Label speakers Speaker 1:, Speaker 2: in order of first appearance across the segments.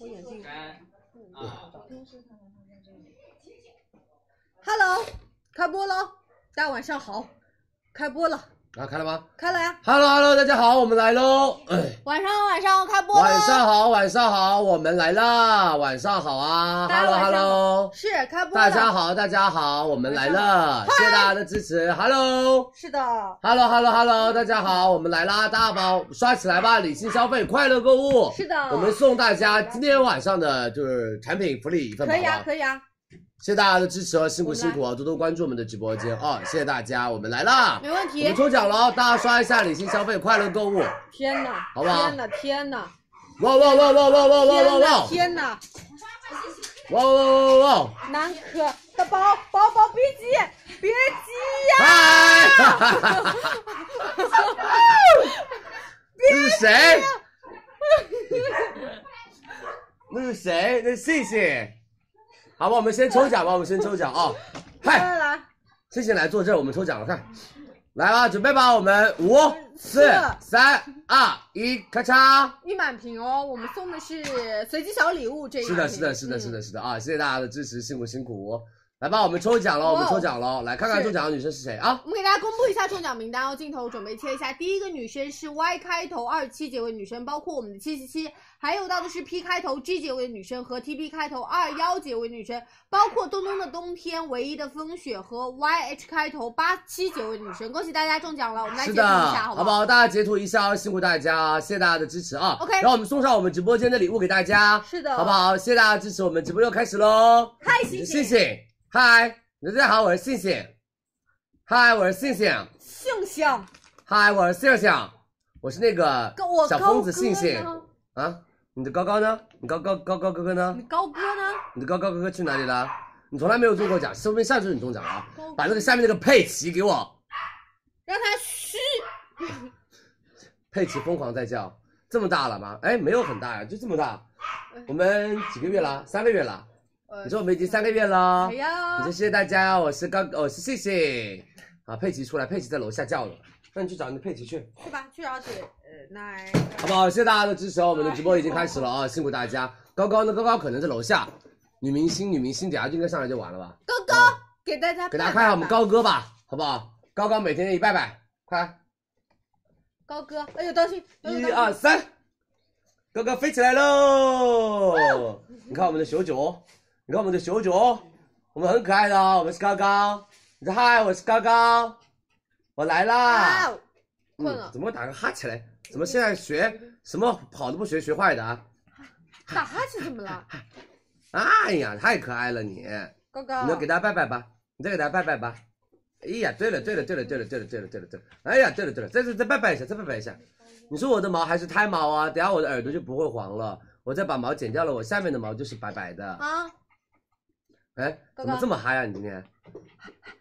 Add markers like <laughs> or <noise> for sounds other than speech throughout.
Speaker 1: 我眼镜。
Speaker 2: 啊，
Speaker 1: Hello，开播喽！大家晚上好，开播了，
Speaker 3: 啊，开了吗
Speaker 1: 开了呀！
Speaker 3: ？Hello Hello，大家好，我们来喽！哎
Speaker 1: 晚上晚上开播喽
Speaker 3: 晚上好，晚上好，我们来啦！晚上好啊
Speaker 1: 大家
Speaker 3: ！Hello
Speaker 1: 晚上好
Speaker 3: Hello，
Speaker 1: 是开播
Speaker 3: 大
Speaker 1: 了。
Speaker 3: 家好，大家好，我们来了，谢谢大家的支持。Hello
Speaker 1: 是的，
Speaker 3: Hello Hello Hello，大家好，我们来啦！大宝刷起来吧，理性消费，快乐购物。
Speaker 1: 是的
Speaker 3: 我们送大家今天晚上的就是产品福利一份，
Speaker 1: 可以啊，
Speaker 3: 好不好
Speaker 1: 可以啊。
Speaker 3: 谢谢大家的支持哦，辛苦辛苦啊！多多关注我们的直播间哦，谢谢大家，我们来啦！
Speaker 1: 没问
Speaker 3: 我
Speaker 1: 题
Speaker 3: 们。抽奖喽，大家刷一下理性消费，快乐购物。
Speaker 1: 天哪！
Speaker 3: 好不好
Speaker 1: 天哪！天哪！
Speaker 3: 哇哇哇哇哇哇哇哇
Speaker 1: 天
Speaker 3: 哇
Speaker 1: 哪！！天哪！
Speaker 3: 哇哇哇哇哇！
Speaker 1: 南可的宝宝宝，别急，别急呀！
Speaker 3: 嗨，哈哈哈哈！这是谁？那是谁？那是信信。好吧，我们先抽奖吧，我们先抽奖啊！
Speaker 1: 来
Speaker 3: 嗨，
Speaker 1: 来来，
Speaker 3: 信信来坐这儿，我们抽奖了，看，来吧，准备吧，我们五、四、三、二、一，咔嚓！
Speaker 1: 一满屏哦，我们送的是随机小礼物这一
Speaker 3: 是
Speaker 1: 满
Speaker 3: 的，
Speaker 1: 屏
Speaker 3: 是的，是的，是。
Speaker 1: 嗯
Speaker 3: 的，是的啊！谢谢大家的支持，辛苦辛苦。来吧，我们抽奖喽，我们抽奖喽，来看看
Speaker 1: 哦是
Speaker 3: 中奖的女生是谁啊？
Speaker 1: 我们给大家公布一下中奖名单哦，镜头准备切一下。第一个女生是 Y 开头二七结尾的女生，包括我们的七七七，还有到的是 P 开头 G 结尾的女生和 T B 开头二幺结尾的女生，包括东东的冬天、唯一的风雪和 Y H 开头八七结尾的女生。恭喜大家中奖了，我们来
Speaker 3: 是
Speaker 1: 截
Speaker 3: 的，
Speaker 1: 图一下，好
Speaker 3: 好不
Speaker 1: 好？
Speaker 3: 好？大家截图一下，哦，辛苦大家啊，谢谢大家的支持啊。
Speaker 1: OK
Speaker 3: 然后我们送上我们直播间的礼物给大家，
Speaker 1: 是的，
Speaker 3: 好不？好？谢谢大家的支持，我们直播又开始喽。
Speaker 1: 嗨，
Speaker 3: 我
Speaker 1: 谢
Speaker 3: 是
Speaker 1: 谢
Speaker 3: 信信，嗨，大家好，我是信信，嗨，我是信信，
Speaker 1: 性向，
Speaker 3: 嗨，我是信信，我是那个
Speaker 1: 跟我
Speaker 3: 小
Speaker 1: 高
Speaker 3: 疯
Speaker 1: 哥
Speaker 3: 子信信
Speaker 1: 呢？
Speaker 3: 啊。你的高高呢？你高高高高哥哥呢
Speaker 1: 你？高哥呢？
Speaker 3: 你的高高哥哥去哪里了？你从来没有中过奖，说不定下次你中奖啊
Speaker 1: 高哥！
Speaker 3: 把那个下面那个佩奇给我。
Speaker 1: 让他嘘，
Speaker 3: 佩奇疯狂在叫，这么大了吗？哎，没有很大呀，就这么大。我们几个月啦？三个月啦。
Speaker 1: 呃
Speaker 3: 你说我们已经三个月了
Speaker 1: 哎。呀
Speaker 3: 你说，谢谢大家，我是高，我是谢谢。啊，佩奇出来，佩奇在楼下叫了，那你去找你的佩奇去，
Speaker 1: 去吧，去找姐，呃，奶。
Speaker 3: 好不好？谢谢大家的支持哦，我们的直播已经开始了啊，辛苦大家。高高呢？高高可能在楼下。女明星，女明星，等下就应该上来就完了吧？
Speaker 1: 高高
Speaker 3: 啊
Speaker 1: 给大家
Speaker 3: 给大
Speaker 1: 拜拜
Speaker 3: 家看一下我们
Speaker 1: 吧
Speaker 3: 高哥吧，好不好？高高每天一拜拜，快，
Speaker 1: 高哥，哎呦，当心！哎呦
Speaker 3: 一二，三，高高飞起来喽！你看我们的九九，你看我们的九九，我们很可爱的哦，我们是高高，你说嗨，我是高高，我来
Speaker 1: 当
Speaker 3: 啦
Speaker 1: 心！啊，困
Speaker 3: 嗯
Speaker 1: 了，
Speaker 3: 怎么打个哈起来？怎么现在学什么跑都不学，学坏的啊？
Speaker 1: 打哈欠怎么
Speaker 3: <laughs>
Speaker 1: 了？
Speaker 3: 哎呀，太可爱了你！
Speaker 1: 高高，
Speaker 3: 你要给大家拜拜吧，你再给大家拜拜吧。哎呀，对了，对了，对了，对了，对了，对了，对了，对了，哎呀，对了，对了，再再再拜拜一下，再拜拜一下。你说我的毛还是胎毛啊？等下我的耳朵就不会黄了，我再把毛剪掉了，我下面的毛就是白白的。
Speaker 1: 啊，
Speaker 3: 哎，
Speaker 1: 哥哥
Speaker 3: 怎么这么嗨呀、你今天？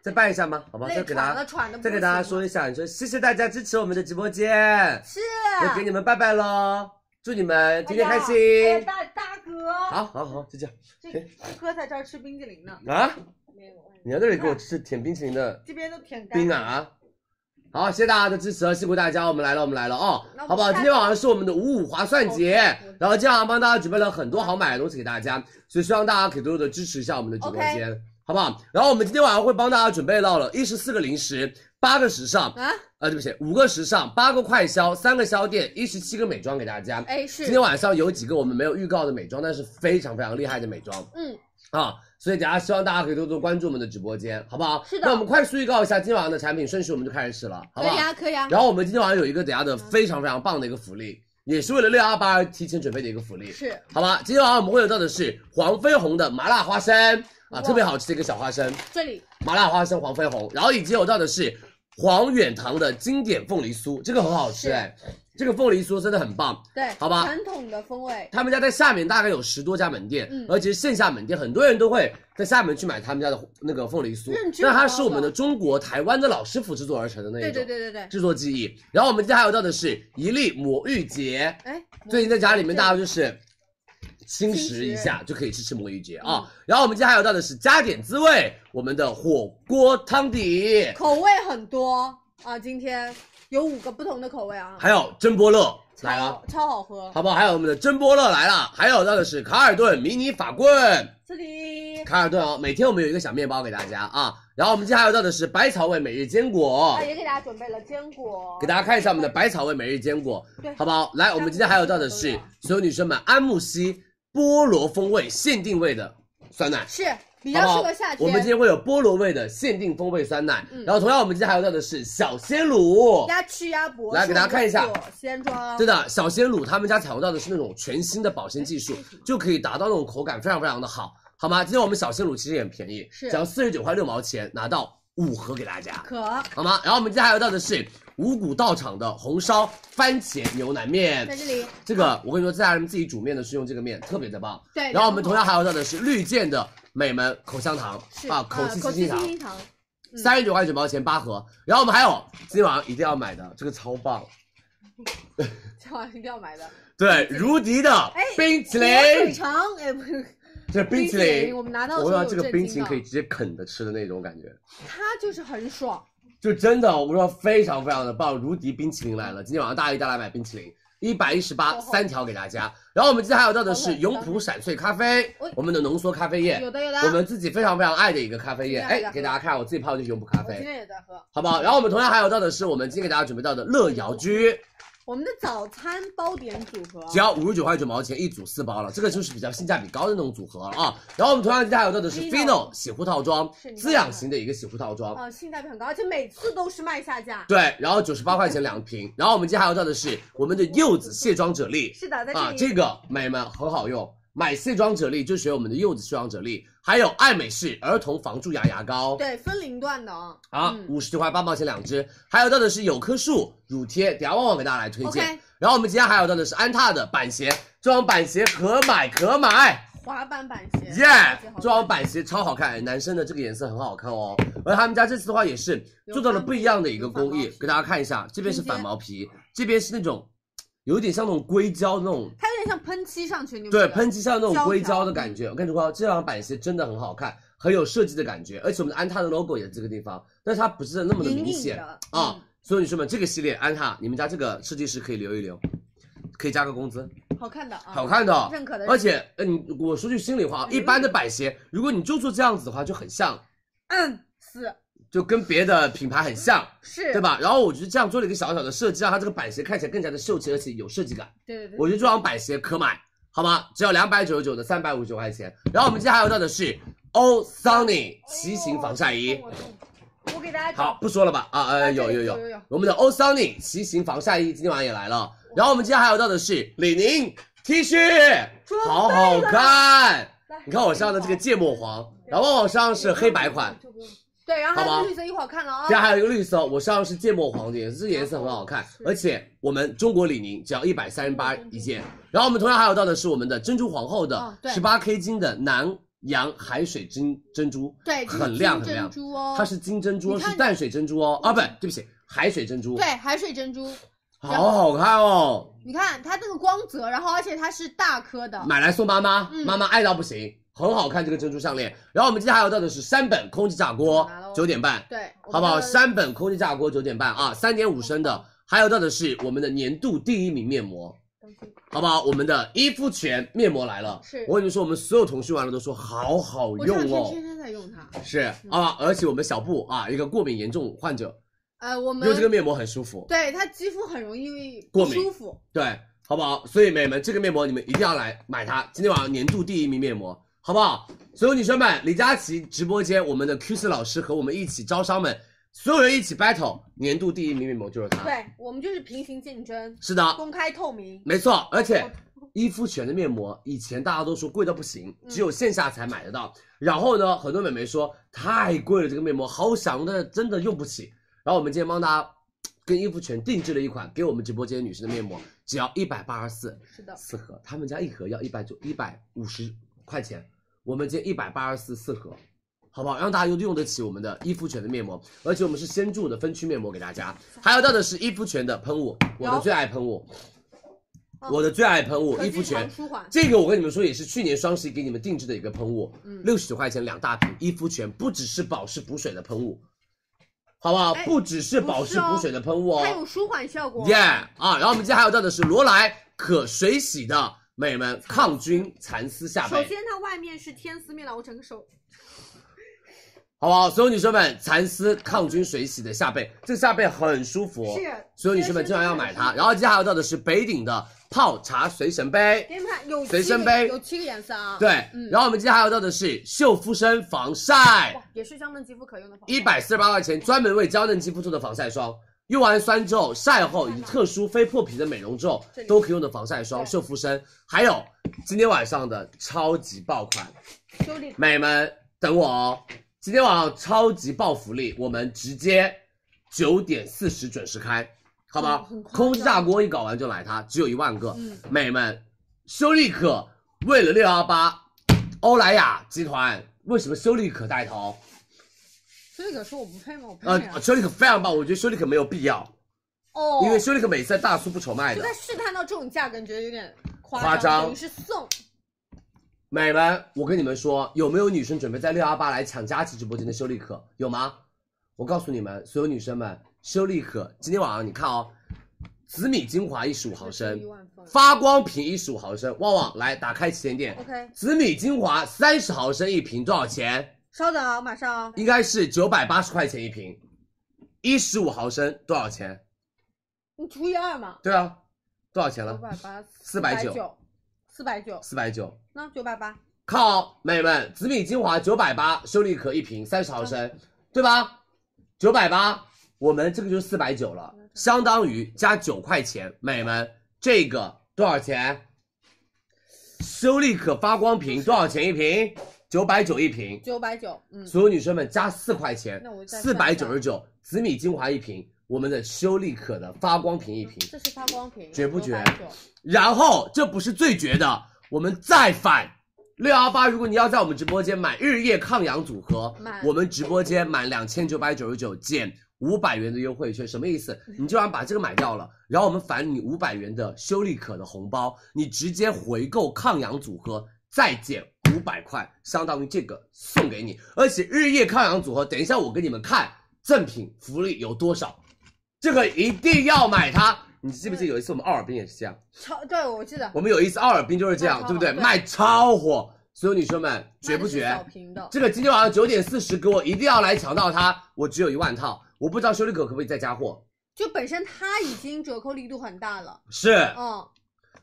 Speaker 3: 再拜一下吗？好吧，再
Speaker 1: 累
Speaker 3: 给
Speaker 1: 喘
Speaker 3: 大
Speaker 1: 了，
Speaker 3: 家
Speaker 1: 喘的。
Speaker 3: 再给大家说，一下，你说谢谢大家支持我们的直播间，
Speaker 1: 是
Speaker 3: 也给你们拜拜喽，祝你们天天开心。
Speaker 1: 哎呀大大哥，
Speaker 3: 好好好，就这样
Speaker 1: 这哥在这儿吃冰激凌呢，
Speaker 3: 啊！
Speaker 1: 没有，
Speaker 3: 你要在这里给我吃舔冰淇淋的。
Speaker 1: 这边都舔干。
Speaker 3: 冰啊！好，谢谢大家的支持，啊辛苦大家，我们来了，我们来了哦
Speaker 1: 那我们，
Speaker 3: 好不好？
Speaker 1: 下
Speaker 3: 今天晚上是我们的五五划算节
Speaker 1: 好的，
Speaker 3: 然后今天晚上帮大家准备了很多好买的东西给大家，所以希望大家可以多多的支持一下我们的直播间好不好？然后我们今天晚上会帮大家准备到了一十四个零食，八个时尚，
Speaker 1: 啊，
Speaker 3: 呃，对不起，五个时尚，八个快消，三个消店，一十七个美妆给大家。
Speaker 1: 哎
Speaker 3: 今天
Speaker 1: 是，
Speaker 3: 晚上有几个我们没有预告的美妆，但是非常非常厉害的美妆。
Speaker 1: 嗯，
Speaker 3: 啊，所以大家希望大家可以多多关注我们的直播间，好不好？
Speaker 1: 是的
Speaker 3: 那我们快速预告一下今天晚上的产品顺序，我们就开始了，好
Speaker 1: 可
Speaker 3: 不好？
Speaker 1: 以啊，可以啊，
Speaker 3: 然后我们今天晚上有一个等下的非常非常棒的一个福利，也是为了六幺八而提前准备的一个福利，
Speaker 1: 是
Speaker 3: 好吧？今天晚上我们会有到的是黄飞鸿的麻辣花生
Speaker 1: 哇
Speaker 3: 啊，特别好吃的一个小花生，
Speaker 1: 这里
Speaker 3: 麻辣花生黄飞鸿，然后以及有到的是黄远堂的经典凤梨酥，这个很好吃
Speaker 1: 是
Speaker 3: 哎，这个凤梨酥真的很棒，
Speaker 1: 对，
Speaker 3: 好吧
Speaker 1: 传统的风味，
Speaker 3: 他们家在厦门大概有十多家门店，
Speaker 1: 嗯
Speaker 3: 而且线下门店很多人都会在厦门去买他们家的那个凤梨酥
Speaker 1: 认，知
Speaker 3: 那
Speaker 1: 很
Speaker 3: 它
Speaker 1: 高
Speaker 3: 是我们
Speaker 1: 的
Speaker 3: 的中国台湾的老师傅制作而成的那一
Speaker 1: 对
Speaker 3: 种
Speaker 1: 对对对对，
Speaker 3: 制作技艺。然后我们今天还有到的是一粒魔芋结，
Speaker 1: 哎，
Speaker 3: 最近在家里面大
Speaker 1: 家
Speaker 3: 家就是轻
Speaker 1: 轻食嗯
Speaker 3: 食一下就可以吃吃魔芋结啊。然后我们今天还有到的是加点滋
Speaker 1: 嗯
Speaker 3: 味，我们的火锅汤底。
Speaker 1: 口味很多啊，今天有五个不同的口味啊，
Speaker 3: 还有真波乐
Speaker 1: 超
Speaker 3: 来了，
Speaker 1: 超好喝。
Speaker 3: 好不好？还有我们的真波乐来了，还有到的是卡尔顿迷你法棍，
Speaker 1: 这里，
Speaker 3: 卡尔顿哦，每天我们有一个小面包给大家啊。然后我们接下来到的是百草味每日坚果
Speaker 1: 啊，，也给大家准备了坚果，
Speaker 3: 给大家看一下我们的百草味每日坚果，
Speaker 1: 对
Speaker 3: 好不好？来，我们今天还有到的是所有女生们安慕希菠萝风味限定味的酸奶。
Speaker 1: 是比较
Speaker 3: 好不
Speaker 1: 适合
Speaker 3: 好
Speaker 1: 夏天。
Speaker 3: 我们今天会有菠萝味的限定风味酸奶，
Speaker 1: 嗯
Speaker 3: 然后同样我们今天还有到的是小鲜乳，
Speaker 1: 鸭翅鸭脖，
Speaker 3: 来给大家看一下
Speaker 1: 鲜装，
Speaker 3: 真的小鲜乳他们家采用到的是那种全新的保鲜技术，就可以达到那种口感非常非常的好，好吗？今天我们小鲜乳其实也很便宜，
Speaker 1: 是
Speaker 3: 只要四十九块六毛钱拿到五盒给大家，
Speaker 1: 可
Speaker 3: 好吗？然后我们今天还有到的是五谷道场的红烧番茄牛腩面
Speaker 1: 在，这里。
Speaker 3: 这个我跟你说，在家人自己煮面的是用这个面，特别的棒。
Speaker 1: 对，
Speaker 3: 然后我们同样还有到的是绿箭的美门口香糖
Speaker 1: 是呃
Speaker 3: 啊，口气
Speaker 1: 口
Speaker 3: 清
Speaker 1: 气
Speaker 3: 新糖。
Speaker 1: 清糖，嗯
Speaker 3: 三十九块九毛钱八盒。然后我们还有今天晚上一定要买的，这个超棒，
Speaker 1: 这玩意儿一定要买的。
Speaker 3: 对，如迪的
Speaker 1: 哎
Speaker 3: 冰淇淋，
Speaker 1: 火腿肠，哎，不是，
Speaker 3: 这冰淇淋，
Speaker 1: 我们拿到
Speaker 3: 我
Speaker 1: 的时候
Speaker 3: 跟你说
Speaker 1: 有
Speaker 3: 这个冰淇淋
Speaker 1: 震惊
Speaker 3: 可以
Speaker 1: 到，
Speaker 3: 直接啃着吃的那种感觉，
Speaker 1: 它就是很爽。
Speaker 3: 就真的我跟你说非常非常的棒。如迪冰淇淋来了，今天晚上大家一定要来买冰淇淋。一百一十八
Speaker 1: 哦吼
Speaker 3: 三条给大家，然后我们今天还有到的
Speaker 1: 好
Speaker 3: 是
Speaker 1: 冷
Speaker 3: 永璞闪萃咖啡
Speaker 1: 喂，
Speaker 3: 我们的浓缩咖啡液
Speaker 1: 有，的有的，
Speaker 3: 我们自己非常非常爱的一个咖啡液，
Speaker 1: 今天还有
Speaker 3: 哎，给大家看，我自己泡的就是永璞咖
Speaker 1: 我今
Speaker 3: 啡，
Speaker 1: 天也在喝。
Speaker 3: 好不好？然后我们同样还有到的是我们今天给大家准备到的乐瑶居，
Speaker 1: 我们的早餐包点组合，
Speaker 3: 只要五十九块九毛钱一组四包了，这个就是比较性价比高的那种组合了啊。然后我们同样今天还有到的是
Speaker 1: Fino
Speaker 3: Fino 洗护套装
Speaker 1: 是，你看看
Speaker 3: 滋养型的一个洗护套装，
Speaker 1: 呃性价比很高，而且每次都是卖下架。
Speaker 3: 对，然后九十八块钱两瓶。然后我们今天还有到的是我们的柚子卸妆啫喱
Speaker 1: 是的，在
Speaker 3: 啊，
Speaker 1: 这里
Speaker 3: 这个美眉们很好用，买卸妆啫喱就选我们的柚子卸妆啫喱，还有爱美仕儿童防蛀牙牙膏
Speaker 1: 对分龄段的啊。
Speaker 3: 啊
Speaker 1: 嗯，
Speaker 3: 五十九块八毛钱两支。还有到的是有棵树乳贴，等一下旺旺给大家来推荐。
Speaker 1: OK，
Speaker 3: 然后我们今天还有到的是安踏的板鞋，这双板鞋可买可买。
Speaker 1: 滑板板鞋，超级
Speaker 3: 耶
Speaker 1: 好！看
Speaker 3: 这双板鞋超好看，哎男生的这个颜色很好看哦。而他们家这次的话也是做到了不一样的一个工
Speaker 1: 有反
Speaker 3: 艺
Speaker 1: 毛皮，
Speaker 3: 给大家看一下，这边是反毛皮，这边是那种有点像那种硅胶的那种，
Speaker 1: 它有点像喷漆上去，你有没有
Speaker 3: 对，
Speaker 1: 觉得
Speaker 3: 喷漆像那种硅胶的
Speaker 1: 胶条
Speaker 3: 感觉。我跟你说，这双板鞋真的很好看，很有设计的感觉，而且我们的安踏的 logo 也是这个地方，但是它不是那么的
Speaker 1: 隐
Speaker 3: 明
Speaker 1: 隐
Speaker 3: 显
Speaker 1: 的嗯
Speaker 3: 啊。所有女生们，这个系列安踏，你们家这个设计师可以留一留，可以加个工资，
Speaker 1: 嗯好看的啊，
Speaker 3: 好看的哦。
Speaker 1: 认可的，
Speaker 3: 而且，嗯，我说句心里话，啊
Speaker 1: 嗯
Speaker 3: 一般的板鞋，如果你就做这样子的话，就很像，
Speaker 1: 嗯是
Speaker 3: 就跟别的品牌很像，
Speaker 1: 是，
Speaker 3: 对？吧？然后我觉得这样做了一个小小的设计，让它这个板鞋看起来更加的秀气，而且有设计感。
Speaker 1: 对对对，
Speaker 3: 我觉得这双板鞋可买，好吗？只要两百九十九的三百五十九块钱。然后我们今天还有到的是 O Sunny 骑行防晒衣，
Speaker 1: 我我给大家
Speaker 3: 好
Speaker 1: 找，，
Speaker 3: 不说了吧？啊，
Speaker 1: 啊
Speaker 3: 呃，有
Speaker 1: 对
Speaker 3: 有
Speaker 1: 有
Speaker 3: 有
Speaker 1: 有有，
Speaker 3: 我们的 O Sunny 骑行防晒衣今天晚上也来了。然后我们今天还有到的是李宁 T 恤，
Speaker 1: 准备
Speaker 3: 好好
Speaker 1: 了
Speaker 3: 看。
Speaker 1: 来
Speaker 3: 你看我身上的这个芥末黄，然后我身上是黑白款，
Speaker 1: 对，然后还
Speaker 3: 好
Speaker 1: 有
Speaker 3: 吧
Speaker 1: 绿色，一会儿看了啊
Speaker 3: 这，还有一个绿色，我身上是芥末黄的颜色，这个颜色很好看，而且我们中国李宁只要一百三十八一件。然后我们同样还有到的是我们的珍珠皇后
Speaker 1: 哦
Speaker 3: 的
Speaker 1: 对
Speaker 3: 十八 K 金的南洋海水金珍珠，
Speaker 1: 对，这是
Speaker 3: 很亮
Speaker 1: 金
Speaker 3: 很亮
Speaker 1: 珍，珠哦，
Speaker 3: 它是金珍珠，
Speaker 1: 你看
Speaker 3: 是淡水珍珠哦，啊不，对不起，海水珍珠，
Speaker 1: 对海水珍珠，
Speaker 3: 好好看哦，
Speaker 1: 你看它那个光泽，然后而且它是大颗的，
Speaker 3: 买来送妈妈
Speaker 1: 嗯，
Speaker 3: 妈妈爱到不行，很好看这个珍珠项链。然后我们今天还有到的是山本空气炸锅
Speaker 1: 拿了哦，
Speaker 3: 九点半，
Speaker 1: 对，我
Speaker 3: 好不
Speaker 1: 们
Speaker 3: 好？
Speaker 1: 的
Speaker 3: 山本空气炸锅九点半啊，三点五升的，还有到的是我们的年度第一名面膜，好不好？我们的伊肤泉面膜来了，
Speaker 1: 是
Speaker 3: 我跟你们说，我们所有同事完了都说好好
Speaker 1: 我这两
Speaker 3: 用
Speaker 1: 天
Speaker 3: 哦，
Speaker 1: 天天在用它，
Speaker 3: 是啊，而且我们小布啊，一个过敏严重患者
Speaker 1: 呃，我们
Speaker 3: 用这个面膜很舒服，
Speaker 1: 对它肌肤很容易
Speaker 3: 过
Speaker 1: 不
Speaker 3: 敏
Speaker 1: 舒服，
Speaker 3: 对，好不好？所以美们，这个面膜你们一定要来买它，今天晚上年度第一名面膜，好不好？所有女生们，李佳琦直播间，我们的 Q 四老师和我们一起招商们，所有人一起 battle，年度第一名面膜就是它。
Speaker 1: 对我们就是平行竞争，
Speaker 3: 是的，
Speaker 1: 公开透明，
Speaker 3: 没错，而且伊肤泉的面膜以前大家都说贵到不行，只有线下才买得到。然后呢，很多美眉说太贵了，这个面膜好想用，但是真的用不起。然后我们今天帮大家跟伊肤泉定制了一款给我们直播间女生的面膜，只要一百八十四
Speaker 1: 是的，
Speaker 3: 四盒，他们家一盒要一百九一百五十块钱，我们今天一百八十四四盒。好不好？让大家用用得起我们的伊肤泉的面膜，而且我们是先注的分区面膜给大家，还有到的是伊肤泉的喷雾，我的
Speaker 1: 有
Speaker 3: 最爱喷雾，
Speaker 1: 哦
Speaker 3: 我的最爱喷雾
Speaker 1: 可
Speaker 3: 伊肤
Speaker 1: 剧
Speaker 3: 泉
Speaker 1: 场，舒缓，
Speaker 3: 这个我跟你们说也是去年双十一给你们定制的一个喷雾
Speaker 1: 嗯，
Speaker 3: 六十九块钱两大瓶，伊肤泉不只是保湿补水的喷雾，好不好
Speaker 1: 哎？
Speaker 3: 不只是保
Speaker 1: 不
Speaker 3: 湿
Speaker 1: 是哦
Speaker 3: 补水的喷雾哦，
Speaker 1: 它有舒缓效果。
Speaker 3: 耶、啊！然后我们今天还有到的是罗莱可水洗的美人们抗菌蚕丝下
Speaker 1: 首
Speaker 3: 杯，
Speaker 1: 先它外面是天丝面料，我整个手
Speaker 3: 好不好？所有女生们，蚕丝抗菌水洗的下背，这个下背很舒服、哦，
Speaker 1: 是。
Speaker 3: 所有女生们经常要买它。然后今天还有到的是北鼎的泡茶随身杯，
Speaker 1: 给你们看，有
Speaker 3: 随
Speaker 1: 七
Speaker 3: 身
Speaker 1: 个
Speaker 3: 杯
Speaker 1: 有七个颜色啊。
Speaker 3: 对。
Speaker 1: 嗯
Speaker 3: 然后我们今天还有到的是秀肤生防晒，
Speaker 1: 哇，也是娇嫩肌肤可用的保护
Speaker 3: 一百四十八块钱，专门为娇嫩肌肤做的防晒霜。用完酸之后，晒后以特殊非破皮的美容皱
Speaker 1: 这里
Speaker 3: 都可以用的防晒霜，秀肤生。还有今天晚上的超级爆款，
Speaker 1: 修理
Speaker 3: 美们等我哦，今天晚上超级爆福利，我们直接九点四十准时开，好吧？
Speaker 1: 嗯很夸张
Speaker 3: 空气炸锅一搞完就来它，只有一万个。
Speaker 1: 嗯
Speaker 3: 美们，修丽可为了六幺八，欧莱雅集团为什么修丽可带头？
Speaker 1: 修理可说我不配吗？我配呀
Speaker 3: 呃，修丽可非常棒，我觉得修丽可没有必要，
Speaker 1: 哦，
Speaker 3: 因为修丽可每次在大促不愁卖
Speaker 1: 就
Speaker 3: 的
Speaker 1: 在。试探到这种价格，你觉得有点夸
Speaker 3: 夸张
Speaker 1: 等于是送。
Speaker 3: 美们，我跟你们说，有没有女生准备在六幺八来抢佳琦直播间的修丽可？有吗？我告诉你们，所有女生们，修丽可今天晚上你看哦，紫米精华一十五毫升
Speaker 1: 一，万份
Speaker 3: 发光瓶一十五毫升，旺旺来打开旗舰店
Speaker 1: OK
Speaker 3: 紫米精华三十毫升一瓶多少钱？
Speaker 1: 稍等啊，马上啊，
Speaker 3: 应该是九百八十块钱一瓶，一十五毫升多少钱？
Speaker 1: 你除以二嘛，
Speaker 3: 对啊，多少钱
Speaker 1: 九
Speaker 3: 了？
Speaker 1: 百八，
Speaker 3: 490
Speaker 1: 九，四百九，
Speaker 3: 四百九。
Speaker 1: 那九百八，
Speaker 3: 靠，美们，紫米精华九百八，修丽可一瓶三十毫升，对吧？九百八，我们这个就是四百九了，相当于加九块钱，美们，这个多少钱？修丽可发光瓶多少钱一瓶？九百九一瓶，
Speaker 1: 九百九，嗯，
Speaker 3: 所有女生们加四块钱
Speaker 1: 那我，再
Speaker 3: 四
Speaker 1: 算
Speaker 3: 百
Speaker 1: 一
Speaker 3: 九
Speaker 1: 下
Speaker 3: 十九，紫米精华一瓶，我们的修丽可的发光瓶一瓶，
Speaker 1: 这是发光瓶，
Speaker 3: 绝不绝
Speaker 1: 990
Speaker 3: 然后这不是最绝的，我们再返六幺八。如果你要在我们直播间买日夜抗氧组合
Speaker 1: 满，
Speaker 3: 我们直播间满两千九百九十九减五百元的优惠券，什么意思？你就然把这个买掉了，然后我们返你五百元的修丽可的红包，你直接回购抗氧组合再减。五百块相当于这个送给你，而且日夜抗氧组合，等一下我给你们看赠品福利有多少，这个一定要买它。你记不记得有一次我们奥尔滨也是这样，
Speaker 1: 超，对我记 <laughs> 得，
Speaker 3: 我们有一次奥尔滨就是这样，
Speaker 1: <laughs> 卖超
Speaker 3: 对不对？
Speaker 1: 哦对
Speaker 3: 卖超火，所有女生们绝
Speaker 1: 卖的
Speaker 3: 不
Speaker 1: 是
Speaker 3: 绝？
Speaker 1: 小瓶的，
Speaker 3: 这个今天晚上九点四十给我一定要来抢到它，我只有一万套，我不知道修丽可可不可以再加货。
Speaker 1: 就本身它已经折扣力度很大了，
Speaker 3: 是，
Speaker 1: 嗯，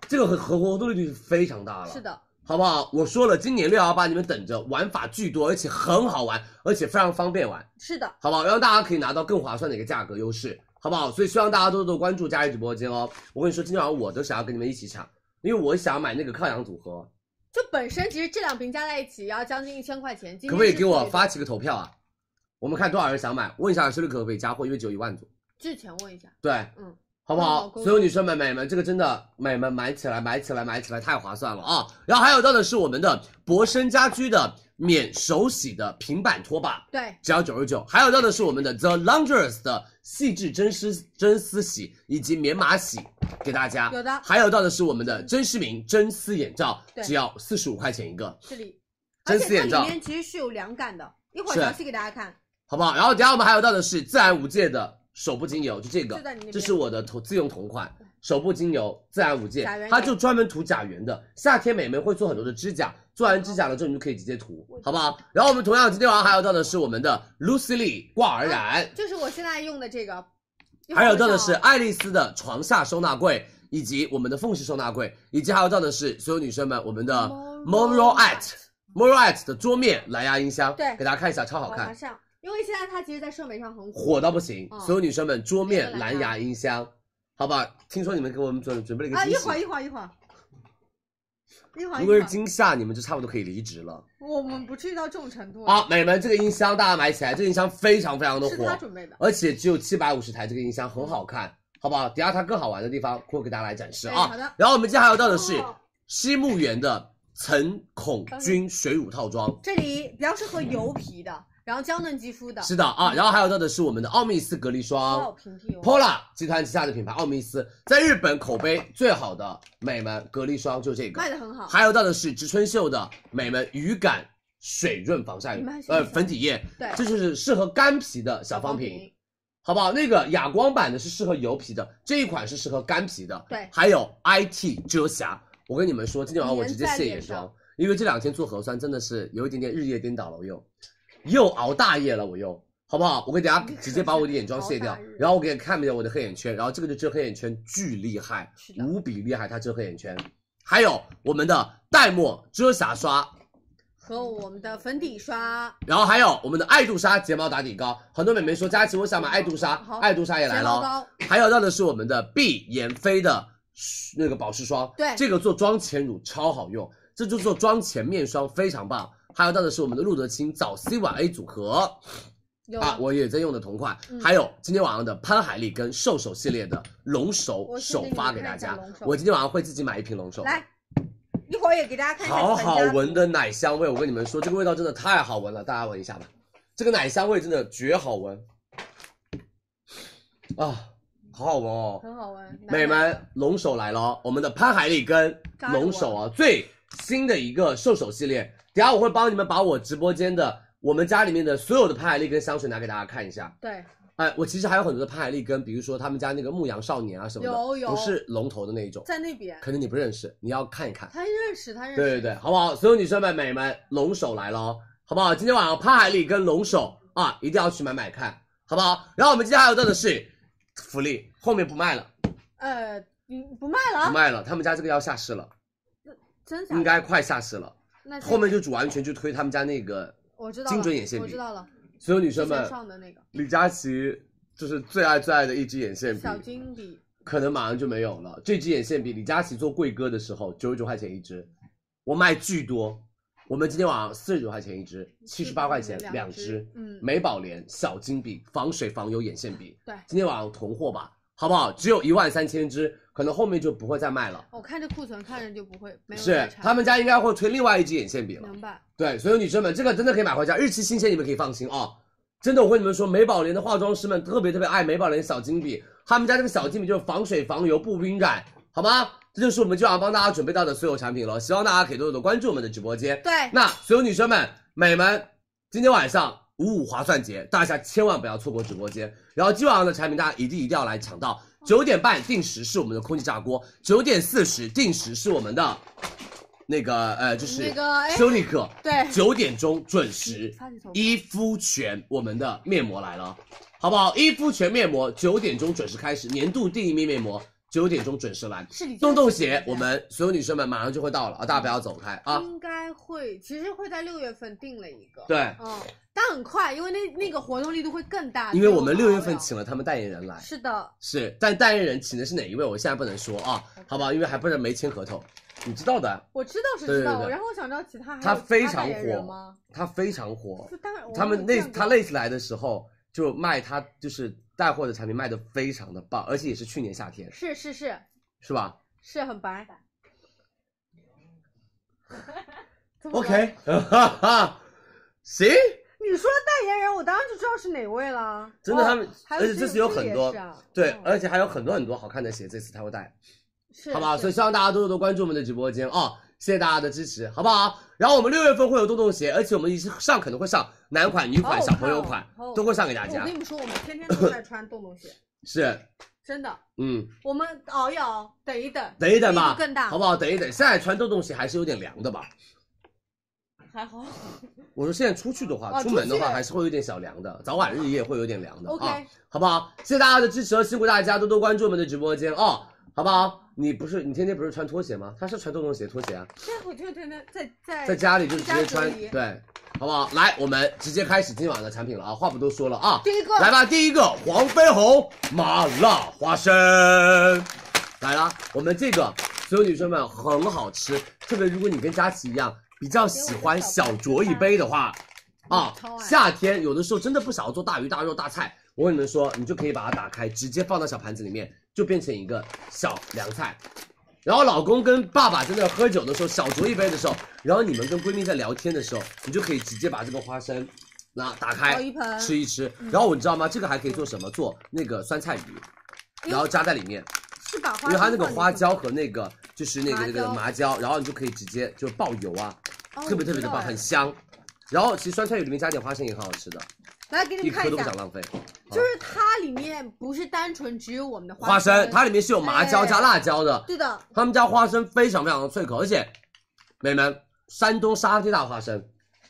Speaker 3: 这个和和活动力度是非常大了，
Speaker 1: 是，的，
Speaker 3: 好不好？我说了，今年六幺八你们等着，玩法巨多，而且很好玩，而且非常方便玩，
Speaker 1: 是的，
Speaker 3: 好不好？让大家可以拿到更划算的一个价格优势，好不好？所以希望大家多多关注佳怡直播间哦。我跟你说，今天晚上我都想要跟你们一起抢，因为我想买那个抗氧组合，哦
Speaker 1: 就本身其实这两瓶加在一起也要将近一千块钱，今天
Speaker 3: 可不可以
Speaker 1: 是
Speaker 3: 给我
Speaker 1: 最
Speaker 3: 发起个投票啊？我们看多少人想买，问一下修丽可不可以加货，因为只有一万组，
Speaker 1: 之前问一下，
Speaker 3: 对，
Speaker 1: 嗯，
Speaker 3: 好不好
Speaker 1: 嗯？够
Speaker 3: 所有女生们、美们，这个真的美们买起来，买起来，买起来，太划算了啊！然后还有到的是我们的博生家居的免手洗的平板拖把，
Speaker 1: 对，
Speaker 3: 只要九十九。还有到的是我们的 The Laundress 的细致真丝真丝洗以及棉麻洗给大家，
Speaker 1: 有的
Speaker 3: 还有到的是我们的真诗明真丝眼罩，
Speaker 1: 对
Speaker 3: 只要四十五块钱一个。
Speaker 1: 这里，而
Speaker 3: 真丝
Speaker 1: 且它
Speaker 3: 眼罩
Speaker 1: 里面其实是有凉感的，一会儿
Speaker 3: 是
Speaker 1: 详细给大家看，
Speaker 3: 好不好？然后等下我们还有到的是自然无界的手部精油，就这个
Speaker 1: 就在你那，边
Speaker 3: 这是我的同自用同款手部精油自然无界
Speaker 1: 假原，油
Speaker 3: 它就专门涂假原的。夏天美眉会做很多的指甲，做完指甲了之后你就可以直接涂，好不好？然后我们同样今天晚上还有到的是我们的 Lucy Lee 挂耳染，
Speaker 1: 就是我现在用的这个，一会儿
Speaker 3: 还有到的
Speaker 1: 上
Speaker 3: 是爱丽丝的床下收纳柜，以及我们的缝隙收纳柜，以及还有到的是所有女生们我们的
Speaker 1: Moro
Speaker 3: Moro at Moro at 的桌面蓝牙音箱，
Speaker 1: 对
Speaker 3: 给大家看一下，超好看
Speaker 1: 马。上，因为现在它其实，在社媒上很火。
Speaker 3: 火到不行，
Speaker 1: 嗯
Speaker 3: 所有女生们桌面
Speaker 1: 那个蓝
Speaker 3: 蓝牙音箱，好不好？听说你们给我们准准备了一个
Speaker 1: 啊，嗯一
Speaker 3: 惊
Speaker 1: 会儿
Speaker 3: 喜，
Speaker 1: 一会儿一会儿，一会儿一
Speaker 3: 如
Speaker 1: 会
Speaker 3: 果是
Speaker 1: 儿，
Speaker 3: 惊吓，你们就差不多可以离职了。
Speaker 1: 我们不至于到这种程度。
Speaker 3: 好，美们，这个音箱大家买起来，这个音箱非常非常啊的
Speaker 1: 是他
Speaker 3: 火，
Speaker 1: 准备的，
Speaker 3: 而且只有七百五十台，这个音箱很好看，好不好？等一下它更好玩的地方会给大家来展示
Speaker 1: 哎
Speaker 3: 啊。
Speaker 1: 好的
Speaker 3: 然后我们今天还有到的是
Speaker 1: 哦
Speaker 3: 西木源的层孔菌水乳套装。
Speaker 1: 这里比较适合油皮的，然后娇嫩肌肤的，嗯
Speaker 3: 是啊的啊，然后还有到的是我们的奥密斯隔离霜，
Speaker 1: 好平替哦。
Speaker 3: Pola 集团旗下的品牌奥密斯，在日本口碑最好的美们隔离霜就这个
Speaker 1: 卖，的很好，
Speaker 3: 还有到的是植村秀的美们鱼感水润防晒
Speaker 1: 你们还是
Speaker 3: 呃
Speaker 1: 喜欢
Speaker 3: 粉底液，
Speaker 1: 对
Speaker 3: 这就是适合干皮的小方
Speaker 1: 方
Speaker 3: 瓶，好不好？那个哑光版的是适合油皮的，这一款是适合干皮的。
Speaker 1: 对
Speaker 3: 还有 IT 遮瑕，我跟你们说，今天晚上我直接
Speaker 1: 粘在
Speaker 3: 卸
Speaker 1: 脸
Speaker 3: 眼
Speaker 1: 上
Speaker 3: 霜，因为这两天做核酸真的是有一点点日夜颠倒了，我又又熬大夜了，我又。好不好？我给大家直接把我的眼妆卸掉
Speaker 1: 熬大日，
Speaker 3: 然后我给你看一下我的黑眼圈，然后这个就遮黑眼圈巨厉害
Speaker 1: 是，的
Speaker 3: 无比厉害，它遮黑眼圈。还有我们的黛墨遮瑕刷，
Speaker 1: 和我们的粉底刷、
Speaker 3: 然后还有我们的爱杜莎睫毛打底膏，很多美眉说佳琪我想买爱杜莎
Speaker 1: 好，
Speaker 3: 爱杜莎也来
Speaker 1: 睫
Speaker 3: 了
Speaker 1: 毛
Speaker 3: 哦。
Speaker 1: 膏，
Speaker 3: 还有到的是我们的碧妍霏的那个保湿霜，
Speaker 1: 对
Speaker 3: 这个做妆前乳超好用，这就做妆前面霜非常棒。还有到的是我们的露得清早 C 晚 A 组合
Speaker 1: 有
Speaker 3: 啊，我也在用的同款，
Speaker 1: 嗯
Speaker 3: 还有今天晚上的潘海利跟瘦手系列的龙首
Speaker 1: 我先
Speaker 3: 首
Speaker 1: 给你
Speaker 3: 发
Speaker 1: 们
Speaker 3: 给大
Speaker 1: 看一下
Speaker 3: 家
Speaker 1: 龙，首
Speaker 3: 我今天晚上会自己买一瓶龙首的。
Speaker 2: 来，一会儿也给大家看一下
Speaker 3: 好好
Speaker 2: 全家
Speaker 3: 闻的奶香味，我跟你们说，这个味道真的太好闻了，大家闻一下吧，这个奶香味真的绝好闻，啊，好好闻哦，
Speaker 1: 很好闻，奶奶
Speaker 3: 美们，龙首来了哦，我们的潘海利跟龙首啊，最新的一个兽首系列，等一下我会帮你们把我直播间的我们家里面的所有的潘海利跟香水拿给大家看一下。
Speaker 1: 对，
Speaker 3: 哎，我其实还有很多的潘海利根，比如说他们家那个牧羊少年啊什么的，
Speaker 1: 有有
Speaker 3: 不是龙头的那一种，
Speaker 1: 在那边，
Speaker 3: 可能你不认识，你要看一看。
Speaker 1: 他认识，他认识，
Speaker 3: 对对对，好不好？所有女生们、美们，龙首来了哦，好不好？今天晚上潘海利跟龙首啊，一定要去买买看，好不好？然后我们今天还有到的是福利，后面不卖了，
Speaker 1: 呃，嗯，不卖
Speaker 3: 不
Speaker 1: 了，
Speaker 3: 卖了，他们家这个要下市了，
Speaker 1: 真假的？
Speaker 3: 应该快下市了。
Speaker 1: 那这
Speaker 3: 后面就主完全就推他们家那个，
Speaker 1: 我知道
Speaker 3: 精
Speaker 1: 了
Speaker 3: 准眼线
Speaker 1: 我
Speaker 3: 笔
Speaker 1: 知道了，
Speaker 3: 所有女
Speaker 1: 之
Speaker 3: 生
Speaker 1: 前
Speaker 3: 们，
Speaker 1: 上的那个
Speaker 3: 李佳琦就是最爱最爱的一支眼线笔，
Speaker 1: 小金笔，
Speaker 3: 可能马上就没有了。这支眼线笔，李佳琦做贵哥的时候九十九块钱一支，我卖巨多。我们今天晚上四十九块钱一支，七十八块钱两
Speaker 1: 两
Speaker 3: 支。
Speaker 1: 嗯，
Speaker 3: 美宝莲小金笔防水防油眼线笔，
Speaker 1: 对
Speaker 3: 今天晚上囤货吧，好不好？只有一万三千支，可能后面就不会再卖了。
Speaker 1: 我看这库存看着就不会没有
Speaker 3: 是
Speaker 1: 奶茶
Speaker 3: 他们家应该会推另外一支眼线笔了。
Speaker 1: 明白，
Speaker 3: 对，所有女生们，这个真的可以买回家，日期新鲜，你们可以放心啊、真的，我跟你们说，美宝莲的化妆师们特别特别爱美宝莲小金笔，他们家这个小金笔就是防水、防油、不晕染，好吗？这就是我们今晚帮大家准备到的所有产品了，希望大家可以多多地关注我们的直播间。
Speaker 1: 对，
Speaker 3: 那所有女生们、美们，今天晚上五五划算节，大家千万不要错过直播间。然后今晚上的产品大家一定一定要来抢到。九点半定时是我们的空气炸锅，九点四十定时是我们的那个呃，就是
Speaker 1: 那个哎
Speaker 3: 修丽可，
Speaker 1: 对
Speaker 3: 九点钟准时
Speaker 1: 擦起头发
Speaker 3: 伊肤泉我们的面膜来了，好不好？伊肤泉面膜九点钟准时开始，年度第一面面膜九点钟准时来。
Speaker 1: 是李佳琦
Speaker 3: 洞洞
Speaker 1: 的
Speaker 3: 鞋，
Speaker 1: 对
Speaker 3: 我们所有女生们马上就会到了啊，大家不要走开啊！
Speaker 1: 应该会，其实会在六月份定了一个，，
Speaker 3: 对，
Speaker 1: 嗯，但很快，因为那那个活动力度会更大，
Speaker 3: 因为
Speaker 1: 所以
Speaker 3: 我们
Speaker 1: 熬
Speaker 3: 六月份
Speaker 1: 了
Speaker 3: 请了他们代言人来，
Speaker 1: 是的，
Speaker 3: 是，但代言人请的是哪一位，我现在不能说啊，好不好？因为还不是没签合同，你知道的，
Speaker 1: 我知道是
Speaker 3: 对
Speaker 1: 知道，
Speaker 3: 对对
Speaker 1: 然后我想知道其他还
Speaker 3: 他
Speaker 1: 有其
Speaker 3: 非
Speaker 1: 代
Speaker 3: 常
Speaker 1: 言人
Speaker 3: 火
Speaker 1: 吗？
Speaker 3: 他非常火
Speaker 1: 就，当然我
Speaker 3: 他们
Speaker 1: 没
Speaker 3: 那
Speaker 1: 有见过
Speaker 3: 他那次来的时候就卖他就是带货的产品卖的非常的棒，而且也是去年夏天，
Speaker 1: 是是是
Speaker 3: 是吧
Speaker 1: 是很白怎么了
Speaker 3: ？OK，哈 <laughs> 哈，行，
Speaker 1: 你说代言人，我当然就知道是哪位了。
Speaker 3: 真的
Speaker 1: 哦
Speaker 3: 他们，
Speaker 1: 还
Speaker 3: 而且这次有很多
Speaker 1: 这也是啊，
Speaker 3: 对
Speaker 1: 哦，
Speaker 3: 而且还有很多很多好看的鞋，这次他会带。
Speaker 1: 是
Speaker 3: 好不好？
Speaker 1: 是
Speaker 3: 所以希望大家多多多关注我们的直播间啊、谢谢大家的支持，好不好？然后我们六月份会有洞洞鞋，而且我们上可能会上男款、女款、
Speaker 1: 好好
Speaker 3: 小
Speaker 1: 看
Speaker 3: 朋友款
Speaker 1: 哦好好，看
Speaker 3: 都会上给大
Speaker 1: 我
Speaker 3: 家
Speaker 1: 跟。你们说，我们天天都在穿洞洞鞋，
Speaker 3: 是，
Speaker 1: 真的。
Speaker 3: 嗯，
Speaker 1: 我们熬一熬，等一等，
Speaker 3: 等一等
Speaker 1: 力
Speaker 3: 吧
Speaker 1: 度更，大，
Speaker 3: 好不好？等一等，现在穿洞洞鞋还是有点凉的吧？
Speaker 1: 还好。 <laughs>
Speaker 3: 我说现在出去的话，
Speaker 1: 哦
Speaker 3: 出门的
Speaker 1: 出
Speaker 3: 话
Speaker 1: 去
Speaker 3: 还是会有点小凉的，早晚日夜会有点凉的
Speaker 1: OK
Speaker 3: 啊，好不好？谢谢大家的支持，辛苦大家多多关注我们的直播间哦，好不好？你不是你天天不是穿拖鞋吗？他是穿洞洞鞋拖鞋啊。
Speaker 1: 这我就天天在哎在
Speaker 3: 在家里就直
Speaker 1: 在
Speaker 3: 接穿
Speaker 1: 家隔离，
Speaker 3: 对，好不好？来，我们直接开始今天晚上的产品了啊！话不多说了啊，
Speaker 1: 第一个
Speaker 3: 来吧，第一个黄飞鸿麻辣花生来了，我们这个所有女生们很好吃，特别如果你跟佳琪一样比较喜欢小酌一杯的话，
Speaker 1: 哎
Speaker 3: 啊
Speaker 1: 超，爱
Speaker 3: 夏天有的时候真的不想要做大鱼大肉大菜，我跟你们说，你就可以把它打开，直接放到小盘子里面，就变成一个小凉菜。然后老公跟爸爸在那喝酒的时候，小酌一杯的时候，然后你们跟闺蜜在聊天的时候，你就可以直接把这个花生，那打开
Speaker 1: 熬一盆
Speaker 3: 吃一吃。
Speaker 1: 嗯
Speaker 3: 然后你知道吗？这个还可以做什么？做那个酸菜鱼，然后加在里面，
Speaker 1: 是把哎花
Speaker 3: 因为它那个
Speaker 1: 放进去
Speaker 3: 花椒和那个就是那个
Speaker 1: 麻椒
Speaker 3: 那个麻椒，然后你就可以直接就爆油啊，
Speaker 1: 哦
Speaker 3: 特别特别的棒，
Speaker 1: 我知道
Speaker 3: 很香。然后其实酸菜鱼里面加点花生也很好吃的，
Speaker 1: 来给你
Speaker 3: 一
Speaker 1: 们看
Speaker 3: 颗
Speaker 1: 一
Speaker 3: 都不
Speaker 1: 下
Speaker 3: 想，浪费。
Speaker 1: 就是它里面不是单纯只有我们的
Speaker 3: 花生
Speaker 1: 生，哎
Speaker 3: 它里面是有麻椒加辣椒的，
Speaker 1: 对的，
Speaker 3: 他们家花生非常非常的脆口，而且，美们，山东沙地大花生，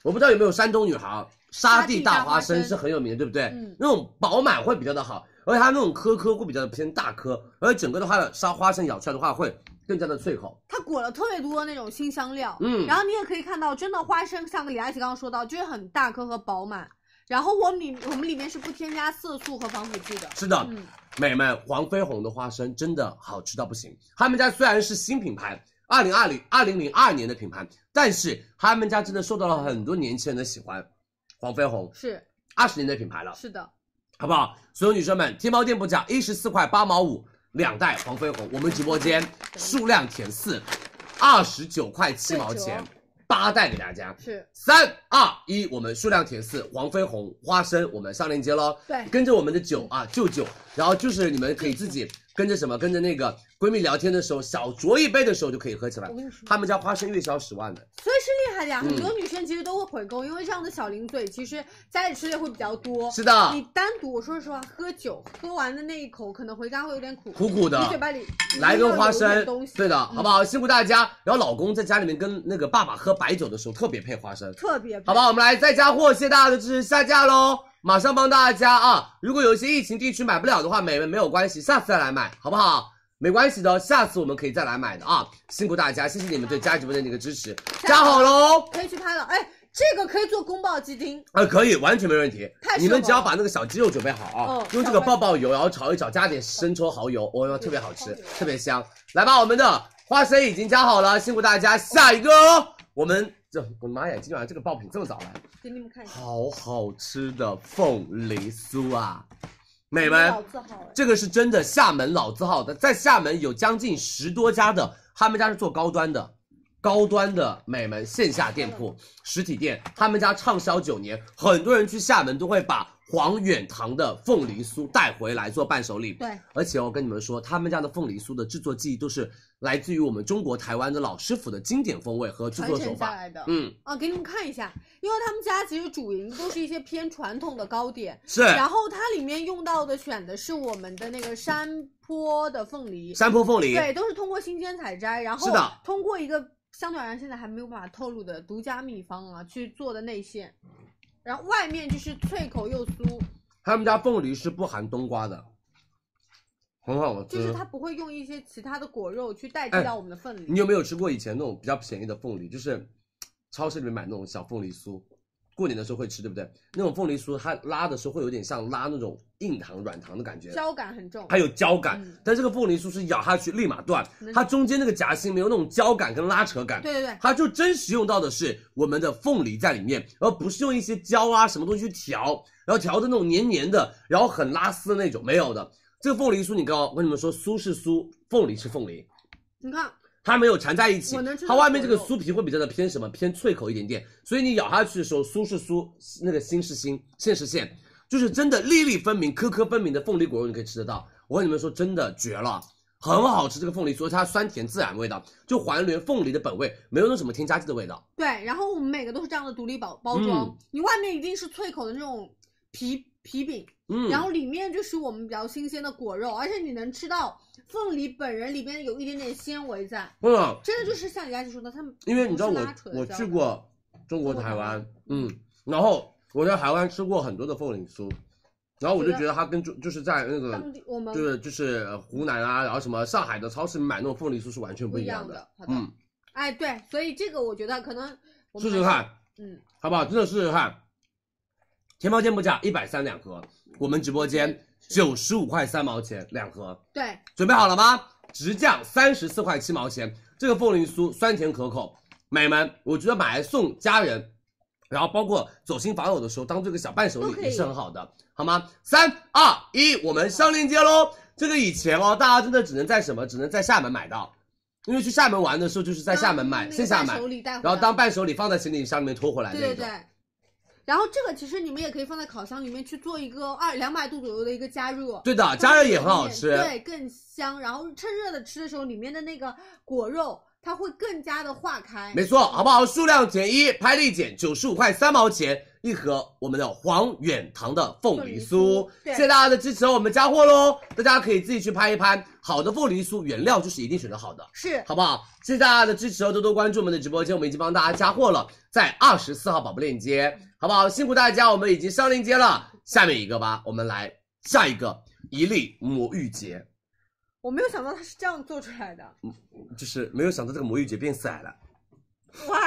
Speaker 3: 我不知道有没有山东女孩儿，沙地大花生是很有名的，对不对？
Speaker 1: 嗯
Speaker 3: 那种饱满会比较的好，而且它那种颗颗会比较的偏大颗，而且整个的话呢，沙花生咬出来的话会更加的脆口。
Speaker 1: 它裹了特别多那种新香料。
Speaker 3: 嗯
Speaker 1: 然后你也可以看到，真的花生像李佳琦刚刚说到，就是很大颗和饱满。然后我们里我们里面是不添加色素和防腐剂的。
Speaker 3: 是的，
Speaker 1: 嗯，
Speaker 3: 美们，黄飞鸿的花生真的好吃到不行。他们家虽然是新品牌，二零二零二零零二年的品牌，但是他们家真的受到了很多年轻人的喜欢。黄飞鸿
Speaker 1: 是
Speaker 3: 二十年的品牌了，
Speaker 1: 是的，
Speaker 3: 好不好？所有女生们，天猫店铺价一十四块八毛五两袋黄飞鸿，我们直播间数量填四，二十九块七毛钱
Speaker 1: 对
Speaker 3: 八袋给大家。
Speaker 1: 是
Speaker 3: 三二一，我们数量填四，黄飞鸿花生，我们上链接喽。
Speaker 1: 对
Speaker 3: 跟着我们的九啊舅舅，然后就是你们可以自己跟着什么，跟着那个闺蜜聊天的时候，小酌一杯的时候就可以喝起来
Speaker 1: 我。跟你说，
Speaker 3: 他们家花生月销十万的，
Speaker 1: 所以是厉害的呀。
Speaker 3: 嗯
Speaker 1: 很多女生其实都会回购，因为这样的小零嘴其实家里吃的会比较多。
Speaker 3: 是的，
Speaker 1: 你单独，我说实话，喝酒喝完的那一口，可能回甘会有点苦，
Speaker 3: 苦苦的
Speaker 1: 你嘴巴里
Speaker 3: 来根花
Speaker 1: 一定要有
Speaker 3: 生
Speaker 1: 点东，西，嗯
Speaker 3: 对的，好不好？辛苦大家。然后老公在家里面跟那个爸爸喝白酒的时候，特别配花生，
Speaker 1: 特别
Speaker 3: 好不好？我们来再加货，谢谢大家的支持，下架喽！马上帮大家啊！如果有一些疫情地区买不了的话，美们没有关系，下次再来买，好不好？没关系的哦，下次我们可以再来买的啊！辛苦大家，谢谢你们对佳怡直播间的一个支持，加好喽！
Speaker 1: 可以去拍了。哎，这个可以做宫保鸡丁，
Speaker 3: 啊，可以，完全没问题
Speaker 1: 太。适合
Speaker 3: 你们只要把那个小鸡肉准备好啊，
Speaker 1: 嗯
Speaker 3: 用这个爆爆油，然后炒一炒，加点生抽、蚝油，哇、特别好吃，特别香。来吧，我们的花生已经加好了，辛苦大家。下一个哦，我们这我的妈呀，今晚上这个爆品这么早来，
Speaker 1: 给你们看一下。
Speaker 3: 好好吃的凤梨酥啊，美
Speaker 1: 你
Speaker 3: 们，
Speaker 1: 老字号哎，
Speaker 3: 这个是真的厦门老字号的，在厦门有将近十多家的，他们家是做高端的，高端的美门线下店铺、
Speaker 1: 嗯
Speaker 3: 实体店，他们家畅销九年，很多人去厦门都会把黄远堂的凤梨酥带回来做伴手礼。
Speaker 1: 对，
Speaker 3: 而且我跟你们说，他们家的凤梨酥的制作技艺都是来自于我们中国台湾的老师傅的经典风味和制
Speaker 1: 传
Speaker 3: 作手
Speaker 1: 承下
Speaker 3: 法。
Speaker 1: 来的。
Speaker 3: 嗯，
Speaker 1: 啊，给你们看一下，因为他们家其实主营都是一些偏传统的糕点，
Speaker 3: 是
Speaker 1: 然后它里面用到的选的是我们的那个山坡的凤梨，
Speaker 3: 山坡凤梨，
Speaker 1: 对，都是通过新鲜采摘，然后
Speaker 3: 是的
Speaker 1: 通过一个相对而言现在还没有办法透露的独家秘方啊去做的内馅，然后外面就是脆口又酥，
Speaker 3: 他们家凤梨是不含冬瓜的，很好吃。
Speaker 1: 就是它不会用一些其他的果肉去代替
Speaker 3: 嗯哎
Speaker 1: 到我们的凤梨。
Speaker 3: 你有没有吃过以前那种比较便宜的凤梨？就是超市里面买那种小凤梨酥，过年的时候会吃，对不对？那种凤梨酥它拉的时候会有点像拉那种硬糖、软糖的感觉，
Speaker 1: 胶感很重，
Speaker 3: 它有胶感。
Speaker 1: 嗯
Speaker 3: 但这个凤梨酥是咬下去立马断
Speaker 1: 能，
Speaker 3: 它中间那个夹心没有那种胶感跟拉扯感。
Speaker 1: 对对对，
Speaker 3: 它就真实用到的是我们的凤梨在里面，而不是用一些胶啊什么东西去调，然后调的那种黏黏的，然后很拉丝的那种，没有的。这个凤梨酥，你刚刚我跟你们说，酥是酥，凤梨是凤梨，
Speaker 1: 你看
Speaker 3: 它没有缠在一起
Speaker 1: 我能吃，到
Speaker 3: 它外面这个
Speaker 1: 果肉
Speaker 3: 酥皮会比较的偏什么？偏脆口一点点，所以你咬下去的时候，酥是酥，那个心是心，线是线，就是真的粒粒分明、颗颗分明的凤梨果肉，你可以吃得到。我跟你们说，真的绝了，很好吃这个凤梨酥，而且它酸甜自然味道，就还原凤梨的本味，没有那什么添加剂的味道。
Speaker 1: 对，然后我们每个都是这样的独立包包装，
Speaker 3: 嗯
Speaker 1: 你外面一定是脆口的那种皮皮饼，
Speaker 3: 嗯，
Speaker 1: 然后里面就是我们比较新鲜的果肉，而且你能吃到凤梨本人里边有一点点纤维在，
Speaker 3: 嗯，
Speaker 1: 真的就是像李佳琦说的，他们
Speaker 3: 因为你
Speaker 1: 不
Speaker 3: 知道
Speaker 1: 是
Speaker 3: 我
Speaker 1: 拉扯的
Speaker 3: 我
Speaker 1: 胶
Speaker 3: 去
Speaker 1: 的，
Speaker 3: 过中国台湾，嗯，然后我在台湾吃过很多的凤梨酥，然后我就
Speaker 1: 啊
Speaker 3: 觉得它跟中就是在那个
Speaker 1: 当地我们
Speaker 3: 就是就是呃湖南啊，然后什么上海的超市买那种凤梨酥是完全
Speaker 1: 不
Speaker 3: 不一
Speaker 1: 一
Speaker 3: 样
Speaker 1: 样
Speaker 3: 的。
Speaker 1: 的。好的，
Speaker 3: 嗯，
Speaker 1: 哎，对，所以这个我觉得可能我
Speaker 3: 试
Speaker 1: 们还
Speaker 3: 试
Speaker 1: 是，
Speaker 3: 看，
Speaker 1: 嗯，
Speaker 3: 好不好？真的试试看。天猫店铺价一百三两盒，我们直播间九十五块三毛钱两盒，
Speaker 1: 对，
Speaker 3: 准备好了吗？直降三十四块七毛钱，这个凤梨酥酸甜可口，美们，我觉得买来送家人，然后包括走亲访友的时候当做一个小伴手
Speaker 1: 都可
Speaker 3: 礼
Speaker 1: 以
Speaker 3: 也是很好的，好吗？三二一，我们上链接喽。这个以前哦，大家真的只能在什么，只能在厦门买到，因为去厦门玩的时候就是在厦门买，
Speaker 1: 当那个
Speaker 3: 线下
Speaker 1: 伴
Speaker 3: 买
Speaker 1: 手，礼带回来，
Speaker 3: 然后当伴手礼放在行李箱里面拖回来的
Speaker 1: 对
Speaker 3: 那
Speaker 1: 对
Speaker 3: 种。
Speaker 1: 对。然后这个其实你们也可以放在烤箱里面去做一个二两百度左右的一个加热，
Speaker 3: 对的，加热也很好吃。
Speaker 1: 对，更香。然后趁热的吃的时候，里面的那个果肉它会更加的化开。
Speaker 3: 没错，好不好？数量减一，拍立减九十五块三毛钱，一盒我们的黄远堂的凤梨酥
Speaker 1: 凤梨酥。
Speaker 2: 对
Speaker 3: 谢谢大家的支持哦，我们加货喽！大家可以自己去拍一拍，好的凤梨酥原料就是一定选择好的。
Speaker 1: 是
Speaker 3: 好不好？谢谢大家的支持哦，多多关注我们的直播间，我们已经帮大家加货了，在二十四号宝贝链接，好不好？辛苦大家，我们已经上链接了。下面一个吧，我们来下一个一粒魔芋结，
Speaker 2: 我没有想到它是这样做出来的。
Speaker 3: 就是没有想到这个魔芋结变色了，
Speaker 2: 喂，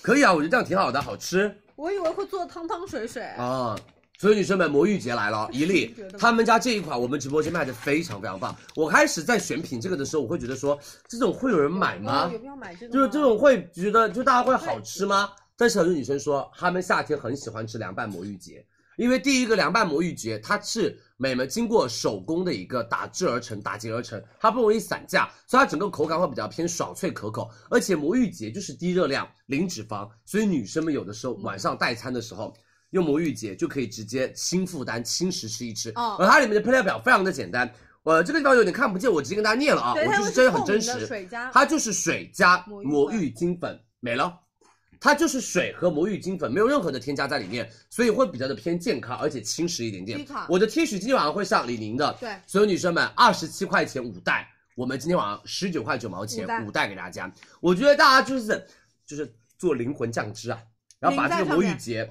Speaker 3: 可以啊，我觉得这样挺好的，好吃
Speaker 2: 我以为会做汤汤水水。
Speaker 3: 啊。所有女生们，魔芋结
Speaker 2: <laughs>
Speaker 3: 来了，一粒
Speaker 2: 觉得。吗
Speaker 3: 他们家这一款我们直播间卖的非常非常棒。我开始在选品这个的时候，我会觉得说，这种会有人买吗
Speaker 2: 哦？有必要买这个？
Speaker 3: 就是这。种会觉得，就大家会好吃吗？但是很多女生说，她们夏天很喜欢吃凉拌魔芋结，因为第一个凉拌魔芋结它是美们经过手工的一个打制而成、打结而成，它不容易散架，所以它整个口感会比较偏爽脆可口。而且魔芋结就是低热量、零脂肪，所以女生们有的时候晚上代餐的时候。用魔芋结就可以直接轻负担、轻食吃一吃，
Speaker 1: 哦
Speaker 3: 而它里面的配料表非常的简单，呃，这个地方有点看不见，我直接跟大家念了啊，
Speaker 2: 对，
Speaker 3: 我
Speaker 2: 它
Speaker 3: 就
Speaker 2: 有
Speaker 3: 是
Speaker 2: 这
Speaker 3: 真
Speaker 2: 种
Speaker 3: 很
Speaker 2: 透明
Speaker 3: 真
Speaker 2: 的
Speaker 3: 实，
Speaker 2: 水加。
Speaker 3: 它就是水加
Speaker 2: 魔芋
Speaker 3: 魔芋精粉没了，它就是水和魔芋精粉，没有任何的添加在里面，所以会比较的偏健康，而且轻食一点点
Speaker 1: 低卡。
Speaker 3: 我的 T 恤今天晚上会上李宁的，
Speaker 1: 对
Speaker 3: 所有女生们二十七块钱五袋，我们今天晚上十九块九毛钱
Speaker 1: 五袋
Speaker 3: 五袋给大家。我觉得大家就是就是做灵魂酱汁啊，然后把这个魔芋结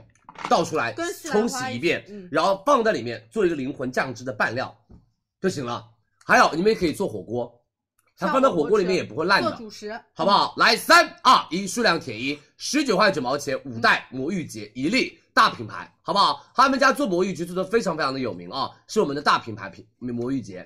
Speaker 3: 倒出来
Speaker 2: 跟西兰花
Speaker 3: 冲洗一遍，
Speaker 2: 嗯
Speaker 3: 然后放在里面做一个灵魂酱汁的拌料就行了。还有你们也可以做火锅。它放在火锅里面也不会烂的，
Speaker 1: 做主食，
Speaker 3: 好不好？来，三二一，数量填一，十九块九毛钱五袋魔芋结一粒，大品牌，好不好？他们家做魔芋结做的非常非常的有名啊，是我们的大品牌品魔芋结。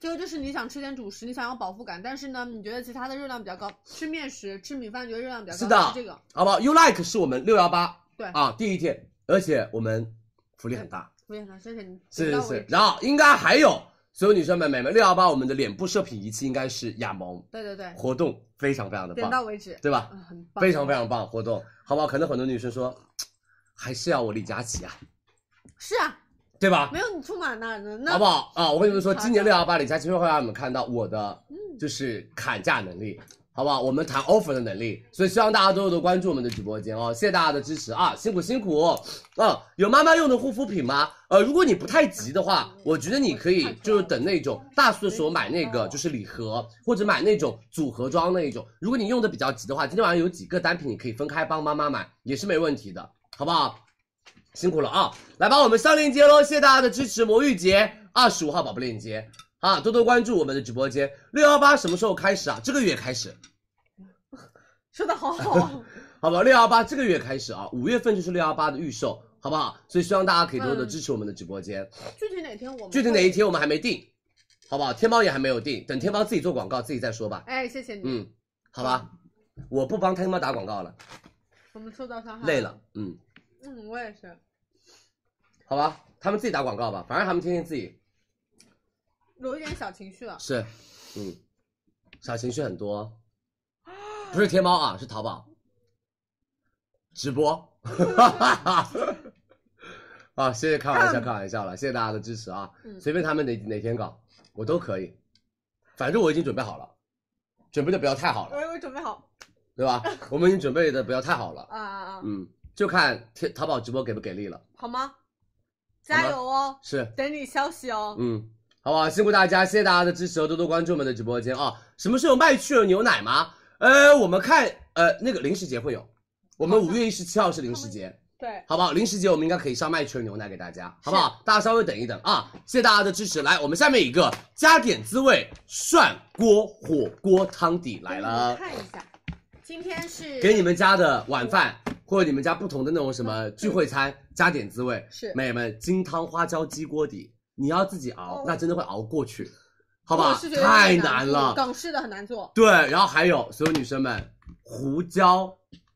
Speaker 1: 这个就是你想吃点主食，你想要饱腹感，但是呢，你觉得其他的热量比较高，吃面食、吃米饭觉得热量比较高，
Speaker 3: 是的
Speaker 1: 吃这个
Speaker 3: 好不好？You like 是我们六幺八
Speaker 1: 对
Speaker 3: 啊第一天，而且我们福利很大，
Speaker 1: 我也想谢谢你，
Speaker 3: 是
Speaker 1: 点
Speaker 3: 是
Speaker 1: 到为
Speaker 3: 是
Speaker 1: 止。
Speaker 3: 然后应该还有所有女生们、美们，六幺八我们的脸部射频仪器应该是亚萌
Speaker 1: 对对对，
Speaker 3: 活动，非常非常的
Speaker 1: 点
Speaker 3: 棒，
Speaker 1: 到为止，
Speaker 3: 对吧？
Speaker 1: 嗯，很棒，
Speaker 3: 非常非常棒活动，好不好？可能很多女生说，还是要我李佳琦啊，
Speaker 1: 是啊，
Speaker 3: 对吧？
Speaker 2: 没有你出马哪能呢
Speaker 3: 好？不好啊？我跟你们说，
Speaker 1: 嗯好的
Speaker 3: 今年六幺八李佳琦会让你们看到我的
Speaker 1: 嗯
Speaker 3: 就是砍价能力，好不好？我们谈 offer 的能力，所以希望大家多多关注我们的直播间哦，谢谢大家的支持啊，辛苦辛苦哦。啊，有妈妈用的护肤品吗？呃，如果你不太急的话，我觉得你可以就是等那种大促的时候买那个就是礼盒，或者买那种组合装那一种。如果你用的比较急的话，今天晚上有几个单品你可以分开帮妈妈买，也是没问题的，好不好？辛苦了啊！来吧，我们上链接喽，谢谢大家的支持。魔芋节二十五号宝贝链接啊，多多关注我们的直播间。六幺八什么时候开始啊？这个月开始，
Speaker 2: 说的好
Speaker 3: <laughs>
Speaker 2: 好，
Speaker 3: 好不好？六幺八这个月开始啊，五月份就是六幺八的预售，好不好？所以希望大家可以多多的支持嗯我们的直播间。
Speaker 1: 具体哪天我们
Speaker 3: 具体哪一天我们还没定，好不好？天猫也还没有定，等天猫自己做广告自己再说吧。
Speaker 1: 哎，谢谢你，
Speaker 3: 嗯，好吧，我不帮天猫打广告了，
Speaker 1: 我们受到伤害
Speaker 3: 累了，，嗯，
Speaker 2: 嗯，我也是。
Speaker 3: 好吧，他们自己打广告吧，反正他们天天自己。
Speaker 1: 有一点小情绪了，
Speaker 3: 是，嗯，小情绪很多，不是天猫啊，是淘宝直播， <laughs> 啊，谢谢，开玩笑，开玩笑了，谢谢大家的支持啊，
Speaker 1: 嗯
Speaker 3: 随便他们哪哪天搞，我都可以，反正我已经准备好了，准备的不要太好
Speaker 2: 我
Speaker 3: 了，
Speaker 2: 我准备好
Speaker 3: 对吧？我们已经准备的不要太好了，
Speaker 2: 啊啊啊，
Speaker 3: 嗯，就看天淘宝直播给不给力了，
Speaker 2: 好吗？加油哦，
Speaker 3: 是，
Speaker 2: 等你消息哦。
Speaker 3: 嗯，好不好？辛苦大家，谢谢大家的支持哦，多多关注我们的直播间啊、什么时候有麦趣有牛奶吗？呃，我们看呃那个零食节会有，我们
Speaker 2: 好
Speaker 3: 五
Speaker 2: 的
Speaker 3: 月一十七号是零食节，
Speaker 2: 对，
Speaker 3: 好不好？零食节我们应该可以上麦趣有牛奶给大家，好不好？大家稍微等一等啊，谢谢大家的支持。来，我们下面一个加点滋味涮锅火锅汤底来
Speaker 1: 嗯
Speaker 3: 了，
Speaker 2: 看一下，
Speaker 1: 今天是
Speaker 3: 给你们家的晚饭或者你们家不同的那种什么聚会餐加点滋味，
Speaker 2: 是
Speaker 3: 美们，金汤花椒鸡锅底，你要自己熬，
Speaker 2: 哦
Speaker 3: 那真的会熬过去，好
Speaker 1: 我
Speaker 3: 吧
Speaker 1: 哦是？觉得有
Speaker 3: 太
Speaker 1: 点
Speaker 3: 难
Speaker 1: 做
Speaker 3: 了。
Speaker 1: 港式的很难做，
Speaker 3: 对，然后还有所有女生们，胡椒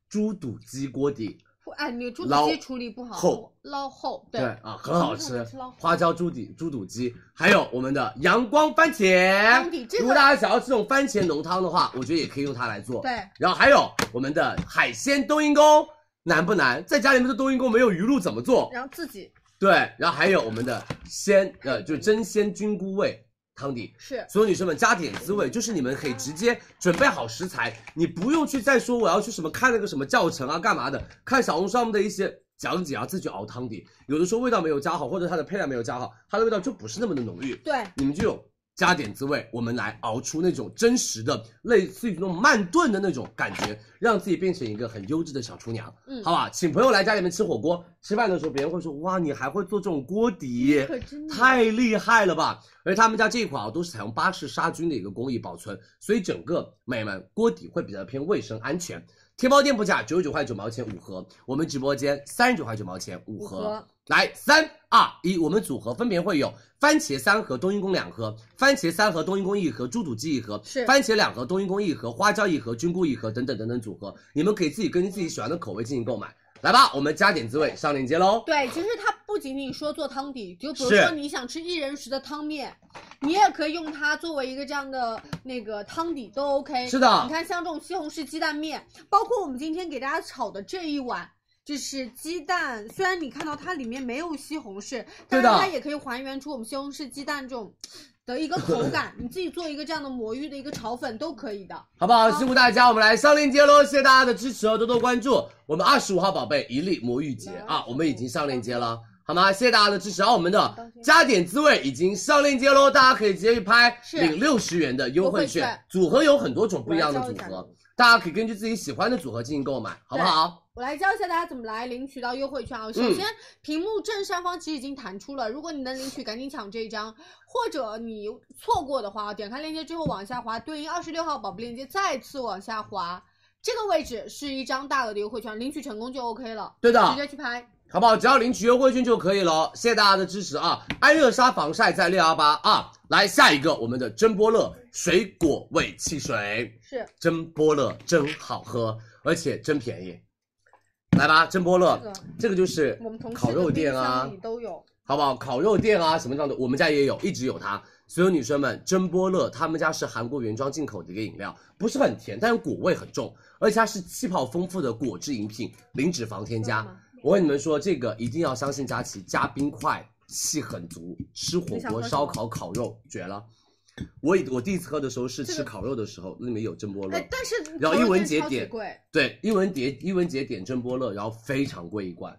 Speaker 3: 猪肚鸡锅底，
Speaker 1: 哎，你猪
Speaker 3: 捞
Speaker 1: 肚鸡处理不好，
Speaker 3: 厚
Speaker 1: 捞厚，
Speaker 3: 对
Speaker 1: 对，
Speaker 3: 啊，很好
Speaker 2: 我们
Speaker 3: 吃
Speaker 2: 想吃捞。
Speaker 3: 花椒猪底猪肚鸡，还有我们的阳光番茄
Speaker 1: 汤底这个
Speaker 3: 如果大家想要吃这种番茄浓汤的话，我觉得也可以用它来做。
Speaker 1: 对，
Speaker 3: 然后还有我们的海鲜冬阴功，难不难？在家里面做冬阴功没有鱼露怎么做？
Speaker 1: 然后自己
Speaker 3: 对，然后还有我们的鲜呃，就真鲜菌菇味汤底。
Speaker 1: 是
Speaker 3: 所有女生们加点滋味，就是你们可以直接准备好食材，你不用去再说我要去什么看那个什么教程啊，干嘛的，看小红书上面的一些讲解啊，自己熬汤底。有的时候味道没有加好，或者它的配料没有加好，它的味道就不是那么的浓郁。
Speaker 2: 对，
Speaker 3: 你们就有加点滋味，我们来熬出那种真实的，类似于那种慢炖的那种感觉，让自己变成一个很优质的小厨娘，
Speaker 2: 嗯
Speaker 3: 好吧？请朋友来家里面吃火锅，吃饭的时候别人会说，哇，你还会做这种
Speaker 1: <laughs>
Speaker 3: 锅底，
Speaker 2: 可真的
Speaker 3: 太厉害了吧！而他们家这一款啊，都是采用巴氏杀菌的一个工艺保存，所以整个美们锅底会比较偏卫生安全。天猫店铺价九十九块九毛钱五盒，我们直播间三十九块九毛钱五
Speaker 2: 五盒
Speaker 3: 来，三二一，我们组合分别会有番茄三盒、冬阴功两盒，番茄三盒、冬阴功一盒，猪肚鸡一盒，
Speaker 2: 是
Speaker 3: 番茄两盒、冬阴功一盒，花椒一盒，菌菇一盒，等等等等组合，你们可以自己根据自己喜欢的口味进行购买。来吧，我们加点滋味，上链接喽。
Speaker 1: 对，其实它不仅仅说做汤底，就比如
Speaker 3: 是
Speaker 1: 说你想吃一人食的汤面，你也可以用它作为一个这样的那个汤底都 OK。
Speaker 3: 是的
Speaker 1: 你看像这种西红柿鸡蛋面，包括我们今天给大家炒的这一碗。就是鸡蛋，虽然你看到它里面没有西红柿，但
Speaker 3: 对的
Speaker 1: 是它也可以还原出我们西红柿鸡蛋这种的一个口感。
Speaker 3: <laughs>
Speaker 1: 你自己做一个这样的魔芋的一个炒粉都可以的。
Speaker 3: 好不好？辛苦大家，我们来上链接喽！谢谢大家的支持哦，多多关注。我们二十五号宝贝一粒魔芋结啊，我们已经上链接了，好吗？谢谢大家的支持啊！我们的加点滋味已经上链接喽，大家可以直接去拍
Speaker 1: 是
Speaker 3: 领六十元的优惠
Speaker 1: 优
Speaker 3: 券
Speaker 1: 惠券，
Speaker 3: 组合有很多种不一样的
Speaker 1: 我来
Speaker 3: 组
Speaker 1: 教一下
Speaker 3: 合，大家可以根据自己喜欢的组合进行购买，好不好？
Speaker 1: 我来教一下大家怎么来领取到优惠券啊。
Speaker 3: 嗯
Speaker 1: 首先，屏幕正上方其实已经弹出了，如果你能领取，赶紧抢这一张，或者你错过的话，啊点开链接之后往下滑，对应二十六号宝贝链接，再次往下滑，这个位置是一张大额的优惠券，领取成功就 OK 了，
Speaker 3: 对的，
Speaker 1: 直接去拍。
Speaker 3: 好不好？只要领取优惠券就可以了，谢谢大家的支持啊！安热沙防晒在六幺八啊，来下一个我们的真波乐水果味汽水。
Speaker 1: 是
Speaker 3: 真波乐真好喝，而且真便宜。来吧，真波乐
Speaker 2: 这，个
Speaker 3: 这个就是
Speaker 2: 我们同事
Speaker 3: 烤肉店
Speaker 2: 的冰
Speaker 3: 啊
Speaker 2: 箱里，都有，
Speaker 3: 好不好？烤肉店啊，什么样的，我们家也有，一直有它。所有女生们，真波乐他们家是韩国原装进口的一个饮料，不是很甜，但是果味很重，而且它是气泡丰富的果汁饮品，零脂肪添加
Speaker 2: 知道
Speaker 1: 嗯
Speaker 2: 吗。
Speaker 3: 我跟你们说，这个一定要相信佳琪，加冰块气很足，吃火
Speaker 2: 你想喝
Speaker 3: 锅、
Speaker 2: 什么
Speaker 3: 烧烤、烤肉绝了。我以我第一次喝的时候是
Speaker 2: 这
Speaker 3: 吃
Speaker 2: 个
Speaker 3: 烤肉的时候，那里面有真波乐。
Speaker 2: 哎，但是
Speaker 3: 然后
Speaker 2: 烤肉
Speaker 3: 一文
Speaker 2: 店
Speaker 3: 节
Speaker 2: 超级
Speaker 3: 点
Speaker 2: 贵，
Speaker 3: 对，一文节一文节点真波乐，然后非常贵一罐，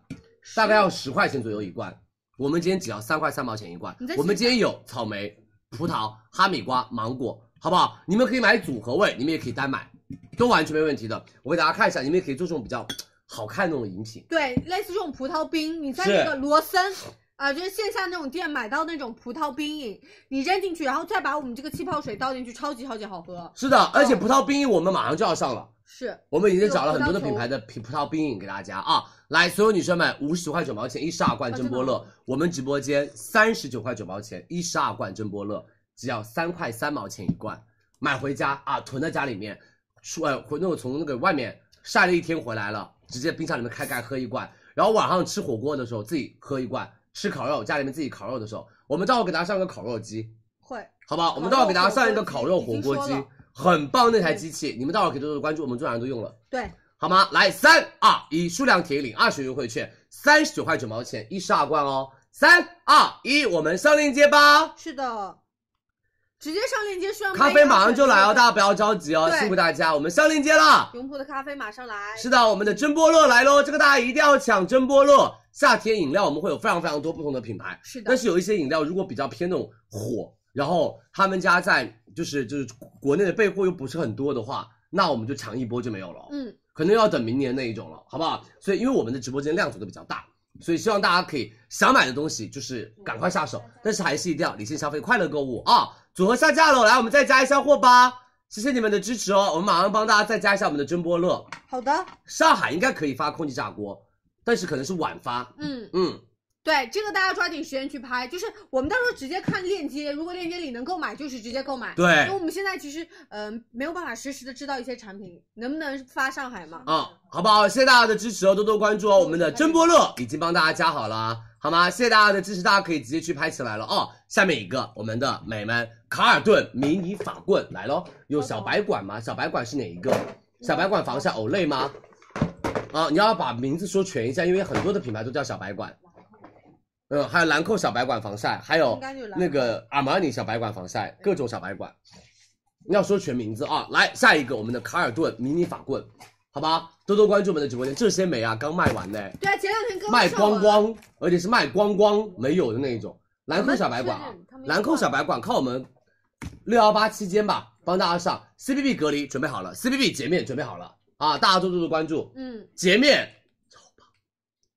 Speaker 3: 大概要十块钱左右一罐。我们今天只要三块三毛钱一罐
Speaker 2: 你再。
Speaker 3: 我们今天有草莓、葡萄、哈密瓜、芒果，好不好？你们可以买组合味，你们也可以单买，都完全没问题的。我给大家看一下，你们也可以做这种比较好看的那种饮品。
Speaker 1: 对，类似这种葡萄冰，你在那个罗森。啊，就是线下那种店买到那种葡萄冰饮，你扔进去，然后再把我们这个气泡水倒进去，超级超级好喝。
Speaker 3: 是的，而且葡萄冰饮我们马上就要上了。
Speaker 1: 是，
Speaker 3: 我们已经找了很多的品牌的葡葡萄冰饮给大家啊！来，所有女生们，五十九块九毛钱一十二罐真波乐，我们直播间三十九块九毛钱一十二罐真波乐，只要三块三毛钱一罐，买回家啊，囤在家里面，出呃回那种从那个外面晒了一天回来了，直接冰箱里面开盖喝一罐，然后晚上吃火锅的时候自己喝一罐，吃烤肉家里面自己烤肉的时候，我们待会给大家上个烤肉机，
Speaker 2: 会
Speaker 3: 好不好？我们待会给大家上一个烤肉火
Speaker 1: 已
Speaker 3: 锅
Speaker 1: 经
Speaker 3: 机
Speaker 1: 说了，
Speaker 3: 很棒那台机器，你们待会可以多多关注，我们昨晚上都用了。
Speaker 1: 对，
Speaker 3: 好吗？来，三二一，数量填一领二十元优惠券，三十九块九毛钱一十二罐哦。三二一，我们上链接吧。
Speaker 1: 是的，直接上链接上
Speaker 3: 咖啡马上就来哦，大家不要着急哦，
Speaker 1: 对
Speaker 3: 辛苦大家，我们上链接了。
Speaker 1: 永璞的咖啡马上来，
Speaker 3: 是的，我们的真波乐来喽，这个大家一定要抢真波乐。夏天饮料我们会有非常非常多不同的品牌，
Speaker 1: 是的
Speaker 3: 但，是有一些饮料如果比较偏那种火，然后他们家在就是就是国内的备货又不是很多的话，那我们就抢一波就没有了。哦
Speaker 1: 嗯，
Speaker 3: 可能要等明年那一种了，好不好？所以因为我们的直播间量走的比较大，所以希望大家可以想买的东西就是赶快下手，但是还是一定要理性消费，快乐购物啊！组合下架了，来我们再加一下货吧，谢谢你们的支持哦，我们马上帮大家再加一下我们的真波乐，
Speaker 1: 好的，
Speaker 3: 上海应该可以发空气炸锅，但是可能是晚发，
Speaker 1: 嗯，
Speaker 3: 嗯，
Speaker 1: 对，这个大家抓紧时间去拍，就是我们到时候直接看链接，如果链接里能购买，就是直接购买。因为
Speaker 3: 对。
Speaker 1: 我们现在其实，嗯、没有办法实时的知道一些产品能不能发上海嘛。
Speaker 3: 啊、好不好？谢谢大家的支持哦，多多关注哦。我们的真波乐已经帮大家加好了啊，好吗？谢谢大家的支持，大家可以直接去拍起来了哦。下面一个，我们的美们卡尔顿迷你法棍来喽，有小白管吗？小白管是哪一个？小白管防晒 Olay 吗？啊，你要把名字说全一下，因为很多的品牌都叫小白管。嗯，还有兰蔻小白管防晒，还有
Speaker 2: 应该就是兰蔻
Speaker 3: 那个阿玛尼小白管防晒，各种小白管。要说全名字啊，来下一个我们的卡尔顿迷你法棍，好吧？多多关注我们的直播间，这些没啊，刚卖完呢。
Speaker 1: 对啊，前两天胳膊
Speaker 3: 卖
Speaker 1: 上
Speaker 3: 光
Speaker 1: 了
Speaker 3: 光，而且是卖光光没有的那一种。兰蔻小白馆啊
Speaker 2: 他们确认他，们
Speaker 3: 兰蔻小白馆靠我们六幺八期间吧，帮大家上 CBB 隔离准备好了，CBB 洁面准备好了啊，大家多多多关注
Speaker 2: 嗯，
Speaker 3: 洁面超棒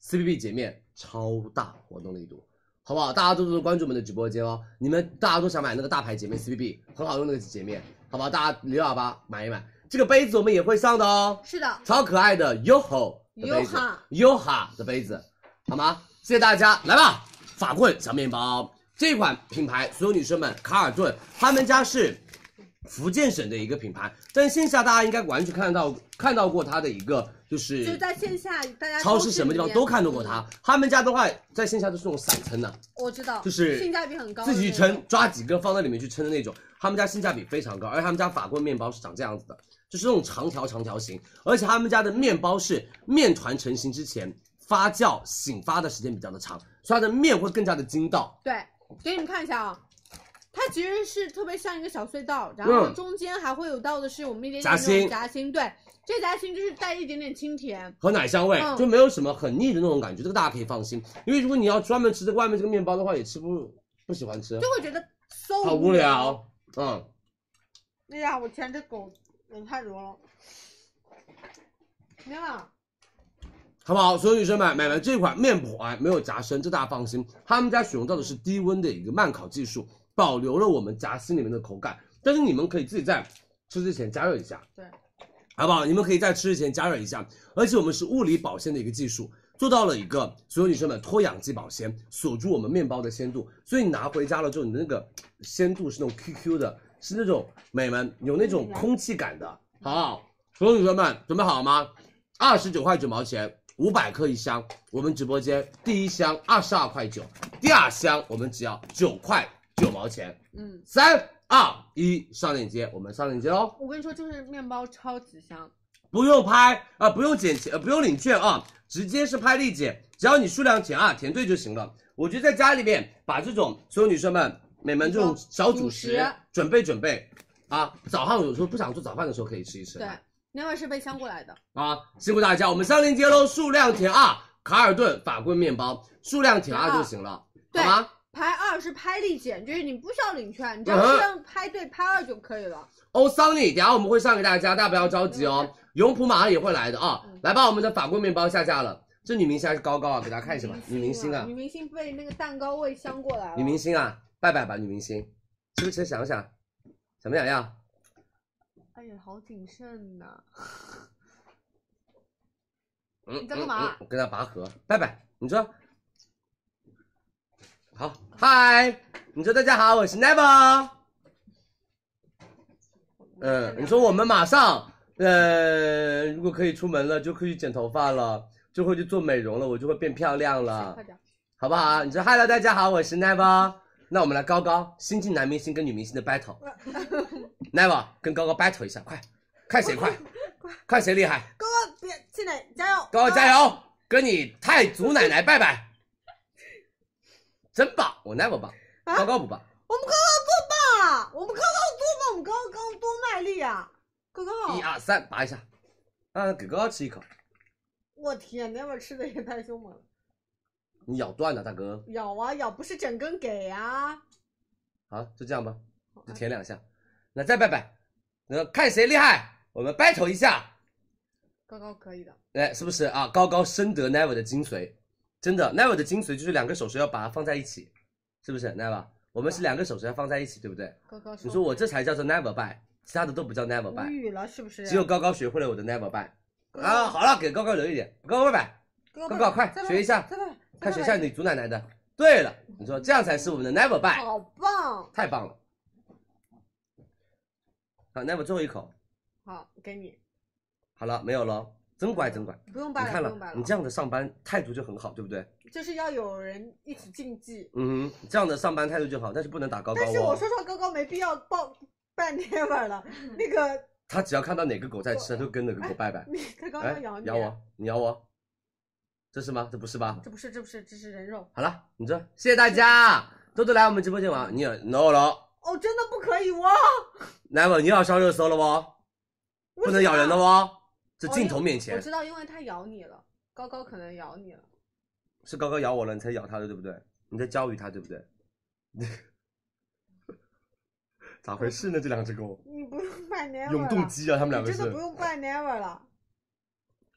Speaker 3: ，CBB 洁面超大活动力度，好不好？大家多多多关注我们的直播间哦，你们大家都想买那个大牌洁面 CBB 很好用那个洁面，好不好？大家六幺八买一买，这个杯子我们也会上的哦。
Speaker 1: 是的，
Speaker 3: 超可爱的 YOHO 的杯子
Speaker 2: Yoha
Speaker 3: ，YOHA 的杯子，好吗？谢谢大家，来吧，法棍小面包这款品牌，所有女生们，卡尔顿他们家是福建省的一个品牌，但线下大家应该完全看得到看到过它的一个就是
Speaker 2: 就在线下大家
Speaker 3: 超市什么地方
Speaker 2: 里面嗯
Speaker 3: 都看到过它，他们家的话在线下都是那种散称的、
Speaker 2: 我知道，
Speaker 3: 就是
Speaker 2: 性价比很高，
Speaker 3: 自己去称，，抓几个放在里面去称的那种。他们家性价比非常高，而且他们家法棍面包是长这样子的，就是那种长条长条形，而且他们家的面包是面团成型之前发酵醒发的时间比较的长，所以它的面会更加的筋道。
Speaker 2: 对，给你们看一下啊。它其实是特别像一个小隧道，然后
Speaker 3: 嗯
Speaker 2: 中间还会有到的是我们一点点
Speaker 3: 夹
Speaker 2: 那种
Speaker 3: 心
Speaker 2: 夹心，对，这夹心就是带一点点清甜，
Speaker 3: 和奶香味，
Speaker 2: 嗯
Speaker 3: 就没有什么很腻的那种感觉，这个大家可以放心。因为如果你要专门吃这个外面这个面包的话，也吃不不喜欢吃
Speaker 2: 就，会觉得 so
Speaker 3: 好无聊。。嗯，
Speaker 2: 哎呀，我天，这狗人太多了。没啊了，
Speaker 3: 好不好？所有女生们买完这款面哎团没有夹生，这大家放心。他们家使用到的是低温的一个慢烤技术，保留了我们夹心里面的口感，但是你们可以自己在吃之前加热一下，
Speaker 2: 对，
Speaker 3: 好不好？你们可以在吃之前加热一下，而且我们是物理保鲜的一个技术。做到了一个所有女生们脱氧剂保鲜，锁住我们面包的鲜度，所以你拿回家了之后，你的那个鲜度是那种 QQ 的，是那种美们有那种空气感的，好不好？所有女生们准备好了吗？二十九块九毛钱，五百克一箱。我们直播间第一箱二十二块九，第二箱我们只要九块九毛钱。
Speaker 2: 嗯，
Speaker 3: 三二一，上链接，我们上链接喽，
Speaker 2: 我跟你说，就是面包超级香，
Speaker 3: 不用拍啊、呃不用剪钱，呃，不用领券啊，直接是拍立减，只要你数量填啊填对就行了。我觉得在家里面把这种所有女生们美们这种小主
Speaker 2: 主
Speaker 3: 食
Speaker 2: 食
Speaker 3: 准备准备啊，早上有时候不想做早饭的时候可以吃一吃。
Speaker 2: 对，那碗是被香过来的，
Speaker 3: 啊，辛苦大家，我们上链接喽，数量填二，卡尔顿法棍面包，数量填二就行了，好
Speaker 2: 对
Speaker 3: 吗？
Speaker 2: 拍二是拍立减，就是你不需要领券，你只
Speaker 3: 嗯哼
Speaker 2: 要这样拍对拍二就可以了。
Speaker 3: 哦，Sunny，等下我们会上给大家，大家不要着急哦，永璞马上也会来的啊，来吧，我们的法棍面包下架了，这女明星还是高高啊，给大家看一下吧，女明星啊
Speaker 2: 女，明星被那个蛋糕味香过来了。
Speaker 3: 女明星啊，拜拜吧，女明星，吃不吃？想不想？想不想要？
Speaker 2: 哎呀，好谨慎呐、
Speaker 3: 嗯，
Speaker 2: 你在干嘛
Speaker 3: 嗯嗯我跟他拔河，拜拜。你说，好，嗨，你说大家好，我是 Never。嗯，你说我们马上，呃，如果可以出门了，就可以剪头发了，就会去做美容了，我就会变漂亮了
Speaker 2: 快，点，
Speaker 3: 好不好？你说 Hello，大家好，我是 Never。那我们来高高新晋男明星跟女明星的 battle，Never 跟高高 battle 一下，快，看谁快，看谁厉害。
Speaker 2: 哥哥别进来，加油！
Speaker 3: 高高加油，跟你太祖奶奶拜拜，真棒！我 never 棒，
Speaker 2: 啊
Speaker 3: 高高不棒，
Speaker 2: 我们刚刚多棒啊！我们刚刚多棒，我们刚刚多卖力啊！刚刚好
Speaker 3: 一，二三，拔一下，啊，给高高吃一口，
Speaker 2: 我天，那会儿吃的也太凶猛了，
Speaker 3: 你咬断了，大哥。
Speaker 2: 咬啊咬，不是整根给啊！
Speaker 3: 好，就这样吧，就舔两下，那再拜拜，那看谁厉害，我们 battle 一下，
Speaker 2: 高高可以的，
Speaker 3: 哎，是不是啊？高高深得 never 的精髓，真的 never 的精髓就是两个手势要把它放在一起，是不是 never？我们是两个手势要放在一起，对不对？
Speaker 2: 高高说
Speaker 3: 你说我这才叫做 never 拜，其他的都不叫 never
Speaker 2: 无
Speaker 1: 嗯
Speaker 3: 拜。
Speaker 2: 语了是不是？
Speaker 3: 只有高高学会了我的 never 拜啊！好了，给高高留一点，高高拜拜，
Speaker 2: 高
Speaker 3: 高高快学一下
Speaker 2: 再来，
Speaker 3: 看
Speaker 2: 再
Speaker 3: 学
Speaker 2: 来
Speaker 3: 一下你祖奶奶的。对了，你说这样才是我们的 never
Speaker 1: 哦
Speaker 3: 拜，
Speaker 2: 好棒！
Speaker 3: 太棒了。好，never 最后一口，
Speaker 2: 好，给你，
Speaker 3: 好了，没有了，哦真乖真乖。
Speaker 2: 不用
Speaker 3: 你
Speaker 2: 掰
Speaker 3: 看
Speaker 2: 了，不
Speaker 3: 了
Speaker 2: 用掰，
Speaker 3: 你
Speaker 2: 了，
Speaker 3: 这样的上班态度就很好，对不对？
Speaker 2: 就是要有人一起竞技。
Speaker 3: 嗯哼，这样的上班态度就好，但是不能打高高
Speaker 2: 但是我
Speaker 3: 哦。
Speaker 2: 说实话，高高没必要抱拜 never
Speaker 3: <laughs>
Speaker 2: 了。那个，
Speaker 3: 他只要看到哪个狗在吃，他就跟哪个狗拜拜。
Speaker 2: 你他刚
Speaker 3: 哎
Speaker 2: 刚咬，你，啊
Speaker 3: 咬我，你咬我，这是吗？这不是吧？
Speaker 2: 这不是，这不是，这是人肉。
Speaker 3: 好了，你这谢谢大家，多多来我们直播间
Speaker 2: 嗯
Speaker 3: 玩。你有 no 了。
Speaker 2: 哦，真的不可以哇！
Speaker 3: 来吧，你要上热搜了不？
Speaker 2: 为
Speaker 3: 不
Speaker 2: 什
Speaker 3: 能咬人的哦
Speaker 2: 么
Speaker 3: 不？这镜头面前
Speaker 2: 我，知道，因为他咬你了，高高可能咬你了。
Speaker 3: 是高高咬我了，你才咬它的，对不对？你在教育它，对不对？
Speaker 2: <laughs>
Speaker 3: 咋回事呢？这两只狗，
Speaker 2: 你不用怪 Never
Speaker 3: 永动
Speaker 2: 了，
Speaker 3: 机啊，他们两
Speaker 2: 你
Speaker 3: 个
Speaker 2: 真的
Speaker 3: 是
Speaker 2: 不。用怪 Never 了。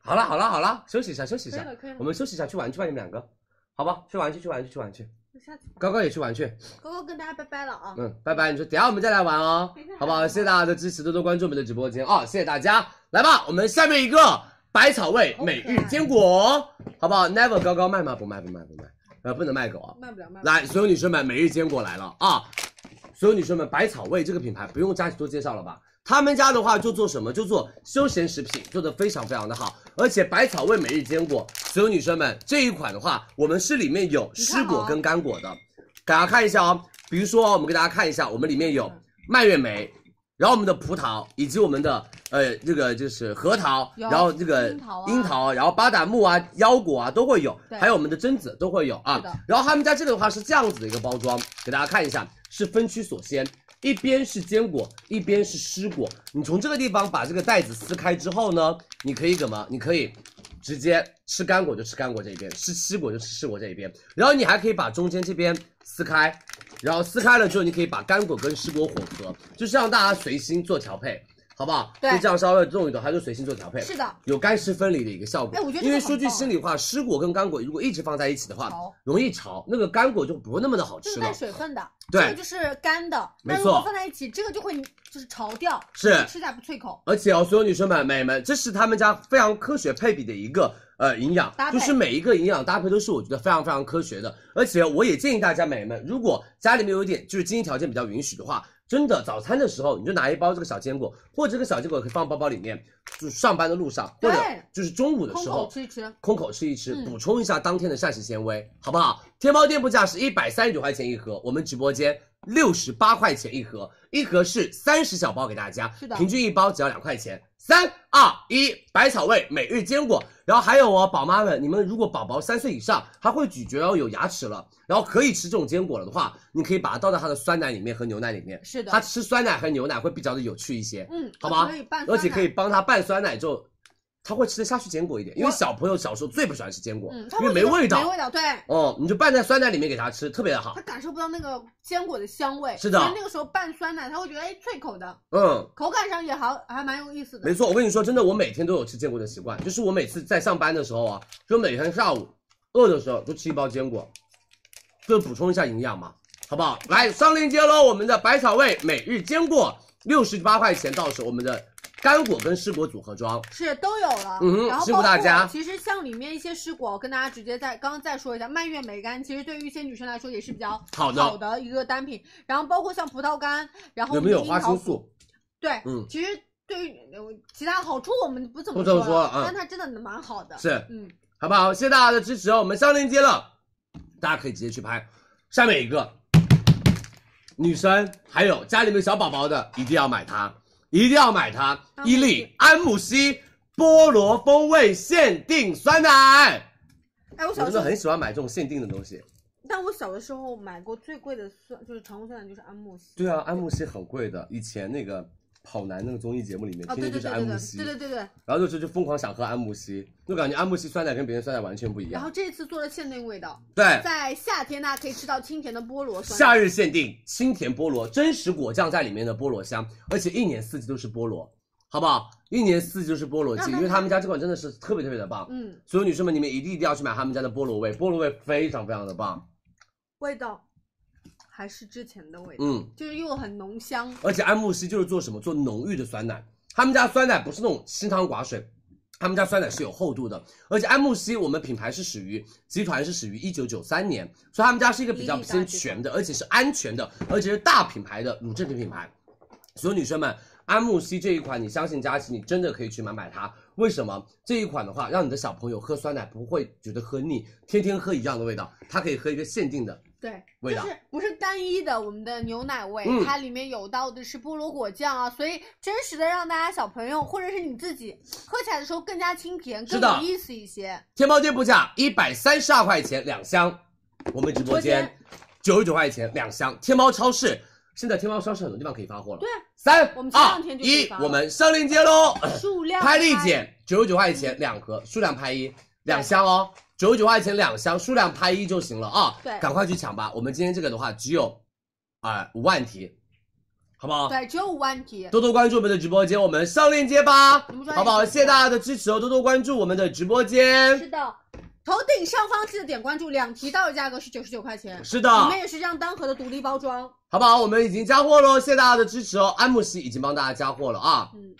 Speaker 3: 好了好了好了，休息一下休息一
Speaker 1: 可以
Speaker 3: 下
Speaker 1: 了，可以了
Speaker 3: 我们休息一下去玩去吧，你们两个，好吧？去玩去去玩去去玩去，
Speaker 1: 那下次吧
Speaker 3: 高高也去玩去。
Speaker 1: 高高跟大家拜拜了啊！
Speaker 3: 嗯，拜拜。你说等一下我们再来玩哦
Speaker 1: 等一下，
Speaker 3: 好不
Speaker 1: 还
Speaker 3: 好？
Speaker 1: 有
Speaker 3: 谢谢大家的支持，多多关注我们的直播间哦，谢谢大家。来吧，我们下面一个百草味
Speaker 1: 好可爱
Speaker 3: 每日坚果，好不好？Never 高高卖吗？不卖，不卖，不卖，呃，不能卖狗啊。
Speaker 1: 卖不了，卖不了。
Speaker 3: 来，所有女生们，每日坚果来了啊！所有女生们，百草味这个品牌不用佳琪多介绍了吧？他们家的话就做什么？就做休闲食品，做的非常非常的好。而且百草味每日坚果，所有女生们这一款的话，我们是里面有湿果跟干果的，给大家看一下哦。比如说哦，我们给大家看一下，我们里
Speaker 1: 嗯
Speaker 3: 面有蔓越莓，然后我们的葡萄，以及我们的呃这个就是核桃，
Speaker 1: 有
Speaker 3: 然后这个
Speaker 1: 樱桃啊
Speaker 3: 樱桃，然后巴旦木啊、腰果啊都会有，
Speaker 1: 对
Speaker 3: 还有我们的榛子都会有啊
Speaker 1: 是的。
Speaker 3: 然后他们家这个的话是这样子的一个包装，给大家看一下，是分区锁鲜，一边是坚果，一边是湿果。你从这个地方把这个袋子撕开之后呢，你可以怎么？你可以直接吃干果就吃干果这一边，吃湿果就吃湿果这一边。然后你还可以把中间这边撕开，然后撕开了之后，你可以把干果跟湿果混合，就是让大家随心做调配，好不好？
Speaker 1: 对
Speaker 3: 就这样稍微动一动，它就随心做调配。
Speaker 1: 是的，
Speaker 3: 有干湿分离的一个效果。
Speaker 1: 哎我觉得
Speaker 3: 因为
Speaker 1: 这个
Speaker 3: 说
Speaker 1: 很
Speaker 3: 句
Speaker 1: 棒
Speaker 3: 心里话，湿果跟干果如果一直放在一起的话
Speaker 1: 潮，
Speaker 3: 容易潮，那个干果就不那么的好
Speaker 1: 这
Speaker 3: 吃
Speaker 1: 是
Speaker 3: 了
Speaker 1: 带。水分的，
Speaker 3: 对
Speaker 1: 这个就是干的。
Speaker 3: 没
Speaker 1: 那如果
Speaker 3: 错
Speaker 1: 放在一起，这个就会就是潮掉，
Speaker 3: 是
Speaker 1: 你吃起来不脆口。
Speaker 3: 而且哦，所有女生们、美们，这是他们家非常科学配比的一个呃营养
Speaker 1: 搭，配
Speaker 3: 就是每一个营养搭配都是我觉得非常非常科学的。而且我也建议大家，美们，如果家里面有一点就是经济条件比较允许的话，真的早餐的时候你就拿一包这个小坚果，或者这个小坚果可以放包包里面，就是上班的路上，或者
Speaker 1: 对
Speaker 3: 就是中午的
Speaker 1: 空
Speaker 3: 时候
Speaker 1: 口吃一吃，
Speaker 3: 空口吃一吃，
Speaker 1: 嗯
Speaker 3: 补充一下当天的膳食纤维，好不好？天猫店铺价是一百三十九块钱一盒，我们直播间六十八块钱一盒，一盒是三十小包给大家，
Speaker 1: 是的
Speaker 3: 平均一包只要两块钱。三二一，百草味每日坚果，然后还有哦，宝妈们，你们如果宝宝三岁以上，他会咀嚼，然哦后有牙齿了，然后可以吃这种坚果了的话，你可以把它倒到他的酸奶里面和牛奶里面，
Speaker 1: 是的
Speaker 3: 他吃酸奶和牛奶会比较的有趣一些，
Speaker 1: 嗯，
Speaker 3: 好吧
Speaker 1: 可以拌，
Speaker 3: 而且可以
Speaker 1: 酸
Speaker 3: 帮他拌酸奶之后，他会吃得下去坚果一点，因为
Speaker 1: 我
Speaker 3: 小朋友小时候最不喜欢吃坚果，
Speaker 1: 奶，嗯，它
Speaker 3: 因
Speaker 1: 会
Speaker 3: 为没
Speaker 1: 觉得
Speaker 3: 味
Speaker 1: 没
Speaker 3: 道
Speaker 1: 味。道，对，
Speaker 3: 哦、你就拌在酸奶里面给他吃，特别的好
Speaker 1: 它。感受不到那个坚果的香味。
Speaker 3: 是的
Speaker 1: 所以那个时候拌酸奶，它会觉得哎脆口的，
Speaker 3: 嗯，
Speaker 1: 口感上也好，还蛮有意思的。
Speaker 3: 没错，我跟你说，真的，我每天都有吃坚果的习惯，就是我每次在上班的时候啊，就每天下午饿的时候就吃一包坚果，就补充一下营养嘛，好不好？来上链接喽，我们的百草味每日坚果六十八块钱，到手我们的干果跟湿果组合装，
Speaker 1: 是都有了，
Speaker 3: 嗯哼
Speaker 1: 然后
Speaker 3: 辛苦
Speaker 1: 包
Speaker 3: 大家
Speaker 1: 括其实像里面一些湿果，我跟大家直接再刚刚再说一下，蔓越莓干其实对于一些女生来说也是比较
Speaker 3: 好的
Speaker 1: 好的一个单品。然后包括像葡萄干，然后
Speaker 3: 有没有
Speaker 1: 樱
Speaker 3: 花
Speaker 1: 桃
Speaker 3: 青
Speaker 1: 果？
Speaker 3: 素？
Speaker 1: 对，
Speaker 3: 嗯
Speaker 1: 其实对于呃其他好处我们不怎么
Speaker 3: 不怎么
Speaker 1: 说
Speaker 3: 说了嗯
Speaker 1: 但它真的蛮好的。
Speaker 3: 是，
Speaker 1: 嗯，
Speaker 3: 好不好？谢谢大家的支持哦，我们上链接了，大家可以直接去拍。下面一个，女生还有家里面有小宝宝的，一定要买它，一定要买它！
Speaker 1: 安慕
Speaker 3: 伊利安慕希菠萝风味限定酸奶，
Speaker 1: 哎，我
Speaker 3: 我
Speaker 1: 小
Speaker 3: 真
Speaker 1: 时
Speaker 3: 的
Speaker 1: 候，
Speaker 3: 很喜欢买这种限定的东西。
Speaker 1: 但我小的时候买过最贵的酸就是常温酸奶就是安慕希。
Speaker 3: 对啊，安慕希很贵的，以前那个跑男那个综艺节目里面，
Speaker 1: 哦，对
Speaker 3: 天
Speaker 1: 对
Speaker 3: 天就
Speaker 1: 对
Speaker 3: 是
Speaker 1: 对
Speaker 3: 安慕
Speaker 1: 对
Speaker 3: 希
Speaker 1: 对，对对对，
Speaker 3: 然后就就疯狂想喝安慕希，就感觉安慕希酸奶跟别人酸奶完全不一
Speaker 1: 然后
Speaker 3: 样。
Speaker 1: 这次做了限定味道，
Speaker 3: 对，
Speaker 1: 在夏天大家可以吃到清甜的菠萝酸奶。
Speaker 3: 哎夏日限定清甜菠萝，真实果酱在里面的菠萝香，而且一年四季都是菠萝，好不好？一年四季就是菠萝季，
Speaker 1: 那那
Speaker 3: 因为他们家这款真的是特别特别的棒。
Speaker 1: 嗯，
Speaker 3: 所有女生们，你们一定一定要去买他们家的菠萝味，菠萝味非常非常的棒。
Speaker 1: 味道还是之前的味道，
Speaker 3: 嗯，
Speaker 1: 就是又很浓香，
Speaker 3: 而且安慕希就是做什么？做浓郁的酸奶，他们家酸奶不是那种清汤寡水。他们家酸奶是有厚度的，而且安慕希我们品牌是属于集团是属于一九九三年，所以他们家是一个比较
Speaker 1: 伊利大
Speaker 3: 偏
Speaker 1: 集团
Speaker 3: 全的，而且是安全的，而且是大品牌的乳制品品牌。所有女生们，安慕希这一款，你相信佳琪，你真的可以去买买它。为什么这一款的话，让你的小朋友喝酸奶不会觉得喝腻，天天喝一样的味道，它可以喝一个限定的。
Speaker 1: 对，
Speaker 3: 味
Speaker 1: 就
Speaker 3: 道
Speaker 1: 是不是单一的我们的牛奶味，
Speaker 3: 嗯
Speaker 1: 它里面有到的是菠萝果酱啊，所以真实的让大家小朋友或者是你自己喝起来的时候更加清甜，
Speaker 3: 是
Speaker 1: 更
Speaker 3: 的
Speaker 1: 有意思一些。
Speaker 3: 天猫店铺价一百三十二块钱两箱，我们直播间九十九块钱两箱。天猫超市现在天猫超市很多地方可以发货了。
Speaker 1: 对，
Speaker 3: 三
Speaker 1: 我们前
Speaker 3: 二
Speaker 1: 两天就可以
Speaker 3: 一
Speaker 1: 发，了啊
Speaker 3: 我们上链接喽。
Speaker 1: 数量
Speaker 3: 拍立减九十九块钱两盒，数量拍一两箱哦，九十九块钱两箱，数量拍一就行了啊！
Speaker 1: 对
Speaker 3: 赶快去抢吧！我们今天这个的话只有，啊五万题，好不好？
Speaker 1: 对，只有五万题。
Speaker 3: 多多关注我们的直播间，我们上链接吧
Speaker 1: 我们，上链接
Speaker 3: 好不好？谢谢大家的支持哦，多多关注我们的直播间。
Speaker 1: 是的，头顶上方记得点关注，两题到手价格是九十九块钱，
Speaker 3: 是的，
Speaker 1: 里面也是这样单盒的独立包装。
Speaker 3: 好不好？我们已经加货喽，谢谢大家的支持哦。安慕希已经帮大家加货了啊，
Speaker 1: 嗯，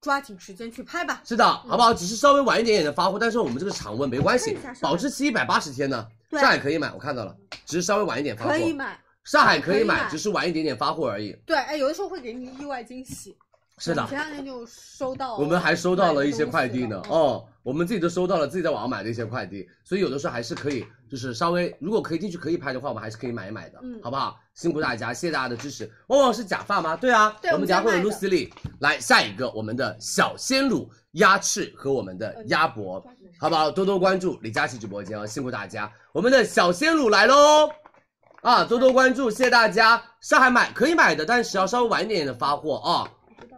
Speaker 1: 抓紧时间去拍吧。
Speaker 3: 是的，好不好？只是稍微晚一点点的发货，但是我们这个常温没关系
Speaker 1: 看一下，上海
Speaker 3: 保质期一百八十天呢，
Speaker 1: 对
Speaker 3: 上海可以买，我看到了，只是稍微晚一点发货，
Speaker 1: 可以买，
Speaker 3: 上海可以
Speaker 1: 可以
Speaker 3: 买，
Speaker 1: 买
Speaker 3: 只是晚一点点发货而已。
Speaker 1: 对，哎，有的时候会给你意外惊喜。
Speaker 3: 是
Speaker 1: 我
Speaker 3: 的，
Speaker 1: 前两天就收到，
Speaker 3: 我们还收到了一些快递呢
Speaker 1: 哦买，东西嗯了，
Speaker 3: 哦，我们自己都收到了自己在网上买的一些快递，所以有的时候还是可以，就是稍微如果可以进去可以拍的话，我们还是可以买一买的，
Speaker 1: 嗯
Speaker 3: 好不好？辛苦大家，谢谢大家的支持。旺旺是假发吗？对啊，
Speaker 1: 对
Speaker 3: 我们等下会有
Speaker 1: 我们
Speaker 3: Lucy Lee 来下一个我们的小鲜乳鸭翅和我们的鸭脖，好不好？多多关注李佳琦直播间哦，辛苦大家，我们的小鲜乳来喽。啊，多多关注，谢谢大家。上海买可以买的，但是要稍微晚一点点的发货啊。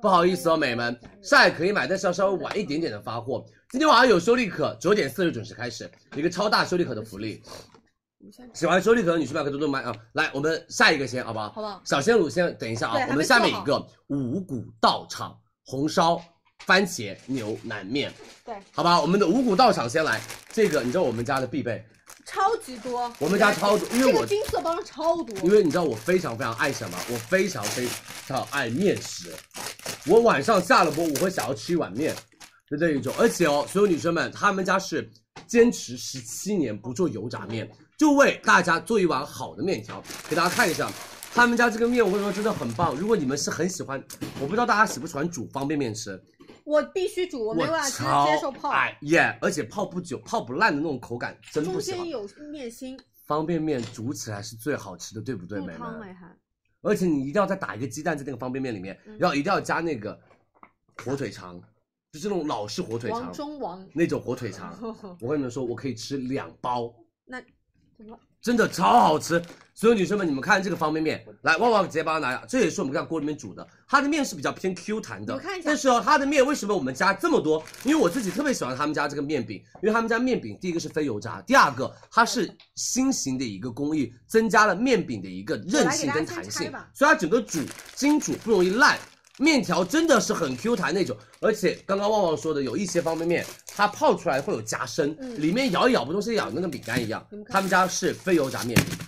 Speaker 3: 不好意思哦，美们，
Speaker 1: 嗯
Speaker 3: 上海可以买，但是要稍微晚一点点的发货。今天晚上有修丽可，九点四十准时开始，一个超大修丽可的福利。喜欢修丽可的女士们可以多多买啊！来，我们下一个先，好不好？
Speaker 1: 好不好？
Speaker 3: 小鲜乳先等一下
Speaker 1: 对还，
Speaker 3: 啊
Speaker 1: 没
Speaker 3: 我们下面一个五谷道场红烧番茄牛腩面，
Speaker 1: 对，
Speaker 3: 好吧，我们的五谷道场先来，这个你知道我们家的必备，
Speaker 1: 超级多，
Speaker 3: 我们家超多，因为
Speaker 1: 这
Speaker 3: 我
Speaker 1: 个金色包装超多，
Speaker 3: 因为你知道我非常非常爱什么？我非常非常爱面食。我晚上下了播，我会想要吃一碗面的那一种。而且哦，所有女生们，她们家是坚持十七年不做油炸面，就为大家做一碗好的面条，给大家看一下。他们家这个面，我跟你说真的很棒。如果你们是很喜欢，我不知道大家喜不喜欢煮方便面吃，
Speaker 1: 我必须煮，我
Speaker 3: 我
Speaker 1: 没办法
Speaker 3: 超
Speaker 1: 接接受泡，
Speaker 3: 爱耶！而且泡不久、泡不烂的那种口感，真
Speaker 1: 中
Speaker 3: 不喜欢
Speaker 1: 间。有面心，
Speaker 3: 方便面煮起来是最好吃的，对不对，
Speaker 1: 入
Speaker 3: 美们？
Speaker 1: 汤哎还，
Speaker 3: 而且你一定要再打一个鸡蛋在那个方便面里面，
Speaker 1: 嗯
Speaker 3: 然后一定要加那个火腿肠，就是那种老式火腿
Speaker 1: 王
Speaker 3: 肠，
Speaker 1: 中王，
Speaker 3: 那种火腿肠。我跟你们说，我可以吃两包，
Speaker 1: 那怎么
Speaker 3: 真的超好吃。所有女生们，你们看这个方便面，来，旺旺直接帮它拿下，这也是我们在锅里面煮的，它的面是比较偏 Q 弹的
Speaker 1: 我看一下。
Speaker 3: 但是哦，它的面为什么我们加这么多？因为我自己特别喜欢他们家这个面饼，因为他们家面饼第一个是非油炸，第二个它是新型的一个工艺，增加了面饼的一个韧性
Speaker 1: 我来给
Speaker 3: 跟弹性
Speaker 1: 大家先拆吧，
Speaker 3: 所以它整个煮精煮不容易烂。面条真的是很 Q 弹那种，而且刚刚旺旺说的，有一些方便面它泡出来会有夹生，
Speaker 1: 嗯
Speaker 3: 里面咬一咬不都是咬那个饼干一样
Speaker 1: 你们？看
Speaker 3: 他们家是非油炸面饼，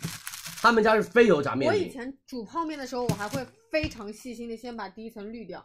Speaker 3: 他们家是非油炸面
Speaker 1: 我
Speaker 3: 饼。
Speaker 1: 以前煮泡面的时候，我还会非常细心的先把第一层滤掉，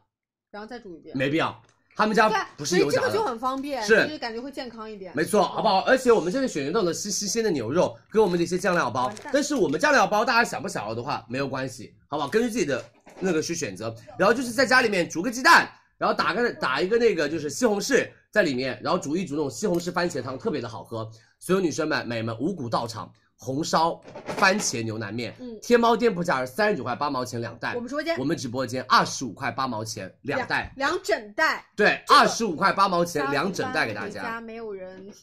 Speaker 1: 然后再煮一遍。
Speaker 3: 没必要，他们家
Speaker 1: 对，啊
Speaker 3: 不
Speaker 1: 所
Speaker 3: 是
Speaker 1: 以
Speaker 3: 油
Speaker 1: 这
Speaker 3: 炸
Speaker 1: 个就
Speaker 3: 的。
Speaker 1: 很方便，
Speaker 3: 是
Speaker 1: 就是感觉会健康一点。
Speaker 3: 没错，好不好？而且我们这里选用到的是新鲜的牛肉跟我们的一些酱料包
Speaker 1: 完蛋，
Speaker 3: 但是我们酱料包大家想不想要的话没有关系，好不好？根据自己的那个去选择。然后就是在家里面煮个鸡蛋，然后打个打一个那个就是西红柿在里面，然后煮一煮那种西红柿番茄汤，特别的好喝。所有女生们、美们，五谷道场红烧番茄牛腩面，
Speaker 1: 嗯
Speaker 3: 天猫店铺价是三十九块八毛钱两袋
Speaker 1: 我，们直播间
Speaker 3: 我们直播间二十五块八毛钱两袋，
Speaker 1: 两整袋，
Speaker 3: 对，
Speaker 1: 这个
Speaker 3: 二十五块八毛钱两整袋给大
Speaker 1: 家。
Speaker 3: 家。
Speaker 1: 没有人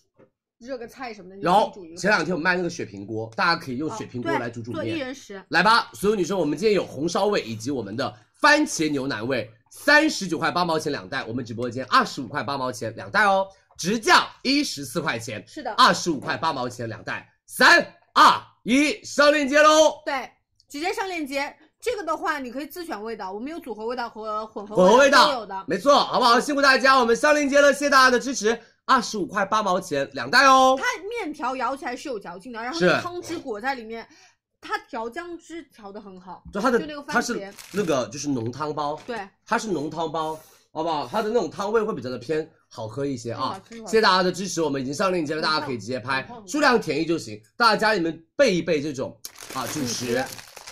Speaker 1: 热个菜什么的，你
Speaker 3: 然后
Speaker 1: 自己煮一个啊
Speaker 3: 前两天我卖那个雪平锅，大家可以用雪平锅
Speaker 1: 哦对
Speaker 3: 来煮煮
Speaker 1: 做一
Speaker 3: 面。
Speaker 1: 人食，
Speaker 3: 来吧，所有女生，我们今天有红烧味以及我们的番茄牛腩味，三十九块八毛钱两袋，我们直播间二十五块八毛钱两袋哦，直降一十四块钱，
Speaker 1: 是的，
Speaker 3: 二十五块八毛钱两袋。三二一，上链接喽！
Speaker 1: 对，直接上链接。这个的话，你可以自选味道，我们有组合味道和混合
Speaker 3: 混合味
Speaker 1: 都有
Speaker 3: 道
Speaker 1: 的，。
Speaker 3: 没错，好不好？辛苦大家，我们上链接了，谢谢大家的支持，二十五块八毛钱两袋哦。
Speaker 1: 它面条舀起来是有嚼劲的，然后
Speaker 3: 是
Speaker 1: 那个汤汁裹在里面，它调姜汁调的很好。
Speaker 3: 就它的
Speaker 1: 就那个番
Speaker 3: 它是
Speaker 1: 茄
Speaker 3: 那个就是浓汤包，
Speaker 1: 对，
Speaker 3: 它是浓汤包，好不好？它的那种汤味会比较的偏好喝一些啊。
Speaker 1: 嗯
Speaker 3: 谢谢大家的支持，我们已经上链接了，大家可以直接拍
Speaker 1: 很棒很，棒
Speaker 3: 数量填一就行。大家家里面备一备这种啊主食，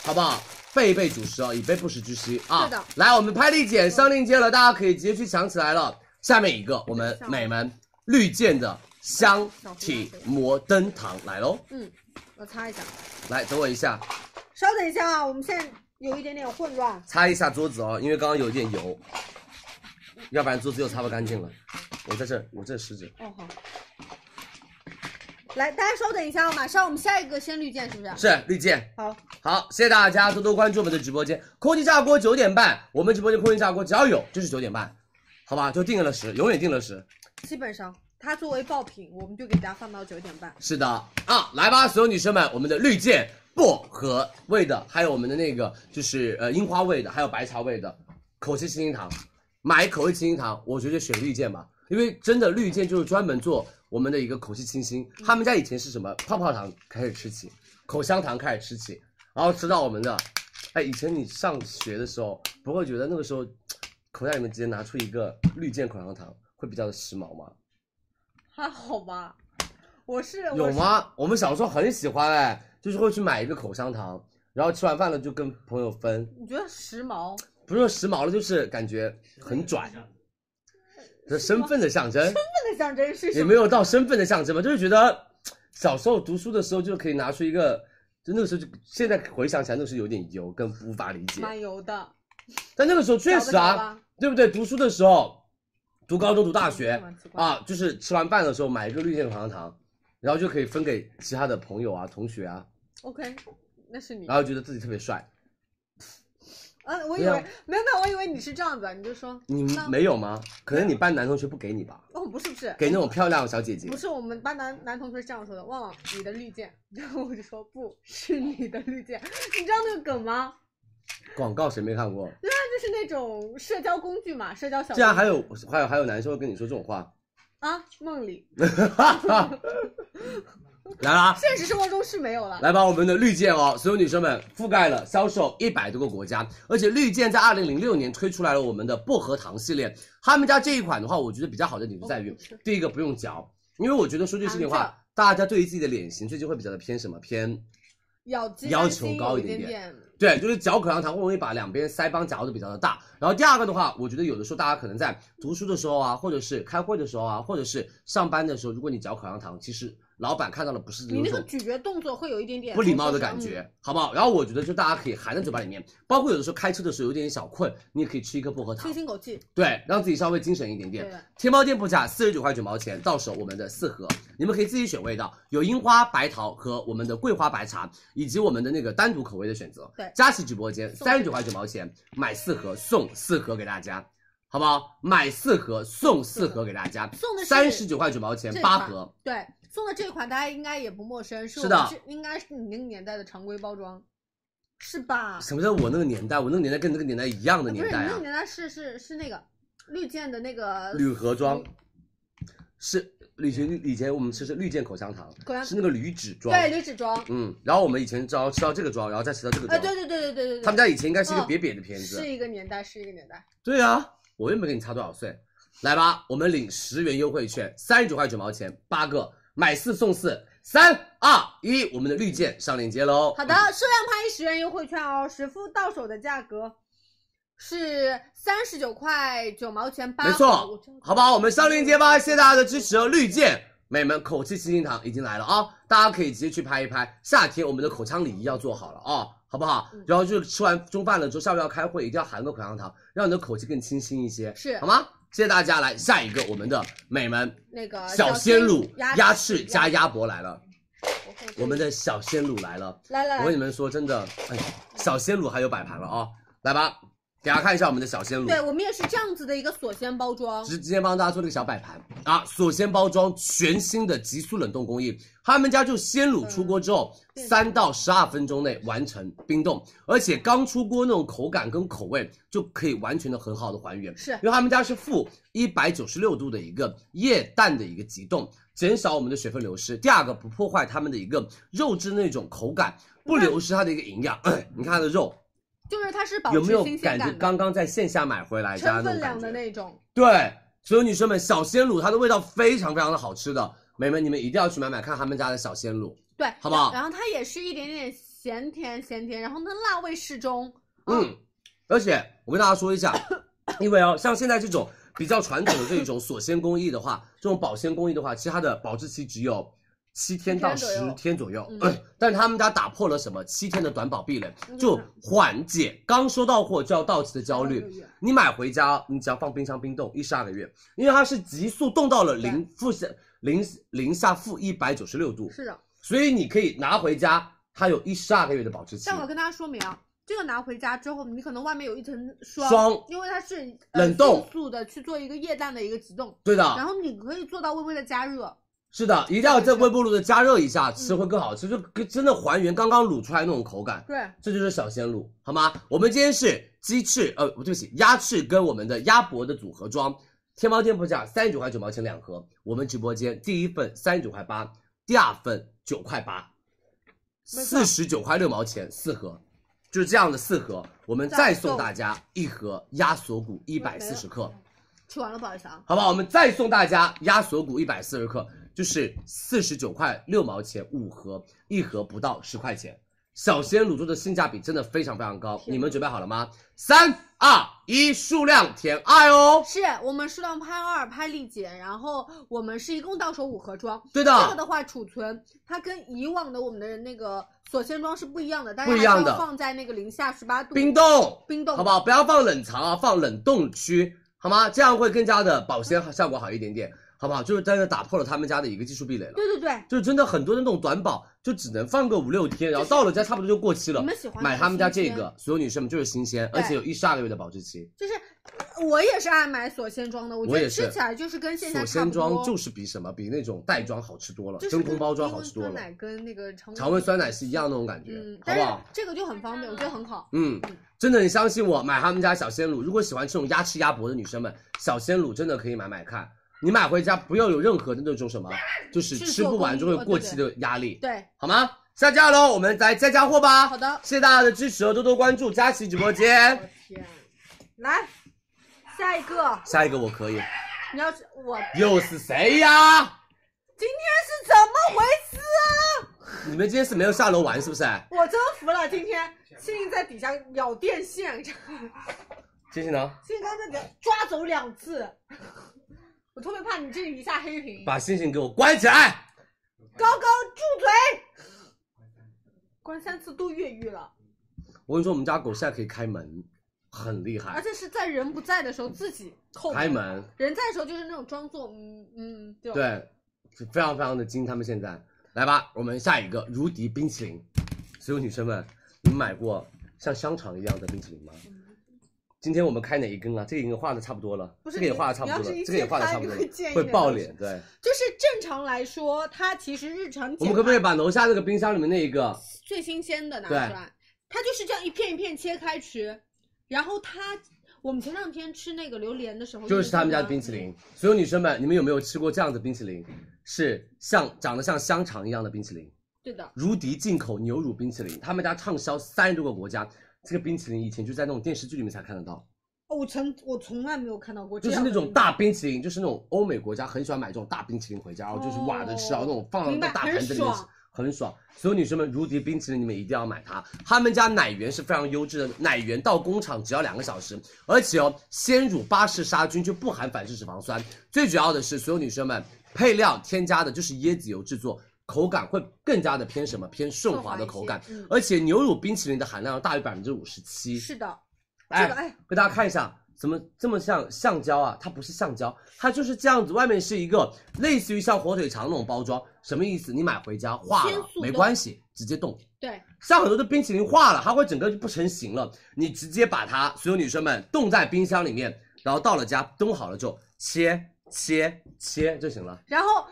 Speaker 3: 好不好？备一备主食哦，以备不时之需啊。
Speaker 1: 是的
Speaker 3: 来，我们拍立减上链接了，大家可以直接去抢起来了。下面一个，我们
Speaker 1: 小
Speaker 3: 美们绿箭的香体摩登糖来喽，
Speaker 1: 嗯，我擦一下，
Speaker 3: 来等我一下，
Speaker 2: 稍等一下啊，我们现在有一点点混乱。
Speaker 3: 擦一下桌子哦，因为刚刚有一点油，要不然桌子又擦不干净了。我在这儿，我这湿纸。
Speaker 1: 哦好，
Speaker 2: 来，大家稍等一下啊，马
Speaker 1: 马
Speaker 2: 上
Speaker 1: 上我们下一个先绿箭是不是？
Speaker 3: 是绿箭。
Speaker 2: 好，
Speaker 3: 好，谢谢大家多多关注我们的直播间。空气炸锅九点半，我们直播间空气炸锅只要有就是九点半，好吧？就定了时，永远定了时。
Speaker 1: 基本上它作为爆品，我们就给大家放到九点半。
Speaker 3: 是的啊，来吧，所有女生们，我们的绿箭薄荷味的，还有我们的那个就是呃樱花味的，还有白茶味的，口气清新糖，买口味清新糖，我觉得选绿箭吧，因为真的绿箭就是专门做我们的一个口气清新，他们家以前是什么泡泡糖开始吃起，口香糖开始吃起，然后吃到我们的，哎，以前你上学的时候不会觉得那个时候口袋里面直接拿出一个绿箭口香糖会比较的时髦吗？
Speaker 1: 还好吧，我是
Speaker 3: 有？吗？我们小时候很喜欢哎，就是会去买一个口香糖，然后吃完饭了就跟朋友分，
Speaker 1: 我是你觉得时髦？
Speaker 3: 不是说时髦了，就是感觉很拽，这身份的象征，
Speaker 2: 那个象征是
Speaker 3: 也
Speaker 2: 什么
Speaker 3: 没？有到身份的象征吧，就是觉得小时候读书的时候就可以拿出一个，就那个时候就现在回想起来，那个时候有点油，跟无法理解。
Speaker 1: 蛮油的，
Speaker 3: 但那个时候确实
Speaker 1: 找得着
Speaker 3: 啊
Speaker 1: 吧，
Speaker 3: 对不对？读书的时候，读高中、读大
Speaker 1: 这
Speaker 3: 学
Speaker 1: 蛮奇怪
Speaker 3: 啊，就是吃完饭的时候买一个绿箭口香糖，然后就可以分给其他的朋友啊、同学啊。
Speaker 1: OK，那是你。
Speaker 3: 然后觉得自己特别帅。
Speaker 1: 嗯，我以
Speaker 3: 对啊
Speaker 1: 为没有，没有，我以为你是这样子，你就说
Speaker 3: 你
Speaker 1: 那
Speaker 3: 没有吗？可能你班男同学不给你吧，
Speaker 1: 哦，不是不是，
Speaker 3: 给那种漂亮的小姐姐
Speaker 1: 不。是我们班男男同学这样说的，旺旺你的绿箭，然后我就说不是你的绿箭，你知道那个梗吗？
Speaker 3: 广告谁没看过？
Speaker 1: 那就是那种社交工具嘛，社交小
Speaker 3: 竟然还
Speaker 1: 有
Speaker 3: 有还有还有男生会跟你说这种话， <laughs>
Speaker 1: 啊梦里，
Speaker 3: 来啦！
Speaker 1: 现实生活中是没有了。
Speaker 3: 来吧，我们的绿箭哦，所有女生们覆盖了销售一百多个国家，而且绿箭在二零零六年推出来了我们的薄荷糖系列。他们家这一款的话，我觉得比较好的点就在
Speaker 1: 哦
Speaker 3: 于，第一个不用嚼，因为我觉得说句心里
Speaker 1: 含
Speaker 3: 话，大家对于自己的脸型最近会比较的偏什么偏
Speaker 1: 咬肌
Speaker 3: 要
Speaker 1: 担
Speaker 3: 求
Speaker 1: 心有
Speaker 3: 高一
Speaker 1: 一
Speaker 3: 点
Speaker 1: 点
Speaker 3: 点对，就是嚼口香糖会容易把两边腮帮夹的比较的大。然后第二个的话，我觉得有的时候大家可能在读书的时候啊，或者是开会的时候啊，或者是上班的时候，如果你嚼口香糖，其实老板看到了不是
Speaker 1: 你
Speaker 3: 那
Speaker 1: 那个
Speaker 3: 种
Speaker 1: 咀嚼动作会有一点点
Speaker 3: 不礼貌的感
Speaker 1: 嗯
Speaker 3: 觉，好不好？然后我觉得就大家可以含在嘴巴里面，包括有的时候开车的时候有点小困，你也可以吃一颗薄荷糖
Speaker 1: 清，新口气，
Speaker 3: 对，让自己稍微精神一点点。
Speaker 1: 对，
Speaker 3: 天猫店铺价四十九块九毛钱，到手我们的四盒，你们可以自己选味道，有樱花白桃和我们的桂花白茶，以及我们的那个单独口味的选择。
Speaker 1: 对
Speaker 3: 佳琦直播间
Speaker 1: 送一
Speaker 3: 三十
Speaker 1: 个
Speaker 3: 九块九毛钱买四盒送四盒给大家，好不好？买四盒送四盒给大家，
Speaker 1: 送的是
Speaker 3: 三十九块九毛钱
Speaker 1: 这
Speaker 3: 八
Speaker 1: 款
Speaker 3: 盒，
Speaker 1: 对，送的这款大家应该也不陌生，是
Speaker 3: 是
Speaker 1: 我
Speaker 3: 的
Speaker 1: 们这应该是你那个年代的常规包装，是吧？
Speaker 3: 什么叫我那个年代？我那个年代跟你那个年代一样的
Speaker 1: 不是
Speaker 3: 年
Speaker 1: 你
Speaker 3: 代
Speaker 1: 那个
Speaker 3: 啊，
Speaker 1: 年代是是是那个绿箭的那个嗯
Speaker 3: 铝盒装，是以前以前我们吃是绿箭口香糖，
Speaker 1: 口香
Speaker 3: 是那个铝纸
Speaker 1: 嗯
Speaker 3: 装，
Speaker 1: 对，铝纸装，
Speaker 3: 嗯，然后我们以前只要吃到这个装，然后再吃到这个
Speaker 1: 哎，
Speaker 3: 装，
Speaker 1: 对对对对对对对，
Speaker 3: 他们家以前应该是一个
Speaker 1: 嗯
Speaker 3: 瘪瘪的片子，
Speaker 1: 是一个年代，是一个年代，
Speaker 3: 对啊，我又没给你差多少岁。来吧，我们领十元优惠券，三十九块九毛钱，八个，买四送四。三二一，我们的绿箭上链接喽。
Speaker 1: 好的，数量拍一十元优惠券哦，实付到手的价格是三十九块九毛钱八，
Speaker 3: 没错，好不好？我们上链接吧，谢谢大家的支持哦。绿箭，美们，口气清新糖已经来了啊、大家可以直接去拍一拍。夏天我们的口腔礼仪要做好了啊、好不好？
Speaker 1: 嗯
Speaker 3: 然后就是吃完中饭了之后，下午要开会，一定要含个口香糖，让你的口气更清新一些，
Speaker 1: 是
Speaker 3: 好吗？谢谢大家，来下一个我们的美们
Speaker 1: 那个
Speaker 3: 呃小鲜乳
Speaker 1: 鸭
Speaker 3: 鸭翅加鸭脖来了，我们
Speaker 1: 的
Speaker 3: 的小鲜乳来了。
Speaker 1: 来来
Speaker 3: 我跟
Speaker 1: 来，
Speaker 3: 你们说，真的，哎，小鲜乳还有摆盘了啊、来吧，给大家看一下我们的小鲜乳。
Speaker 1: 对我们也是这样子的一个锁鲜包装，
Speaker 3: 直直接帮大家做了一个小摆盘啊！首先包装全新的极速冷冻工艺，他们家就鲜乳出锅之后，
Speaker 1: 嗯
Speaker 3: 三到十二分钟内完成冰冻，而且刚出锅那种口感跟口味就可以完全的很好的还原，
Speaker 1: 是
Speaker 3: 因为他们家是负一百九十六度的一个液氮的一个急冻，减少我们的水分流失。第二个，不破坏它们的一个肉质那种口感，不流失它的一个营养。哎你看它的肉
Speaker 1: 就是它是保
Speaker 3: 有
Speaker 1: 持
Speaker 3: 没有
Speaker 1: 新鲜
Speaker 3: 感觉
Speaker 1: 的，
Speaker 3: 刚刚在线下买回来家
Speaker 1: 成
Speaker 3: 那
Speaker 1: 分
Speaker 3: 种感
Speaker 1: 量
Speaker 3: 觉
Speaker 1: 的？那种，
Speaker 3: 对，所有女生们，小鲜乳它的味道非常非常的好吃的，美们你们一定要去买买看他们家的小鲜乳。
Speaker 1: 对，
Speaker 3: 好不好
Speaker 1: 然后它也是一点点咸甜咸甜，然后呢辣味适中，
Speaker 3: 嗯，而且我跟大家说一下，因为哦，像现在这种比较传统的这一种锁鲜工艺的话，这种保鲜工艺的话，其实它的保质期只有。七天到
Speaker 1: 七天左
Speaker 3: 十
Speaker 1: 右
Speaker 3: 天左右，
Speaker 1: 嗯
Speaker 3: 但是他们家打破了什么七天的短保壁垒，
Speaker 1: 嗯嗯
Speaker 3: 就缓解刚收到货就要到期的焦虑
Speaker 1: 然后就有。
Speaker 3: 你买回家，哦你只要放冰箱冰冻一十二个月，因为它是急速冻到了零负下零零下负一百九十六度，
Speaker 1: 是的。
Speaker 3: 所以你可以拿回家，它有一十二个月的保质期。
Speaker 1: 但我跟大家说明啊，这个拿回家之后，你可能外面有一层霜，
Speaker 3: 霜
Speaker 1: 因为它是、呃
Speaker 3: 冷冻啊
Speaker 1: 迅速的去做一个液氮的一个急冻，
Speaker 3: 对的，
Speaker 1: 然后你可以做到微微的加热。
Speaker 3: 是的，一定要在微波炉的加热一下
Speaker 1: 嗯
Speaker 3: 吃会更好吃，就跟真的还原刚刚卤出来那种口感。
Speaker 1: 对，
Speaker 3: 这就是小鲜卤，好吗？我们今天是鸡翅，呃，对不起，鸭翅跟我们的鸭脖的组合装，天猫店铺价三十九块九毛钱两盒，我们直播间第一份三十九块八，第二份九块八，
Speaker 1: 没
Speaker 3: 四
Speaker 1: 错
Speaker 3: 十九块六毛钱四盒，就是这样的四盒，我们再
Speaker 1: 再
Speaker 3: 送
Speaker 1: 送
Speaker 3: 大家一盒鸭锁骨一百四十克。
Speaker 1: 吃完了不好意思啊，
Speaker 3: 好不好？我们再送大家鸭锁骨一百四十克，就是四十九块六毛钱五盒，一盒不到十块钱。小鲜卤做的性价比真的非常非常高，你们准备好了吗？三二一，数量填爱哦。
Speaker 1: 是我们适量拍二拍丽姐，然后我们是一共到手五盒装。
Speaker 3: 对的，
Speaker 1: 这个的话，储存它跟以往的我们的那个锁鲜装是不一样的，大家
Speaker 3: 不
Speaker 1: 还
Speaker 3: 一
Speaker 1: 是要
Speaker 3: 样的
Speaker 1: 放在那个零下十八度
Speaker 3: 冰冻，
Speaker 1: 冰冻，
Speaker 3: 好不好？不要放冷藏啊，放冷冻区，好吗？这样会更加的保鲜效果好一点点，好不好？就是真的打破了他们家的一个技术壁垒了。
Speaker 1: 对对对，
Speaker 3: 就是真的很多的那种短保，就只能放个五六天，然后到了家差不多就过期了。
Speaker 1: 你们喜欢
Speaker 3: 买
Speaker 1: 吃
Speaker 3: 他们家这
Speaker 1: 新
Speaker 3: 个，所有女生们就是新鲜，
Speaker 1: 对
Speaker 3: 而且有一十二个月的保质期。
Speaker 1: 就是我也是爱买锁鲜装的，我觉
Speaker 3: 我也
Speaker 1: 得
Speaker 3: 是
Speaker 1: 吃起来就是跟现在
Speaker 3: 锁
Speaker 1: 差
Speaker 3: 鲜
Speaker 1: 不多。
Speaker 3: 装就是比什么比那种袋装好吃多了，
Speaker 1: 就是
Speaker 3: 真空
Speaker 1: 跟
Speaker 3: 包装
Speaker 1: 低
Speaker 3: 好
Speaker 1: 温
Speaker 3: 吃多
Speaker 1: 酸
Speaker 3: 了，
Speaker 1: 奶跟那个常
Speaker 3: 常温酸奶是一样那种感觉，
Speaker 1: 嗯，
Speaker 3: 好
Speaker 1: 但
Speaker 3: 不
Speaker 1: 是
Speaker 3: 好？
Speaker 1: 这个就很方便，我觉得很好。
Speaker 3: 嗯，真的，你相信我，买他们家小鲜乳，如果喜欢这种鸭翅鸭脖的女生们，小鲜乳真的可以买买看。你买回家不要有任何的那种什么，就是
Speaker 1: 制
Speaker 3: 吃
Speaker 1: 作
Speaker 3: 不完
Speaker 1: 工
Speaker 3: 就会
Speaker 1: 艺哦
Speaker 3: 过
Speaker 1: 对
Speaker 3: 期
Speaker 1: 对
Speaker 3: 的压力。
Speaker 1: 对，
Speaker 3: 好吗？下架喽，我们来加加货吧。
Speaker 1: 好的
Speaker 3: 谢谢大家的支持哦，多多关注佳琦直播
Speaker 1: 我
Speaker 3: 间。
Speaker 1: 天，啊
Speaker 2: 来，下一个
Speaker 3: 下一个我可以，
Speaker 1: 你要是我
Speaker 3: 又是谁呀？
Speaker 2: 今天是怎么回事啊？
Speaker 3: 你们今天是没有下楼玩是不是？
Speaker 2: 我真服了，今天欣欣在底下咬电
Speaker 1: <laughs>
Speaker 2: 线，欣
Speaker 3: 星星呢？
Speaker 2: 欣刚在底下抓走两
Speaker 1: <laughs>
Speaker 2: 次，我特别怕你这一下黑屏。
Speaker 3: 把星星给我关起来！
Speaker 2: 高高住嘴，关三次都越狱了，
Speaker 3: 我跟你说，我们家狗现在可以开门，很厉
Speaker 1: 而
Speaker 3: 害，
Speaker 1: 且是在人不在的时候自己扣
Speaker 3: 哎开门，
Speaker 1: 人在的时候就是那种装作嗯嗯对吧？
Speaker 3: 对，非常非常的精。他们现在来吧，我们下一个如迪冰淇淋。所有女生们，你们买过像香肠一样的冰淇淋吗？今天我们开哪一根啊？这个已经画的差不多了，
Speaker 2: 不是
Speaker 3: 这个也画的差不
Speaker 2: 你
Speaker 3: 多
Speaker 2: 要是
Speaker 3: 了，
Speaker 2: 一
Speaker 3: 这个也画的
Speaker 2: 切开
Speaker 3: 差不多
Speaker 2: 就
Speaker 3: 了
Speaker 2: 会见，一
Speaker 3: 会
Speaker 2: 点
Speaker 3: 爆
Speaker 2: 东西
Speaker 3: 脸。对，
Speaker 2: <laughs>
Speaker 1: 就是正常来说，它其实日常
Speaker 3: 我
Speaker 1: 剪
Speaker 3: 们可不可以把楼下那个冰箱里面那一个？
Speaker 1: 最新鲜的拿出
Speaker 3: 对
Speaker 1: 来，它就是这样一片一片切开吃，然后它。我们前两天吃那个榴莲的时候，
Speaker 3: 就是他们家的冰淇淋。所有女生们，你们有没有吃过这样的冰淇淋？是像长得像香肠一样的冰淇淋，
Speaker 1: 对的，
Speaker 3: 如迪进口牛乳冰淇淋，他们家畅销三十多个国家。这个冰淇淋以前就在那种电视剧里面才看得到，
Speaker 2: 哦我从我从来没有看到过这
Speaker 3: 就是
Speaker 2: 样的
Speaker 3: 那种大冰淇淋，就是那种欧美国家很喜欢买这种大冰淇淋回家，然后就是挖着吃，然后那种放到
Speaker 1: 哦明白
Speaker 3: 大盘子里面
Speaker 1: 很
Speaker 3: 吃
Speaker 1: 爽，
Speaker 3: 很爽。所有女生们，如迪冰淇淋你们一定要买它，他们家奶源是非常优质的，奶源到工厂只要两个小时，而且哦，鲜乳巴氏杀菌就不含反式脂肪酸。最主要的是，所有女生们配料添加的就是椰子油制作。口感会更加的偏什么偏顺滑的口感呃
Speaker 1: 顺滑一些嗯，
Speaker 3: 而且牛乳冰淇淋的含量大于百分之五十七。
Speaker 1: 是的，
Speaker 3: 哎，
Speaker 2: 这个哎
Speaker 3: 给大家看一下，怎么这么像橡胶啊？它不是橡胶，它就是这样子，外面是一个类似于像火腿肠那种包装，什么意思？你买回家化
Speaker 1: 先
Speaker 3: 了
Speaker 1: 速冻
Speaker 3: 没关系，直接冻。
Speaker 1: 对，
Speaker 3: 像很多的冰淇淋化了，它会整个就不成型了，你直接把它，所有女生们冻在冰箱里面，然后到了家冻好了之后切切切就行了。
Speaker 1: 然后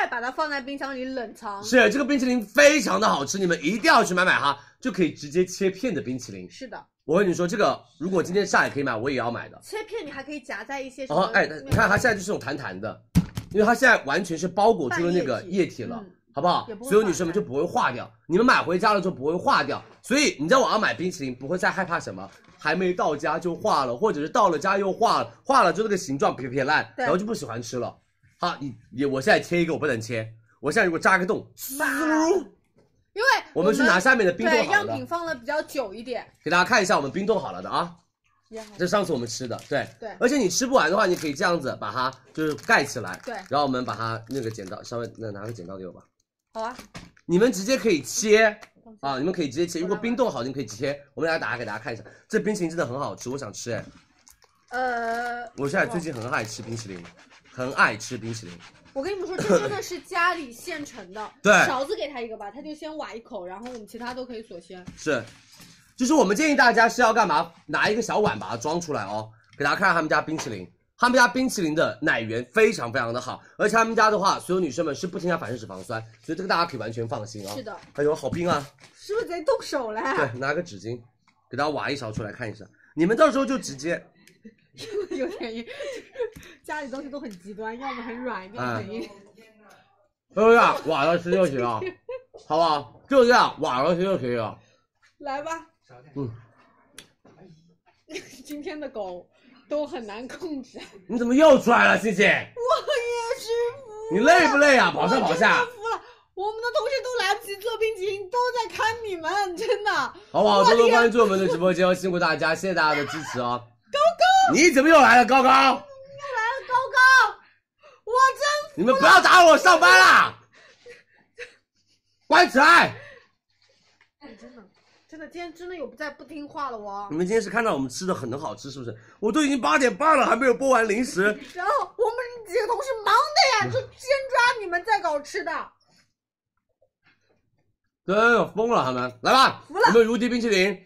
Speaker 1: 再把它放在冰箱里冷藏。
Speaker 3: 是这个冰淇淋非常的好吃，你们一定要去买买哈，就可以直接切片的冰淇淋。
Speaker 1: 是的，
Speaker 3: 我跟你说，这个如果今天下来可以买，我也要买的。
Speaker 1: 切片你还可以夹在一些什
Speaker 3: 然后
Speaker 1: 么？
Speaker 3: 哎，你看它现在就是这种弹弹的，因为它现在完全是包裹住了那个
Speaker 1: 半液体
Speaker 3: 液体了，
Speaker 1: 嗯
Speaker 3: 好不好
Speaker 1: 也？不会
Speaker 3: 所有女生们就不会化掉，你们买回家了就不会化掉。所以你在网上买冰淇淋不会再害怕什么，还没到家就化了，或者是到了家又化了，化了之后这个形状撇撇烂，
Speaker 1: 对
Speaker 3: 然后就不喜欢吃了。好，你你我现在切一个，我不能切，我现在如果扎个洞，
Speaker 1: 因为
Speaker 3: 我们去拿下面的冰冻
Speaker 1: 对
Speaker 3: 好
Speaker 1: 样
Speaker 3: 了
Speaker 1: 品
Speaker 3: 的，
Speaker 1: 放了比较久一点，
Speaker 3: 给大家看一下我们冰冻好了的啊。
Speaker 1: 也好。
Speaker 3: 这上次我们吃的，对
Speaker 1: 对
Speaker 3: 而且你吃不完的话，你可以这样子把它就是盖起来，
Speaker 1: 对
Speaker 3: 然后我们把它那个剪刀稍微那拿个剪刀给我吧，
Speaker 1: 好啊，
Speaker 3: 你们直接可以切
Speaker 1: 放心
Speaker 3: 啊，你们可以直接切，
Speaker 1: 我来
Speaker 3: 如果冰冻好你们可以切，我们来打开给大家看一下，这冰淇淋真的很好吃，我想吃哎，
Speaker 1: 呃，
Speaker 3: 我现在最近很爱吃冰淇淋，很爱吃冰淇淋，
Speaker 1: 我跟你们说，这真的是家里现成的。
Speaker 3: <laughs> 对
Speaker 1: 勺子给他一个吧，他就先挖一口，然后我们其他都可以锁鲜。
Speaker 3: 是，就是我们建议大家是要干嘛？拿一个小碗把它装出来哦，给大家看看他们家冰淇淋。他们家冰淇淋的奶源非常非常的好，而且他们家的话，所有女生们是不添加反式脂肪酸，所以这个大家可以完全放心哦。
Speaker 4: 是的，
Speaker 3: 哎呦，好冰啊！
Speaker 1: 是不是得动手了？
Speaker 3: 对，拿个纸巾，给大家挖一勺出来看一下。你们到时候就直接，
Speaker 1: <laughs> 有点硬，家里东西都很极端，要么很
Speaker 3: 嗯
Speaker 1: 软，要么很硬。
Speaker 3: 就这样挖着吃就
Speaker 4: <laughs>
Speaker 3: 行了，好不好？就这样挖着吃就可以了。
Speaker 1: 来吧，
Speaker 3: 嗯，
Speaker 1: <laughs> 今天的狗都很难控制。哦
Speaker 3: 你怎么又出来了，欣
Speaker 1: 我
Speaker 3: 欣？
Speaker 1: 也是服
Speaker 3: 你累不累啊？跑上跑
Speaker 1: 我
Speaker 3: 下
Speaker 1: 真，的服了，我们的同事都来不及做冰淇淋，都在看你们，真的。
Speaker 3: 好不好？多多关注我们的直播间哦，辛苦大家，谢谢大家的支持哦。高高，你怎么又来了，高高？
Speaker 1: 高高，我真
Speaker 3: 你们不要打扰我上班啦！关起来！
Speaker 1: 真的哎真的今天真的有不在不听话了我。
Speaker 3: 你们今天是看到我们吃的很好吃，是不是？我都已经八点半了，还没有播完零食。
Speaker 1: 然后我们几个同事忙的呀，就先抓你们再搞吃的。
Speaker 3: 真的疯了他们， <laughs> 来吧，
Speaker 1: 服了
Speaker 3: 我们如迪冰淇淋，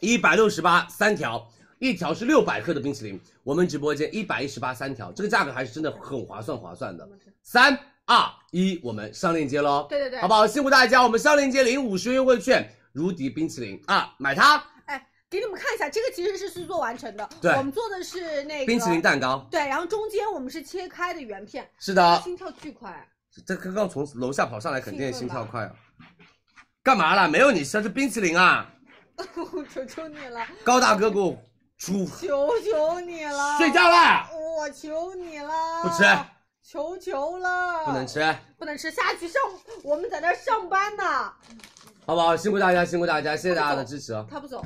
Speaker 3: 一百六十八三条，一条是六百克的冰淇淋，我们直播间一百一十八三条，这个价格还是真的很划算划算的。三二一，我们上链接喽，
Speaker 1: 对对对
Speaker 3: 好不好？辛苦大家，我们上链接领五十元优惠券，如迪冰淇淋啊，买它，
Speaker 1: 哎，给你们看一下，这个其实是制作完成的。
Speaker 3: 对
Speaker 1: 我们做的是那个
Speaker 3: 冰淇淋。蛋糕，
Speaker 1: 对，然后中间我们是切开的圆片，
Speaker 3: 是的，
Speaker 1: 心跳巨快。 <laughs>
Speaker 3: 这刚刚从楼下跑上来，肯定
Speaker 1: 兴奋
Speaker 3: 心
Speaker 1: 吧
Speaker 3: 跳快啊。干嘛啦？没有你吃，是冰淇淋啊！
Speaker 1: 我求求你了，
Speaker 3: 高大哥给我出
Speaker 1: 求求你了，
Speaker 3: 睡觉啦，
Speaker 1: 我求你了，
Speaker 3: 不吃，
Speaker 1: 求求了，
Speaker 3: 不能，吃。
Speaker 1: 不能吃，下去上，我们在那儿上班呢。
Speaker 3: 好不好？辛苦大家，辛苦大家，谢谢大家的支持啊！
Speaker 1: 他不走，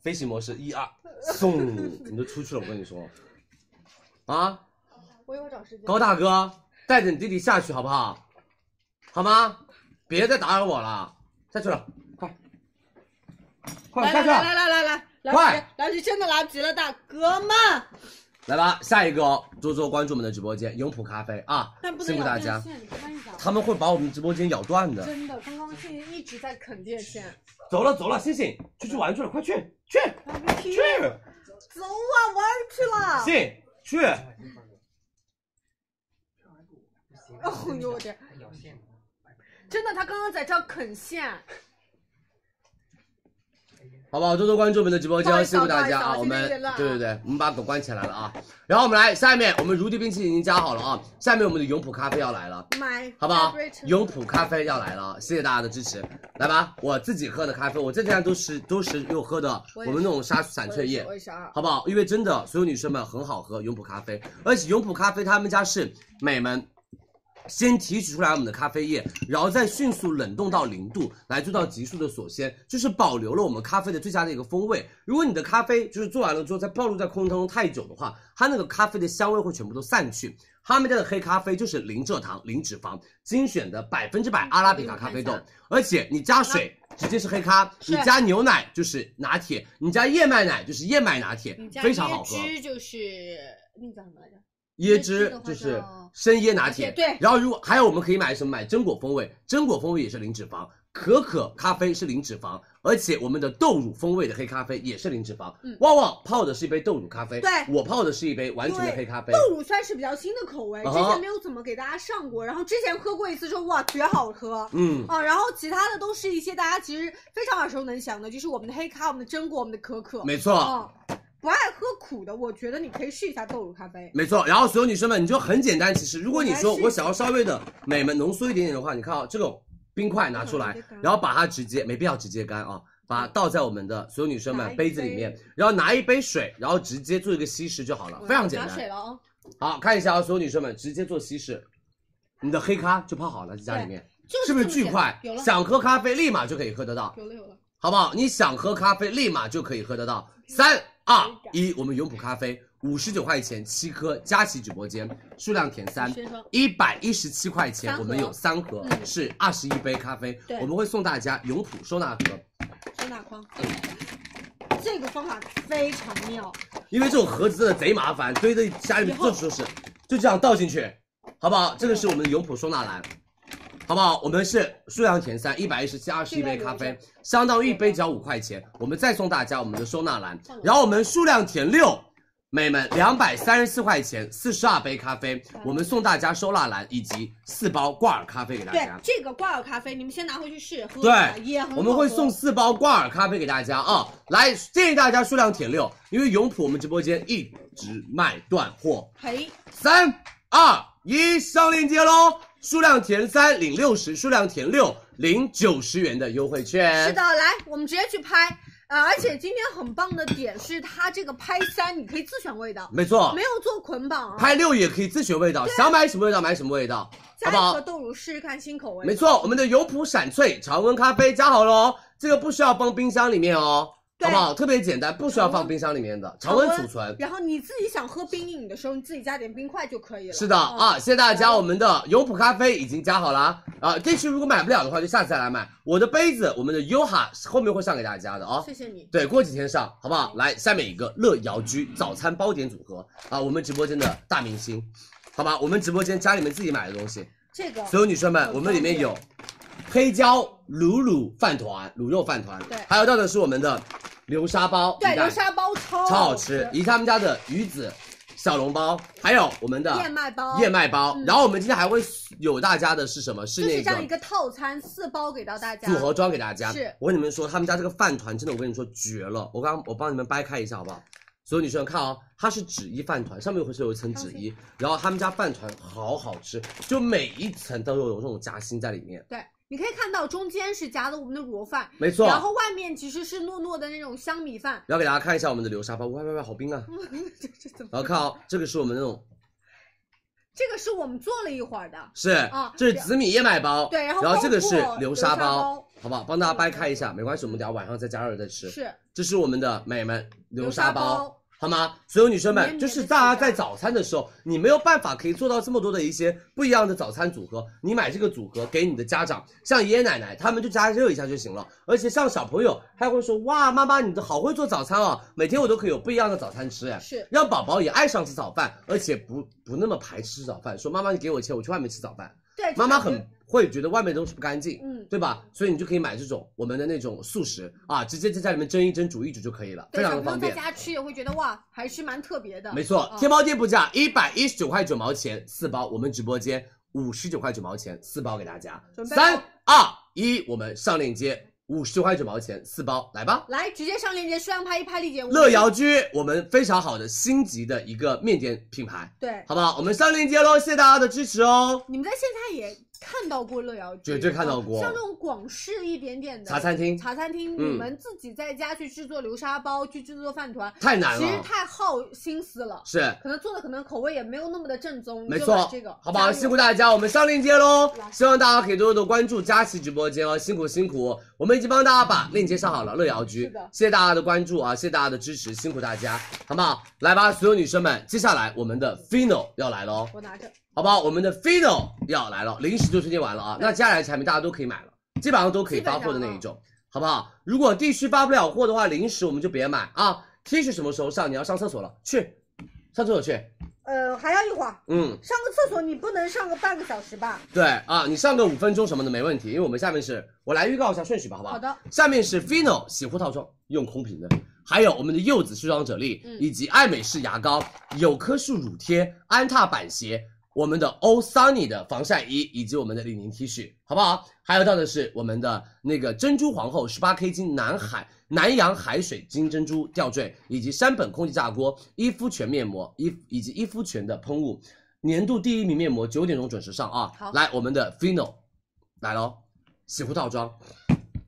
Speaker 3: 飞行模式一二，送，你都出去了，我跟你说，啊，
Speaker 1: 我一会儿找时间。
Speaker 3: 高大哥，带着你弟弟下去好不好？好吗？别再打扰我了，下去了，快，快
Speaker 1: 来
Speaker 3: 下
Speaker 1: 来
Speaker 3: 去
Speaker 1: 来，
Speaker 3: 了
Speaker 1: 来来来来，
Speaker 3: 快
Speaker 1: 来不及，来不及，真的来不及了，大哥们，
Speaker 3: 来吧，下一个哦，多多关注我们的直播间永璞咖啡啊
Speaker 1: 但，不能
Speaker 3: 辛苦
Speaker 1: 咬
Speaker 3: 大
Speaker 1: 电
Speaker 3: 家，
Speaker 1: 线，你看一下，
Speaker 3: 他们会把我们直播间咬断的。
Speaker 1: 真的，刚刚现在一直在啃电线，
Speaker 3: 走了走了，星星，出去玩去了，快去去
Speaker 1: 我还没听
Speaker 3: 去，
Speaker 1: 走啊，玩儿去了。
Speaker 3: 信去，
Speaker 1: 哦呦我天！真的，他刚刚在这儿啃线，
Speaker 3: 好不好？多多关注我们的直播
Speaker 1: 不好
Speaker 3: 间，
Speaker 1: 意思
Speaker 3: 辛苦大家
Speaker 1: 不好
Speaker 3: 啊！
Speaker 1: 意思
Speaker 3: 我
Speaker 1: 今天有
Speaker 3: 们
Speaker 1: 点乱啊
Speaker 3: 对对对，我们把狗关起来了啊。然后我们来下面，我们如迪冰淇淋已经加好了啊，下面我们的永璞咖啡要来了。
Speaker 1: 买
Speaker 3: 好不好
Speaker 1: vibrator？
Speaker 3: 永璞咖啡要来了，谢谢大家的支持。来吧，我自己喝的咖啡，我这家都是都是有喝的，
Speaker 1: 我
Speaker 3: 我
Speaker 1: 也是
Speaker 3: 们那种沙散
Speaker 1: 我
Speaker 3: 萃
Speaker 1: 也
Speaker 3: 液
Speaker 1: 是，我也是啊，
Speaker 3: 好不好？因为真的，所有女生们很好喝永璞咖啡，而且永璞咖啡他们家是美们。先提取出来我们的咖啡液，然后再迅速冷冻到零度，来做到急速的锁鲜，就是保留了我们咖啡的最佳的一个风味。如果你的咖啡就是做完了之后，再暴露在空气当中太久的话，它那个咖啡的香味会全部都散去。他们家的黑咖啡就是零蔗糖、零脂肪，精选的百分之百阿拉比卡咖啡豆，而且你加水直接是黑咖，
Speaker 1: 是
Speaker 3: 你加牛奶就是拿铁，你加燕麦奶就是燕麦拿铁
Speaker 4: 你，家
Speaker 3: 非常好喝。
Speaker 4: 椰汁就是那个叫什么来着？
Speaker 3: 椰
Speaker 4: 汁
Speaker 3: 汁
Speaker 4: 的话
Speaker 3: 就是
Speaker 4: 叫
Speaker 3: 生椰拿铁，
Speaker 1: 对
Speaker 3: 然后如果还有我们可以买什么？买榛果风味，榛果风味也是零脂肪，可可咖啡是零脂肪，而且我们的豆乳风味的黑咖啡也是零脂肪。
Speaker 1: 嗯
Speaker 3: 旺旺泡的是一杯豆乳咖啡，
Speaker 1: 对
Speaker 3: 我泡的是一杯完全的
Speaker 1: 对
Speaker 3: 黑咖啡。
Speaker 1: 豆乳算是比较新的口味，之
Speaker 3: 啊哈
Speaker 1: 前没有怎么给大家上过，然后之前喝过一次之后，哇，绝好喝。
Speaker 3: 嗯，
Speaker 1: 啊，然后其他的都是一些大家其实非常耳熟能详的，就是我们的黑咖、我们的榛果、我们的可可。
Speaker 3: 没错。
Speaker 1: 啊，不爱喝苦的，我觉得你可以试一下豆乳咖啡。
Speaker 3: 没错，然后所有女生们，你就很简单。其实，如果你说
Speaker 1: 我来试一下
Speaker 3: 我想要稍微的美们浓缩一点点的话，你看啊，这种冰块拿出来
Speaker 1: 直接干，
Speaker 3: 然后把它直接没必要直接干啊，把它倒在我们的所有女生
Speaker 1: 拿
Speaker 3: 们
Speaker 1: 一杯
Speaker 3: 杯子里面，然后拿一杯水，然后直接做一个稀释就好了，非常简
Speaker 1: 拿水
Speaker 3: 单。
Speaker 1: 了啊、
Speaker 3: 好看一下啊，所有女生们直接做稀释，你的黑咖就泡好了，在家里面
Speaker 1: 就是
Speaker 3: 不是巨快
Speaker 1: 有？了
Speaker 3: 想喝咖啡立马就可以喝得到，
Speaker 1: 有了有了，
Speaker 3: 好不好？你想喝咖啡，立马就可以喝得到。三二一，我们永璞咖啡五十九块钱七颗，佳琦直播间数量填三。
Speaker 1: 先说
Speaker 3: 一百一十七块钱
Speaker 1: 三，盒
Speaker 3: 我们有三盒，
Speaker 1: 嗯
Speaker 3: 是二十一杯咖啡
Speaker 1: 对，
Speaker 3: 我们会送大家永璞收纳盒，
Speaker 1: 收纳筐。
Speaker 3: 嗯
Speaker 1: 这个方法非常妙，
Speaker 3: 因为这种盒子真的贼麻烦，堆在家里面
Speaker 1: 以后
Speaker 3: 到处都是，就这样倒进去，好不好？这个是我们的永璞收纳篮，好不好？我们是数量前三，一百一十七，二十一杯咖啡，相当于一杯只要五块钱。我们再送大家我们的收纳篮，然后我们数量前六，美们两百三十四块钱，四十二杯咖啡，我们送大家收纳篮以及四包挂耳咖啡给大
Speaker 1: 对
Speaker 3: 家。
Speaker 1: 这个挂耳咖啡，你们先拿回去试喝，
Speaker 3: 对
Speaker 1: 也很好喝
Speaker 3: 我们会送四包挂耳咖啡给大家啊！来，建议大家数量舔六，因为永璞我们直播间一直卖断货。
Speaker 1: 赔
Speaker 3: 三二一，上链接喽！数量填三领六十，数量填六领九十元的优惠券。
Speaker 1: 是的，来，我们直接去拍。呃，而且今天很棒的点是它这个拍三，你可以自选味道，
Speaker 3: 没错
Speaker 1: 没，有啊做捆绑啊。
Speaker 3: 嗯拍六也可以自选味道，想买什么味道买什么味道，好
Speaker 1: 加
Speaker 3: 不
Speaker 1: 一盒
Speaker 3: 好？
Speaker 1: 豆乳试试看新口味。
Speaker 3: 没，错，我们的油谱闪萃常温咖啡加好喽，这个不需要放冰箱里面哦，
Speaker 1: 对
Speaker 3: 好不好？特别简单，不需要放冰箱里面的，常温储存。
Speaker 1: 然后你自己想喝冰饮的时候，你自己加点冰块就可以了。哦
Speaker 3: 是的啊，谢谢大家，我们的油谱咖啡已经加好了啊啊，这期如果买不了的话，就下次再来买。我的杯子，我们的 Yoha 后面会上给大家的啊。
Speaker 1: 谢谢你。
Speaker 3: 对，过几天上，好不好？来，下面一个乐瑶居早餐包点组合啊，我们直播间的大明星，好吧？我们直播间家里面自己买的东西，
Speaker 1: 这个
Speaker 3: 所有女生们，我们里面有黑椒卤卤饭团、卤肉饭团，
Speaker 1: 对
Speaker 3: 还有到的是我们的流沙包，
Speaker 1: 对
Speaker 3: 鱼蛋
Speaker 1: 流沙包超
Speaker 3: 超好吃，以及他们家的鱼子小笼包，还有我们的
Speaker 1: 燕麦包，
Speaker 3: 燕麦包
Speaker 1: 嗯。
Speaker 3: 然后我们今天还会有大家的是什么？是
Speaker 1: 就
Speaker 3: 那
Speaker 1: 是这样一
Speaker 3: 个
Speaker 1: 个套餐，四包给到大家。
Speaker 3: 组合装给大家。
Speaker 1: 是
Speaker 3: 我跟你们说，他们家这个饭团真的，我跟你说绝了。我刚我帮你们掰开一下好不好？所有女生看哦，它是纸衣饭团，上面会是有一层纸
Speaker 1: 嗯
Speaker 3: 衣，然后他们家饭团好好吃，就每一层都有这种夹心在里面。
Speaker 1: 对，你可以看到中间是夹的我们的卤肉饭，
Speaker 3: 没错，
Speaker 1: 然后外面其实是糯糯的那种香米饭。 <laughs>
Speaker 3: 然后给大家看一下我们的流沙包，哇哇哇，好冰啊！
Speaker 1: 这这怎么？ <laughs>
Speaker 3: 然后看哦，这个是我们那种
Speaker 1: 这个是我们做了一会儿的，
Speaker 3: 是，
Speaker 1: 啊
Speaker 3: 这是紫米燕麦包，
Speaker 1: 对然后
Speaker 3: 这个是
Speaker 1: 包括
Speaker 3: 流沙
Speaker 1: 流沙包
Speaker 3: 好不好？帮大家掰开一下，没关系，我们等下晚上再加热再吃。
Speaker 1: 是
Speaker 3: 这是我们的美们流
Speaker 1: 流沙
Speaker 3: 沙包
Speaker 1: 包，
Speaker 3: 好吗？所有女生
Speaker 1: 绵
Speaker 3: 们，
Speaker 1: 绵
Speaker 3: 就
Speaker 1: 的
Speaker 3: 是
Speaker 1: 质
Speaker 3: 大家
Speaker 1: 感
Speaker 3: 在早餐的时候，你没有办法可以做到这么多的一些不一样的早餐组合，你买这个组合给你的家长，像爷爷奶奶他们就加热一下就行了。而且像小朋友，他会说哇，妈妈你都好会做早餐哦，每天我都可以有不一样的早餐吃哎。
Speaker 1: 是
Speaker 3: 让宝宝也爱上吃早饭，而且不不那么排斥吃早饭，说妈妈你给我钱，我去外面吃早饭。
Speaker 1: 对，
Speaker 3: 妈妈
Speaker 1: 就是
Speaker 3: 很会觉得外面的东西不干净，
Speaker 1: 嗯
Speaker 3: 对吧？所以你就可以买这种我们的那种速食啊，直接在家里面蒸一蒸、煮一煮就可以了，非
Speaker 1: 对
Speaker 3: 常
Speaker 1: 小
Speaker 3: 的
Speaker 1: 朋友
Speaker 3: 方
Speaker 1: 在
Speaker 3: 便。嗯
Speaker 1: 家吃也会觉得哇，还是蛮特别的。嗯
Speaker 3: 没错，天猫店铺价一百一十九块九毛钱四包，我们直播间五十九块九毛钱四包给大家。
Speaker 1: 备
Speaker 3: 三二一，我们上链接，五十九块九毛钱四包，来吧。
Speaker 1: 来直接上链接，数量拍一拍立减。
Speaker 3: 乐瑶居，我们非常好的星级的一个面点品牌，
Speaker 1: 对，
Speaker 3: 好不好？我们上链接喽，谢谢大家的支持哦。
Speaker 1: 你们在线下也看到过乐瑶居，
Speaker 3: 绝对看到过
Speaker 1: 啊像这种广式一点点的
Speaker 3: 茶餐厅
Speaker 1: 茶餐厅，
Speaker 3: 嗯
Speaker 1: 你们自己在家去制作流沙包，去制作饭团，
Speaker 3: 太难
Speaker 1: 其实
Speaker 3: 了，
Speaker 1: 太耗心思了，
Speaker 3: 是
Speaker 1: 可能做的可能口味也没有那么的正宗。
Speaker 3: 没
Speaker 1: 你就把
Speaker 3: 错，
Speaker 1: 这个
Speaker 3: 好不好？
Speaker 1: 加入
Speaker 3: 辛苦大家，我们上链接喽。希望大家可以多多的关注佳琦直播间哦，辛苦辛苦，我们已经帮大家把链接上好了，乐瑶居。
Speaker 1: 是的
Speaker 3: 谢谢大家的关注啊，谢谢大家的支持，辛苦大家，好不好？来吧，所有女生们，接下来我们的 Fino 要来喽，
Speaker 1: 我拿着，
Speaker 3: 好不好？我们的 Fino 要来了，零食就推荐完了啊，那接下来的产品大家都可以买了，基本上都可以发货的那一种，好不好？如果地区发不了货的话，零食我们就别买啊。T 恤什么时候上？你要上厕所了，去上厕所去，
Speaker 2: 呃，还要一会儿，
Speaker 3: 嗯。
Speaker 2: 上个厕所你不能上个半个小时吧？
Speaker 3: 对啊，你上个五分钟什么的没问题，因为我们下面是我来预告一下顺序吧，好不好？
Speaker 1: 好的。
Speaker 3: 下面是 Fino 洗护套装，用空瓶的，还有我们的柚子去妆啫喱，
Speaker 1: 嗯
Speaker 3: 以及爱美仕牙膏、有棵树乳贴、安踏板鞋。我们的 O Sunny 的防晒衣，以及我们的李宁 T 恤，好不好？还有到的是我们的那个珍珠皇后十八 K 金南海南洋海水金珍珠吊坠，以及山本空气炸锅伊肤泉面膜，伊以及伊肤泉的喷雾，年度第一名面膜，九点钟准时上啊！
Speaker 1: 好
Speaker 3: 来我们的 Fino 来喽，洗护套装，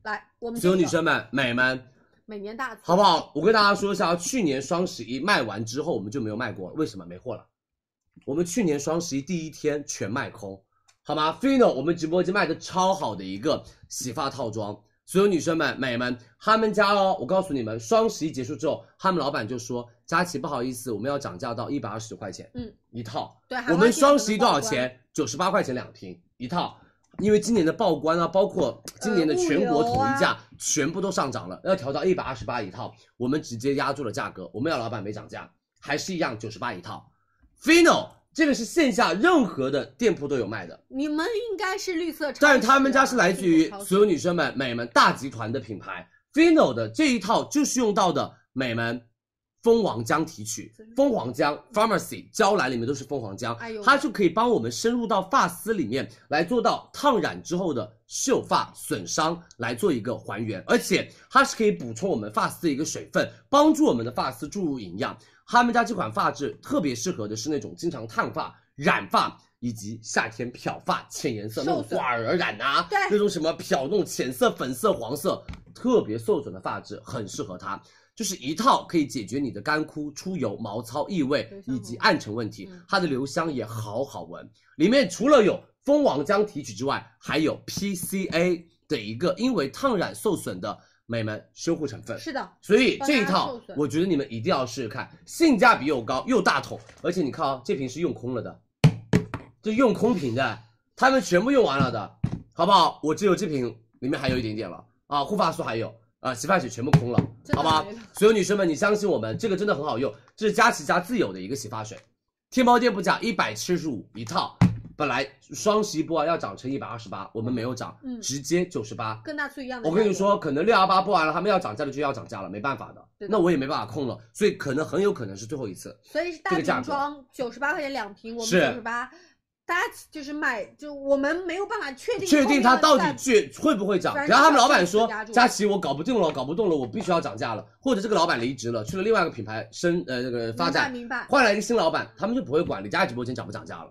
Speaker 1: 来，我们
Speaker 3: 所有
Speaker 1: 这
Speaker 3: 女
Speaker 1: 个
Speaker 3: 生们、美们，
Speaker 1: 每年大促
Speaker 3: 好不好？我跟大家说一下，去年双十一卖完之后，我们就没有卖过了，为什么？没货了。我们去年双十一第一天全卖空，好吗？Fino 我们直播间卖的超好的一个洗发套装，所有女生们、美们，他们家哦，我告诉你们，双十一结束之后，他们老板就说：“佳琪，不好意思，我们要涨价到一百二十九块钱，
Speaker 1: 嗯，
Speaker 3: 一套。”
Speaker 1: 对，还
Speaker 3: 我
Speaker 1: 花
Speaker 3: 们
Speaker 1: 店
Speaker 3: 双
Speaker 1: 可
Speaker 3: 十一
Speaker 1: 能
Speaker 3: 多
Speaker 1: 报
Speaker 3: 少
Speaker 1: 关？
Speaker 3: 钱？九十八块钱两瓶一套，因为今年的报关啊，包括
Speaker 1: 呃
Speaker 3: 今年的全国
Speaker 1: 啊
Speaker 3: 统一价，全部都上涨了，要调到一百二十八一套，我们直接压住了价格，我们要老板没涨价，还是一样九十八一套。Fino 这个是线下任何的店铺都有卖的，
Speaker 1: 你们应该是绿色超市啊，
Speaker 3: 但是他们家是来自于
Speaker 1: 进口超市
Speaker 3: 所有女生们、美们大集团的品牌，Fino 的这一套就是用到的美们蜂王浆提取，蜂王浆 Pharmacy 娇兰里面都是蜂王浆，
Speaker 1: 哎呦
Speaker 3: 它就可以帮我们深入到发丝里面来做到烫染之后的秀发损伤来做一个还原，而且它是可以补充我们发丝的一个水分，帮助我们的发丝注入营养。他们家这款发质特别适合的是那种经常烫发、染发。以及夏天漂发、浅颜色那种
Speaker 1: 受损
Speaker 3: 花儿染啊，
Speaker 1: 对
Speaker 3: 那种什么漂那种浅色、粉色、黄色，特别受损的发质，很适合它。就是一套可以解决你的干枯、出油、毛糙、异味
Speaker 1: 留香
Speaker 3: 以
Speaker 1: 吗
Speaker 3: 及暗沉问题
Speaker 1: 嗯。
Speaker 3: 它的留香也好好闻，里面除了有蜂王浆提取之外，还有 PCA 的一个因为烫染受损的美们修护成分。
Speaker 1: 是的，
Speaker 3: 所以
Speaker 1: 帮
Speaker 3: 这一
Speaker 1: 它受，
Speaker 3: 套
Speaker 1: 损
Speaker 3: 我觉得你们一定要试试看，性价比又高又大桶，而且你看啊、这瓶是用空了的，这用空瓶的，他们全部用完了的，好不好？我只有这瓶里面还有一点点了啊，护发素还有啊、洗发水全部空了，
Speaker 1: 真的
Speaker 3: 好吧
Speaker 1: 没了？
Speaker 3: 所有女生们，你相信我们，这个真的很好用，这是佳琦家自有的一个洗发水，天猫店铺价一百七十五一套。本来双十一播完要涨成一百二十八，我们没有涨，
Speaker 1: 嗯
Speaker 3: 直接九十八，
Speaker 1: 跟大促一样的。
Speaker 3: 我跟你，说，可能六幺八播完了，他们要涨价的就要涨价了，没办法的。
Speaker 1: 对的
Speaker 3: 那我也没办法控了，所以可能很有可能是最后一次。
Speaker 1: 所以是大
Speaker 3: 这个价
Speaker 1: 瓶
Speaker 3: 格
Speaker 1: 装，九十八块钱两瓶，我们
Speaker 3: 是
Speaker 1: 九十八。大家就是买，就我们没有办法确定
Speaker 3: 确
Speaker 1: 后面
Speaker 3: 定它
Speaker 1: 的
Speaker 3: 到底
Speaker 1: 价格
Speaker 3: 去会不会涨。
Speaker 1: 反正
Speaker 3: 然后他们老板说
Speaker 1: 就压：“住
Speaker 3: 佳琪，我搞不定了，搞不动了，我必须要涨价了。”或者这个老板离职了，去了另外一个品牌生呃那个发展，
Speaker 1: 明白明白。
Speaker 3: 换来一个新老板，他们就不会管李佳琦直播间涨不涨价了，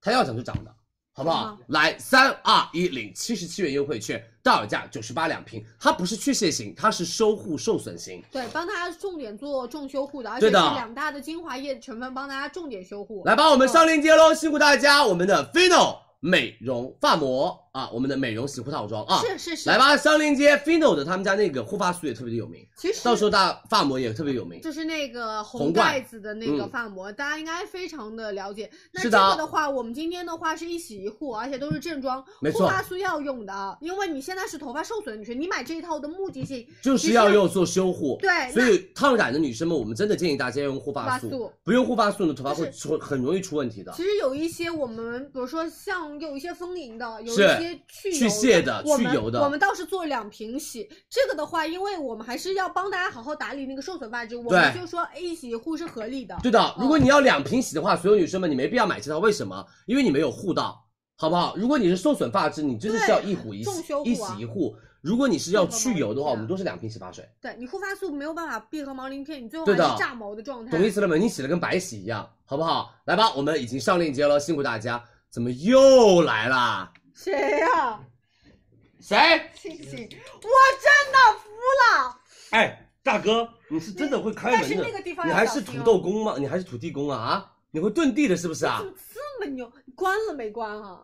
Speaker 3: 他要涨就涨的，好不好
Speaker 1: 好？
Speaker 3: 来，三二一，领七十七元优惠券，到手价九十八两瓶，它不是去屑型，它是修护受损型。
Speaker 1: 对，帮大家重点做重修护的，而且
Speaker 3: 对
Speaker 1: 是
Speaker 3: 的
Speaker 1: 两大的精华液成分，帮大家重点修护。
Speaker 3: 来吧，我们上链接喽，辛苦大家！我们的 Fino 美容发膜啊，我们的美容洗护套装啊，
Speaker 1: 是是是，
Speaker 3: 来，吧，上链接 Fino 的他们家那个护发素也特别的有名，
Speaker 1: 其实
Speaker 3: 到时候大家发膜也特别有名。
Speaker 1: 就是那个红
Speaker 3: 红罐
Speaker 1: 盖子的那个
Speaker 3: 嗯
Speaker 1: 发膜，大家应该非常的了解。那
Speaker 3: 是
Speaker 1: 这
Speaker 3: 的啊
Speaker 1: 个的话，我们今天的话是一洗一护，而且都是正装，
Speaker 3: 没
Speaker 1: 护
Speaker 3: 错
Speaker 1: 发素要用的啊，因为你现在是头发受损的女生，你买这一套的目的性
Speaker 3: 就是要用做修护，
Speaker 1: 对那
Speaker 3: 所以烫染的女生们，我们真的建议大家用护发
Speaker 1: 护发素
Speaker 3: 素，不用护发素呢，头发
Speaker 1: 就是
Speaker 3: 会出很容易出问题的
Speaker 1: 其。实有一些我们，比如说像有一些丰盈的，有一
Speaker 3: 是
Speaker 1: 些去油
Speaker 3: 去屑的
Speaker 1: 我们
Speaker 3: 去油的
Speaker 1: 我们倒是做两瓶洗。这个的话，因为我们还是要帮大家好好打理那个受损发质，我们
Speaker 3: 对
Speaker 1: 就说哎一洗一护是合理的。
Speaker 3: 对的，如果你要两瓶洗的话，所有女生们你没必要买这套，为什么？因为你没有护到，好不好？如果你是受损发质，你真的是要一护一洗
Speaker 1: 重修护啊
Speaker 3: 一洗一护。如果你是要去油
Speaker 1: 这
Speaker 3: 的
Speaker 1: 个毛巾
Speaker 3: 话，
Speaker 1: 啊
Speaker 3: 我们都是两瓶洗发水。
Speaker 1: 对你护发素没有办法闭合毛鳞片，你最后还
Speaker 3: 对的
Speaker 1: 是炸毛的状态
Speaker 3: 懂。意思了没？你洗的跟白洗一样，好不好？来吧，我们已经上链接了，辛苦大家。怎么又来啦？
Speaker 2: 谁呀、
Speaker 1: 嗯
Speaker 3: 谁？
Speaker 2: 星星，我真的服了。
Speaker 3: 哎，大哥，你是真的会开
Speaker 2: 但
Speaker 3: 门
Speaker 2: 是
Speaker 3: 的
Speaker 2: 那个地？方
Speaker 3: 你
Speaker 2: 要
Speaker 3: 还
Speaker 2: 小
Speaker 3: 是
Speaker 2: 心
Speaker 3: 土
Speaker 2: 哦
Speaker 3: 豆工吗？你还是土地公啊？啊，你会遁地的是不是啊
Speaker 2: 怎？么这么牛？你关了没关啊？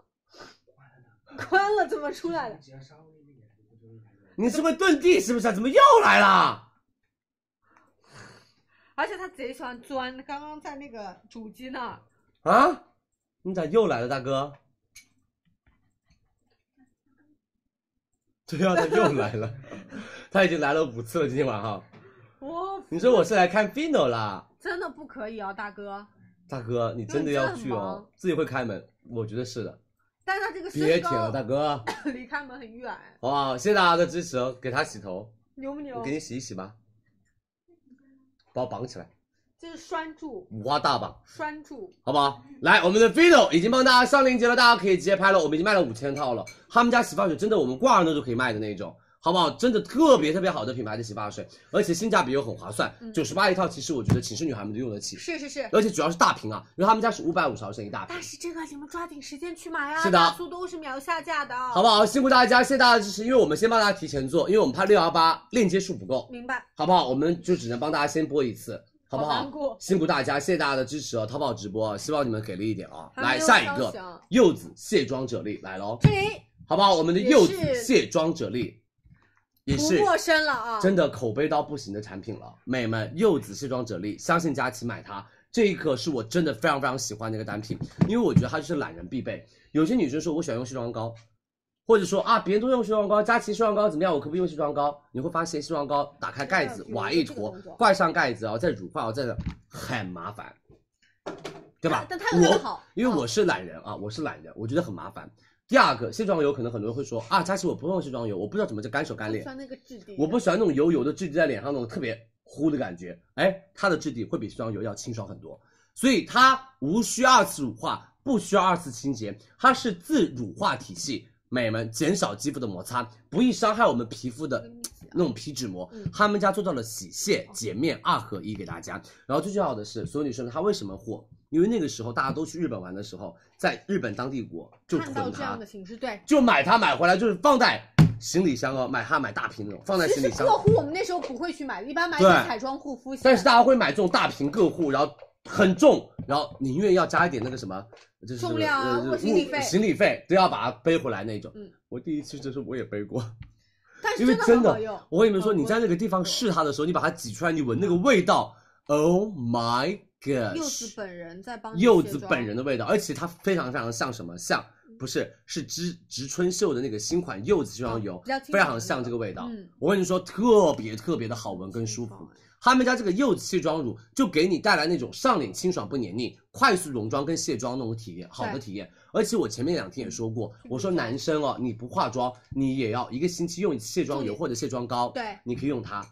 Speaker 2: 关了怎么
Speaker 3: 哎
Speaker 2: 出来
Speaker 1: 嗯
Speaker 2: 的？
Speaker 3: 你是会遁地是不是啊？怎么又来啦？
Speaker 2: 而且他贼喜欢钻，刚刚在那个主机那儿。
Speaker 3: 啊，你咋又来了，大哥？ <laughs> 对啊，他又来了， <laughs> 他已经来了五次了，今天晚上。
Speaker 2: 哇，
Speaker 3: 你说我是来看 Fino 啦？
Speaker 2: 真的不可以啊，大哥！
Speaker 3: 大哥，你真的要去哦，自己会开门，我觉得是的。
Speaker 2: 但是他这个身高
Speaker 3: 别舔了，大哥，好
Speaker 2: <laughs> 离开门很远，
Speaker 3: 不好？谢谢大家的支持哦，给他洗头，
Speaker 2: 牛不
Speaker 3: 我
Speaker 2: 牛
Speaker 3: 给？你洗一洗吧，把我绑起来，
Speaker 2: 这是拴住，
Speaker 3: 五花大绑，
Speaker 2: 拴住。
Speaker 3: 好不好？来，我们的 Fino 已经帮大家上链接了，大家可以直接拍了，我们已经卖了五千套了。他们家洗发水真的，我们挂上都就可以卖的那种。好不好？真的特别特别好的品牌的洗发水，而且性价比又很划算，九十八一套，其实我觉得寝室女孩们都用得起，
Speaker 1: 是是是，
Speaker 3: 而且主要是大瓶啊，因为他们家是五百五十毫升一大瓶
Speaker 1: 但。是这个你们抓紧时间去买啊，
Speaker 3: 是的
Speaker 1: 大促都是秒下架的。啊
Speaker 3: 好，不好？辛苦大家，谢谢大家的支持，因为我们先帮大家提前做，因为我们怕六幺八链接数不够，
Speaker 1: 明白。
Speaker 3: 好不好？我们就只能帮大家先播一次，好不
Speaker 2: 好
Speaker 3: 好
Speaker 2: 难过？
Speaker 3: 辛苦大家，谢谢大家的支持哦！淘宝直播，希望你们给力一点啊！
Speaker 2: 还没
Speaker 3: 来
Speaker 2: 有
Speaker 3: 下
Speaker 2: 消
Speaker 3: 一
Speaker 2: 息
Speaker 3: 个
Speaker 2: 啊
Speaker 3: 柚子卸妆啫喱来喽，
Speaker 1: 这里
Speaker 3: 好不好？我们的
Speaker 1: 也
Speaker 3: 柚子
Speaker 1: 是
Speaker 3: 卸妆啫喱也
Speaker 1: 不
Speaker 3: 是
Speaker 1: 陌生了啊，
Speaker 3: 真的口碑到不行的产品了，美们，柚子卸妆啫喱，相信佳琪买它。这一刻是我真的非常非常喜欢的一个单品，因为我觉得它就是懒人必备。有些女生说我喜欢用卸妆膏，或者说啊别人都用卸妆膏，佳琪卸妆膏怎么样？我可不可以用卸妆膏？你会发现卸妆膏打开盖子，
Speaker 1: 有
Speaker 3: 挖一
Speaker 1: 这个
Speaker 3: 坨
Speaker 1: 动作，
Speaker 3: 盖上盖子，然后再乳化，然后再很麻烦。对吧？
Speaker 1: 但但他有他的
Speaker 3: 我
Speaker 1: 好
Speaker 3: 因
Speaker 1: 嗯
Speaker 3: 为我是懒人啊，我是懒人，我觉得很麻烦。第二个，卸妆油可能很多人会说啊，佳琪我不用卸妆油，我不知道怎么叫干手干脸
Speaker 1: 喜，欢那个质地。
Speaker 3: 我不喜欢那种油油的质地在脸上那种特别糊的感觉，哎，它的质地会比卸妆油要清爽很多，所以它无需二次乳化，不需要二次清洁，它是自乳化体系，美们减少肌肤的摩擦，不易伤害我们皮肤的
Speaker 1: 啊
Speaker 3: 那种皮脂膜
Speaker 1: 嗯，
Speaker 3: 他们家做到了洗卸、洁面二合一给大家。然后最重要的是，所有女生她为什么火？因为那个时候大家都去日本玩的时候，在日本当地国就囤
Speaker 1: 看到这
Speaker 3: 它
Speaker 1: 样的，形式，对。
Speaker 3: 就买它，买回来就是放在行李箱哦，买它买大瓶那种，放在
Speaker 1: 其
Speaker 3: 行
Speaker 1: 实
Speaker 3: 李箱。 <laughs>
Speaker 1: 客户我们那时候不会去买，一般买
Speaker 3: 对
Speaker 1: 些彩妆护肤。
Speaker 3: 但是大家会买这种大瓶个护，然后很重，然后宁愿要加一点那个什么，就是
Speaker 1: 重量啊
Speaker 3: 呃
Speaker 1: 或行李费
Speaker 3: 行李费都要把它背回来那种。
Speaker 1: 嗯
Speaker 3: 我第一次就是我也背过，
Speaker 1: 但是
Speaker 3: 因为
Speaker 1: 真的
Speaker 3: 真
Speaker 1: 很
Speaker 3: 的
Speaker 1: 好用，，
Speaker 3: 我跟你们说，
Speaker 1: 嗯
Speaker 3: 你在那个地方
Speaker 1: 我
Speaker 3: 试它的时候，你把它挤出来，你闻那个味道，Oh my
Speaker 1: 柚子
Speaker 3: god！
Speaker 1: 本人在帮你
Speaker 3: 柚
Speaker 1: 卸
Speaker 3: 子
Speaker 1: 妆
Speaker 3: 本人的味道，而且它非常非常像什么？像不是是植植村秀的那个新款柚子卸妆油
Speaker 1: 比较，清
Speaker 3: 非
Speaker 1: 爽
Speaker 3: 常像这个味道。
Speaker 1: 嗯，
Speaker 3: 我跟你说，特别特别的好闻跟舒服
Speaker 1: 清爽。
Speaker 3: 他们家这个柚子卸妆乳就给你带来那种上脸清爽不黏腻、快速溶妆跟卸妆那种体验，好的体验。而且我前面两天也说过，
Speaker 1: 嗯
Speaker 3: 我说男生哦，你不化妆，你也要一个星期用一次卸妆油或者卸妆膏，
Speaker 1: 对
Speaker 3: 你可以用它，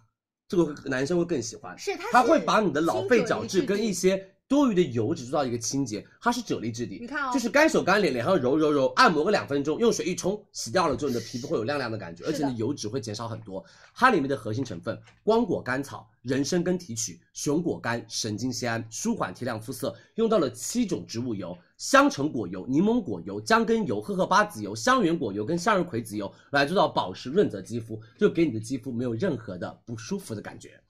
Speaker 3: 这个会男生会更喜欢。
Speaker 1: 是它
Speaker 3: 它
Speaker 1: 是
Speaker 3: 会把你的老
Speaker 1: 精
Speaker 3: 废
Speaker 1: 准
Speaker 3: 角
Speaker 1: 一
Speaker 3: 质
Speaker 1: 致
Speaker 3: 跟
Speaker 1: 地
Speaker 3: 一些多余的油脂做到一个清洁，它是啫喱质地。
Speaker 1: 你看哦
Speaker 3: 就是干手干脸，脸上揉揉揉，按摩个两分钟，用水一冲，洗掉了之后，你的皮肤会有亮亮的感觉，
Speaker 1: 是
Speaker 3: 而
Speaker 1: 的
Speaker 3: 且你的油脂会减少很多。它里面的核心成分：光果甘草、人参根提取、熊果苷、神经酰胺，舒缓提亮肤色，用到了七种植物油。香橙果油、柠檬果油、姜根油、荷荷巴籽油、香橼果油跟向日葵籽油来做到保湿润泽肌肤，就给你的肌肤没有任何的不舒服的感觉。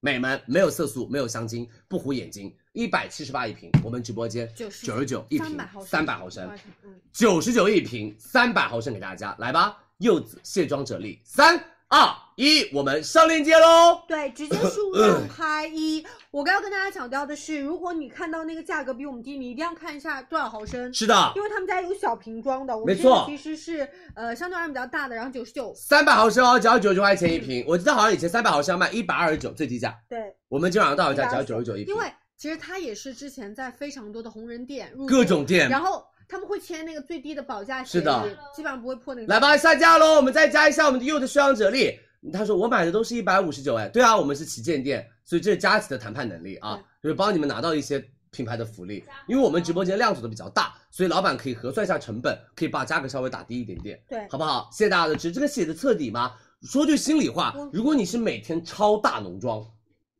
Speaker 3: 美们，没有色素，没有香精，不糊眼睛，一百七十八一瓶，我们直播间九
Speaker 1: 99
Speaker 3: 十九一瓶
Speaker 1: 300毫，升
Speaker 3: 三百毫升，
Speaker 1: 嗯，
Speaker 3: 九十九一瓶，三百毫升给大家，来吧，柚子卸妆啫喱，三二一，我们上链接喽。
Speaker 1: 对，直接数
Speaker 3: <clears throat>
Speaker 1: 量拍一。我刚要跟大家强调的是，如果你看到那个价格比我们低，你一定要看一下多少毫升，
Speaker 3: 是的
Speaker 1: 因，为他们家有小瓶装的，我
Speaker 3: 没
Speaker 1: 们这个
Speaker 3: 错
Speaker 1: 其实是呃相对而言比较大的，然后九十九，
Speaker 3: 三百毫升哦，只要九十九块钱一瓶，我记得好像以前三百毫升要卖一百二十九最低价，
Speaker 1: 对，
Speaker 3: 我们今晚上到手价只要九十九一瓶，
Speaker 1: 因为其实它也是之前在非常多的红人店入驻
Speaker 3: 各，种店，
Speaker 1: 然后他们会签那个最低的保价协
Speaker 3: 是
Speaker 1: 议
Speaker 3: 的，
Speaker 1: 基本上不会破那个。
Speaker 3: 来吧，，下架喽！我们再加一下我们的柚子双啫喱。他说我买的都是一百五十九，哎，对啊，我们是旗舰店，所以这是佳琦的谈判能力啊
Speaker 1: 对，
Speaker 3: 就是帮你们拿到一些品牌的福利。因为我们直播间量组的比较大，所以老板可以核算一下成本，可以把价格稍微打低一点点，
Speaker 1: 对
Speaker 3: 好不好？谢谢大家的支持。这个写的彻底吗？说句心里话
Speaker 1: 嗯，
Speaker 3: 如果你是每天超大浓妆，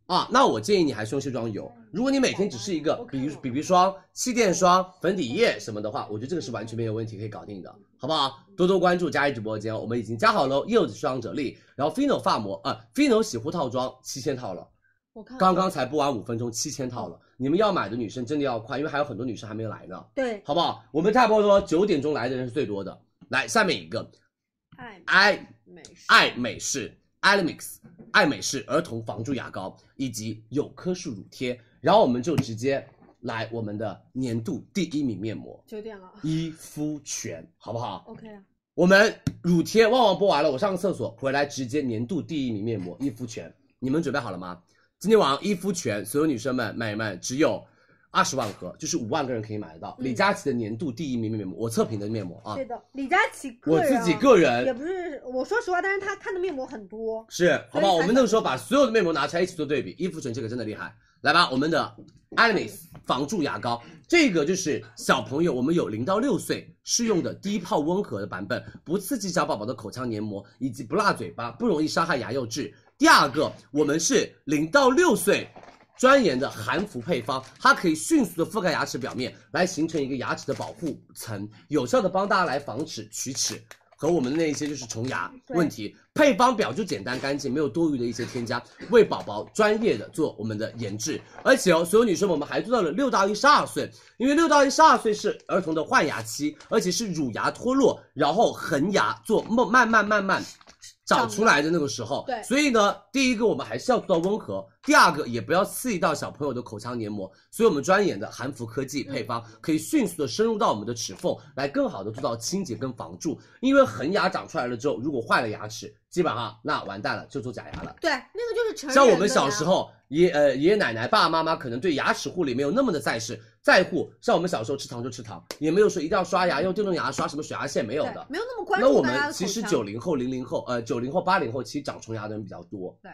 Speaker 3: 啊，那我建议你还是用卸妆油。如果你每天只是一个比如 BB 霜、气垫霜、粉底液什么的话，我觉得这个是完全没有问题可以搞定的，好不好？多多关注佳怡直播间，我们已经加好哦喽，柚子霜啫喱，然后 Fino 发膜，呃，Fino 洗护套装七千套了，
Speaker 1: 我看
Speaker 3: 刚刚才播完五分钟，七千套了。你们要买的女生真的要快，因为还有很多女生还没有来呢，
Speaker 1: 对，
Speaker 3: 好不好？我们差不多九点钟来的人是最多的。来，下面一个
Speaker 1: 爱
Speaker 3: ，I
Speaker 1: 美是
Speaker 3: 爱美仕、Elemix、爱美仕儿童防蛀牙膏以及有棵树乳贴，然后我们就直接来我们的年度第一名面膜
Speaker 1: 九点了
Speaker 3: 伊肤泉，好不好？
Speaker 1: ，OK 啊，
Speaker 3: 我们乳贴旺旺播完了，我上个厕所回来直接年度第一名面膜伊肤泉，你们准备好了吗？今天晚上伊肤泉所有女生们、美们只有二十万盒，就是五万个人可以买得到。李佳琦的年度第一名面膜，我测评的面膜啊
Speaker 1: 对，的，李佳琦个
Speaker 3: 我
Speaker 1: 人
Speaker 3: 自
Speaker 1: 啊
Speaker 3: 己个人
Speaker 1: 也不是，我说实话，但是他看的面膜很多，
Speaker 3: 是，好不
Speaker 1: 所以
Speaker 3: 好？
Speaker 1: 才
Speaker 3: 我们那个时候把所有的面膜拿出来一起做对比，伊芙泉这个真的厉害。来吧，我们的 a n i s 防蛀牙膏，这个就是小朋友，我们有零到六岁适用的低泡温和的版本，不刺激小宝宝的口腔黏膜，以及不辣嘴巴，不容易伤害牙釉质。第二个，我们是零到六岁专研的含服配方，它可以迅速的覆盖牙齿表面，来形成一个牙齿的保护层，有效的帮大家来防止龋齿和我们的那一些就是虫牙问题。配方表就简单干净，没有多余的一些添加，为宝宝专业的做我们的研制。而且哦，所有女生们我们还做到了六到一十二岁，因为六到一十二岁是儿童的换牙期，而且是乳牙脱落，然后恒牙做慢慢慢慢慢长出来的那个时候。
Speaker 1: 对
Speaker 3: 所以呢，第一个我们还是要做到温和，第二个也不要刺激到小朋友的口腔黏膜。所以我们专研的含氟科技配方
Speaker 1: 嗯
Speaker 3: 可以迅速的深入到我们的齿缝，来更好的做到清洁跟防蛀。因为恒牙长出来了之后，如果坏了牙齿，基本上那完蛋了，就做假牙了。
Speaker 1: 对，那个就是成人的
Speaker 3: 像
Speaker 1: 呀
Speaker 3: 我们小时，候，爷呃爷爷奶奶、爸爸妈妈可能对牙齿护理没有那么的在事在乎，像我们小时候吃糖就吃糖，也没有说一定要刷牙用电动牙刷什么水牙线没有
Speaker 1: 对，
Speaker 3: 的。
Speaker 1: 没有那么关
Speaker 3: 那我
Speaker 1: 注大家
Speaker 3: 们
Speaker 1: 的
Speaker 3: 其
Speaker 1: 口
Speaker 3: 实
Speaker 1: 腔。
Speaker 3: 九零后、零零后，呃，九零后、八零后其实长虫牙的人比较多。
Speaker 1: 对，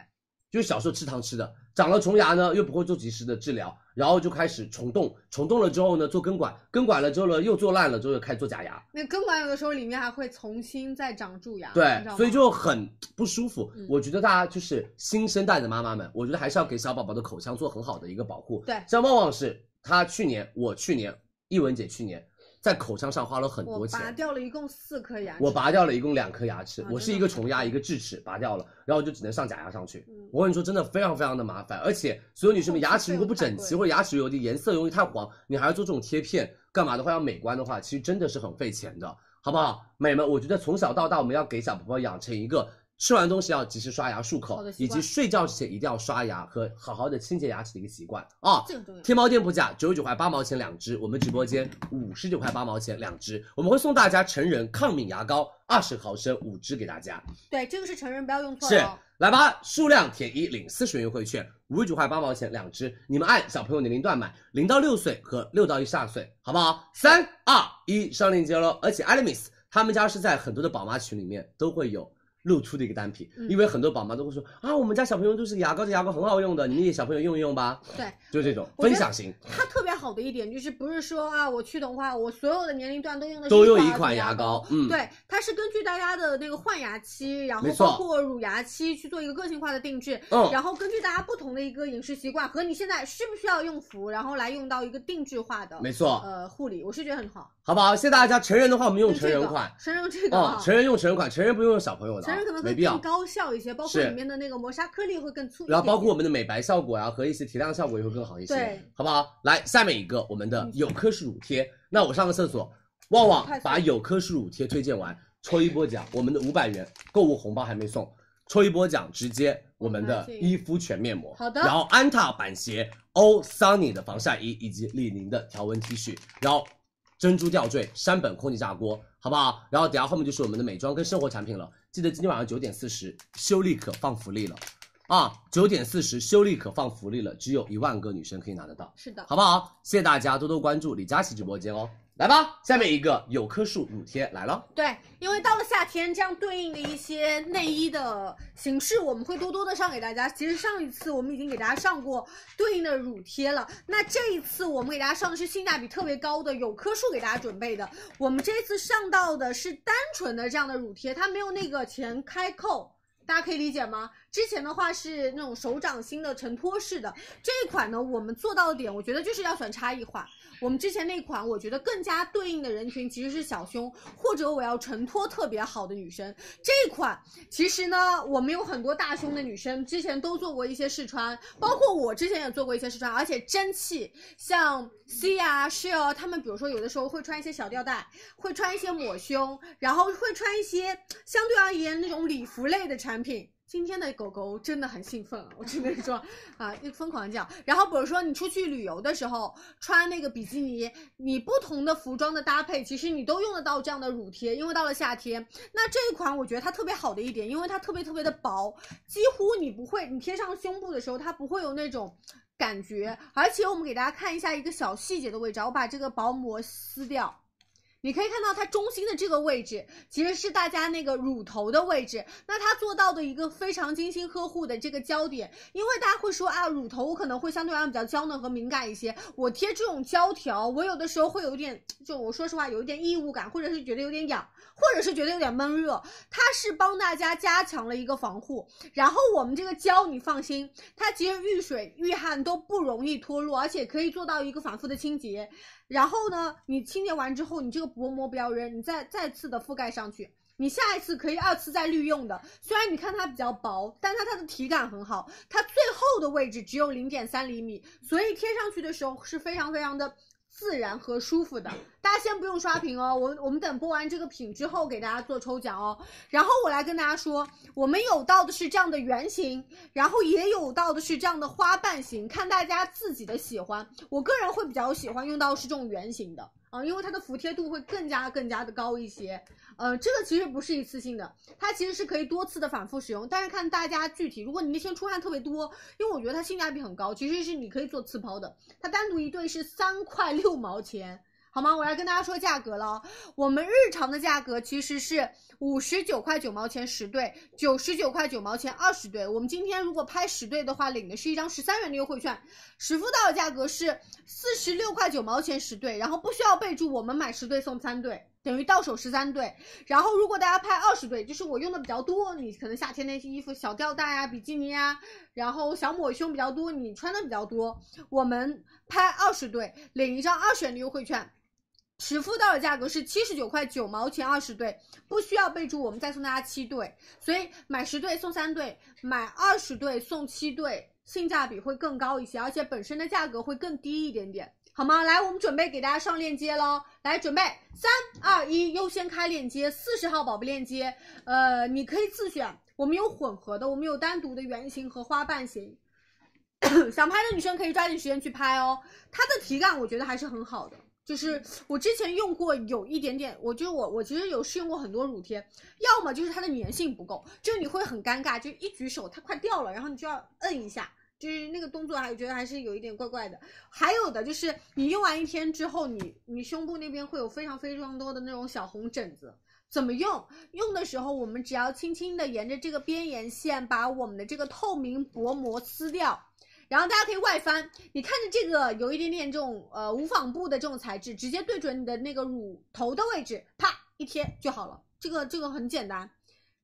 Speaker 3: 就是小时候吃糖吃的，长了虫牙呢又不会做及时的治疗，然后就开始虫洞，虫洞了之后呢做根管，根管了之后呢又做烂了之后又开始做假牙，
Speaker 1: 那根管有的时候里面还会重新再长蛀牙，你
Speaker 3: 对
Speaker 1: 知道，
Speaker 3: 所以
Speaker 1: 吗
Speaker 3: 就很不舒服
Speaker 1: 嗯。
Speaker 3: 我觉得大家就是新生代的妈妈们，我觉得还是要给小宝宝的口腔做很好的一个保护。
Speaker 1: 对
Speaker 3: 像旺旺是，她去年，我去年，一文姐去年在口腔上花了很
Speaker 1: 我
Speaker 3: 多
Speaker 1: 拔
Speaker 3: 钱。
Speaker 1: 掉了一共四颗牙齿，
Speaker 3: 我拔掉了一共两颗牙齿
Speaker 1: 啊，
Speaker 3: 我是
Speaker 1: 真的
Speaker 3: 一个
Speaker 1: 吗
Speaker 3: 虫牙，一个智齿，拔掉了，然后就只能上假牙上去。
Speaker 1: 嗯，
Speaker 3: 我跟你说，真的非常非常的麻烦，而且所有女生们
Speaker 1: 哦
Speaker 3: 牙齿如果不整
Speaker 1: 这
Speaker 3: 齐
Speaker 1: 个
Speaker 3: 或者牙齿有点颜色容易太黄，你还要做这种贴片干嘛的话，要美观的话，其实真的是很费钱的，好不好？美们，我觉得从小到大我们要给小宝宝养成一个吃完东西要及时刷牙漱口
Speaker 1: 好的，习
Speaker 3: 以
Speaker 1: 惯
Speaker 3: 及睡觉之前一定要刷牙和好好的清洁牙齿的一个习惯啊。
Speaker 1: 这个重要。
Speaker 3: 天猫店铺价九十九块八毛钱两支，我们直播间五十九块八毛钱两支，我们会送大家成人抗敏牙膏二十毫升五支给大家。
Speaker 1: 对，这个是成人，不要用错
Speaker 3: 是
Speaker 1: 了哦。，
Speaker 3: 来吧，数量填一领四十元优惠券，五十九块八毛钱两支，你们按小朋友年龄段买，零到六岁和六到一十二岁，好不好？三二一，上链接喽！而且 Elemis 他们家是在很多的宝妈群里面都会有。露出的一个单品，
Speaker 1: 嗯
Speaker 3: 因为很多宝妈都会说啊，我们家小朋友就是牙膏，这牙膏很好用的，你们也小朋友用一用吧。
Speaker 1: 对，
Speaker 3: 就这种
Speaker 1: 我觉得
Speaker 3: 分享型，
Speaker 1: 它特别好的一点就是，不是说啊，我去的话，我所有的年龄段都用的是
Speaker 3: 都用
Speaker 1: 一
Speaker 3: 一款牙
Speaker 1: 牙
Speaker 3: 膏，嗯，
Speaker 1: 对，它是根据大家的那个换牙期，然后
Speaker 3: 没错
Speaker 1: 包括乳牙期去做一个个性化的定制，
Speaker 3: 嗯
Speaker 1: 然后根据大家不同的一个饮食习惯和你现在需不需要用服，然后来用到一个定制化的
Speaker 3: 没错，
Speaker 1: 呃护理，我是觉得很好。
Speaker 3: 好不好？谢谢大家。成人的话，我们用成人款，
Speaker 1: 成人这个啊，
Speaker 3: 啊，成人用成人款，成人不用用小朋友的啊，
Speaker 1: 成人可能
Speaker 3: 没
Speaker 1: 会
Speaker 3: 必要
Speaker 1: 更。高效一些，包括
Speaker 3: 是
Speaker 1: 里面的那个磨砂颗粒会更粗一点点，
Speaker 3: 然后包括我们的美白效果啊，和一些提亮效果也会更好一些，
Speaker 1: 对，
Speaker 3: 好不好？来，下面一个我们的有科氏乳贴，那我上个厕所，旺旺
Speaker 1: 快速
Speaker 3: 把有科氏乳贴推荐完，抽一波奖，我们的五百元购物红包还没送，抽一波奖直接我们的伊肤全面膜，
Speaker 1: 好的
Speaker 3: 然后安踏板鞋、欧桑尼的防晒衣以及李宁的条纹 T 恤，然后珍珠吊坠、山本空气炸锅，好不好？然后等下后面就是我们的美妆跟生活产品了，记得今天晚上九点四十，修丽可放福利了。啊，九点四十，修丽可放福利了，只有一万个女生可以拿得到，
Speaker 1: 是的，
Speaker 3: 好不好？谢谢大家多多关注李佳琦直播间哦。来吧，下面一个有棵树乳贴来了，
Speaker 1: 对，因为到了夏天，这样对应的一些内衣的形式，我们会多多的上给大家。其实上一次我们已经给大家上过对应的乳贴了，那这一次我们给大家上的是性价比特别高的有棵树给大家准备的。我们这一次上到的是单纯的这样的乳贴，它没有那个前开扣。大家可以理解吗？之前的话是那种手掌心的承托式的，这一款呢，我们做到的点，我觉得就是要选差异化。我们之前那款，我觉得更加对应的人群其实是小胸，或者我要承托特别好的女生。这一款其实呢，我们有很多大胸的女生之前都做过一些试穿，包括我之前也做过一些试穿，而且蒸汽像 C 啊、s h 啊，她们比如说有的时候会穿一些小吊带，会穿一些抹胸，然后会穿一些相对而言那种礼服类的产品。今天的狗狗真的很兴奋啊，我只能说，啊，一疯狂叫。然后比如说你出去旅游的时候穿那个比基尼，你不同的服装的搭配，其实你都用得到这样的乳贴，因为到了夏天，那这一款我觉得它特别好的一点，因为它特别特别的薄，几乎你不会，你贴上胸部的时候，它不会有那种。感觉，而且我们给大家看一下一个小细节的位置啊，我把这个薄膜撕掉，你可以看到它中心的这个位置，其实是大家那个乳头的位置。那它做到的一个非常精心呵护的这个焦点，因为大家会说啊，乳头我可能会相对来讲比较娇嫩和敏感一些，我贴这种胶条，我有的时候会有一点，就我说实话有一点异物感，或者是觉得有点痒，或者是觉得有点闷热。它是帮大家加强了一个防护，然后我们这个胶你放心，它其实遇水遇汗都不容易脱落，而且可以做到一个反复的清洁。然后呢，你清洁完之后，你这个薄膜不要扔，你再再次的覆盖上去。你下一次可以二次再利用的，虽然你看它比较薄，但它它的体感很好，它最后的位置只有零点三厘米，所以贴上去的时候是非常非常的自然和舒服的。大家先不用刷屏哦，我们我们等播完这个品之后给大家做抽奖哦。然后我来跟大家说，我们有到的是这样的圆形，然后也有到的是这样的花瓣型，看大家自己的喜欢。我个人会比较喜欢用到是这种圆形的嗯，因为它的服帖度会更加更加的高一些。呃，这个其实不是一次性的，它其实是可以多次的反复使用，但是看大家具体。如果你那天出汗特别多，因为我觉得它性价比很高，其实是你可以做次抛的，它单独一对是三块六毛钱。好吗？我来跟大家说价格了哦。我们日常的价格其实是五十九块九毛钱十对，九十九块九毛钱二十对。我们今天如果拍十对的话，领的是一张十三元的优惠券。实付到的价格是四十六块九毛钱十对，然后不需要备注，我们买十对送三对。等于到手十三对，然后如果大家拍二十对，就是我用的比较多，你可能夏天那些衣服小吊带啊、比基尼啊，然后小抹胸比较多，你穿的比较多，我们拍二十对领一张二十元的优惠券，实付到的价格是七十九块九毛钱二十对，不需要备注，我们再送大家七对，所以买十对送三对，买二十对送七对，性价比会更高一些，而且本身的价格会更低一点点，好吗？来，我们准备给大家上链接喽，来准备三二一，优先开链接，四十号宝贝链接，呃，你可以自选，我们有混合的，我们有单独的圆形和花瓣型。 <coughs> 想拍的女生可以抓紧时间去拍哦，它的体感我觉得还是很好的，就是我之前用过有一点点，我就是我我其实有试用过很多乳贴，要么就是它的粘性不够，就是你会很尴尬，就一举手它快掉了，然后你就要摁一下，就是那个动作还觉得还是有一点怪怪的。还有的就是你用完一天之后，你你胸部那边会有非常非常多的那种小红疹子。怎么用？用的时候，我们只要轻轻的沿着这个边沿线把我们的这个透明薄膜撕掉，然后大家可以外翻，你看着这个有一点点这种呃无纺布的这种材质，直接对准你的那个乳头的位置，啪一贴就好了。这个这个很简单，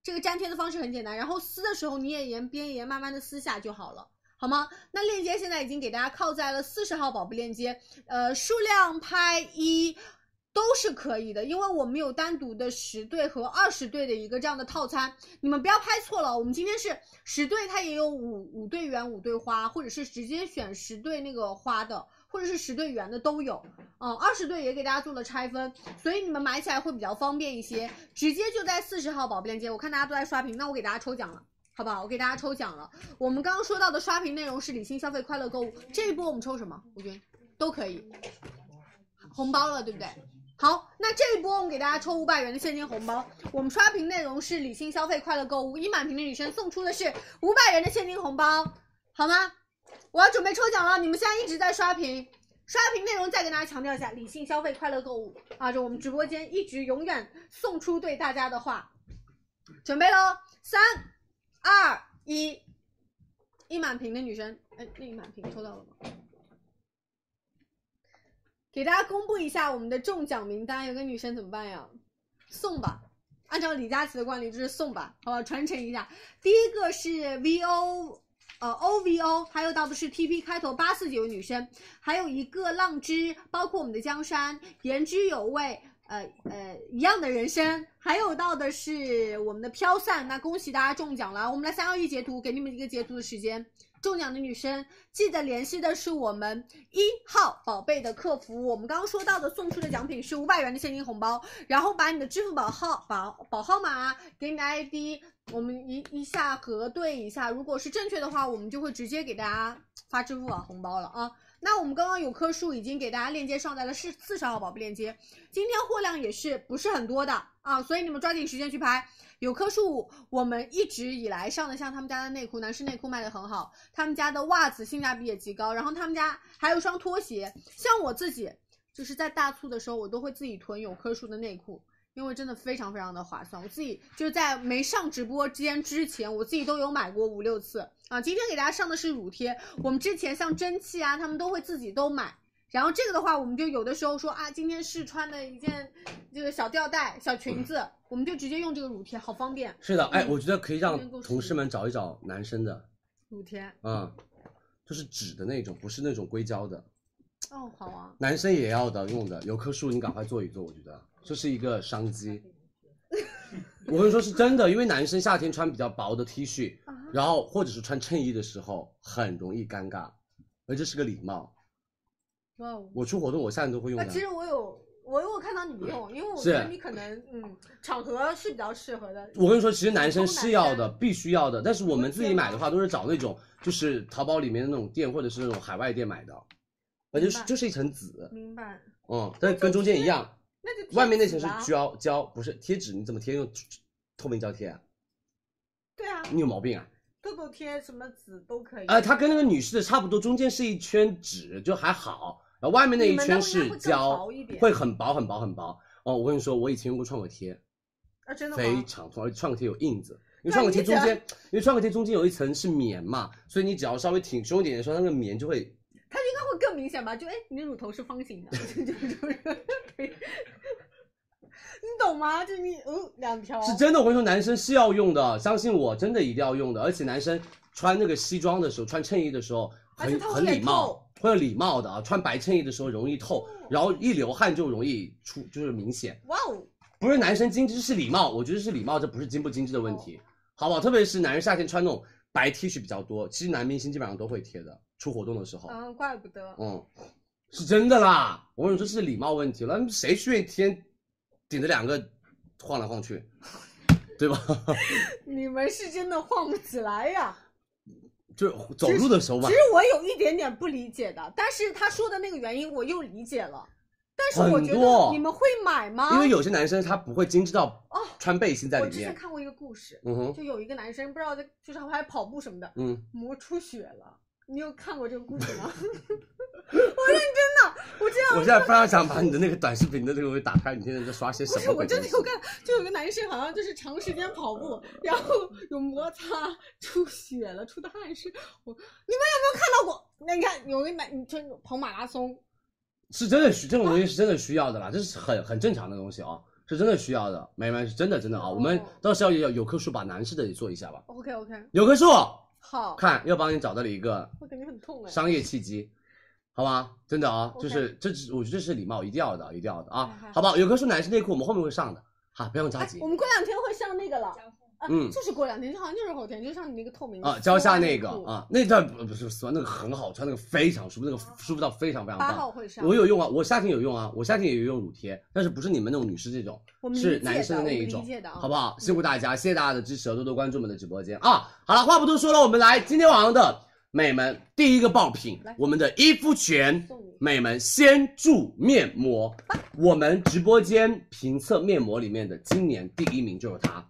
Speaker 1: 这个粘贴的方式很简单。然后撕的时候你也沿边沿慢慢的撕下就好了。好吗？那链接现在已经给大家靠在了四十号宝贝链接，呃，数量拍一都是可以的，因为我们有单独的十对和二十对的一个这样的套餐，你们不要拍错了。我们今天是十对，它也有五五对圆、五对花，或者是直接选十对那个花的，或者是十对圆的都有。嗯，二十对也给大家做了拆分，所以你们买起来会比较方便一些，直接就在四十号宝贝链接。我看大家都在刷屏，那我给大家抽奖了。好不好？我给大家抽奖了。我们刚刚说到的刷屏内容是理性消费、快乐购物。这一波我们抽什么？吴军都可以，红包了，对不对？好，那这一波我们给大家抽五百元的现金红包。我们刷屏内容是理性消费、快乐购物。一满屏的女生送出的是五百元的现金红包，好吗？我要准备抽奖了，你们现在一直在刷屏。刷屏内容再跟大家强调一下，理性消费、快乐购物啊，这我们直播间一直永远送出对大家的话。准备喽，三、二、一，一满屏的女生，哎，那一满屏抽到了吗？给大家公布一下我们的中奖名单，有个女生怎么办呀？送吧，按照李佳琦的惯例就是送吧，好吧，传承一下。第一个是 V O。呃，O V O，还有到的是 T P 开头八四九女生，还有一个浪之，包括我们的江山，言之有味，呃呃，一样的人生，还有到的是我们的飘散，那恭喜大家中奖了！我们来三二一截图，给你们一个截图的时间。中奖的女生记得联系的是我们一号宝贝的客服。我们刚刚说到的送出的奖品是五百元的现金红包，然后把你的支付宝号、宝宝号码给你的 ID，我们一一下核对一下，如果是正确的话，我们就会直接给大家发支付宝红包了啊。那我们刚刚有棵树已经给大家链接上在了是四十号宝贝链接，今天货量也是不是很多的啊，所以你们抓紧时间去拍。有棵树我们一直以来上的像他们家的内裤，男士内裤卖的很好，他们家的袜子性价比也极高，然后他们家还有双拖鞋，像我自己就是在大促的时候，我都会自己囤有棵树的内裤。因为真的非常非常的划算，我自己就是在没上直播间之前，我自己都有买过五六次啊。今天给大家上的是乳贴，我们之前像蒸汽啊，他们都会自己都买。然后这个的话，我们就有的时候说啊，今天试穿的一件这个小吊带、小裙子，我们就直接用这个乳贴，好方便。
Speaker 3: 是的，哎，
Speaker 1: 嗯
Speaker 3: 我觉得可以让
Speaker 1: 能够
Speaker 3: 同
Speaker 1: 试
Speaker 3: 事们找一找男生的，
Speaker 1: 乳贴
Speaker 3: 嗯，就是纸的那种，不是那种硅胶的，
Speaker 1: 哦，好啊，
Speaker 3: 男生也要的用的。有棵树，你赶快做一做，我觉得这是一个商机。 <laughs> 我跟你说是真的，因为男生夏天穿比较薄的 T 恤，然后或者是穿衬衣的时候很容易尴尬，而这是个礼貌。
Speaker 1: 哇哦！
Speaker 3: 我出活动，我夏天都会用
Speaker 2: 那
Speaker 3: 的。
Speaker 2: 其实我有，我有看到你用，因为我
Speaker 3: 是
Speaker 2: 觉得你可能嗯场合是比较适合的。
Speaker 3: 我跟你说，其实男生是要
Speaker 2: 男
Speaker 3: 的，必须要的。但是我们自己买的话，都是找那种就是淘宝里面的那种店，或者是那种海外店买的，反正就是就是一层纸。
Speaker 2: 明白，
Speaker 3: 嗯，但跟中间一样，
Speaker 2: 那就贴
Speaker 3: 外面那层
Speaker 2: 纸
Speaker 3: 是
Speaker 2: 啊
Speaker 3: 胶胶，不是贴纸，你怎么贴？用透明胶贴啊？
Speaker 2: 对啊，
Speaker 3: 你有毛病啊？
Speaker 2: 痘痘贴什么纸都可以。
Speaker 3: 呃，它跟那个女士的差不多，中间是一圈纸，就还好，然后外面那一圈是
Speaker 2: 你
Speaker 3: 胶，
Speaker 2: 们的应该会更薄一点
Speaker 3: 会很薄很薄很薄。哦，我跟你说，我以前用过创可贴，
Speaker 2: 啊，真的吗？
Speaker 3: 非常痛，而且创可贴有印子。因为
Speaker 2: 那
Speaker 3: 创可贴
Speaker 2: 你
Speaker 3: 中
Speaker 2: 这
Speaker 3: 间，因为创可贴中间有一层是棉嘛，所以你只要稍微挺胸一点的时候，它那个棉就会
Speaker 2: 它应该会 <laughs> 更明显吧？就哎，你的乳头是方形的，就 <laughs> 就就是，对 <laughs> 你懂吗？就你哦，两条
Speaker 3: 是真的，我跟你说，男生是要用的，相信我，真的一定要用的。而且男生穿那个西装的时候，穿衬衣的时候，
Speaker 2: 而且
Speaker 3: 很
Speaker 2: 它会
Speaker 3: 很礼貌
Speaker 2: 透，嗯
Speaker 3: 会有礼貌的啊。穿白衬衣的时候容易透，然后一流汗就容易出，就是明显。
Speaker 2: 哇哦，
Speaker 3: 不是男生精致是礼貌，我觉得是礼貌，这不是精不精致的问
Speaker 2: 哦
Speaker 3: 题，好不好？特别是男人夏天穿那种白 T 恤比较多，其实男明星基本上都会贴的，出活动的时候，
Speaker 2: 嗯，怪不得。
Speaker 3: 嗯，是真的啦。我跟你说，这是礼貌问题了，谁去愿意天顶着两个晃来晃去，对吧？
Speaker 2: 你们是真的晃不起来呀、
Speaker 3: 就是走路的时候吧
Speaker 2: 其实，我有一点点不理解的，但是他说的那个原因我又理解了。但是我觉
Speaker 3: 很多
Speaker 2: 得你们会买吗？
Speaker 3: 因为有些男生他不会精致到
Speaker 2: 哦
Speaker 3: 穿背心在
Speaker 2: 我
Speaker 3: 里
Speaker 2: 之前
Speaker 3: 面。
Speaker 2: 看过一个故事，
Speaker 3: 嗯哼，
Speaker 2: 就有一个男生不知道在，就是他还跑步什么的，
Speaker 3: 嗯，
Speaker 2: 磨出血了。你有看过这个故事吗？我认真的，我这样
Speaker 3: 我现在非常想把你的那个短视频的那个给打开，你现在在刷些
Speaker 2: 不
Speaker 3: 什
Speaker 2: 是
Speaker 3: 么
Speaker 2: 我
Speaker 3: 鬼东
Speaker 2: 真
Speaker 3: 西？
Speaker 2: 的有看，就有个男生好像就是长时间跑步，然
Speaker 3: <laughs>
Speaker 2: 后有摩擦出血了，出的汗是。我你们有没有看到过？那你看有个男，你就跑马拉松，
Speaker 3: 是真的需这种东西是真的需要的啦，这是很很正常的东西啊、是真的需要的。美眉是真的真的啊、
Speaker 2: 哦
Speaker 3: 我们到时候要有有棵树把男士的也做一下吧。
Speaker 2: OK OK，
Speaker 3: 有棵树，
Speaker 2: 好，
Speaker 3: 看又帮你找到了一个
Speaker 2: 我感觉很痛哎。
Speaker 3: 商业契机，好吧？真的啊、
Speaker 2: OK 哎
Speaker 3: 就是这是我觉得这是礼貌，一定要的，一定要的啊
Speaker 2: 好，好
Speaker 3: 好不好？有棵树男士内裤我们后面会上的，哈，不用着
Speaker 2: 哎
Speaker 3: 急
Speaker 2: 我。们过两天会上那个了，啊，
Speaker 3: 嗯
Speaker 2: 就是过两天，就好像就是后天，就上你那个透明的
Speaker 3: 啊，蕉下那个
Speaker 2: 丝袜内裤，
Speaker 3: 啊，那段不不是丝袜，那个很好穿，那个非常舒服，那个舒服到非常非常
Speaker 2: 八
Speaker 3: 棒。
Speaker 2: 号会上。
Speaker 3: 我有用啊，我夏天有用啊，我夏天也有用乳贴，但是不是你们那种女士这种，
Speaker 2: 我们理
Speaker 3: 是
Speaker 2: 解
Speaker 3: 男生
Speaker 2: 的
Speaker 3: 那
Speaker 2: 我
Speaker 3: 一
Speaker 2: 们
Speaker 3: 种
Speaker 2: 理解的，啊
Speaker 3: 好不好？辛苦大家，谢谢大家的支持，多多关注我们的直播间啊！好了，话不多说了，我们来今天晚上的美们第一个爆品
Speaker 2: 来，
Speaker 3: 我们的伊肤泉
Speaker 2: 送你
Speaker 3: 美们先注面膜，我们直播间评测面膜里面的今年第一名就是它，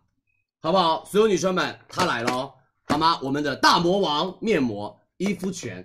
Speaker 3: 好不好？所有女生们，它来了哦，好吗？我们的大魔王面膜伊肤泉，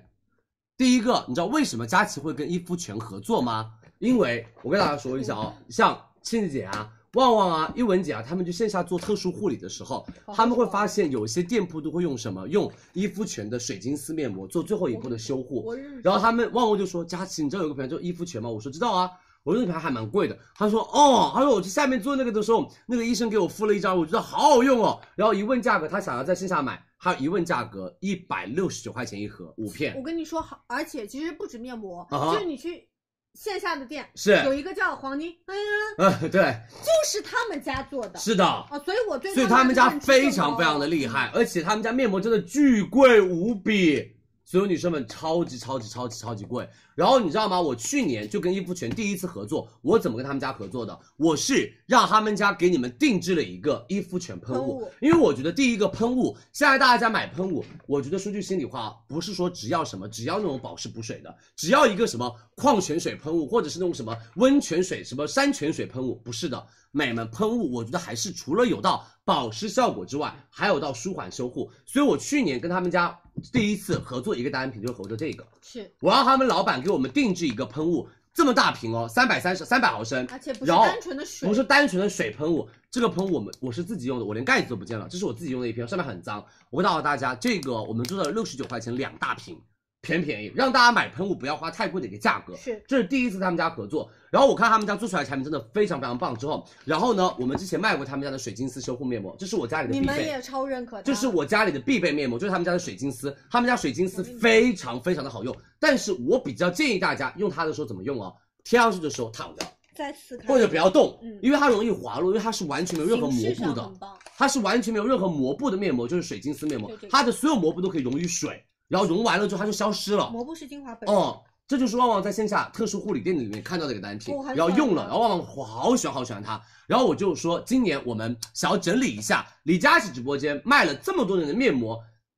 Speaker 3: 第一个，你知道为什么佳琦会跟伊肤泉合作吗？因为我跟大家说一下啊，像倩姐啊、旺旺啊、一文姐啊，他们去线下做特殊护理的时候，他们会发现有一些店铺都会用什么，用伊肤泉的水晶丝面膜做最后一步的修护。
Speaker 2: 我认识。
Speaker 3: 然后他们旺旺就说：“佳琪，你知道有个品牌叫伊肤泉吗？”我说：“知道啊。”我说：“那品牌还蛮贵的。”他说：“哦。”他说：“我去下面做那个的时候，那个医生给我敷了一张，我觉得好好用哦。”然后一问价格，他想要在线下买，他一问价格一百六十九块钱一盒，五片
Speaker 1: 我跟你说，好，而且其实不止面膜，
Speaker 3: 啊哈
Speaker 1: 就是你去线下的店，
Speaker 3: 是，
Speaker 1: 有一个叫黄金，
Speaker 2: 哎
Speaker 1: 嗯，
Speaker 3: 嗯，对，
Speaker 1: 就是他们家做的
Speaker 3: 是的。
Speaker 1: 啊，所以我对
Speaker 3: 所以
Speaker 1: 他
Speaker 3: 他们
Speaker 1: 们
Speaker 3: 家
Speaker 1: 的认知
Speaker 3: 非
Speaker 1: 更
Speaker 3: 常
Speaker 1: 高
Speaker 3: 非常的
Speaker 1: 了
Speaker 3: 厉害，而且他们家面膜真的巨贵无比，所有女生们超级超级超级超级贵。然后你知道吗？我去年就跟伊肤泉第一次合作，我怎么跟他们家合作的？我是让他们家给你们定制了一个伊肤泉喷雾
Speaker 1: 喷雾，
Speaker 3: 因为我觉得第一个喷雾，现在大家买喷雾，我觉得说句心里话，不是说只要什么，只要那种保湿补水的，只要一个什么矿泉水喷雾，或者是那种什么温泉水、什么山泉水喷雾，不是的，美们喷雾，我觉得还是除了有到保湿效果之外，还有到舒缓修护。所以我去年跟他们家第一次合作一个单品，就是合作这个，
Speaker 1: 是，
Speaker 3: 我让他们老板给我们定制一个喷雾，这么大瓶哦，三百三十三百毫升，
Speaker 1: 而且不是
Speaker 3: 然后
Speaker 1: 单纯的啊水，
Speaker 3: 不是单纯的水喷雾，这个喷雾我们我是自己用的，我连盖子都不见了，这是我自己用的一瓶，上面很脏。我告诉大家，这个我们做到六十九块钱两大瓶，便宜便宜，让大家买喷雾不要花太贵的一个价格。
Speaker 1: 是
Speaker 3: 这是第一次他们家合作，然后我看他们家做出来的产品真的非常非常棒。之后，然后呢，我们之前卖过他们家的水晶丝修护面膜，这是我家里的
Speaker 1: 你
Speaker 3: 必
Speaker 1: 们
Speaker 3: 备。
Speaker 1: 也超认可它，
Speaker 3: 这是我家里的必备面膜，就是他们家的水晶丝，他们家水晶丝非常非常的好用，但是我比较建议大家用它的时候怎么用哦，贴上去的时候躺着，
Speaker 1: 再次看
Speaker 3: 或者不要动
Speaker 1: 嗯，
Speaker 3: 因为它容易滑落，因为它是完全没有任何
Speaker 1: 形
Speaker 3: 膜
Speaker 1: 式
Speaker 3: 布
Speaker 1: 上
Speaker 3: 的啊
Speaker 1: 很，棒，
Speaker 3: 它是完全没有任何膜布的面膜，就是水晶丝面膜
Speaker 1: 对对，对
Speaker 3: 它的所有膜布都可以溶于水，然后溶完了之后它就消失了。
Speaker 1: 膜布是精华本身，
Speaker 3: 哦，这就是旺旺在线下特殊护理店里面看到的一个单品
Speaker 1: 我，很喜
Speaker 3: 然
Speaker 1: 欢
Speaker 3: 后用了，
Speaker 1: 它
Speaker 3: 然后旺旺我好喜欢好喜欢它。然后我就说，今年我们想要整理一下李佳琦直播间卖了这么多年的面膜。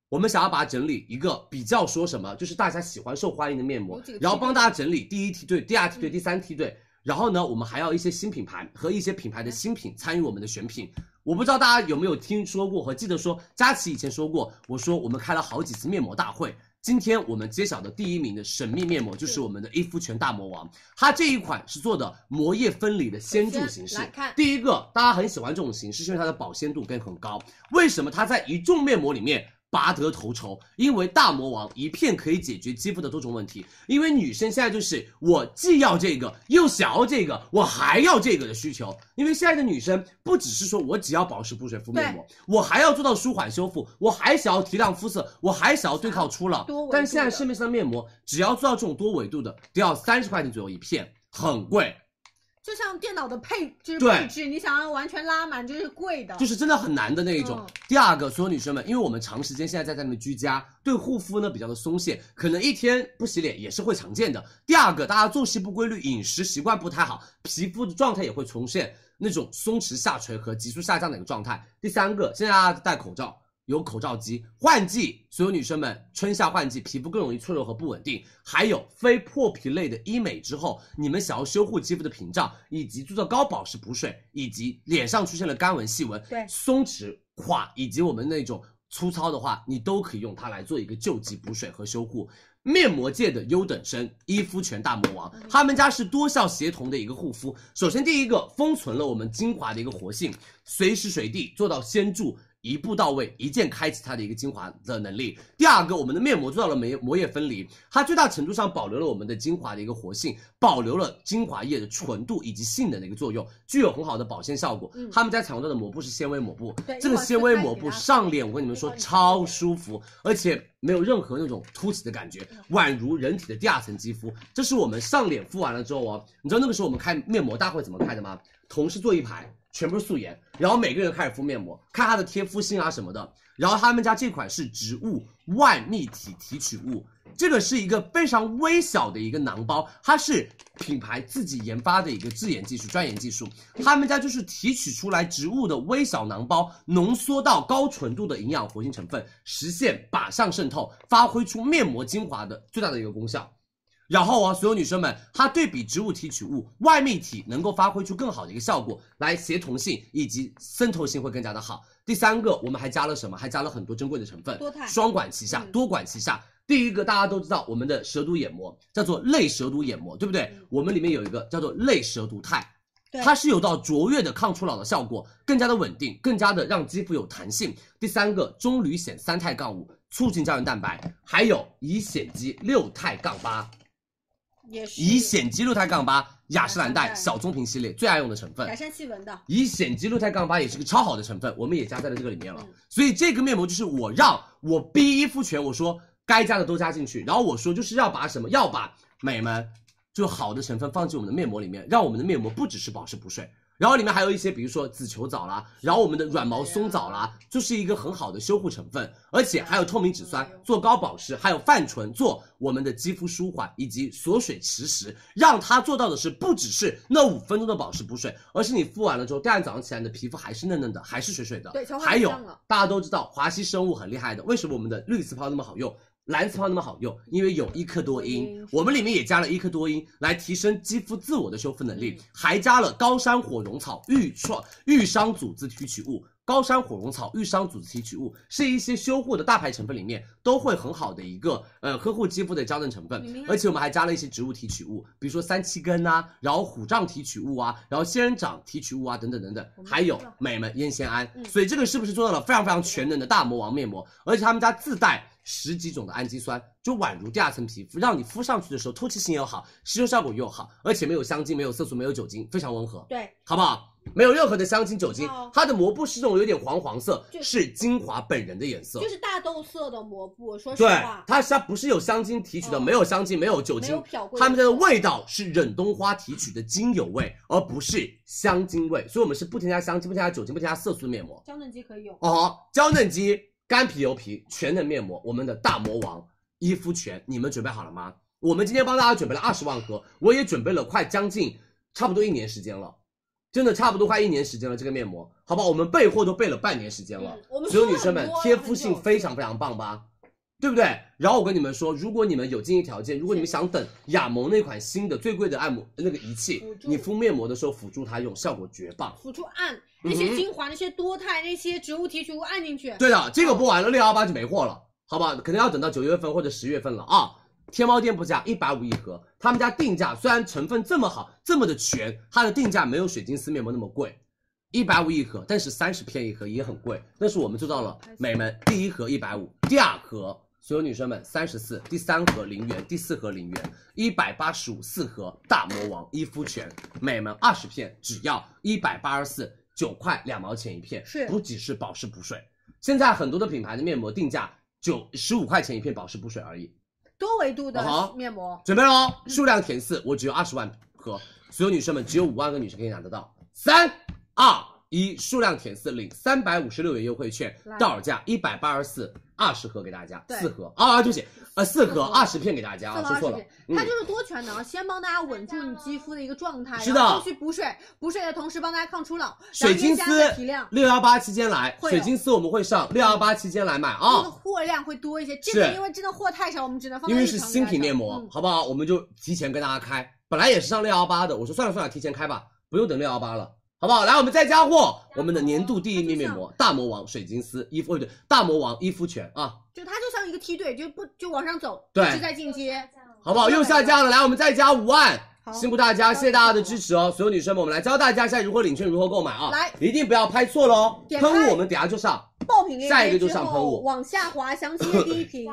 Speaker 3: 我们想要把它整理一个比较说什么，就是大家喜欢受欢迎的面膜
Speaker 1: 有几个，嗯
Speaker 3: 然后
Speaker 1: 梯队
Speaker 3: 帮大家整理第一梯队、第二梯队、第三梯队，然后呢，我们还要一些新品牌和一些品牌
Speaker 1: 嗯
Speaker 3: 的新品参与我们的选品。我不知道大家有没有听说过和记得说，佳琪以前说过，我说我们开了好几次面膜大会。今天我们揭晓的第一名的神秘面膜就是我们的伊肤泉大魔王，它这一款是做的膜液分离的先注形式
Speaker 1: 来。看
Speaker 3: 第一个，大家很喜欢这种形式，是因为它的保鲜度跟很高。为什么它在一众面膜里面拔得头筹？因为大魔王一片可以解决肌肤的多种问题。因为女生现在就是我既要这个，又想要这个，我还要这个的需求。因为现在的女生不只是说我只要保湿、补水、敷面膜，我还要做到舒缓修复，我还想要提亮肤色，我还想要对抗初老
Speaker 1: 多维。度
Speaker 3: 但现在
Speaker 1: 的
Speaker 3: 市面上的面膜，只要做到这种多维度的，都要三十块钱左右一片，很贵。
Speaker 1: 就像电脑的配就是
Speaker 3: 对
Speaker 1: 配置，你想要完全拉满，这是贵的。
Speaker 3: 就是真的很难的那一种。
Speaker 1: 嗯
Speaker 3: 第二个，所有女生们，因为我们长时间现在在家里面居家，对护肤呢比较的松懈，可能一天不洗脸也是会常见的。第二个，大家作息不规律，饮食习惯不太好，皮肤的状态也会重现那种松弛下垂和急速下降的一个状态。第三个，现在大家戴口罩。有口罩机，换季，所有女生们，春夏换季皮肤更容易脆弱和不稳定。还有非破皮类的医美之后，你们想要修护肌肤的屏障，以及做到高保湿补水，以及脸上出现了干纹、细纹、
Speaker 1: 对
Speaker 3: 松弛、垮，以及我们那种粗糙的话，你都可以用它来做一个救急补水和修护。面膜界的优等生伊肤泉大魔
Speaker 1: 嗯
Speaker 3: 王，他们家是多效协同的一个护肤。首先第一个封存了我们精华的一个活性，随时随地做到先注。一步到位，一键开启它的一个精华的能力。第二个，我们的面膜做到了膜膜液分离，它最大程度上保留了我们的精华的一个活性，保留了精华液的纯度以及性能的一个作用，具有很好的保鲜效果。
Speaker 1: 嗯
Speaker 3: 他们家采用到的抹布是纤维抹布
Speaker 1: 对，
Speaker 3: 这
Speaker 1: 一
Speaker 3: 个
Speaker 1: 会儿
Speaker 3: 纤维
Speaker 1: 撕开啊
Speaker 3: 抹
Speaker 1: 给
Speaker 3: 布
Speaker 1: 大家
Speaker 3: 上脸，我跟你们说超舒服，而且没有任何那种凸起的感觉，宛如人体的第二层肌肤。这是我们上脸敷完了之后哦，你知道那个时候我们开面膜大会怎么开的吗？同事坐一排，全部是素颜，然后每个人开始敷面膜，看它的贴肤性啊什么的。然后他们家这款是植物万密体提取物，这个是一个非常微小的一个囊包，它是品牌自己研发的一个制研技术、专研技术。他们家就是提取出来植物的微小囊包，浓缩到高纯度的营养活性成分，实现靶向渗透，发挥出面膜精华的最大的一个功效。然后啊，所有女生们，它对比植物提取物外泌体能够发挥出更好的一个效果，来协同性以及渗透性会更加的好。第三个，我们还加了什么？还加了很多珍贵的成分，
Speaker 1: 多肽
Speaker 3: 双管齐下，
Speaker 1: 嗯
Speaker 3: 多管齐下。第一个大家都知道，我们的蛇毒眼膜叫做类蛇毒眼膜，对不对？
Speaker 1: 嗯
Speaker 3: 我们里面有一个叫做类蛇毒肽，
Speaker 1: 对
Speaker 3: 它是有到卓越的抗初老的效果，更加的稳定，更加的让肌肤有弹性。第三个，棕榈酰三肽杠五促进胶原蛋白，还有乙酰基六肽杠八，
Speaker 1: 也是
Speaker 3: 乙酰基六肽杠八，
Speaker 1: 雅
Speaker 3: 雅诗兰
Speaker 1: 诗兰
Speaker 3: 黛
Speaker 1: 黛
Speaker 3: 小棕瓶系列最爱用的成分
Speaker 1: 改。善细纹的，
Speaker 3: 乙酰基六肽杠八也是个超好的成分，我们也加在了这个里面了。
Speaker 1: 嗯
Speaker 3: 所以这个面膜就是我让我逼一肤泉，我说该加的都加进去，然后我说就是要把什么要把美们就好的成分放进我们的面膜里面，让我们的面膜不只是保湿补水。然后里面还有一些，比如说紫球藻啦，然后我们的软毛松藻啦，就是一个很好的修护成分，而且还有透明质酸做高保湿，还有泛醇做我们的肌肤舒缓以及锁水持时，让它做到的是不只是那五分钟的保湿补水，而是你敷完了之后，第二天早上起来你的皮肤还是嫩嫩的，还是水水的。
Speaker 1: 对球还
Speaker 3: 还有
Speaker 1: 上了
Speaker 3: 大家都知道华熙生物很厉害的，为什么我们的绿刺泡那么好用？蓝刺泡那么好用，因为有伊克多因，我们里面也加了伊克多因来提升肌肤自我的修复能力，
Speaker 1: 嗯
Speaker 3: 还加了高山火绒草愈创愈伤组织提取物。高山火绒草愈伤组织提取物是一些修护的大牌成分里面都会很好的一个呃呵护肌肤的胶原成分
Speaker 1: 你们，要
Speaker 3: 而且我们还加了一些植物提取物，比如说三七根啊，然后虎杖提取物啊，然后仙人掌提取物啊等等等等
Speaker 1: 我，们
Speaker 3: 还有
Speaker 1: 知道
Speaker 3: 美们烟酰胺，
Speaker 1: 嗯
Speaker 3: 所以这个是不是做到了非常非常全能的大魔王面膜？而且他们家自带十几种的氨基酸，就宛如第二层皮肤，让你敷上去的时候透气性又好，吸收效果又好，而且没有香精、没有色素、没有酒精，非常温和，
Speaker 1: 对，
Speaker 3: 好不好？没有任何的香精、酒精
Speaker 1: 哦，
Speaker 3: 它的膜布是这种有点黄黄色，
Speaker 1: 就是
Speaker 3: 精华本人的颜色
Speaker 1: 就。是大豆色的膜布，说实
Speaker 3: 对
Speaker 1: 话，，
Speaker 3: 它是它不是有香精提取的，
Speaker 1: 哦
Speaker 3: 没有香精，没有酒
Speaker 1: 没
Speaker 3: 精
Speaker 1: 有，漂过，
Speaker 3: 他们家的味道是忍冬花提取的精油味，而不是香精味，所以我们是不添加香精、不添加酒精、不添加色素的面膜。
Speaker 1: 娇嫩肌可以用，
Speaker 3: 哦，娇嫩肌、干皮、油皮、全能面膜，我们的大魔王伊肤泉，你们准备好了吗？我们今天帮大家准备了二十万盒，我也准备了快将近差不多一年时间了，真的差不多快一年时间了。这个面膜，好吧，我们备货都备了半年时间了
Speaker 1: 嗯，我们
Speaker 3: 所有
Speaker 1: 说
Speaker 3: 女生
Speaker 1: 很
Speaker 3: 们
Speaker 1: 多啊
Speaker 3: 贴肤性
Speaker 1: 很久
Speaker 3: 非常非常棒吧？对不对？然后我跟你们说，如果你们有经济条件，如果你们想等雅萌那款新的最贵的按摩那个仪器
Speaker 2: 辅，助
Speaker 3: 你敷面膜的时候辅助它用，效果绝棒。
Speaker 2: 辅助按那些
Speaker 3: 嗯哼
Speaker 2: 精华、那些多肽、那些植物提取物按进去，
Speaker 3: 对的，这个播完了六幺八就没货了，好吧？可能要等到九月份或者十月份了啊。天猫店铺价一百五一盒，他们家定价虽然成分这么好，这么的全，它的定价没有水晶丝面膜那么贵，一百五一盒，但是三十片一盒也很贵。但是我们做到了，美们第一盒一百五，第二盒所有女生们三十四，第三盒零元，第四盒零元，一百八十五四盒大魔王一肤泉，美们二十片只要一百八十四九块两毛钱一片，
Speaker 2: 是
Speaker 3: 补给式保湿补水。现在很多的品牌的面膜定价九十五块钱一片保湿补水而已，
Speaker 1: 多维度的
Speaker 3: 啊哈
Speaker 1: 面膜，
Speaker 3: 准备喽，
Speaker 1: 嗯
Speaker 3: 数量填四，我只有二十万盒，所有女生们只有五万个女生可以拿得到。三二一，数量填四，领三百五十六元优惠券
Speaker 1: 来，
Speaker 3: 到手价一百八十四，二十盒给大家，
Speaker 1: 对
Speaker 3: 四盒啊，对不起，呃，
Speaker 1: 四
Speaker 3: 四盒
Speaker 1: 盒
Speaker 3: 二十片给大家啊，
Speaker 1: 四盒
Speaker 3: 说错了
Speaker 1: 20，
Speaker 3: 嗯
Speaker 1: 它就是多全能，先帮大家稳住你肌肤的一个状态，
Speaker 3: 是的
Speaker 1: 然后继续补水，补水的同时帮大家抗初老，然
Speaker 3: 水
Speaker 1: 后
Speaker 3: 晶
Speaker 1: 添加
Speaker 3: 丝
Speaker 1: 提亮。
Speaker 3: 六幺八期间来，
Speaker 1: 会有
Speaker 3: 水晶丝我们会上六幺八期间来买啊。
Speaker 1: 这个货量会多一些，这个
Speaker 3: 是
Speaker 1: 因为真的货太少，我们只能放在
Speaker 3: 因为
Speaker 1: 日
Speaker 3: 是
Speaker 1: 常
Speaker 3: 新
Speaker 1: 给
Speaker 3: 品
Speaker 1: 大家
Speaker 3: 面膜，
Speaker 1: 嗯
Speaker 3: 好不好？我们就提前跟大家开。本来也是上六幺八的，我说算了算了，提前开吧，不用等六幺八了，好不好？来，我们再加货，我们的年度第一面面膜大魔王水晶丝伊肤，哦对，大魔王伊肤泉啊，
Speaker 1: 就它就像一个梯队，就不就往上走，
Speaker 3: 对
Speaker 1: 一直在进阶。
Speaker 3: 好不好？又下架了，来，我们再加五万。
Speaker 1: 好
Speaker 3: 辛苦大家，谢谢大家的支持哦！所有女生们，我们来教大家现在如何领券、如何购买啊！
Speaker 1: 来
Speaker 3: 一定不要拍错喽！
Speaker 1: 点开
Speaker 3: 喷雾我们等下就上，
Speaker 1: 爆品链接
Speaker 3: 下一个就上
Speaker 1: 之后
Speaker 3: 喷雾
Speaker 1: 往下滑，
Speaker 3: <clears throat>
Speaker 1: 详情页第一屏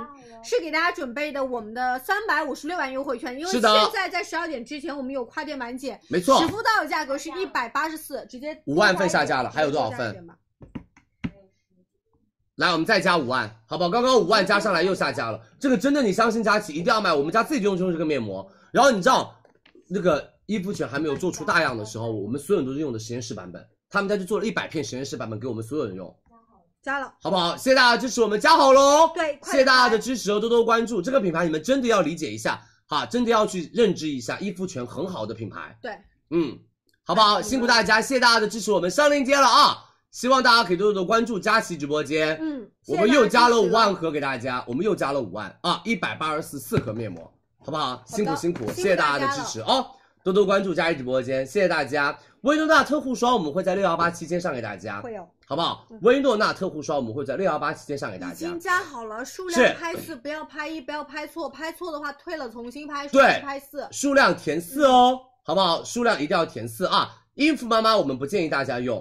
Speaker 1: 是给大家准备的我们的三百五十六元优惠券，因为现
Speaker 3: 是的
Speaker 1: 在在十二点之前我们有跨店满减，
Speaker 3: 没错
Speaker 1: 实，付到手价格是一百八十四，直接
Speaker 3: 五万份下架了还有多少份
Speaker 1: 下架吧？
Speaker 3: 来，我们再加五万，好不好？刚刚五万加上来又下架了，这个真的你相信佳琪一定要买，我们家自己用就是这个面膜。然后你知道，那个伊肤泉还没有做出大样的时候，我们所有人都是用的实验室版本，他们家就做了一百片实验室版本给我们所有人用，
Speaker 1: 加了，
Speaker 3: 好不好？谢谢大家支持，我们加好喽！
Speaker 1: 对，快
Speaker 3: 谢谢大家的支持哦，多多关注这个品牌，你们真的要理解一下哈，真的要去认知一下，伊肤泉很好的品牌。
Speaker 1: 对，
Speaker 3: 嗯，好不好？辛苦大家，谢谢大家的支持，我们上链接了啊！希望大家可以多多关注佳琪直播间。
Speaker 1: 嗯，
Speaker 3: 我们又加了五万
Speaker 1: 盒，
Speaker 3: 盒给大家，我们又加了五万啊，一百八十四四盒面膜，好不好？辛苦辛苦，
Speaker 1: 辛苦
Speaker 3: 谢谢大家的支持哦，多多关注佳怡直播间，谢谢大家。薇诺娜特护霜我们会在六幺八期间上给大家，
Speaker 1: 会有
Speaker 3: 好不好？薇诺娜特护霜我们会在六幺八期间上给大
Speaker 1: 已
Speaker 3: 家
Speaker 1: 经，加好了，数
Speaker 3: 是
Speaker 1: 量拍四，不要拍一，不要拍错，拍错的话退了重新拍，数
Speaker 3: 对
Speaker 1: 量拍四。
Speaker 3: 数量填四哦，好不好？数量一定要填四啊！孕妇妈妈我们不建议大家用，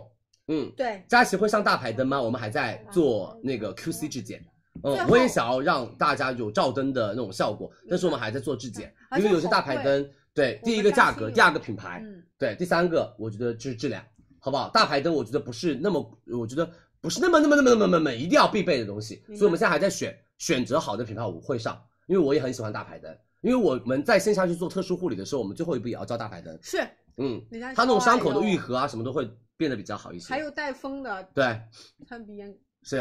Speaker 3: 嗯，
Speaker 1: 对，
Speaker 3: 佳琪会上大牌灯吗？我们还在做那个 QC 质检。嗯
Speaker 1: 最，后
Speaker 3: 我也想要让大家有照灯的那种效果，但是我们还在做质检，
Speaker 1: 而
Speaker 3: 因
Speaker 1: 且
Speaker 3: 为有些大
Speaker 1: 好贵
Speaker 3: 牌灯，对，
Speaker 1: 我
Speaker 3: 第一
Speaker 1: 们
Speaker 3: 个
Speaker 1: 担
Speaker 3: 价
Speaker 1: 心
Speaker 3: 格，
Speaker 1: 有
Speaker 3: 第二个品牌，
Speaker 1: 嗯，
Speaker 3: 对，第三个我觉得就是质量，好不好？大牌灯我觉得不是那么，我觉得不是那么那么那么那么那么一定要必备的东西，
Speaker 1: 明白
Speaker 3: 所以我们现在还在选选择好的品牌，我会上，因为我也很喜欢大牌灯，因为我们在线下去做特殊护理的时候，我们最后一步也要照大牌灯，
Speaker 1: 是，
Speaker 3: 嗯，
Speaker 1: 你看
Speaker 3: 它那种伤口的愈
Speaker 1: 合，
Speaker 3: 合啊什么都会变得比较好一些，
Speaker 1: 还有带风的，
Speaker 3: 对，
Speaker 1: 看鼻炎。
Speaker 3: 是。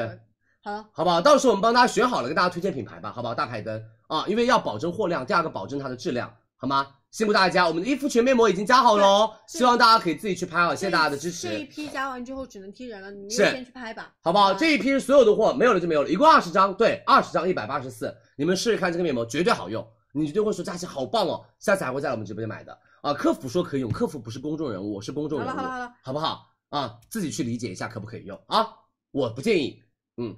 Speaker 1: 好了，
Speaker 3: 好不好？到时候我们帮大家选好了，跟大家推荐品牌吧，好不好？大牌灯啊，因为要保证货量，第二个保证它的质量，好吗？辛苦大家，我们的伊肤泉面膜已经加好了哦，
Speaker 1: 对
Speaker 3: 希望大家可以自己去拍啊，谢谢大家的支
Speaker 1: 这一
Speaker 3: 持，
Speaker 1: 批加完之后只能踢人了，你们
Speaker 3: 是
Speaker 1: 优先去拍吧。
Speaker 3: 好不好？
Speaker 1: 啊
Speaker 3: 这一批是所有的货，没有了就没有了，一共二十张，对，二十张一百八十四，你们试试看这个面膜绝对好用，你绝对会说佳琪好棒哦，下次还会再来我们直播间买的啊。客服说可以用，客服不是公众人物，我是公众
Speaker 1: 好
Speaker 3: 人
Speaker 1: 了
Speaker 3: 物，
Speaker 1: 好了好了，
Speaker 3: 好不好？啊，自己去理解一下可不可以用啊，我不建议，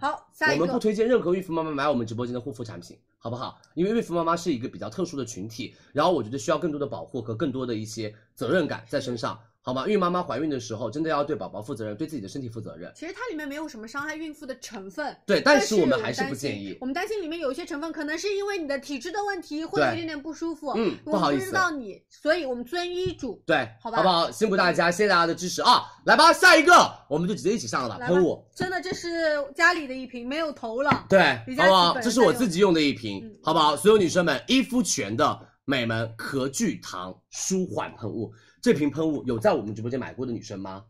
Speaker 1: 好，下一
Speaker 3: 我们不
Speaker 1: 个
Speaker 3: 推荐任何孕妇妈妈买我们直播间的护肤产品，好不好？因为孕妇妈妈是一个比较特殊的群体，然后我觉得需要更多的保护和更多的一些责任感在身上，好吗？孕妈妈怀孕的时候，真的要对宝宝负责任，对自己的身体负责任。
Speaker 1: 其实它里面没有什么伤害孕妇的成分，
Speaker 3: 对，但是我们还
Speaker 1: 担
Speaker 3: 是
Speaker 1: 心
Speaker 3: 不建议。
Speaker 1: 我们担心里面有一些成分可能是因为你的体质的问题，会有
Speaker 3: 对
Speaker 1: 一点点不舒服。
Speaker 3: 嗯
Speaker 1: 哦我
Speaker 3: 不
Speaker 1: 们
Speaker 3: 好意
Speaker 1: 不
Speaker 3: 思
Speaker 1: 知道你，所以我们遵医嘱。
Speaker 3: 对，
Speaker 1: 好吧
Speaker 3: 不好？辛苦大家，谢谢大家的支持啊！来吧，下一个我们就直接一起上了吧，
Speaker 1: 来吧
Speaker 3: 喷雾。
Speaker 1: 真的，这是家里的一瓶，没有头了。
Speaker 3: 对，
Speaker 1: 李佳琦
Speaker 3: 好不好？
Speaker 1: 本
Speaker 3: 这
Speaker 1: 人
Speaker 3: 是
Speaker 1: 在
Speaker 3: 我
Speaker 1: 用
Speaker 3: 自己用的一瓶
Speaker 1: 嗯，
Speaker 3: 好不好？所有女生们，伊肤泉的美门壳聚糖舒缓喷雾，这瓶喷雾有在我们直播间买过的女生吗？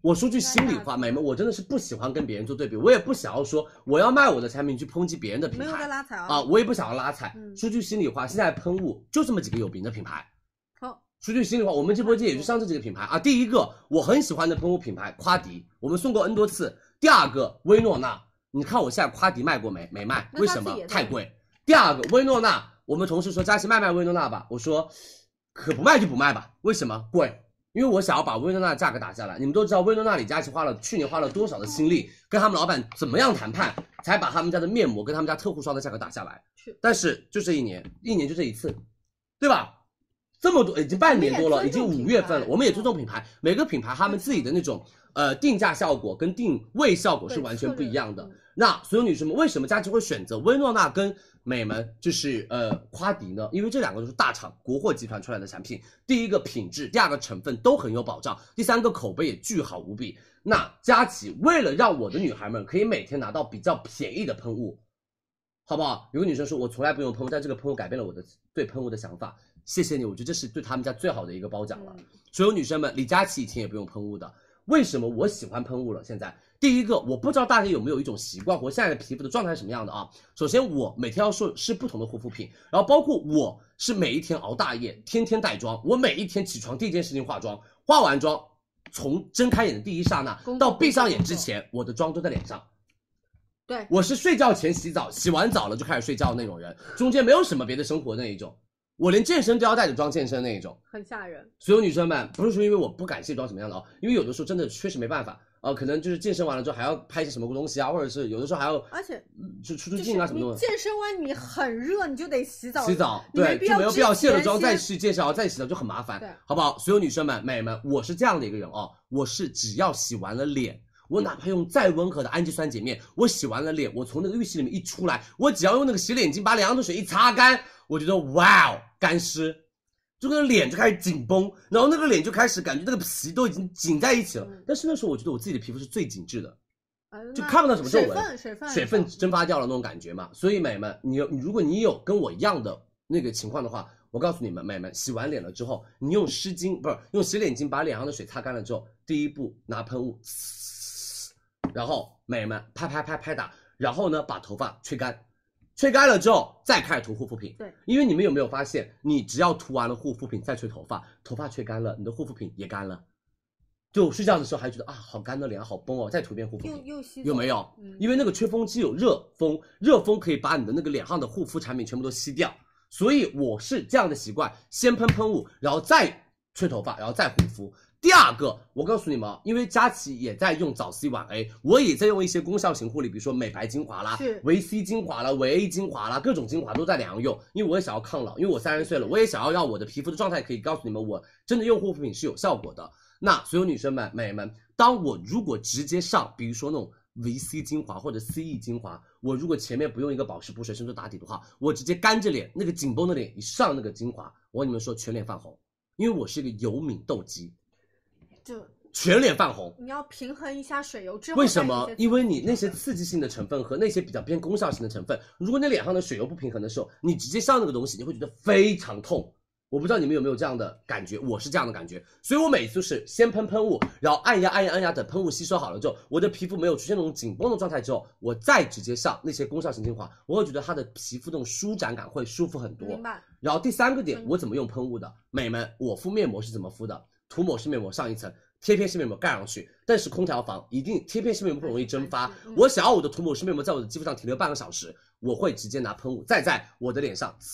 Speaker 3: 我说句心里话，美们，我真的是不喜欢跟别人做对比，我也不想要说我要卖我的产品去抨击别人的品
Speaker 1: 没有在
Speaker 3: 牌
Speaker 1: 拉踩啊！
Speaker 3: 啊，我也不想要拉踩。
Speaker 1: 嗯
Speaker 3: 说句心里话，现在喷雾就这么几个有名的品牌。
Speaker 1: 好，
Speaker 3: 说句心里话，我们直播间也就上这几个品牌啊。第一个我很喜欢的喷雾品牌夸迪，我们送过 N 多次。第二个薇诺娜，你看我现在夸迪卖过没？没卖，
Speaker 1: 那他
Speaker 3: 为什
Speaker 1: 自
Speaker 3: 么
Speaker 1: 己也？在
Speaker 3: 太贵。第二个薇诺娜，我们同事说佳琪卖卖薇诺娜吧，我说可不卖就不卖吧，为什么贵？因为我想要把薇诺娜的价格打下来。你们都知道薇诺娜李佳琦花了去年花了多少的心力，跟他们老板怎么样谈判，才把他们家的面膜跟他们家特护霜的价格打下来。
Speaker 1: 是，
Speaker 3: 但是就这一年，一年就这一次，对吧？这么多已经半年多了，
Speaker 1: 我们
Speaker 3: 已
Speaker 1: 也
Speaker 3: 经
Speaker 1: 尊重
Speaker 3: 五月份了
Speaker 1: 品，牌嗯
Speaker 3: 我们也尊重品牌，每个品牌他们自己的那种呃定价效果跟定位效果是
Speaker 1: 对
Speaker 3: 完全
Speaker 1: 策
Speaker 3: 不
Speaker 1: 略
Speaker 3: 一样的
Speaker 1: 嗯。
Speaker 3: 那所有女生们，为什么佳琦会选择薇诺娜跟美门，就是呃夸迪呢？因为这两个都是大厂国货集团出来的产品，第一个品质，第二个成分都很有保障，第三个口碑也巨好无比。那佳琦为了让我的女孩们可以每天拿到比较便宜的喷雾，好不好？有个女生说，我从来不用喷雾，但这个喷雾改变了我的对喷雾的想法。谢谢你，我觉得这是对他们家最好的一个褒奖了。所有女生们，李佳琦以前也不用喷雾的，为什么我喜欢喷雾了？现在第一个，我不知道大家有没有一种习惯，我现在的皮肤的状态是什么样的啊？首先，我每天要试试不同的护肤品，然后包括我是每一天熬大夜，天天带妆，我每一天起床第一件事情化妆，化完妆，从睁开眼的第一刹那
Speaker 1: 工作
Speaker 3: 到闭上眼之前，我的妆都在脸上。
Speaker 1: 对
Speaker 3: 我是睡觉前洗澡，洗完澡了就开始睡觉的那种人，中间没有什么别的生活那一种，我连健身都要带着妆健身那一种。
Speaker 1: 很吓人。
Speaker 3: 所有女生们，不是说因为我不感卸妆怎么样的哦，因为有的时候真的确实没办法，呃，可能就是健身完了之后还要拍一些什么东西啊，或者是有的时候还要
Speaker 1: 而且
Speaker 3: 嗯就出
Speaker 2: 就是
Speaker 3: 出镜啊什么
Speaker 2: 你
Speaker 3: 东西。
Speaker 2: 健身完你很热，你就得洗澡。
Speaker 3: 洗澡，
Speaker 2: 你
Speaker 3: 对，
Speaker 2: 必
Speaker 3: 就没有
Speaker 2: 之
Speaker 3: 必要卸了
Speaker 2: 前
Speaker 3: 妆再
Speaker 2: 先
Speaker 3: 去健身啊，再洗澡就很麻烦
Speaker 2: 对，
Speaker 3: 好不好？所有女生们、美们，我是这样的一个人哦，我是只要洗完了脸，我哪怕用再温和的氨基酸洁面，我洗完了脸，我从那个浴室里面一出来，我只要用那个洗脸巾把脸上的水一擦干，我觉得哇哦，干湿，就那个脸就开始紧绷，然后那个脸就开始感觉那个皮都已经紧在一起了。
Speaker 1: 嗯
Speaker 3: 但是那时候我觉得我自己的皮肤是最紧致的，
Speaker 1: 呃
Speaker 3: 就
Speaker 1: 那
Speaker 3: 看不到什么皱
Speaker 1: 水
Speaker 3: 纹
Speaker 1: 分，水分，
Speaker 3: 水分蒸发掉了那种感觉嘛。所以美们，你有你如果你有跟我一样的那个情况的话，我告诉你们，美们，洗完脸了之后，你用湿巾不是用洗脸巾把脸上的水擦干了之后，第一步拿喷雾，呲然后美们拍拍拍拍打，然后呢把头发吹干。吹干了之后，再开始涂护肤品。
Speaker 1: 对，
Speaker 3: 因为你们有没有发现，你只要涂完了护肤品再吹头发，头发吹干了，你的护肤品也干了。就睡觉的时候还觉得啊，好干的脸好崩哦，再涂一遍护肤品
Speaker 1: 又。又吸
Speaker 3: 有没
Speaker 1: 有？
Speaker 3: 有
Speaker 1: 嗯？
Speaker 3: 因为那个吹风机有热风，热风可以把你的那个脸上的护肤产品全部都吸掉，所以我是这样的习惯，先喷喷雾，然后再吹头发，然后再护肤。第二个，我告诉你们啊，因为佳琦也在用早 C 晚 A，我也在用一些功效型护理，比如说美白精华啦
Speaker 1: 是、
Speaker 3: 维 C 精华啦、维 A 精华啦，各种精华都在两用，因为我也想要抗老，因为我三十岁了，我也想要让我的皮肤的状态可以告诉你们，我真的用护肤品是有效果的。那所有女生们、美们，当我如果直接上，比如说那种 VC 精华或者 CE 精华，我如果前面不用一个保湿补水深度打底的话，我直接干着脸，那个紧绷的脸一上那个精华，我跟你们说，全脸泛红，因为我是一个油敏痘肌，
Speaker 1: 就
Speaker 3: 全脸泛红。
Speaker 1: 你要平衡一下水油之后再
Speaker 3: 为
Speaker 1: 一些
Speaker 3: 什
Speaker 1: 刺激的。
Speaker 3: 么？因为你那些刺激性的成分和那些比较偏功效性的成分，如果你脸上的水油不平衡的时候，你直接上那个东西，你会觉得非常痛。我不知道你们有没有这样的感觉，我是这样的感觉，所以我每次就是先喷喷雾，然后按压按压按压，等喷雾吸收好了之后，我的皮肤没有出现那种紧绷的状态之后，我再直接上那些功效型精华，我会觉得它的皮肤那种舒展感会舒服很多。
Speaker 1: 明白？
Speaker 3: 然后第三个点
Speaker 1: 嗯，
Speaker 3: 我怎么用喷雾的？美们，我敷面膜是怎么敷的？涂抹式面膜上一层，贴片式面膜盖上去。但是空调房一定贴片式面膜不容易蒸发
Speaker 1: 还是。嗯
Speaker 3: 我想要我的涂抹式面膜在我的肌肤上停留半个小时，我会直接拿喷雾再在我的脸上，呲呲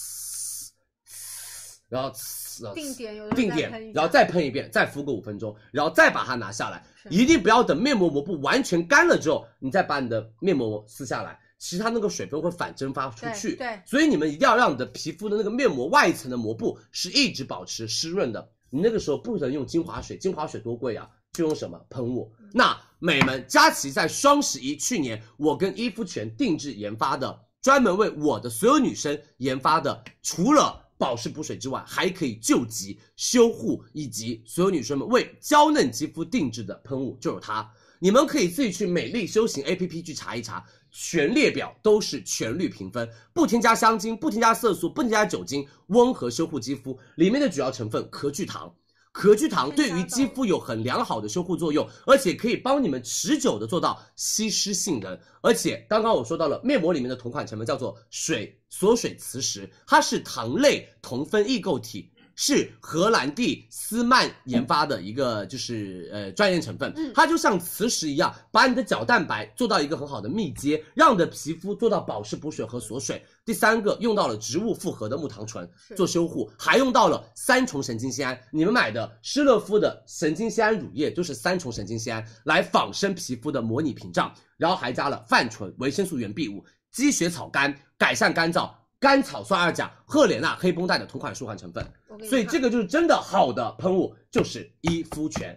Speaker 3: 然后呲然后呲
Speaker 1: 定点有的
Speaker 3: 定
Speaker 1: 时候再喷
Speaker 3: 点
Speaker 1: 一，
Speaker 3: 然后
Speaker 1: 下
Speaker 3: 再喷一遍，再敷个五分钟，然后再把它拿下来。
Speaker 1: 是
Speaker 3: 一定不要等面膜膜布完全干了之后，你再把你的面膜膜撕下来，其实它那个水分会反蒸发出去。
Speaker 1: 对对
Speaker 3: 所以你们一定要让你的皮肤的那个面膜外层的膜布是一直保持湿润的。你那个时候不能用精华水，精华水多贵啊，就用什么喷雾。那美们，佳琦在双十一去年，我跟伊肤泉定制研发的，专门为我的所有女生研发的，除了保湿补水之外，还可以救急、修护以及所有女生们为娇嫩肌肤定制的喷雾，就有它。你们可以自己去美丽修行 APP 去查一查，全列表都是全绿评分，不添加香精，不添加色素，不添加酒精，温和修护肌肤。里面的主要成分壳聚糖，壳聚糖对于肌肤有很良好的修护作用，而且可以帮你们持久的做到吸湿性能。而且刚刚我说到了面膜里面的同款成分叫做水锁水磁石，它是糖类同分异构体。是荷兰弟斯曼研发的一个就是呃专业成分
Speaker 1: 嗯，
Speaker 3: 它就像磁石一样，把你的角蛋白做到一个很好的密接，让你的皮肤做到保湿、补水和锁水。第三个用到了植物复合的木糖醇
Speaker 1: 是
Speaker 3: 做修护，还用到了三重神经酰胺。你们买的施乐肤的神经酰胺乳液就是三重神经酰胺，来仿生皮肤的模拟屏障，然后还加了泛醇、维生素原 B 五、积雪草苷，改善干燥。甘草酸二钾、赫莲娜黑绷带的同款舒缓成分，
Speaker 1: 我给你
Speaker 3: 所以
Speaker 1: 看
Speaker 3: 这个就是真的好的喷雾，就是一肤泉，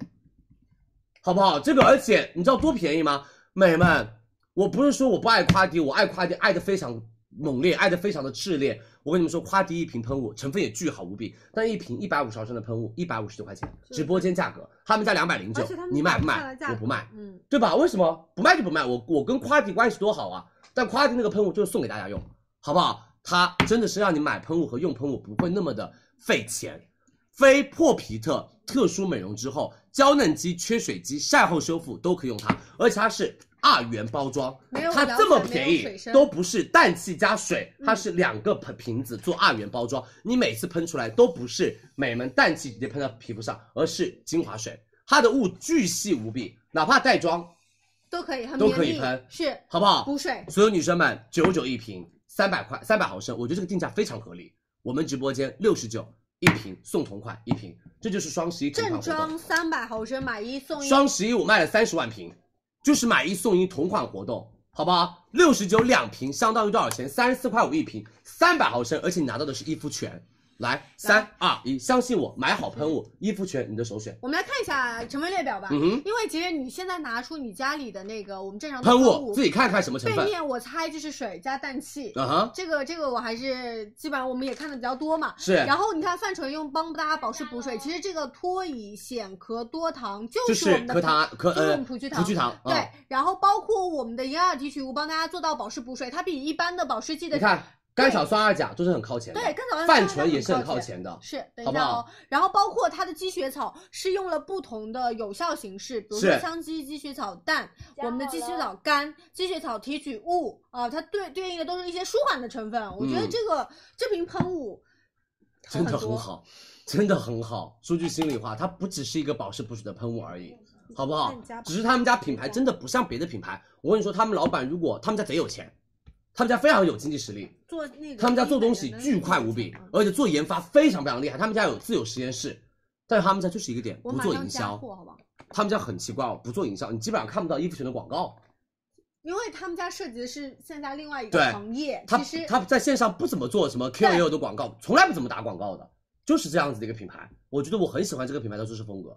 Speaker 3: 好不好？这个而且你知道多便宜吗？美们，我不是说我不爱夸迪，我爱夸迪，爱的非常猛烈，爱的非常的炽烈。我跟你们说，夸迪一瓶喷雾成分也巨好无比，但一瓶一百五十毫升的喷雾一百五十九块钱，
Speaker 1: 是
Speaker 3: 直播间价格，他们家两百零九
Speaker 1: 而且他，们
Speaker 3: 你买不
Speaker 1: 打下
Speaker 3: 买
Speaker 1: 来价？格
Speaker 3: 我不卖，
Speaker 1: 嗯，
Speaker 3: 对吧？为什么不卖就不卖？我我跟夸迪关系多好啊！但夸迪那个喷雾就是送给大家用，好不好？它真的是让你买喷雾和用喷雾不会那么的费钱。非破皮特特殊美容之后，娇嫩肌、缺水肌、晒后修复都可以用它，而且它是二元包装
Speaker 1: 没有，
Speaker 3: 它
Speaker 1: 了
Speaker 3: 这么
Speaker 1: 解没有
Speaker 3: 便宜
Speaker 1: 水嗯声
Speaker 3: 都不是氮气加水，它是两个盆瓶子做二元包装，你每次喷出来都不是美门氮气直接喷到皮肤上，而是精华水，它的雾巨细无比，哪怕带妆
Speaker 1: 都可以，很
Speaker 3: 都
Speaker 1: 绵
Speaker 3: 可以
Speaker 1: 密
Speaker 3: 喷
Speaker 1: 是
Speaker 3: 好不好？
Speaker 1: 补水，
Speaker 3: 所有女生们，九九一瓶，三百块，三百毫升，我觉得这个定价非常合理。我们直播间六十九一瓶送同款一瓶，这就是双十一同
Speaker 1: 正
Speaker 3: 款活动。
Speaker 1: 装三百毫升买一送一，
Speaker 3: 双十一我卖了三十万瓶，就是买一送一同款活动，好不好？六十九两瓶相当于多少钱？三十四块五一瓶，三百毫升，而且你拿到的是一肤泉。来，三二一，相信我，买好喷雾，一肤泉你的首选。
Speaker 1: 我们来看一下成分列表吧。
Speaker 3: 嗯哼
Speaker 1: 因为其实你现在拿出你家里的那个我们正常的
Speaker 3: 喷雾
Speaker 1: 雾
Speaker 3: 自己看看什么成
Speaker 1: 背
Speaker 3: 分。
Speaker 1: 面，我猜就是水加氮气。
Speaker 3: 嗯哼，
Speaker 1: 这个这个我还是基本上我们也看的比较多嘛。
Speaker 3: 是，
Speaker 1: 然后你看范丞用帮大家保湿补水，其实这个脱乙酰壳多糖就
Speaker 3: 就是
Speaker 1: 我
Speaker 3: 是
Speaker 1: 们的
Speaker 3: 壳糖啊，壳
Speaker 1: 就是我
Speaker 3: 呃
Speaker 1: 们普聚
Speaker 3: 普聚糖。嗯
Speaker 1: 对，，然后包括我们的银耳提取物帮大家做到保湿补水，它比一般的保湿剂的
Speaker 3: 你看甘草酸二钾都是很靠前的，
Speaker 1: 对，更早上
Speaker 3: 泛醇也是很靠
Speaker 1: 靠。
Speaker 3: 前的，
Speaker 1: 是，等
Speaker 3: 好
Speaker 1: 一
Speaker 3: 不
Speaker 1: 下
Speaker 3: 好
Speaker 1: 哦。然后包括它的积雪草是用了不同的有效形式，比如说
Speaker 3: 是
Speaker 1: 香积、积雪草蛋、
Speaker 5: 加
Speaker 1: 我们的
Speaker 5: 好
Speaker 1: 积雪
Speaker 5: 了
Speaker 1: 草苷、积雪草提取物啊、它对对应的都是一些舒缓的成分。我觉得
Speaker 3: 嗯
Speaker 1: 这个、这瓶喷雾
Speaker 3: 真的
Speaker 1: 多
Speaker 3: 很好，真的很好。说句心里话，它不只是一个保湿补水的喷雾而已，好不好
Speaker 2: 那你家？吧
Speaker 3: 只是他们家品牌真的不像别的品牌。我跟你说，他们老板如果他们家贼有钱，他们家非常有经济实力，
Speaker 2: 做那个
Speaker 3: 他们家做东西巨快无比，而且做研发非常非常厉害。他们家有自有实验室，但是他们家就是一个点，
Speaker 1: 我
Speaker 3: 不
Speaker 1: 马
Speaker 3: 做
Speaker 1: 上
Speaker 3: 营
Speaker 1: 加
Speaker 3: 销。
Speaker 1: 货，好不好？
Speaker 3: 他们家很奇怪哦，不做营销，你基本上看不到伊芙泉的广告。
Speaker 1: 因为他们家涉及的是线下另外一个
Speaker 3: 对
Speaker 1: 行业，
Speaker 3: 他
Speaker 1: 其实
Speaker 3: 他在线上不怎么做什么 KOL 的广告，从来不怎么打广告的，就是这样子的一个品牌。我觉得我很喜欢这个品牌的做事风格，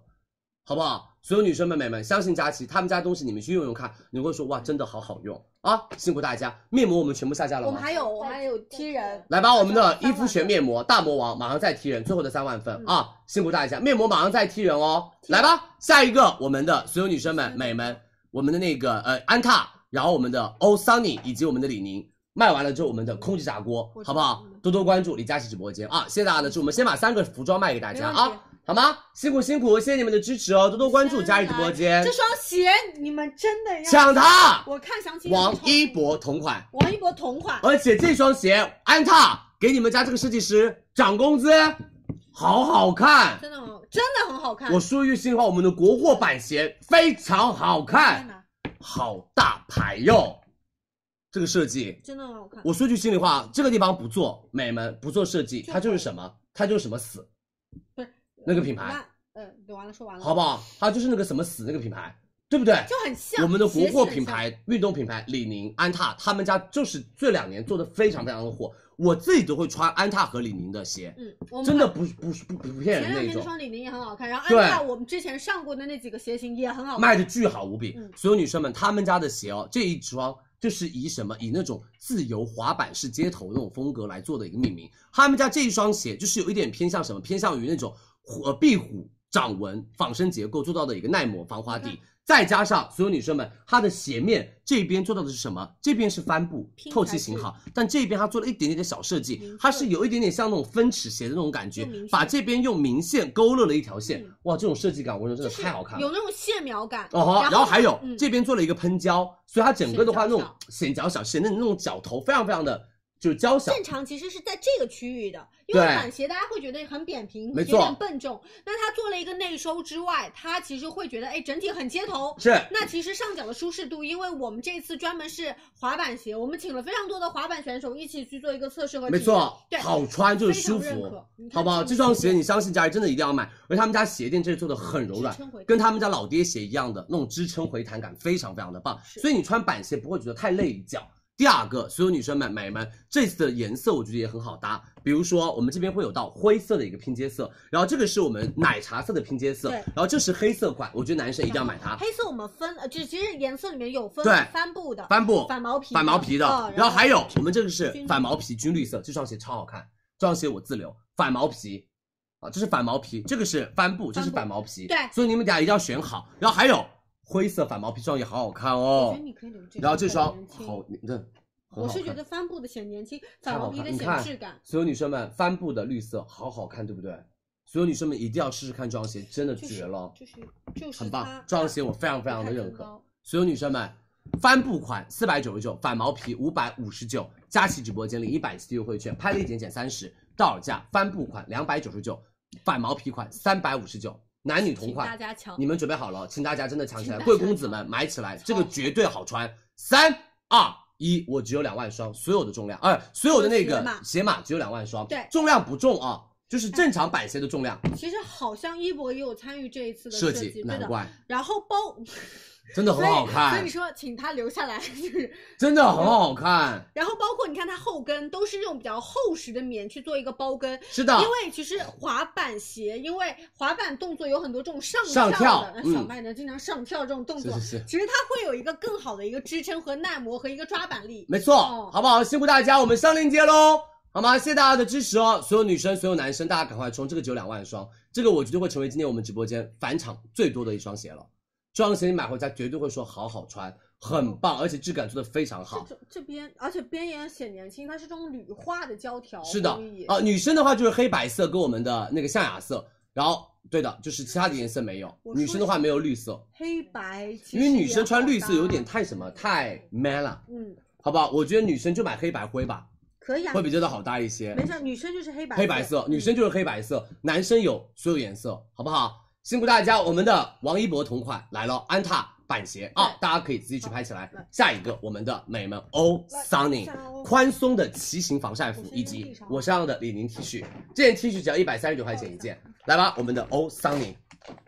Speaker 3: 好不好？所有女生妹妹们，相信佳琪，他们家东西你们去用用看，你会说哇，真的好好用啊！辛苦大家，面膜我们全部下架了
Speaker 1: 我
Speaker 3: 吗
Speaker 1: 们？还有我们还有踢人，
Speaker 3: 来吧，我们的伊
Speaker 1: 三万嗯
Speaker 3: 肤泉面膜大魔王马上再踢人，最后的三万份、啊！辛苦大家，面膜马上再踢人哦！来吧，下一个我们的所有女生们、美们，我们的那个呃安踏，然后我们的欧桑尼以及我们的李宁，卖完了之后我们的空气炸锅
Speaker 1: 我知，道嗯
Speaker 3: 好不好？多多关注李佳琦直播间啊！谢谢大家的支持，我们先把三个服装卖给大家啊，好吗？辛苦辛苦，谢谢你们的支持哦，多多关注佳琦直播间
Speaker 2: 这，双鞋你们真的要
Speaker 3: 抢它！
Speaker 2: 我看详情页
Speaker 3: 王
Speaker 2: 是超
Speaker 3: 一博哎同款，
Speaker 2: 王一博同款，
Speaker 3: 而且这双鞋安踏给你们家这个设计师涨工资，好好看。
Speaker 1: 真的很好真的很好看
Speaker 3: 我。说一句心里话，我们的国货版鞋非常好
Speaker 2: 天
Speaker 3: 看，
Speaker 2: 哪
Speaker 3: 好大牌哟！这个设计，
Speaker 1: 真的很好看，
Speaker 3: 我说句心里话，这个地方不做美们，不做设计，它就是什么，它就是什么死，
Speaker 2: 不是
Speaker 3: 那个品牌，
Speaker 2: 那
Speaker 1: 呃
Speaker 2: 嗯，完了说完了，
Speaker 3: 好不好？它就是那个什么死那个品牌，对不对？
Speaker 2: 就很像
Speaker 3: 我们的国货
Speaker 2: 鞋
Speaker 3: 品，
Speaker 2: 型很像
Speaker 3: 牌、运动品牌李宁、安踏，他们家就是这两年做的非常非常的火，我自己都会穿安踏和李宁的鞋，
Speaker 1: 嗯，我们
Speaker 3: 真的不不不不骗
Speaker 1: 前
Speaker 3: 人
Speaker 1: 两
Speaker 3: 那
Speaker 1: 天那
Speaker 3: 种。
Speaker 1: 双李宁也很好看，然后
Speaker 3: 对
Speaker 1: 安踏我们之前上过的那几个鞋型也很好看，
Speaker 3: 卖的巨好无比
Speaker 1: 嗯。
Speaker 3: 所有女生们，她们家的鞋哦，这一双就是以什么以那种自由滑板式街头那种风格来做的一个命名。他们家这一双鞋就是有一点偏向什么，偏向于那种虎呃壁虎掌纹仿生结构做到的一个耐磨防滑底。再加上所有女生们，它的鞋面这边做到的是什么？这边是帆布
Speaker 1: 拼，
Speaker 3: 透
Speaker 1: 材
Speaker 3: 气
Speaker 1: 质
Speaker 3: 型好，但这边它做了一点点的小设计
Speaker 1: 明，
Speaker 3: 它
Speaker 1: 确
Speaker 3: 是有一点点像那种分趾鞋的那种感觉
Speaker 1: 用明线，
Speaker 3: 把这边用明线勾勒了一条线
Speaker 1: 嗯，
Speaker 3: 哇，这种设计感我觉得真
Speaker 1: 就
Speaker 3: 的
Speaker 1: 是
Speaker 3: 太好看了，
Speaker 1: 有那种线描感。
Speaker 3: 哦吼，然后还有、
Speaker 1: 嗯
Speaker 3: 这边做了一个喷胶，所以它整个的话那
Speaker 1: 显脚
Speaker 3: 种显脚小显得你那种脚头非常非常的就是娇小，
Speaker 1: 正常其实是在这个区域的，因为
Speaker 3: 对
Speaker 1: 板鞋大家会觉得很扁平，
Speaker 3: 没
Speaker 1: 有点
Speaker 3: 错
Speaker 1: 笨重。那它做了一个内收之外，它其实会觉得哎整体很街头。
Speaker 3: 是
Speaker 1: 那其实上脚的舒适度，因为我们这次专门是滑板鞋，我们请了非常多的滑板选手一起去做一个测试和
Speaker 3: 没
Speaker 1: 体验
Speaker 3: 错
Speaker 1: 对，
Speaker 3: 好穿就是舒
Speaker 1: 非常认
Speaker 3: 服
Speaker 1: 可你，看
Speaker 3: 好不好？
Speaker 1: 这
Speaker 3: 这
Speaker 1: 双
Speaker 3: 双
Speaker 1: 鞋
Speaker 3: 鞋你相信家里真的一定要买，而且他们家鞋垫这是做的很柔软
Speaker 1: 支撑回，弹
Speaker 3: 跟他们家老爹鞋一样的那种支撑回弹感非常非常的棒，
Speaker 1: 是
Speaker 3: 所以你穿板鞋不会觉得太累脚。第二个，所有女生们、美们，这次的颜色我觉得也很好搭。比如说，我们这边会有到灰色的一个拼接色，然后这个是我们奶茶色的拼接色，
Speaker 1: 对
Speaker 3: 然后这是黑色款，我觉得男生一定要买它。
Speaker 1: 黑色我们分呃，就其实颜色里面有分
Speaker 3: 对
Speaker 1: 帆布的、
Speaker 3: 帆布、
Speaker 1: 反毛皮的、
Speaker 3: 反毛皮的，
Speaker 1: 嗯
Speaker 3: 然后还有我们这个是
Speaker 1: 军绿
Speaker 3: 反毛皮军绿色，这双鞋超好看，这双鞋我自留，反毛皮。啊，这是反毛皮，这个是帆布，这是反毛皮，
Speaker 1: 对
Speaker 3: 所以你们等下一定要选好。然后还有灰色反毛皮，这双也好好看
Speaker 1: 我
Speaker 3: 哦
Speaker 1: 觉得。你可以留这个，
Speaker 3: 然后这
Speaker 1: 很
Speaker 3: 双
Speaker 1: 年轻
Speaker 3: 好，你这很好
Speaker 1: 我是觉
Speaker 3: 看
Speaker 1: 得帆布的显年轻，
Speaker 3: 太
Speaker 1: 反毛
Speaker 3: 好
Speaker 1: 皮
Speaker 3: 看
Speaker 1: 的
Speaker 3: 你
Speaker 1: 显
Speaker 3: 看
Speaker 1: 质感。
Speaker 3: 所有女生们，帆布的绿色好好看，对不对？所有女生们一定要试试看这双鞋，真的
Speaker 1: 就是
Speaker 3: 绝了，
Speaker 1: 就是就是
Speaker 3: 很棒
Speaker 1: 它。
Speaker 3: 这双鞋我非常非
Speaker 1: 非
Speaker 3: 常的认可。所有女生们，帆布款四百九十九，反毛皮五百五十九，佳琦直播间领一百期的优惠券，拍立减减三十，到手价帆布款两百九十九，反毛皮款三百五十九，男女同
Speaker 1: 请大
Speaker 3: 款，
Speaker 1: 家抢。
Speaker 3: 你们准备好了，请大家真的抢起来，
Speaker 1: 请大家
Speaker 3: 贵公子们买起来，这个绝对好穿。三二一，我只有两万双，所有的重量，呃，所有的那
Speaker 1: 鞋
Speaker 3: 个
Speaker 1: 码
Speaker 3: 鞋码只有两万双，
Speaker 1: 对哎
Speaker 3: 重量不重啊，就是正常板鞋的重量，
Speaker 1: 其实好像一博也有参与这一次的
Speaker 3: 设
Speaker 1: 计，
Speaker 3: 计
Speaker 1: 对
Speaker 3: 难
Speaker 1: 的。
Speaker 3: 怪
Speaker 1: 然后
Speaker 3: <laughs>
Speaker 1: 包，
Speaker 3: 真的
Speaker 1: 所
Speaker 3: 很
Speaker 1: 以
Speaker 3: 好
Speaker 1: 所以
Speaker 3: 看
Speaker 1: 你，说请他留下来， <laughs> 就是，
Speaker 3: 真的很好看，
Speaker 1: 然后包括你看它后跟都是用比较厚实的棉去做一个包跟，
Speaker 3: 是的
Speaker 1: 因。为其实滑板鞋，因为滑板动作有很多这种上
Speaker 3: 上
Speaker 1: 跳的，呃
Speaker 3: 跳
Speaker 1: 小
Speaker 3: 嗯
Speaker 1: 麦呢经常上跳这种动
Speaker 3: 是
Speaker 1: 作，
Speaker 3: 是是，
Speaker 1: 其实它会有一个更好的一个支撑和耐磨和一个抓板力。
Speaker 3: 没错，
Speaker 1: 哦
Speaker 3: 好不好？辛苦大家，我们上链接喽，好吗？谢谢大家的支持哦，所有女生，所有男生，大家赶快冲，这个只有两万双，这个我绝对会成为今天我们直播间返场最多的一双鞋了。这双鞋你买回家绝对会说好好穿，很棒，而且质感做的非常好。
Speaker 1: 这这边，而且边沿显年轻，它是这种铝化的哦胶条，
Speaker 3: 是的，
Speaker 1: 所以
Speaker 3: 啊、女生的话就是黑白色跟我们的那个象牙色，然后对的，就是其他的颜色没有。
Speaker 1: 我说
Speaker 3: 女生的话没有绿色，
Speaker 1: 黑白其
Speaker 3: 因为
Speaker 1: 实
Speaker 3: 女
Speaker 1: 也
Speaker 3: 生穿
Speaker 1: 好
Speaker 3: 绿色
Speaker 1: 搭
Speaker 3: 有点，太什么，太 man 了，
Speaker 1: 嗯，
Speaker 3: 好不好？我觉得女生就买黑白灰吧，
Speaker 1: 可以啊，
Speaker 3: 会比较的好搭一些。
Speaker 1: 没事，女生就是黑白嗯
Speaker 3: 黑白色，女生就是黑白色，男生有所有颜色，好不好？辛苦大家，我们的王一博同款来了，安踏板鞋啊，大家可以自己去拍起来
Speaker 1: 来。
Speaker 3: 下一个，我们的美们 O
Speaker 1: 来
Speaker 3: Sunny
Speaker 1: 下哦
Speaker 3: 宽松的骑行防晒服
Speaker 1: 我身上
Speaker 3: 以及
Speaker 1: 地上
Speaker 3: 我身上的李宁 T 恤，这件 T 恤只要一百三十九块钱一件。来吧，我们的 O Sunny，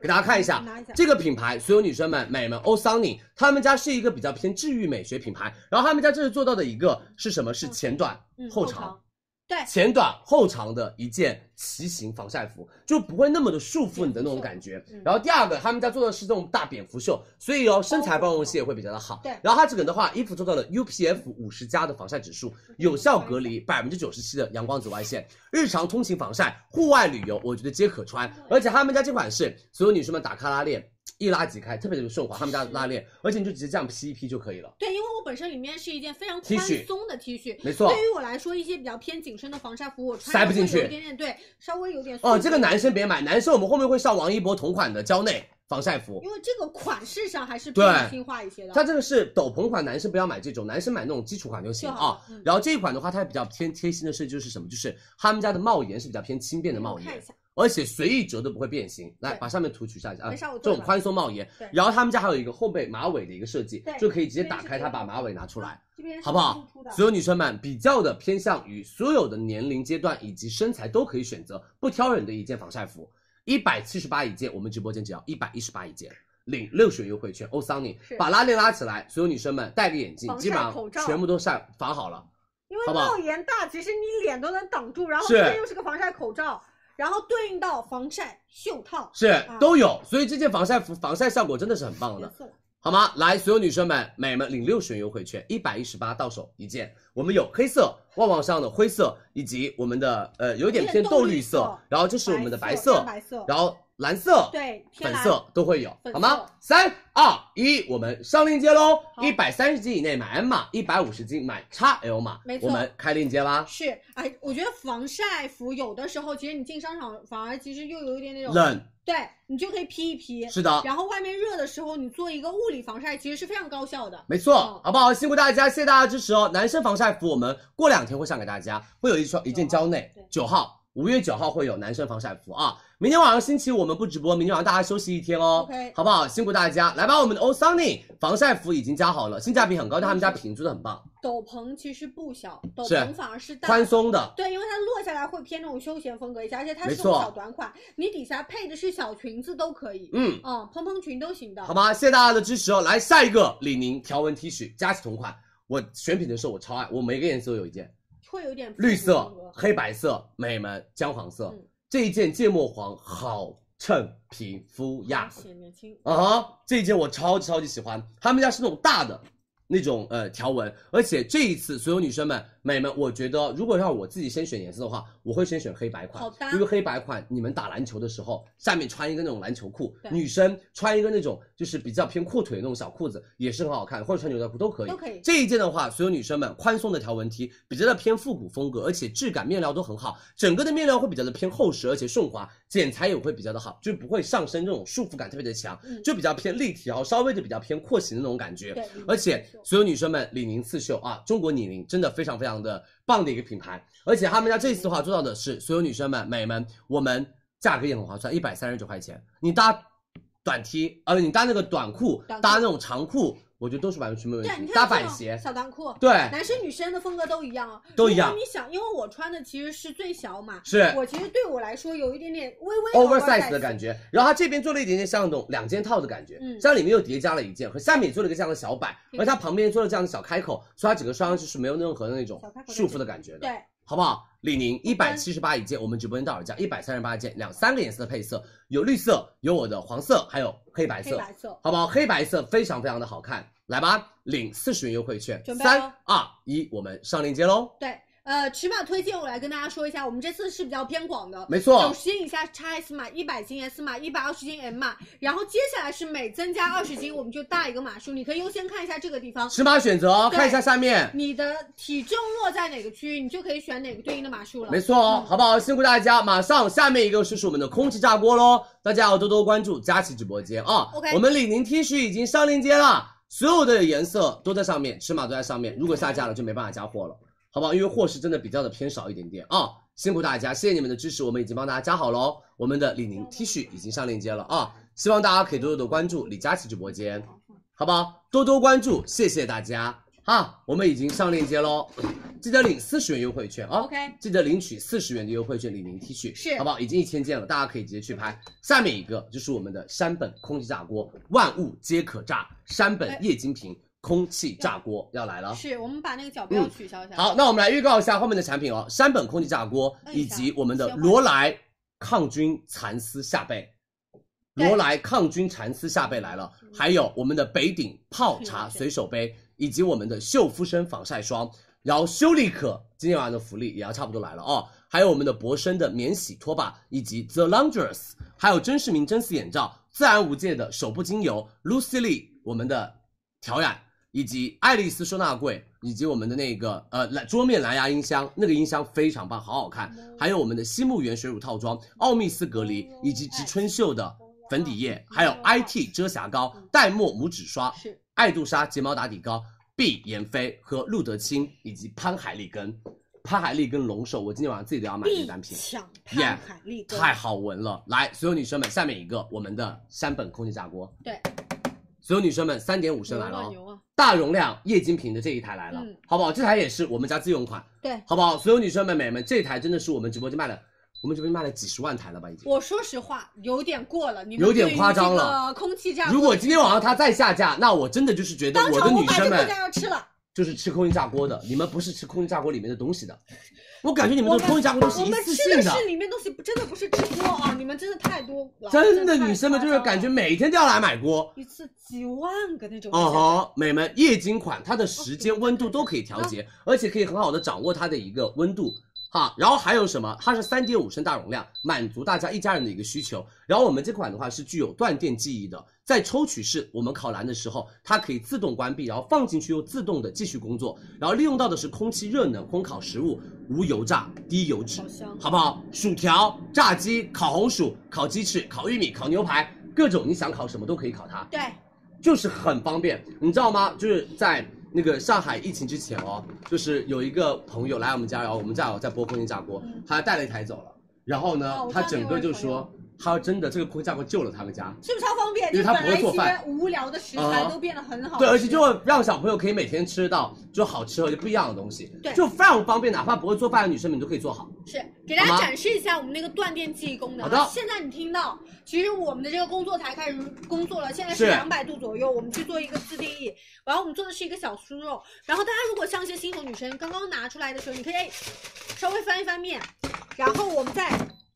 Speaker 3: 给大家看一下
Speaker 1: 拿一下
Speaker 3: 这个品牌，所有女生们、美们，O Sunny，他们家是一个比较偏治愈美学品牌，然后他们家这次做到的一个是什么？是前短
Speaker 1: 嗯
Speaker 3: 后
Speaker 1: 后
Speaker 3: 长。
Speaker 1: 长，对，
Speaker 3: 前短后长的一件骑行防晒服，就不会那么的束缚你的那种感觉。
Speaker 1: 嗯
Speaker 3: 然后第二个，他们家做的是这种大蝙蝠袖，所以哦身材包容性也会比较的好。
Speaker 1: 对
Speaker 3: 然后它这个的话，衣服做到了 UPF 五十加的防晒指数，有效隔离百分之九十七的阳光紫外线，日常通勤防晒，户外旅游我觉得皆可穿。而且他们家这款是所有女生们打开拉链一拉即开，特别的顺滑，他们家的拉链，而且你就直接这样披一披就可以了。
Speaker 1: 对，因为我本身里面是一件非常
Speaker 3: T
Speaker 1: 宽
Speaker 3: 恤
Speaker 1: 松的 T 恤，
Speaker 3: 没错
Speaker 1: 对于我来说，一些比较偏紧身的防晒服，我穿
Speaker 3: 塞
Speaker 1: 上
Speaker 3: 不进
Speaker 1: 会有
Speaker 3: 去
Speaker 1: 一点点对，稍微有点
Speaker 3: 哦，
Speaker 1: 束
Speaker 3: 这个
Speaker 1: 缚，
Speaker 3: 男生别买，男生我们后面会上王一博同款的蕉内防晒服。
Speaker 1: 因为这个款式上还是
Speaker 3: 对
Speaker 1: 偏女性化一些的。
Speaker 3: 它这个是斗篷款，男生不要买这种，男生买那种基础款就行
Speaker 1: 就好
Speaker 3: 啊
Speaker 1: 了嗯。
Speaker 3: 然后这一款的话，它比较偏贴心的设计就是什么？就是他们家的帽檐是比较偏轻便的帽
Speaker 1: 我看一
Speaker 3: 檐，
Speaker 1: 下，
Speaker 3: 而且随意折都不会变形。来，
Speaker 1: 对
Speaker 3: 把上面图取下去啊，
Speaker 1: 没事我做
Speaker 3: 这种
Speaker 1: 了
Speaker 3: 宽松帽檐
Speaker 1: 对。
Speaker 3: 然后他们家还有一个后背马尾的一个设计
Speaker 1: 对，
Speaker 3: 就可以直接
Speaker 1: 这边
Speaker 3: 打
Speaker 1: 是
Speaker 3: 开它，
Speaker 1: 可以
Speaker 3: 把马尾拿出来。
Speaker 1: 这边是
Speaker 3: 好不好
Speaker 1: 露出的？
Speaker 3: 所有女生们比较的偏向于所有的年龄阶段以及身材都可以选择，不挑人的一件防晒服，一百七十八一件，我们直播间只要一百一十八一件。领六十元优惠券，欧桑尼
Speaker 1: 是
Speaker 3: 把拉链拉起来，所有女生们戴个眼镜，
Speaker 1: 防晒
Speaker 3: 基本上
Speaker 1: 口罩
Speaker 3: 全部都晒防好了。
Speaker 1: 因为
Speaker 3: 好不好
Speaker 1: 帽檐大，其实你脸都能挡住，然后
Speaker 3: 是
Speaker 1: 这边又是个防晒口罩，然后对应到防晒袖套，
Speaker 3: 是都有，所以这件防晒服防晒效果真的是很棒
Speaker 1: 别
Speaker 3: 的。
Speaker 1: 色了，
Speaker 3: 好吗？来，所有女生们、美们领六十元优惠券，一百一十八到手一件。我们有黑色、旺旺上的灰色，以及我们的呃有一点偏
Speaker 1: 有点
Speaker 3: 豆
Speaker 1: 豆绿
Speaker 3: 绿色
Speaker 1: 色，
Speaker 3: 然后这是我们的
Speaker 1: 白
Speaker 3: 白色
Speaker 1: 淡白色，
Speaker 3: 然后蓝色、
Speaker 1: 对，天
Speaker 3: 粉
Speaker 1: 蓝
Speaker 3: 色都会有，
Speaker 1: 粉
Speaker 3: 好吗
Speaker 1: 色？
Speaker 3: 三二一，我们上链接喽！一百三十斤以内买 M 码，一百五十斤买 XL 码，
Speaker 1: 没错
Speaker 3: 我们开链接啦。
Speaker 1: 是，哎，我觉得防晒服有的时候，其实你进商场反而其实又有一点那种，
Speaker 3: 冷，
Speaker 1: 对你就可以披一披。
Speaker 3: 是的，
Speaker 1: 然后外面热的时候，你做一个物理防晒，其实是非常高效的。
Speaker 3: 没错
Speaker 1: 哦，
Speaker 3: 好不好？辛苦大家，谢谢大家支持哦。男生防晒服我们过两天会上给大家，会有一双一件
Speaker 1: 九号
Speaker 3: 蕉内
Speaker 1: 对，
Speaker 3: 九号，五月九号会有男生防晒服啊。明天晚上星期五我们不直播，明天晚上大家休息一天哦
Speaker 1: OK
Speaker 3: 好不好？辛苦大家，来吧，我们的 O Sunny 防晒服已经加好了，性价比很高，但他们家屏做的很棒，
Speaker 1: 斗篷其实不小，斗
Speaker 3: 是
Speaker 1: 篷反而是大
Speaker 3: 宽。松的，
Speaker 1: 对，因为它落下来会偏那种休闲风格一些，而且它
Speaker 3: 没
Speaker 1: 是种
Speaker 3: 错
Speaker 1: 小短款，你底下配的是小裙子都可以，
Speaker 3: 嗯，
Speaker 1: 嗯，蓬蓬裙都行的。
Speaker 3: 好吗？谢谢大家的支持哦。来下一个李宁条纹 T 恤，佳琦同款，我选品的时候我超爱，我每个颜色都有一件。
Speaker 1: 会有一点
Speaker 3: 绿色
Speaker 1: 风、格
Speaker 3: 黑白色、美们、姜黄色，
Speaker 1: 嗯
Speaker 3: 这一件芥末黄好衬皮肤呀！
Speaker 1: 显年轻。
Speaker 3: 啊哈，这一件我超级超级喜欢，他们家是那种大的。那种呃条纹，而且这一次所有女生们、美们，我觉得如果让我自己先选颜色的话，我会先选黑白款，
Speaker 1: 好搭
Speaker 3: 因为黑白款你们打篮球的时候，下面穿一个那种篮球裤，
Speaker 1: 对
Speaker 3: 女生穿一个那种就是比较偏阔腿的那种小裤子也是很好看，或者穿牛仔裤都可以。
Speaker 1: 都可以
Speaker 3: 这一件的话，所有女生们宽松的条纹 T，比较的偏复古风格，而且质感面料都很好，整个的面料会比较的偏厚实，而且顺滑，剪裁也会比较的好，就不会上身这种束缚感特别的强，
Speaker 1: 嗯
Speaker 3: 就比较偏立体，然后稍微的比较偏廓形的那种感觉。
Speaker 1: 对，
Speaker 3: 而且所有女生们，李宁刺绣啊，中国李宁真的非常非常的棒的一个品牌。而且他们家这一次的话做到的是，所有女生们、美们，我们价格也很划算，一百三十九块钱，你搭短 T，呃，你搭那个短裤，
Speaker 1: 短裤
Speaker 3: 搭那种长裤，我觉得都是完全没问
Speaker 1: 对，你看
Speaker 3: 题。嗯搭
Speaker 1: 这
Speaker 3: 板
Speaker 1: 种
Speaker 3: 鞋，
Speaker 1: 小短裤，
Speaker 3: 对，
Speaker 1: 男生女生的风格都一样啊，
Speaker 3: 都一样
Speaker 1: 如果你想，因为我穿的其实是最小码，
Speaker 3: 是
Speaker 1: 我其实对我来说有一点点微微
Speaker 3: oversize
Speaker 1: 觉。
Speaker 3: 的感觉。然后它这边做了一点点像那种两件套的感觉，
Speaker 1: 嗯
Speaker 3: 这样里面又叠加了一件，和下面也做了一个这样的小摆，
Speaker 1: 对
Speaker 3: 而它旁边做了这样的小开口，所以它整个穿上去是没有任何的那种
Speaker 1: 小开口
Speaker 3: 束缚的感觉的。
Speaker 1: 对，
Speaker 3: 好不好？李宁一百七十八一件，我们直播间到手价一百三十八件，两三个颜色的配色，有绿色，有我的黄色，还有黑白
Speaker 1: 黑
Speaker 3: 色，
Speaker 1: 白色，
Speaker 3: 好不好？黑白色非常非常的好看，来吧，领四十元优惠券，
Speaker 1: 准备
Speaker 3: 三
Speaker 1: 哦
Speaker 3: 二一，我们上链接喽。
Speaker 1: 对。呃，尺码推荐我来跟大家说一下，我们这次是比较偏广的，
Speaker 3: 没错
Speaker 1: 九十斤以下 XS 码，一百斤 S 码，一百二十斤 M 码，然后接下来是每增加二十斤我们就大一个码数，你可以优先看一下这个地方，
Speaker 3: 尺码选择哦，
Speaker 1: 对
Speaker 3: 看一下下面，
Speaker 1: 你的体重落在哪个区域，你就可以选哪个对应的码数了。
Speaker 3: 没错哦，
Speaker 1: 嗯
Speaker 3: 好不好？辛苦大家，马上下面一个就是我们的空气炸锅喽，大家要多多关注佳琦直播间啊。
Speaker 1: OK
Speaker 3: 我们李宁 T 恤已经上链接了，所有的颜色都在上面，尺码都在上面，如果下架了就没办法加货了，好不好？因为货是真的比较的偏少一点点啊。辛苦大家，谢谢你们的支持，我们已经帮大家加好喽。我们的李宁 T 恤已经上链接了啊，希望大家可以多多的关注李佳琦直播间，好不好？多多关注，谢谢大家哈。我们已经上链接喽，记得领四十元优惠券啊。
Speaker 1: OK
Speaker 3: 记得领取四十元的优惠券，李宁 T 恤
Speaker 1: 是
Speaker 3: 好不好？已经一千件了，大家可以直接去拍。下面一个就是我们的山本空气炸锅，万物皆可炸，山本
Speaker 1: 哎
Speaker 3: 液晶屏空气炸锅要来了。
Speaker 1: 是我们把那个角标
Speaker 3: 嗯
Speaker 1: 取消一下。
Speaker 3: 好，那我们来预告一下后面的产品哦，山本空气炸锅
Speaker 1: 摁
Speaker 3: 以
Speaker 1: 一下
Speaker 3: 及我们的
Speaker 1: 切换
Speaker 3: 罗莱抗菌蚕丝下被，
Speaker 1: 对
Speaker 3: 罗莱抗菌蚕丝下被来了，还有我们的北鼎泡茶随手杯，以及我们的秀肤生防晒霜，然后修丽可今天晚上的福利也要差不多来了哦，还有我们的博生的免洗拖把，以及 The Laundress，还有甄士明真丝眼罩，自然无界的手部精油，Lucy Lee 我们的调染，以及爱丽丝收纳柜，以及我们的那个呃蓝桌面蓝牙音箱，那个音箱非常棒，好好看。还有我们的西木源水乳套装、奥密斯隔离，以及植村秀的粉底液，还有
Speaker 1: 哦
Speaker 3: IT 遮瑕膏、
Speaker 1: 嗯
Speaker 3: 黛墨拇指刷、
Speaker 1: 啊是
Speaker 3: 爱杜莎睫毛打底膏、碧妍霏和露得清，以及潘海利根。潘海利根龙首，我今天晚上自己都要买这个单品。
Speaker 1: 抢潘
Speaker 3: Yeah，
Speaker 1: 海利根，
Speaker 3: 太好闻了！来，所有女生们，下面一个我们的山本空气炸锅。
Speaker 1: 对，
Speaker 3: 所有女生们，三点五升来了
Speaker 1: 牛啊
Speaker 3: 哦，
Speaker 1: 牛啊！
Speaker 3: 大容量液晶屏的这一台来了，
Speaker 1: 嗯
Speaker 3: 好不好？这台也是我们家自用款，
Speaker 1: 对，
Speaker 3: 好不好？所有女生们、美们，这台真的是我们直播间卖了，我们直播间卖了几十万台了吧，已经。
Speaker 1: 我说实话有点过了，你们
Speaker 3: 有点
Speaker 1: 对于
Speaker 3: 夸张
Speaker 1: 这
Speaker 3: 了
Speaker 1: 个空气炸锅，
Speaker 3: 如果今天晚上它再下架，那我真的就是觉得
Speaker 1: 当
Speaker 3: 我的
Speaker 1: 场
Speaker 3: 女
Speaker 1: 把这
Speaker 3: 生
Speaker 1: 个
Speaker 3: 们
Speaker 1: 家要吃了，
Speaker 3: 就是吃空气炸锅的，你们不是吃空气炸锅里面的东西的。我感觉你们
Speaker 1: 我
Speaker 3: 的空气炸锅都是
Speaker 1: 我
Speaker 3: 一
Speaker 1: 们
Speaker 3: 次
Speaker 1: 吃
Speaker 3: 性
Speaker 1: 是里面东西，真的不是吃锅啊！你们真的太多了，
Speaker 3: 真的
Speaker 1: 太
Speaker 3: 女生们就是
Speaker 1: 夸张了
Speaker 3: 感觉每天都要来买锅。
Speaker 1: 一次几万个那种。
Speaker 3: 哦吼，美们，液晶款它的时间、温度都可以调节，而且可以很好的掌握它的一个温度哈。然后还有什么？它是三点五升大容量，满足大家一家人的一个需求。然后我们这款的话是具有断电记忆的，在抽取式我们烤蓝的时候，它可以自动关闭，然后放进去又自动的继续工作。然后利用到的是空气热能烘烤食物，无油炸、低油脂
Speaker 2: 好，香，
Speaker 3: 好不好？薯条、炸鸡、烤红薯、烤鸡翅、烤玉米、烤牛排，各种你想烤什么都可以烤它。
Speaker 1: 对，
Speaker 3: 就是很方便，你知道吗？就是在那个上海疫情之前哦，就是有一个朋友来我们家，然后我们家有在播空气炸锅，他带了一台走了，然后呢，
Speaker 2: 哦我知道
Speaker 3: 他整个就说，他真的这个空气炸锅救了他们家，
Speaker 2: 是不是超方便？
Speaker 3: 因
Speaker 2: 就
Speaker 3: 为它
Speaker 2: 本来
Speaker 3: 不会做
Speaker 2: 一些
Speaker 3: 饭
Speaker 2: 无聊的食
Speaker 3: 啊
Speaker 2: 材都变得很好吃，
Speaker 3: 对，而且就让小朋友可以每天吃到就好吃和就不一样的东西，
Speaker 1: 对
Speaker 3: 就非常方便，哪怕不会做饭的女生们你都可以做好。
Speaker 1: 是给大
Speaker 3: 好
Speaker 1: 家
Speaker 3: 吗
Speaker 1: 展示一下我们那个断电记忆功能啊。
Speaker 3: 好的
Speaker 1: 现在你听到，其实我们的这个工作台开始工作了，现在是
Speaker 3: 是
Speaker 1: 两百度左右，我们去做一个自定义。然后我们做的是一个小酥肉。然后大家如果像一些新手女生刚刚拿出来的时候，你可以哎稍微翻一翻面，然后我们再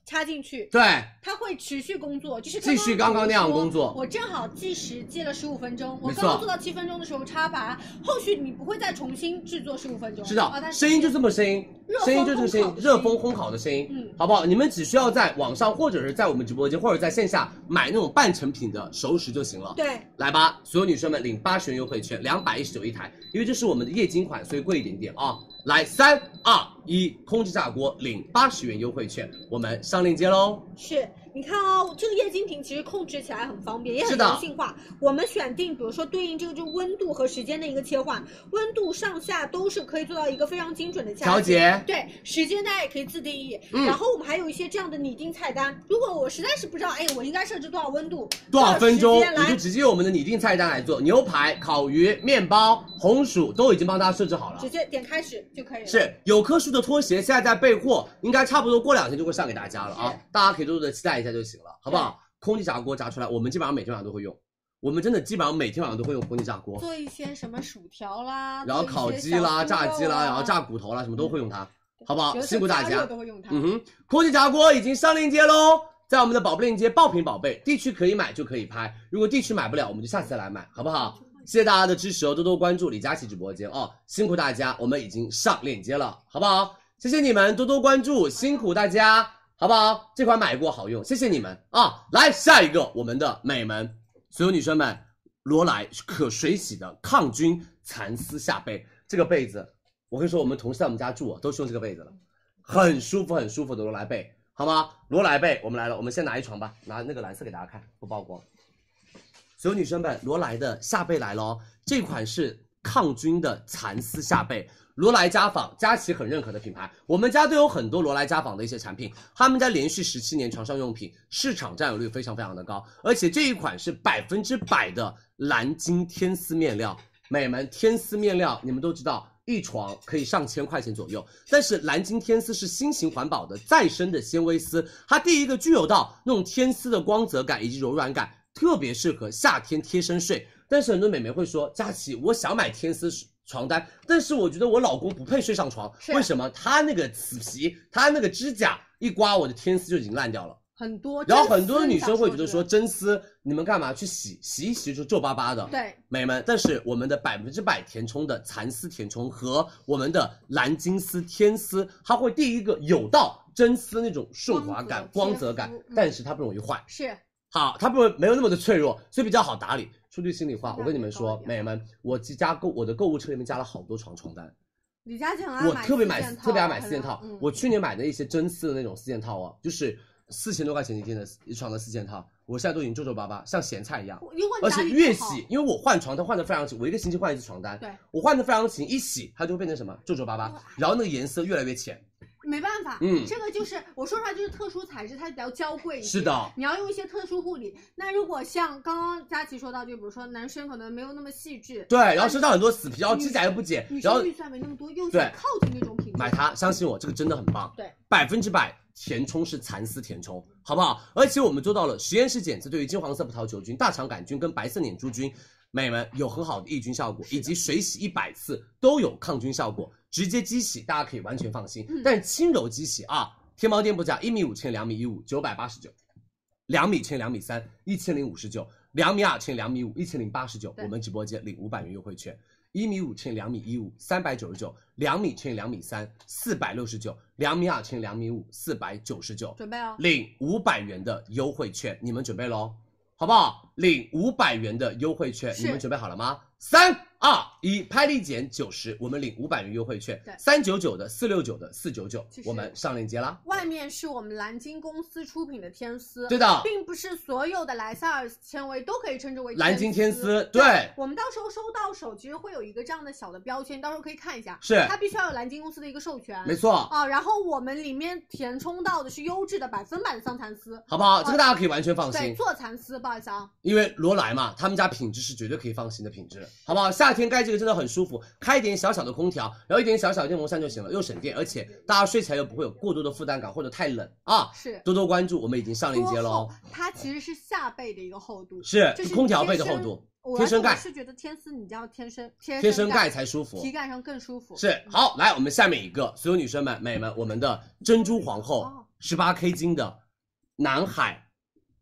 Speaker 1: 插进去。
Speaker 3: 对，
Speaker 1: 它会持续工作，就是
Speaker 3: 继续刚刚那样工作
Speaker 1: 我正好计时计了十五分钟，我
Speaker 3: 没错
Speaker 1: 刚刚做到七分钟的时候插拔，后续你不会再重新制作十五分钟。
Speaker 3: 是的
Speaker 1: 啊，它，
Speaker 3: 声音就这么声音
Speaker 1: 热，风
Speaker 3: 声音就这个声
Speaker 1: 烘
Speaker 3: 音
Speaker 1: 烤，的声音
Speaker 3: 热风烘烤的声音，
Speaker 1: 嗯
Speaker 3: 好不好？你们只需要在网上或者是在我们直播间或者在线下买那种半成品的熟食就行了。
Speaker 1: 对。
Speaker 3: 来吧，所有女生们领八十元优惠券，两百一十九一台，因为这是我们的液晶款，所以贵一点点啊。来，三二一，空气炸锅领八十元优惠券，我们上链接喽。
Speaker 1: 是，你看哦，这个液晶屏其实控制起来很方便，也
Speaker 3: 是
Speaker 1: 很
Speaker 3: 的
Speaker 1: 人性化。我们选定，比如说对应这个就温度和时间的一个切换，温度上下都是可以做到一个非常精准的掐
Speaker 3: 调
Speaker 1: 节。
Speaker 3: 节，
Speaker 1: 对，时间大家也可以自定义。
Speaker 3: 嗯
Speaker 1: 然后我们还有一些这样的拟定菜单。如果我实在是不知道，哎，我应该设置多少温度、
Speaker 3: 多少分钟
Speaker 1: 多少时间
Speaker 3: 你就
Speaker 1: 来，
Speaker 3: 直接用我们的拟定菜单来做，牛排、烤鱼、面包、红薯都已经帮大家设置好了
Speaker 1: 直。接点开始就可以了。
Speaker 3: 是有棵树的拖鞋，现在在备货，应该差不多过两天就会上给大家了啊
Speaker 1: 是，
Speaker 3: 大家可以多多的期待一下就行了，好不好？空气炸锅炸出来，我们基本上每天晚上都会用，我们真的基本上每天晚上都会用空气炸锅。
Speaker 1: 做一些什么薯条啦，
Speaker 3: 然后
Speaker 1: 做一
Speaker 3: 烤
Speaker 1: 些
Speaker 3: 鸡
Speaker 1: 小
Speaker 3: 啦、
Speaker 1: 猪
Speaker 3: 炸
Speaker 1: 肉
Speaker 3: 鸡啦，
Speaker 1: 啊嗯
Speaker 3: 然后炸骨头啦，什么都会用它，好不好？
Speaker 2: 折腾
Speaker 3: 辛苦大
Speaker 2: 加热
Speaker 3: 家。
Speaker 2: 都会用它。
Speaker 3: 嗯哼，空气炸锅已经上链接喽，在我们的宝贝链接爆品宝贝，地区可以买就可以拍，如果地区买不了，我们就下次再来买，好不好？谢谢大家的支持哦，多多关注李佳琦直播间哦，辛苦大家，我们已经上链接了，好不好？谢谢你们多多关注，辛苦大家，好不好？这款买过好用，谢谢你们啊！来下一个，我们的美门，所有女生们，罗莱可水洗的抗菌蚕丝夏被，这个被子，我跟你说，我们同事在我们家住、啊，都是用这个被子了。很舒服很舒服的罗莱被，好吗？罗莱被我们来了，我们先拿一床吧，拿那个蓝色给大家看，不曝光。所有女生们，罗莱的夏被来了哦，这款是抗菌的蚕丝夏被，罗莱家纺，佳琦很认可的品牌，我们家都有很多罗莱家纺的一些产品，他们家连续十七年床上用品市场占有率非常非常的高，而且这一款是百分之百的蓝鲸天丝面料，美们，天丝面料你们都知道，一床可以上千块钱左右。但是蓝鲸天丝是新型环保的再生的纤维丝，它第一个具有到那种天丝的光泽感以及柔软感，特别适合夏天贴身睡。但是很多美眉会说，佳琪，我想买天丝床单，但是我觉得我老公不配睡上床，
Speaker 1: 是啊
Speaker 3: 为什么？他那个死皮，他那个指甲一刮，我的天丝就已经烂掉了。
Speaker 1: 很多，
Speaker 3: 然后
Speaker 1: 真
Speaker 3: 很多
Speaker 1: 丝
Speaker 3: 女
Speaker 1: 你想
Speaker 3: 生会觉得
Speaker 1: 是
Speaker 3: 说，真丝你们干嘛去洗？洗一洗就皱巴巴的。
Speaker 1: 对，
Speaker 3: 美们，但是我们的百分之百填充的蚕丝填充和我们的蓝金丝天丝，它会第一个有到真丝那种顺滑感、
Speaker 1: 光
Speaker 3: 光
Speaker 1: 泽
Speaker 3: 泽
Speaker 1: 贴
Speaker 3: 感
Speaker 1: 肤嗯，
Speaker 3: 但是它不容易坏。
Speaker 1: 是
Speaker 3: 好，它不没有那么的脆弱，所以比较好打理。说句心里话，
Speaker 1: 性价
Speaker 3: 我跟你
Speaker 1: 比
Speaker 3: 们
Speaker 1: 高
Speaker 3: 说
Speaker 1: 一，点
Speaker 3: 美们，我家购我的购物车里面加了好多床床单，
Speaker 1: 李佳琦很爱
Speaker 2: 啊
Speaker 3: 我
Speaker 1: 啊买
Speaker 3: 特别
Speaker 1: 四
Speaker 3: 买
Speaker 1: 件
Speaker 3: 特别爱
Speaker 1: 套
Speaker 3: 买
Speaker 1: 很
Speaker 3: 四件
Speaker 1: 爱
Speaker 3: 套
Speaker 1: 嗯。
Speaker 3: 我去年买的一些真丝的那种四件套哦，就是四千多块钱一件的一床的四件套，我现在都已经皱皱巴巴，像咸菜一样。
Speaker 1: 如果你
Speaker 3: 而
Speaker 1: 打
Speaker 3: 且
Speaker 1: 理
Speaker 3: 越
Speaker 1: 不好
Speaker 3: 洗，因为我换床单换的非常勤，我一个星期换一次床单。
Speaker 1: 对，
Speaker 3: 我换的非常勤，一洗它就会变成什么皱皱巴巴，然后那个颜色越来越浅。
Speaker 1: 没办法，
Speaker 3: 嗯
Speaker 1: 这个就是我说出来就是特殊材质，它比较娇贵一些。
Speaker 3: 是的，
Speaker 1: 你要用一些特殊护理。那如果像刚刚佳琪说到，就比如说男生可能没有那么细致，
Speaker 3: 对，然后身上很多死皮，然后
Speaker 1: 女
Speaker 3: 指甲又不剪
Speaker 1: 女，
Speaker 3: 然后
Speaker 1: 生预算没那么多，又想
Speaker 3: 对
Speaker 1: 靠近那种品质，
Speaker 3: 买它，相信我，这个真的很棒。
Speaker 1: 对，
Speaker 3: 百分之百填充是蚕丝填充，好不好？而且我们做到了实验室检测，对于金黄色葡萄球菌、大肠杆菌跟白色捻珠菌，美们有很好的抑菌效果，以及水洗一百次都有抗菌效果。直接机洗大家可以完全放心，
Speaker 1: 嗯
Speaker 3: 但是轻柔机洗啊，天猫店铺价一米五千两米一五九百八十九，两米乘两米三，一千零五十九。两米二乘以两米五，一千零八十九，
Speaker 2: 对
Speaker 3: 我们直播间领五百元优惠券。一米五乘以两米一五，三百九十九；两米乘以两米三，四百六十九；两米二乘以两米五，四百九十九。
Speaker 2: 准备哦。
Speaker 3: 领五百元的优惠券，你们准备喽，好不好？领五百元的优惠券，
Speaker 2: 是
Speaker 3: 你们准备好了吗？三二一，拍立减九十，我们领五百元优惠券
Speaker 2: 对，
Speaker 3: 三九九的、四六九的、四九九
Speaker 2: 其，实
Speaker 3: 我们上链接啦。
Speaker 2: 外面是我们蓝鲸公司出品的天丝，
Speaker 3: 对的，
Speaker 2: 并不是所有的莱赛尔纤维都可以称之为
Speaker 3: 蓝鲸天丝，
Speaker 2: 对
Speaker 3: 对，
Speaker 2: 我们到时候收到手，其实会有一个这样的小的标签，到时候可以看一下。
Speaker 3: 是
Speaker 2: 它必须要有蓝鲸公司的一个授权。
Speaker 3: 没错，
Speaker 2: 啊，然后我们里面填充到的是优质的百分百的桑蚕丝，
Speaker 3: 好不好？这个大家可以完全放
Speaker 2: 哦对，
Speaker 3: 心，
Speaker 2: 做蚕丝，不好意思啊，
Speaker 3: 因为罗莱嘛，他们家品质是绝对可以放心的品质，好不好？夏天盖这个真的很舒服，开一点小小的空调，然后一点小小的电风扇就行了，又省电，而且大家睡起来又不会有过多的负担感或者太冷啊。
Speaker 2: 是
Speaker 3: 多多关注，我们已经上链接
Speaker 2: 多
Speaker 3: 喽
Speaker 2: 厚。，它其实是下背的一个厚度，
Speaker 3: 哦是
Speaker 2: 这是
Speaker 3: 呃空调被的厚
Speaker 2: 天
Speaker 3: 度，
Speaker 2: 我
Speaker 3: 天生
Speaker 2: 而且我
Speaker 3: 盖
Speaker 2: 是觉得天丝你要天生天
Speaker 3: 贴
Speaker 2: 生
Speaker 3: 身盖才舒服
Speaker 2: 体。感上更舒服。
Speaker 3: 是好，来我们下面一个，所有女生们、美们，我们的珍珠皇后
Speaker 2: 哦
Speaker 3: 十八 K 金的南海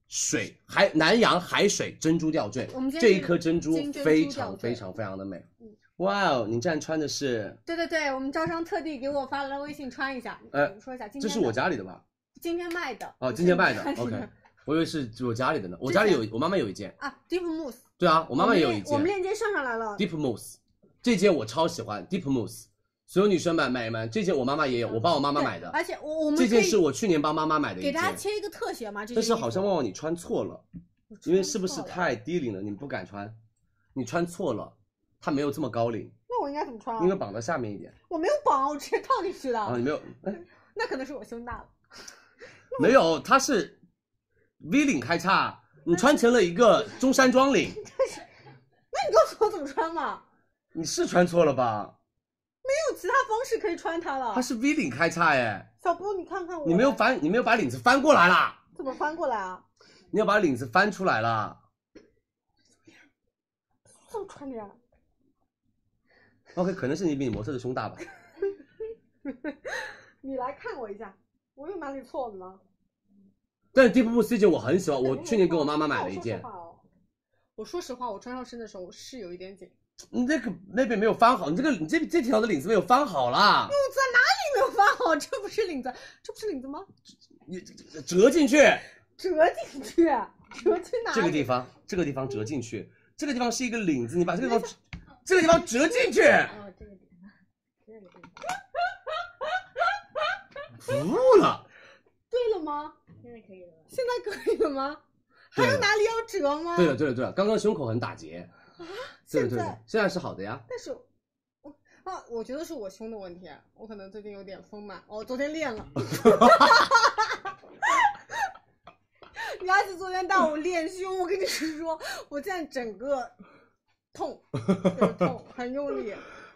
Speaker 3: 水海南洋海水珍珠吊坠
Speaker 2: 我们今，天
Speaker 3: 这一
Speaker 2: 是
Speaker 3: 颗珍珠
Speaker 2: 金珍珠
Speaker 3: 非
Speaker 2: 吊
Speaker 3: 常
Speaker 2: 坠
Speaker 3: 非常非常的美
Speaker 2: 嗯。
Speaker 3: 哇哦，你竟然穿的是，
Speaker 2: 对对对，我们招商特地给我发了微信穿一下，
Speaker 3: 呃
Speaker 2: 我们说一下，今
Speaker 3: 这
Speaker 2: 天
Speaker 3: 是我
Speaker 2: 的
Speaker 3: 家里的吧？
Speaker 2: 今天卖的
Speaker 3: 哦，
Speaker 2: 不
Speaker 3: 今
Speaker 2: 是
Speaker 3: 天卖的
Speaker 2: 你家里 <laughs>
Speaker 3: ，OK。我以为是我家里的呢，我
Speaker 2: 之
Speaker 3: 家里
Speaker 2: 前
Speaker 3: 有，我妈妈有一件。
Speaker 2: 啊，Deep Mousse，
Speaker 3: 对啊，我妈妈也有一件。
Speaker 2: 我们链接上上来了，
Speaker 3: Deep Mousse，这件我超喜欢 Deep Mousse，所有女生们、美们，这件我妈妈也有，我帮我妈妈买的
Speaker 2: 对。而且我我们
Speaker 3: 这
Speaker 2: 可
Speaker 3: 件
Speaker 2: 以
Speaker 3: 是我去年帮妈妈买的
Speaker 2: 给
Speaker 3: 一
Speaker 2: 大家
Speaker 3: 件，
Speaker 2: 切一个特写嘛，这
Speaker 3: 但
Speaker 2: 些
Speaker 3: 是
Speaker 2: 衣
Speaker 3: 好
Speaker 2: 服
Speaker 3: 像旺旺你穿错了，
Speaker 2: 嗯我
Speaker 3: 因为
Speaker 2: 穿
Speaker 3: 是不是
Speaker 2: 错了
Speaker 3: 太低领了，你不敢穿，你穿错了，它没有这么高领，
Speaker 2: 那我应该怎么穿啊？
Speaker 3: 应该绑到下面一点
Speaker 2: 我没有绑，我直接套进去的。
Speaker 3: 啊，你
Speaker 2: <laughs>
Speaker 3: 没有，哎，
Speaker 2: 那可能是我胸大了。
Speaker 3: 没有，它是 V 领开叉，你穿成了一个中山装领，
Speaker 2: 那你告诉我怎么穿嘛？
Speaker 3: 你是穿错了吧？
Speaker 2: 没有其他方式可以穿它了
Speaker 3: 它。是 V 领开叉哎，
Speaker 2: 小布，你看看我，
Speaker 3: 你没有翻，你没有把领子翻过来啦。
Speaker 2: 怎么翻过来啊？
Speaker 3: 你要把领子翻出来啦。
Speaker 2: 这么穿着呀？
Speaker 3: OK，可能是你比你模特的胸大吧。
Speaker 2: 你来看我一下，我有哪里错了吗？
Speaker 3: 但是 Deep Blue C 姐我很喜欢，
Speaker 2: 哎
Speaker 3: 我去年给我妈妈买了
Speaker 2: <laughs>
Speaker 3: 一件，
Speaker 2: 那哦我说实话哦，我说实话，我穿上身的时候是有一点紧。
Speaker 3: 你这个那边没有翻好，你这个你这这条的领子没有翻好啦，
Speaker 2: 肚子哪里没有翻好？这不是领子，这不是领子吗？
Speaker 3: 你这这折进去
Speaker 2: 折进去，折去哪里？
Speaker 3: 这个地方，这个地方折进去，这个地方是一个领子，你把这个地方这个地方折进去，
Speaker 2: 嗯
Speaker 1: 哦，这个点，这个点，
Speaker 3: 服了。
Speaker 2: 对了吗？
Speaker 1: 现在可以了吧？
Speaker 2: 现在可以了吗？还
Speaker 3: 对
Speaker 2: 有
Speaker 3: 了
Speaker 2: 哪里要折吗？
Speaker 3: 对了对了对了，刚刚胸口很打结，对了
Speaker 2: 嗯啊现
Speaker 3: 对了
Speaker 2: 在，
Speaker 3: 现在是好的呀。
Speaker 2: 但是我啊，我觉得是我胸的问题，我可能最近有点丰满。哦，昨天练
Speaker 3: <laughs>
Speaker 2: 了。你儿子昨天带我练胸，我跟你说，我现在整个
Speaker 3: <laughs>
Speaker 2: 痛，就是痛，很用力。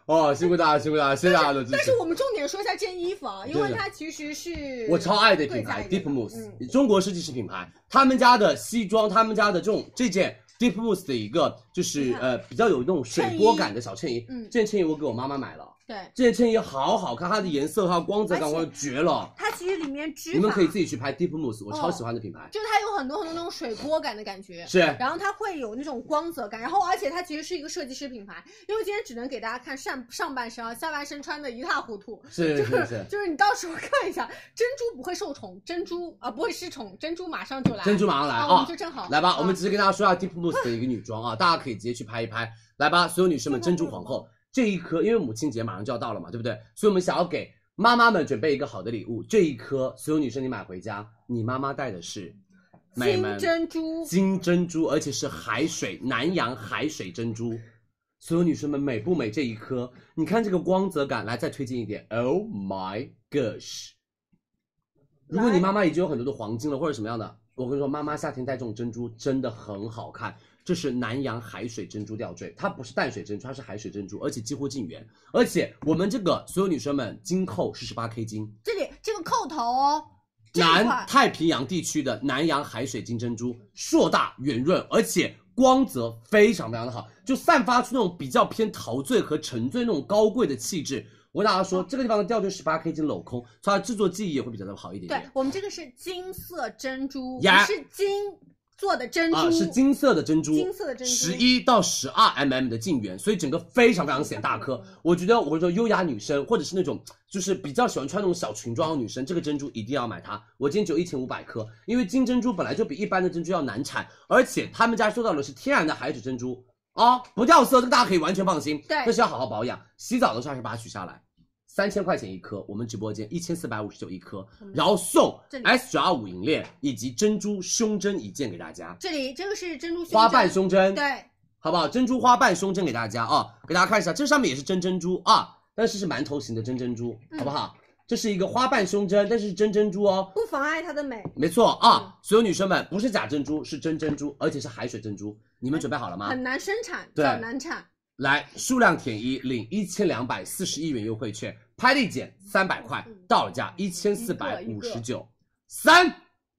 Speaker 3: 哦，辛苦大家，辛苦大家，谢谢大家的支
Speaker 2: 但
Speaker 3: 持
Speaker 2: 是。我们重点说一下这件衣服啊，因为
Speaker 3: 对
Speaker 2: 它其实是
Speaker 3: 我超爱的品
Speaker 2: 贵价
Speaker 3: 牌
Speaker 2: 一
Speaker 3: Deep
Speaker 2: 点的
Speaker 3: Mousse，、
Speaker 2: 嗯
Speaker 3: 中国设计师品牌，他们家的西装，他们家的这种这件 Deep Mousse 的一个就是
Speaker 2: 你看
Speaker 3: 呃比较有那种水波感的小衬衣，
Speaker 2: 嗯
Speaker 3: 这件衬衣我给我妈妈买了，
Speaker 2: 对，
Speaker 3: 这件衬衣好好看，它的颜色还有光泽感，
Speaker 2: 而且
Speaker 3: 我绝了。
Speaker 2: 它其实里面织法，哦
Speaker 3: 你们可以自己去拍 Deep Mousse，我超喜欢的品牌，
Speaker 2: 就是它有很多很多那种水波感的感觉。
Speaker 3: 是
Speaker 2: 然后它会有那种光泽感，然后而且它其实是一个设计师品牌，因为今天只能给大家看上上半身啊，下半身穿的一塌糊涂，
Speaker 3: 是
Speaker 2: 就是
Speaker 3: 是，
Speaker 2: 就是你到时候看一下，珍珠不会受宠，珍珠啊、不会失宠，珍珠马上就来，
Speaker 3: 珍珠马上来
Speaker 2: 啊，
Speaker 3: 啊、
Speaker 2: 我们就正好
Speaker 3: 来吧，
Speaker 2: 啊
Speaker 3: 我们只是跟大家说一下 Deep Mousse 的一个女装啊，大家可以直接去拍一拍。来吧，所有女生们，珍珠皇后这一颗，因为母亲节马上就要到了嘛，对不对？所以我们想要给妈妈们准备一个好的礼物，这一颗，所有女生你买回家，你妈妈戴的是美
Speaker 2: 金
Speaker 3: 们
Speaker 2: 珍珠，
Speaker 3: 金珍珠，而且是海水南洋海水珍珠。所有女生们美不美？这一颗，你看这个光泽感，来再推进一点。Oh my gosh！如果你妈妈已经有很多的黄金了，或者什么样的，我跟你说，妈妈夏天戴这种珍珠真的很好看。这是南洋海水珍珠吊坠，它不是淡水珍珠，它是海水珍珠，而且几乎近圆。而且我们这个所有女生们金扣是十八 K 金，
Speaker 2: 这里这个扣头哦，这一块
Speaker 3: 南太平洋地区的南洋海水金珍珠，硕大圆润，而且光泽非常非常的好，就散发出那种比较偏陶醉和沉醉那种高贵的气质。我跟大家
Speaker 2: 嗯
Speaker 3: 说，这个地方的吊坠十八 K 金镂空，所以它制作技艺也会比较的好一点
Speaker 2: 对
Speaker 3: 点。
Speaker 2: 我们这个是金色珍珠，
Speaker 3: 呀
Speaker 2: 不是金做的珍珠，
Speaker 3: 啊，是金色的珍珠，
Speaker 2: 金色的珍珠
Speaker 3: 十一到十二 mm 的镜圆，所以整个非常非常显大颗。我觉得我会说优雅女生，或者是那种就是比较喜欢穿那种小裙装的女生，这个珍珠一定要买它。我今天只有一千五百颗，因为金珍珠本来就比一般的珍珠要难产，而且他们家做到的是天然的海水珍珠啊，不掉色，这个大家可以完全放心。
Speaker 2: 对
Speaker 3: 但是要好好保养，洗澡的时候还是把它取下来。三千块钱一颗，我们直播间一千四百五十九一颗，然后送
Speaker 2: 这里
Speaker 3: S 九二五银链以及珍珠胸针一件给大家。
Speaker 2: 这里这个是珍珠胸
Speaker 3: 花瓣
Speaker 2: 针
Speaker 3: 胸针，
Speaker 2: 对，
Speaker 3: 好不好？珍珠花瓣胸针给大家啊，给大家看一下，这上面也是真珍珠啊，但是是馒头型的真珍珠，好不好？这是一个花瓣胸针，但是是真珍珠哦，
Speaker 2: 不妨碍它的美，
Speaker 3: 没错啊，所有女生们，不是假珍珠，是真珍珠，而且是海水珍珠，你们准备好了吗
Speaker 2: 很？难生产，
Speaker 3: 啊对
Speaker 2: 较难产。
Speaker 3: 来，数量填一，领一千两百四十一元优惠券，拍立减三百块，
Speaker 2: 嗯
Speaker 3: 到手价一千四百五十九。三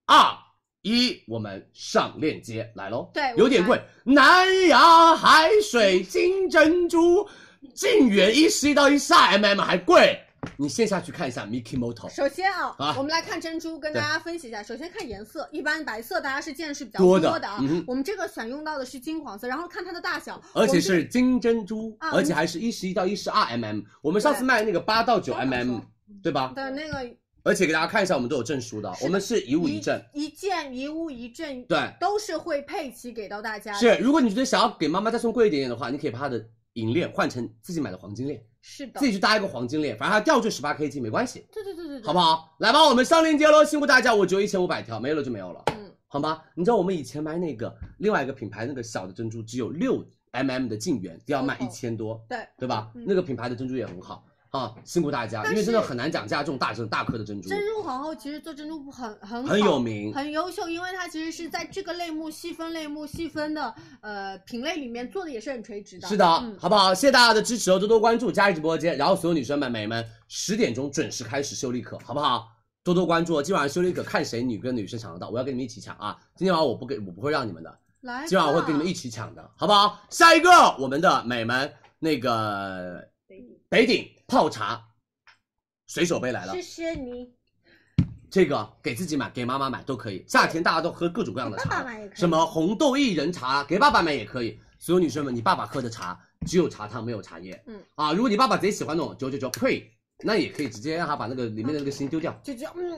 Speaker 3: 二一，我们上链接来喽。
Speaker 2: 对我
Speaker 3: 有点贵。南洋海水金珍珠，净源一十一到一十二 mm 还贵，你线下去看一下 Mickey Moto。
Speaker 2: 首先啊，
Speaker 3: 啊
Speaker 2: 我们来看珍珠，跟
Speaker 3: 对
Speaker 2: 大家分析一下。首先看颜色，一般白色大家是见识比较
Speaker 3: 多的
Speaker 2: 的啊。
Speaker 3: 嗯哼
Speaker 2: 我们这个选用到的是金黄色，然后看它的大小，
Speaker 3: 而
Speaker 2: 我
Speaker 3: 且
Speaker 2: 们这
Speaker 3: 是金珍珠，
Speaker 2: 啊
Speaker 3: 而且还是一十一到一十二 mm。我们上次
Speaker 2: 对
Speaker 3: 卖那个八到九
Speaker 2: 刚刚
Speaker 3: mm，
Speaker 2: 说
Speaker 3: 对吧？
Speaker 2: 的那个
Speaker 3: 而且给大家看一下，我们都有证书的，
Speaker 2: 的
Speaker 3: 我们是一物一证。
Speaker 2: 一件一物一证，
Speaker 3: 对，
Speaker 2: 都是会配齐给到大家的。
Speaker 3: 是，如果你觉得想要给妈妈再送贵一点点的话，你可以把她的银链换成自己买的黄金链，
Speaker 2: 是的
Speaker 3: 自，己去搭一个黄金链，反正它吊坠十八 K G 没关系，
Speaker 2: 对对对对对，
Speaker 3: 好不好？来吧，我们上链接喽，辛苦大家，我只有一千五百条，没有了就没有了，
Speaker 2: 嗯，
Speaker 3: 好吗？你知道我们以前买那个另外一个品牌那个小的珍珠只有六 mm 的净圆，都要卖一千多，
Speaker 2: 对，
Speaker 3: 对吧？
Speaker 2: 嗯
Speaker 3: 那个品牌的珍珠也很好啊，辛苦大家，
Speaker 2: 但
Speaker 3: 因为真的
Speaker 2: 是
Speaker 3: 很难讲价这种大珍大颗的珍珠，
Speaker 2: 珍珠皇后其实做珍珠很很
Speaker 3: 很
Speaker 2: 好
Speaker 3: 有名，
Speaker 2: 很优秀，因为它其实是在这个类目细分类目细分的呃品类里面做的也是很垂直的。
Speaker 3: 是的，
Speaker 2: 嗯，
Speaker 3: 好不好？谢谢大家的支持哦，多多关注佳怡直播间，然后所有女生们、美们，十点钟准时开始修丽可，好不好？多多关注哦，今晚上修丽可看谁女跟女生抢得到，我要跟你们一起抢啊！
Speaker 5: 哎
Speaker 3: 今天晚上我不给我不会让你们的，
Speaker 2: 来吧，
Speaker 3: 今晚我会跟你们一起抢的，好不好？下一个我们的美们那个北鼎泡茶水手杯来了
Speaker 5: 谢，谢你，
Speaker 3: 这个给自己买，给妈妈买都可以。夏天大家都喝各种各样的茶，
Speaker 5: 给爸爸买也可以
Speaker 3: 什么红豆薏仁茶，给爸爸买也可以。所有女生们，你爸爸喝的茶只有茶汤没有茶叶。
Speaker 2: 嗯
Speaker 3: 啊，如果你爸爸贼喜欢那种九九九呸，那也可以直接让他把那个里面的那个芯丢掉，
Speaker 2: 就这样，嗯，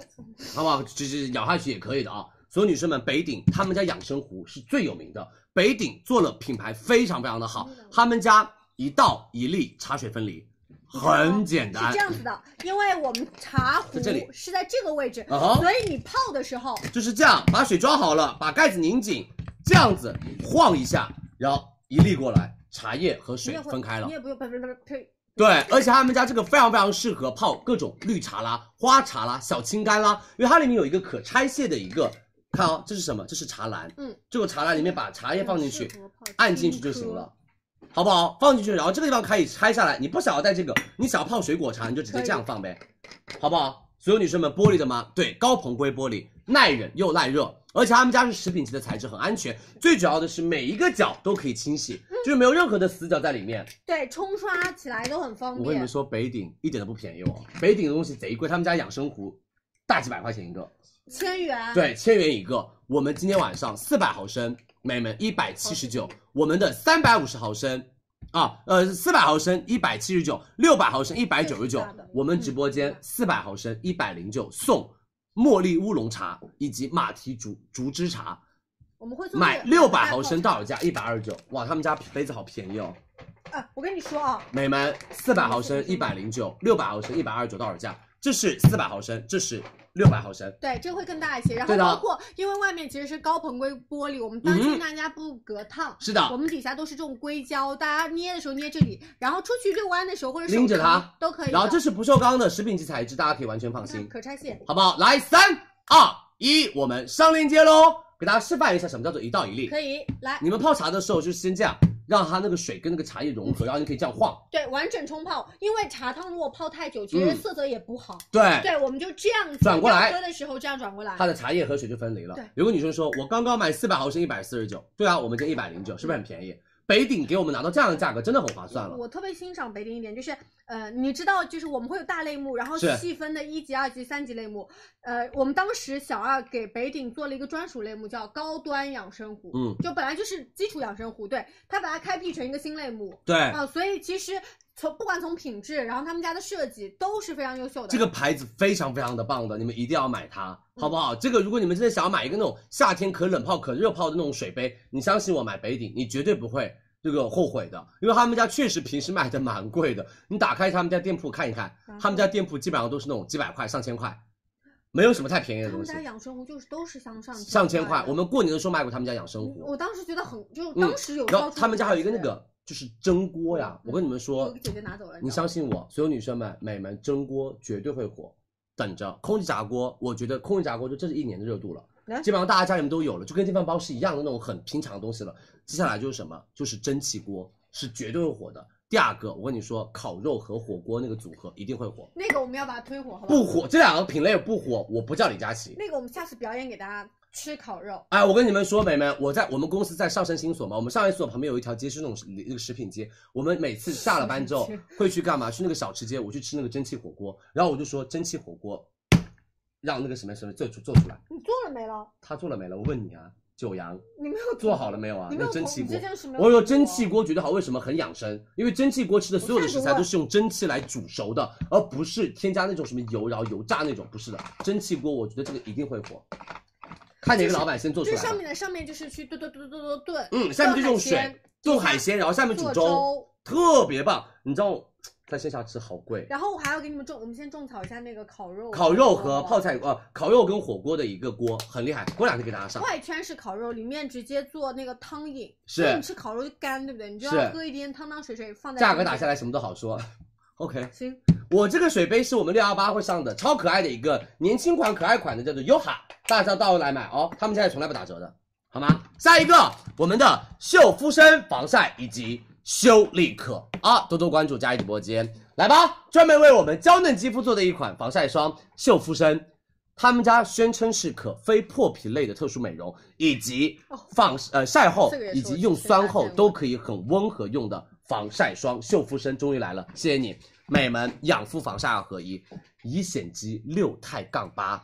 Speaker 3: 好不好？就是咬下去也可以的啊。所有女生们，北鼎他们家养生壶是最有名的，北鼎做了品牌非常非常的好，他们家一道一粒茶水分离，很简单。
Speaker 2: 哦是这样子的，因为我们茶壶
Speaker 3: 在这里
Speaker 2: 是在这个位置，
Speaker 3: 啊哈
Speaker 2: 所以你泡的时候，
Speaker 3: 就是这样，把水装好了，把盖子拧紧，这样子晃一下，然后一沥过来，茶叶和
Speaker 2: 你
Speaker 3: 水
Speaker 2: 也会
Speaker 3: 分开了
Speaker 2: 你。也不用呸呸呸呸，
Speaker 3: 对，而且他们家这个非常非常适合泡各种绿茶啦、花茶啦、小青柑啦，因为它里面有一个可拆卸的一个，看哦，这是什么？这是茶篮。
Speaker 2: 嗯，
Speaker 3: 这个茶篮里面把茶叶放进去
Speaker 2: 适合泡，
Speaker 3: 按进去就行了。好不好？放进去，然后这个地方可以拆下来。你不想要带这个，你想要泡水果茶，你就直接这样放呗，好不好？所有女生们，玻璃的吗？对，高硼硅玻璃，耐忍又耐热，而且他们家是食品级的材质，很安全。最主要的是每一个角都可以清洗，就是没有任何的死角在里面。
Speaker 2: 对，冲刷起来都很方
Speaker 3: 我跟你
Speaker 2: 便
Speaker 3: 们。说，北鼎一点都不便宜哦，北鼎的东西贼贵，他们家养生壶大几百块钱一个，
Speaker 2: 千元，
Speaker 3: 对，千元一个。我们今天晚上四百毫升，美们一百七十九，我们的三百五十毫升。啊，呃，四百毫升一百七十九，六百毫升一百九十
Speaker 2: 这
Speaker 3: 九
Speaker 2: 是大的，嗯
Speaker 3: 我们直播间四百毫升一百零九送茉莉乌龙茶以及马蹄竹竹枝茶，
Speaker 2: 我们会做
Speaker 3: 买
Speaker 2: 这个
Speaker 3: 六百毫升到手价一百二十九，哇，他们家杯子好便宜哦，
Speaker 2: 呃，我跟你说啊，
Speaker 3: 美们，四百毫
Speaker 2: 嗯
Speaker 3: 升一百零九，六百毫升一百二十九到手价，这是四百毫升，这是六百毫升，
Speaker 2: 对，这会更大一些。然
Speaker 3: 对
Speaker 2: 后
Speaker 3: 的
Speaker 2: 包括，因为外面其实是高硼硅玻璃，我们担
Speaker 3: 嗯
Speaker 2: 心大家不隔烫。
Speaker 3: 是的
Speaker 2: 我们底下都是这种硅胶，大家捏的时候捏这里，然后出去遛弯的时候或者手
Speaker 3: 拎着
Speaker 2: 提
Speaker 3: 它
Speaker 2: 都可以的。
Speaker 3: 然后这是不锈钢的食品级材质，大家可以完全放心，
Speaker 2: 可拆卸，
Speaker 3: 好不好？来，三二一，我们上链接喽，给大家示范一下什么叫做一道一粒。
Speaker 2: 可以来，
Speaker 3: 你们泡茶的时候就是先这样，让它那个水跟那个茶叶融合，然后你可以这样晃。
Speaker 2: 对，完整冲泡。因为茶汤如果泡太久，其实
Speaker 3: 嗯
Speaker 2: 色泽也不好。
Speaker 3: 对，
Speaker 2: 对，我们就这样子
Speaker 3: 转过来
Speaker 2: 要喝的时候这样转过来
Speaker 3: 它。的茶叶和水就分离了
Speaker 2: 对。
Speaker 3: 有个女生说，我刚刚买四百毫升一百四十九，对啊，我们这一百零九，是不是很便宜？北鼎给我们拿到这样的价格，真的很划算了。
Speaker 1: 我特别欣赏北鼎一点，就是呃，你知道，就是我们会有大类目，然后
Speaker 3: 是
Speaker 1: 细分的一级、二级、三级类目。呃，我们当时小二给北鼎做了一个专属类目，叫高端养生壶，
Speaker 3: 嗯，
Speaker 1: 就本来就是基础养生壶，对，他把它开辟成一个新类目。
Speaker 3: 对，
Speaker 2: 嗯
Speaker 1: 啊、所以其实从不管从品质，然后他们家的设计都是非常优秀的。
Speaker 3: 这个牌子非常非常的棒的，你们一定要买它，
Speaker 1: 嗯
Speaker 3: 好不好？这个如果你们真的想要买一个那种夏天可冷泡可热泡的那种水杯，你相信我，买北鼎你绝对不会这个后悔的，因为他们家确实平时卖的蛮贵的，你打开他们家店铺看一看，
Speaker 1: 嗯
Speaker 3: 他们家店铺基本上都是那种几百块、上千块，没有什么太便宜的
Speaker 1: 他
Speaker 3: 东
Speaker 1: 们
Speaker 3: 西
Speaker 1: 家，养生壶就是都是向上
Speaker 3: 上千块
Speaker 1: 的。
Speaker 3: 我们过年的时候买过他们家养生壶，
Speaker 1: 我当时觉得很，就是
Speaker 3: 嗯
Speaker 1: 当时有、
Speaker 3: 然后他们家还有一个那，个就是蒸锅呀，
Speaker 1: 嗯
Speaker 3: 我跟你们说，
Speaker 1: 有个姐姐拿走了，
Speaker 3: 你
Speaker 1: 知道
Speaker 3: 相
Speaker 1: 吗
Speaker 3: 信我，所有女生们、美们，蒸锅绝对会火。等着，空气炸锅，我觉得空气炸锅就这是一年的热度了，
Speaker 2: 来
Speaker 3: 基本上大家家里面都有了，就跟电饭煲是一样的那种很平常的东西了。接下来就是什么？就是蒸汽锅，是绝对会火的。第二个，我跟你说，烤肉和火锅那个组合一定会火，
Speaker 1: 那个我们要把它推火，好吧？
Speaker 3: 不火这两个品类不火，我不叫李佳琦。
Speaker 1: 那个我们下次表演给大家吃烤肉，
Speaker 3: 哎，我跟你们说，美们，我在我们公司在上升新所嘛，我们上一所旁边有一条街是那种那个食品街，我们每次下了班之后
Speaker 2: 食品
Speaker 3: 会去干嘛？去那个小吃街，我去吃那个蒸汽火锅，然后我就说蒸汽火锅，让那个什么什么做出做出来，
Speaker 1: 你做了没了？
Speaker 3: 他做了没了？我问你啊，九阳
Speaker 1: 你没有
Speaker 3: 做好了没有啊？
Speaker 1: 你没
Speaker 3: 那
Speaker 1: 有
Speaker 3: 蒸
Speaker 1: 同
Speaker 3: 汽
Speaker 1: 你
Speaker 3: 锅
Speaker 1: 这。件事没有
Speaker 3: 我
Speaker 1: 做
Speaker 3: 有
Speaker 1: 过
Speaker 3: 蒸汽锅觉得好，为什么很养生？因为蒸汽锅吃的所有的食材都是用蒸汽来煮熟的，而不是添加那种什么油，然后油炸那种，不是的。蒸汽锅，我觉得这个一定会火。看哪个老板先做出
Speaker 1: 这
Speaker 3: 来吧。
Speaker 1: 上面的上面就是去炖炖炖炖炖炖，
Speaker 3: 嗯，下面就用
Speaker 1: 海
Speaker 3: 水
Speaker 1: 鲜
Speaker 3: 炖海鲜，然后下面煮
Speaker 1: 做
Speaker 3: 粥，特别棒。你知道在线下吃好贵，
Speaker 1: 然后我还要给你们种，我们先种草一下那个烤肉，
Speaker 3: 烤肉和
Speaker 1: 哦
Speaker 3: 泡菜呃烤肉跟火锅的一个锅很厉害，过两天给大家上。
Speaker 1: 外圈是烤肉，里面直接做那个汤饮。
Speaker 3: 是
Speaker 1: 因为你吃烤肉就干，对不对？你就是要喝一点汤汤水水放在。
Speaker 3: 价格打下。来什么都好说。OK，
Speaker 1: 行，
Speaker 3: 我这个水杯是我们六幺八会上的，超可爱的一个年轻款可爱款的，叫做 Yoha，大家到来买哦，他们家也从来不打折的，好吗？下一个我们的秀肤深防晒以及修丽可啊，多多关注佳怡直播间，来吧，专门为我们娇嫩肌肤做的一款防晒霜秀肤深。他们家宣称是可非破皮类的特殊美容，以及放呃晒后
Speaker 1: 哦这个也是
Speaker 3: 以
Speaker 1: 我
Speaker 3: 及用
Speaker 1: 之前发
Speaker 3: 酸后
Speaker 1: 现的
Speaker 3: 都可以很温和用的防晒霜，秀肤深终于来了，谢谢你，美们养肤防晒二合一，乙酰基六肽杠八，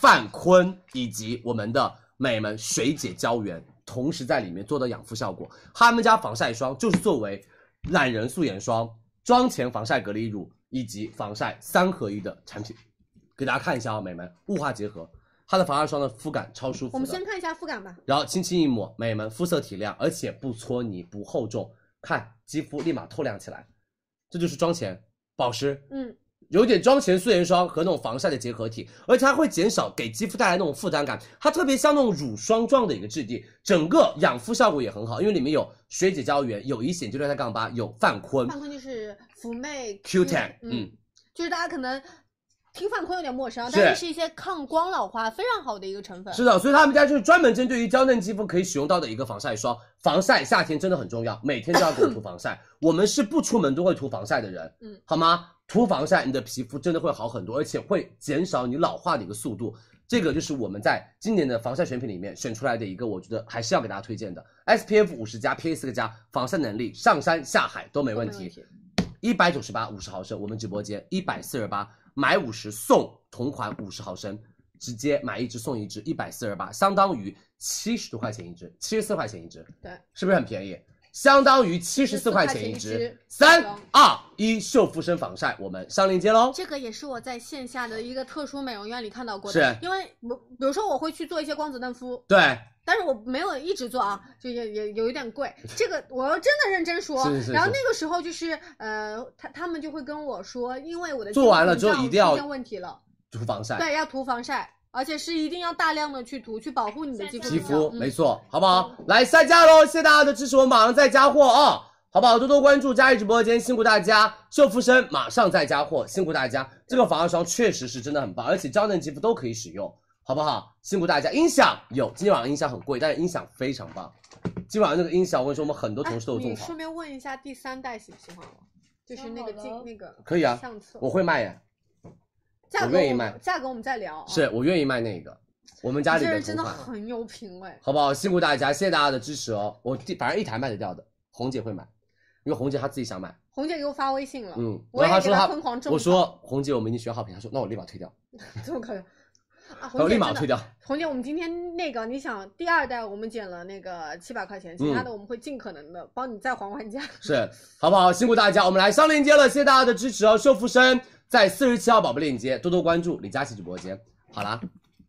Speaker 3: 泛醌以及我们的美们水解胶原，同时在里面做到养肤效果。他们家防晒霜就是作为懒人素颜霜、妆前防晒隔离乳以及防晒三合一的产品，给大家看一下啊、美们物化结合，它的防晒霜的肤感超舒服的。
Speaker 1: 我们先看一下肤感吧。
Speaker 3: 然后轻轻一抹，美们肤色提亮，而且不搓泥不厚重，看肌肤立马透亮起来。这就是妆前保湿，
Speaker 1: 嗯，
Speaker 3: 有点妆前素颜霜和那种防晒的结合体，而且它会减少给肌肤带来那种负担感，它特别像那种乳霜状的一个质地，整个养肤效果也很好，因为里面有水解胶原，有乙酰基六肽杠八，有泛醌
Speaker 1: 范坤就是妩媚
Speaker 3: Q10，嗯
Speaker 1: 嗯，，就是大家可能听范坤有点陌生啊，
Speaker 3: 是
Speaker 1: 但是是一些抗光老化非常好的一个成分。
Speaker 3: 是的，所以他们家就是专门针对于娇嫩肌肤可以使用到的一个防晒霜。防晒夏天真的很重要，每天都要给我涂防
Speaker 1: <laughs>
Speaker 3: 晒。我们是不出门都会涂防晒的人，
Speaker 1: 嗯，
Speaker 3: 好吗？涂防晒，你的皮肤真的会好很多，而且会减少你老化的一个速度。这个就是我们在今年的防晒选品里面选出来的一个，我觉得还是要给大家推荐的 SPF 五十加 PA 四个加，防晒能力上山下海都没问
Speaker 1: 都没问
Speaker 3: 题
Speaker 1: 题，
Speaker 3: 一百九十八五十毫升，我们直播间一百四十八买五十送同款五十毫升，直接买一支送一支，一百四十八，相当于七十多块钱一支，七十四块钱一支，
Speaker 1: 对，
Speaker 3: 是不是很便宜？相当于七十四块钱
Speaker 1: 74块钱
Speaker 3: 一
Speaker 1: 一
Speaker 3: 支
Speaker 1: 支。
Speaker 3: 三
Speaker 1: 好
Speaker 3: 二一，秀肤深防晒，我们上链接喽。
Speaker 1: 这个也是我在线下的一个特殊美容院里看到过的，
Speaker 3: 是
Speaker 1: 因为我比如说我会去做一些光子嫩肤，
Speaker 3: 对，
Speaker 1: 但是我没有一直做啊，就也也有一点
Speaker 3: <laughs>
Speaker 1: 贵。这个我要真的认真说，
Speaker 3: 是是是
Speaker 1: 然后那个时候就是呃，他他们就会跟我说，因为我的
Speaker 3: 做完了之后
Speaker 1: 肌肤
Speaker 3: 一定要
Speaker 1: 出现问题了，
Speaker 3: 涂防晒，
Speaker 1: 对，要涂防晒，而且是一定要大量的去涂，去保护你的肌肤
Speaker 3: 皮
Speaker 1: 屏障
Speaker 3: 肤
Speaker 1: 嗯
Speaker 3: 没错，好不好？来下架喽，谢谢大家的支持，我马上再加货啊、好不好？多多关注佳怡直播间，辛苦大家！秀肤深马上再加货，辛苦大家！这个防晒霜确实是真的很棒，而且娇嫩肌肤都可以使用，好不好？辛苦大家！音响有，今天晚上音响很贵，但是音响非常棒。今晚上那个音响，我跟你说，我们很多同事都有
Speaker 1: 哎你
Speaker 3: 种好
Speaker 1: 顺，便问一下第三代喜不喜欢我？就是那个
Speaker 5: 想好
Speaker 1: 镜
Speaker 5: 了
Speaker 1: 那
Speaker 3: <laughs>
Speaker 1: 个
Speaker 3: 可以啊
Speaker 1: 相册，
Speaker 3: 我会卖耶，
Speaker 1: 价
Speaker 3: 我
Speaker 1: 格
Speaker 3: 愿意
Speaker 1: 我
Speaker 3: 卖
Speaker 1: 们价格我们再聊啊。
Speaker 3: 是我愿意卖那个，我们家
Speaker 1: 你
Speaker 3: 里
Speaker 1: 这
Speaker 3: 的
Speaker 1: 人
Speaker 3: 同
Speaker 1: 真的
Speaker 3: 款
Speaker 1: 很有品味。
Speaker 3: 好不好？辛苦大家，谢谢大家的支持哦！我第反正一台卖得掉的，红姐会买，因为红姐她自己想买，
Speaker 2: 红姐给我发微信了，
Speaker 3: 嗯，
Speaker 2: 我
Speaker 3: 然后
Speaker 2: 也
Speaker 3: 她
Speaker 2: 给
Speaker 3: 说
Speaker 2: 她疯狂
Speaker 3: 她，
Speaker 2: 种
Speaker 3: 我说红姐我们已经选好品，她说那我立马退掉，
Speaker 2: 这么搞笑啊！
Speaker 3: 然后
Speaker 2: 红姐
Speaker 3: 立马
Speaker 2: 真的
Speaker 3: 退掉，
Speaker 2: 红姐，我们今天那个，你想第二代我们减了那个七百块钱，其他
Speaker 3: 嗯
Speaker 2: 的我们会尽可能的帮你再还还价。
Speaker 3: 是，好不好？辛苦大家，我们来上链接了，谢谢大家的支持哦。瘦腹身在四十七号宝贝链接，多多关注李佳琦直播间。好啦，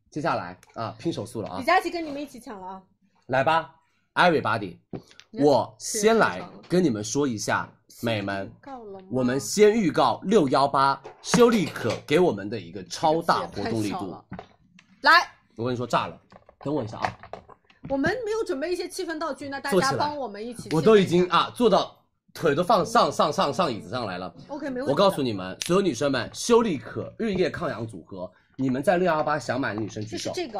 Speaker 3: 接下来啊，拼手速了啊
Speaker 2: 李，佳琦跟你们一起抢了啊！
Speaker 3: 来吧，everybody，
Speaker 2: 嗯
Speaker 3: 我先来
Speaker 2: 时间太长了
Speaker 3: 跟你们说一下，美们，
Speaker 2: 够了吗？
Speaker 3: 我们先预告六幺八修丽可给我们的一个超大活动力
Speaker 2: 太少
Speaker 3: 度
Speaker 2: 了，来，
Speaker 3: 我跟你说炸了。等我一下啊，
Speaker 2: 我们没有准备一些气氛道具，那大
Speaker 3: 坐起
Speaker 2: 家
Speaker 3: 来
Speaker 2: 帮我们一起。
Speaker 3: 我都已经啊坐到腿都放上上上上椅子上来了。
Speaker 2: OK，没问题。
Speaker 3: 我告诉，你们，所有女生们，修丽可日夜抗氧组合，你们在六幺八想买的女生举
Speaker 2: 就是
Speaker 3: 手，
Speaker 2: 这个，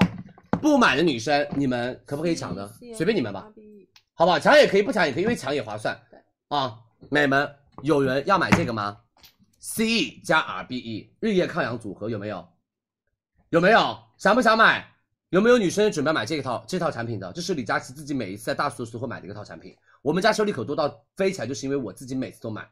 Speaker 3: 不买的女生你们可不可以抢呢？随便你们吧，
Speaker 2: RBE。
Speaker 3: 好不好？抢也可以，不抢也可以，因为抢也划算
Speaker 2: 对。
Speaker 3: 啊，美们，有人要买这个吗？CE 加 RBE 日夜抗氧组合有没有？有没有？想不想买？有没有女生准备买这套这套产品的？这是李佳琦自己每一次在大促的时候会买的一个套产品。我们家修丽可多到飞起来，就是因为我自己每次都买。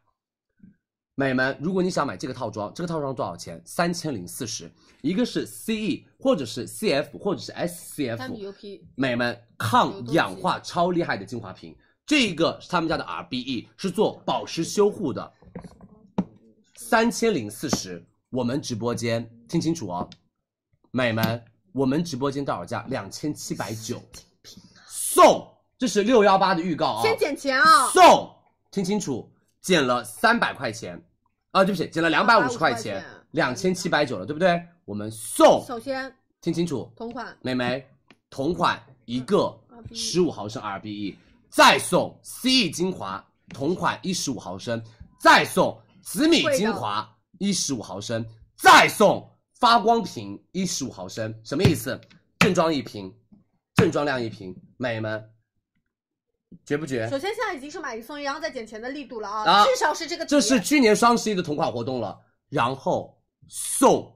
Speaker 3: 美们，如果你想买这个套装，这个套装多少钱？三千零四十，一个是 CE 或者是 CF 或者是 SCF，
Speaker 2: 单比 UP
Speaker 3: 美们抗氧化超厉害的精华瓶，这一个是他们家的 RBE，是做保湿修护的，三千零四十。我们直播间听清楚哦，美们，我们直播间到手价两千七百九，送，这是六幺八的预告啊、
Speaker 2: 先减钱啊！
Speaker 3: 送，听清楚，减了三百块钱，啊，对不起，减了两百五十块钱，两千七百九了，对不对？我们送，
Speaker 2: 首先
Speaker 3: 听清楚，
Speaker 2: 同款
Speaker 3: 美眉，同款一个
Speaker 2: 嗯
Speaker 3: 十五毫升 RBE，再送 CE 精华同款一十五毫升，再送紫米精华一十五毫升，再送发光瓶一十五毫升，什么意思？正装一瓶，正装量一瓶，美们，绝不绝？
Speaker 2: 首先现在已经是买一送一，然后再减钱的力度了啊，
Speaker 3: 啊
Speaker 2: 至少是这个体
Speaker 3: 这
Speaker 2: 验。
Speaker 3: 是去年双十一的同款活动了，然后送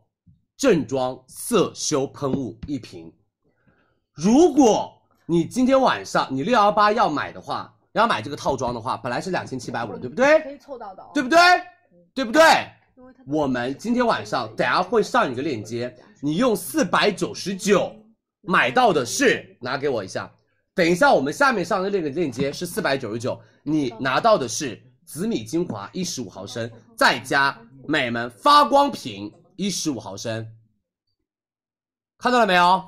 Speaker 3: 正装色修喷雾一瓶。如果你今天晚上你六幺八要买的话，要买这个套装的话，本来是两千七百五的，对不
Speaker 2: 可
Speaker 3: 对？
Speaker 2: 以凑到的啊，
Speaker 3: 对不对？对不对？
Speaker 2: 因为它
Speaker 3: 我们今天晚上等下会上一个链接，你用四百九十九买到的是拿给我一下。等一下，我们下面上的那个链接是四百九十九，你拿到的是紫米精华一十五毫升，再加美们发光瓶一十五毫升，看到了没有？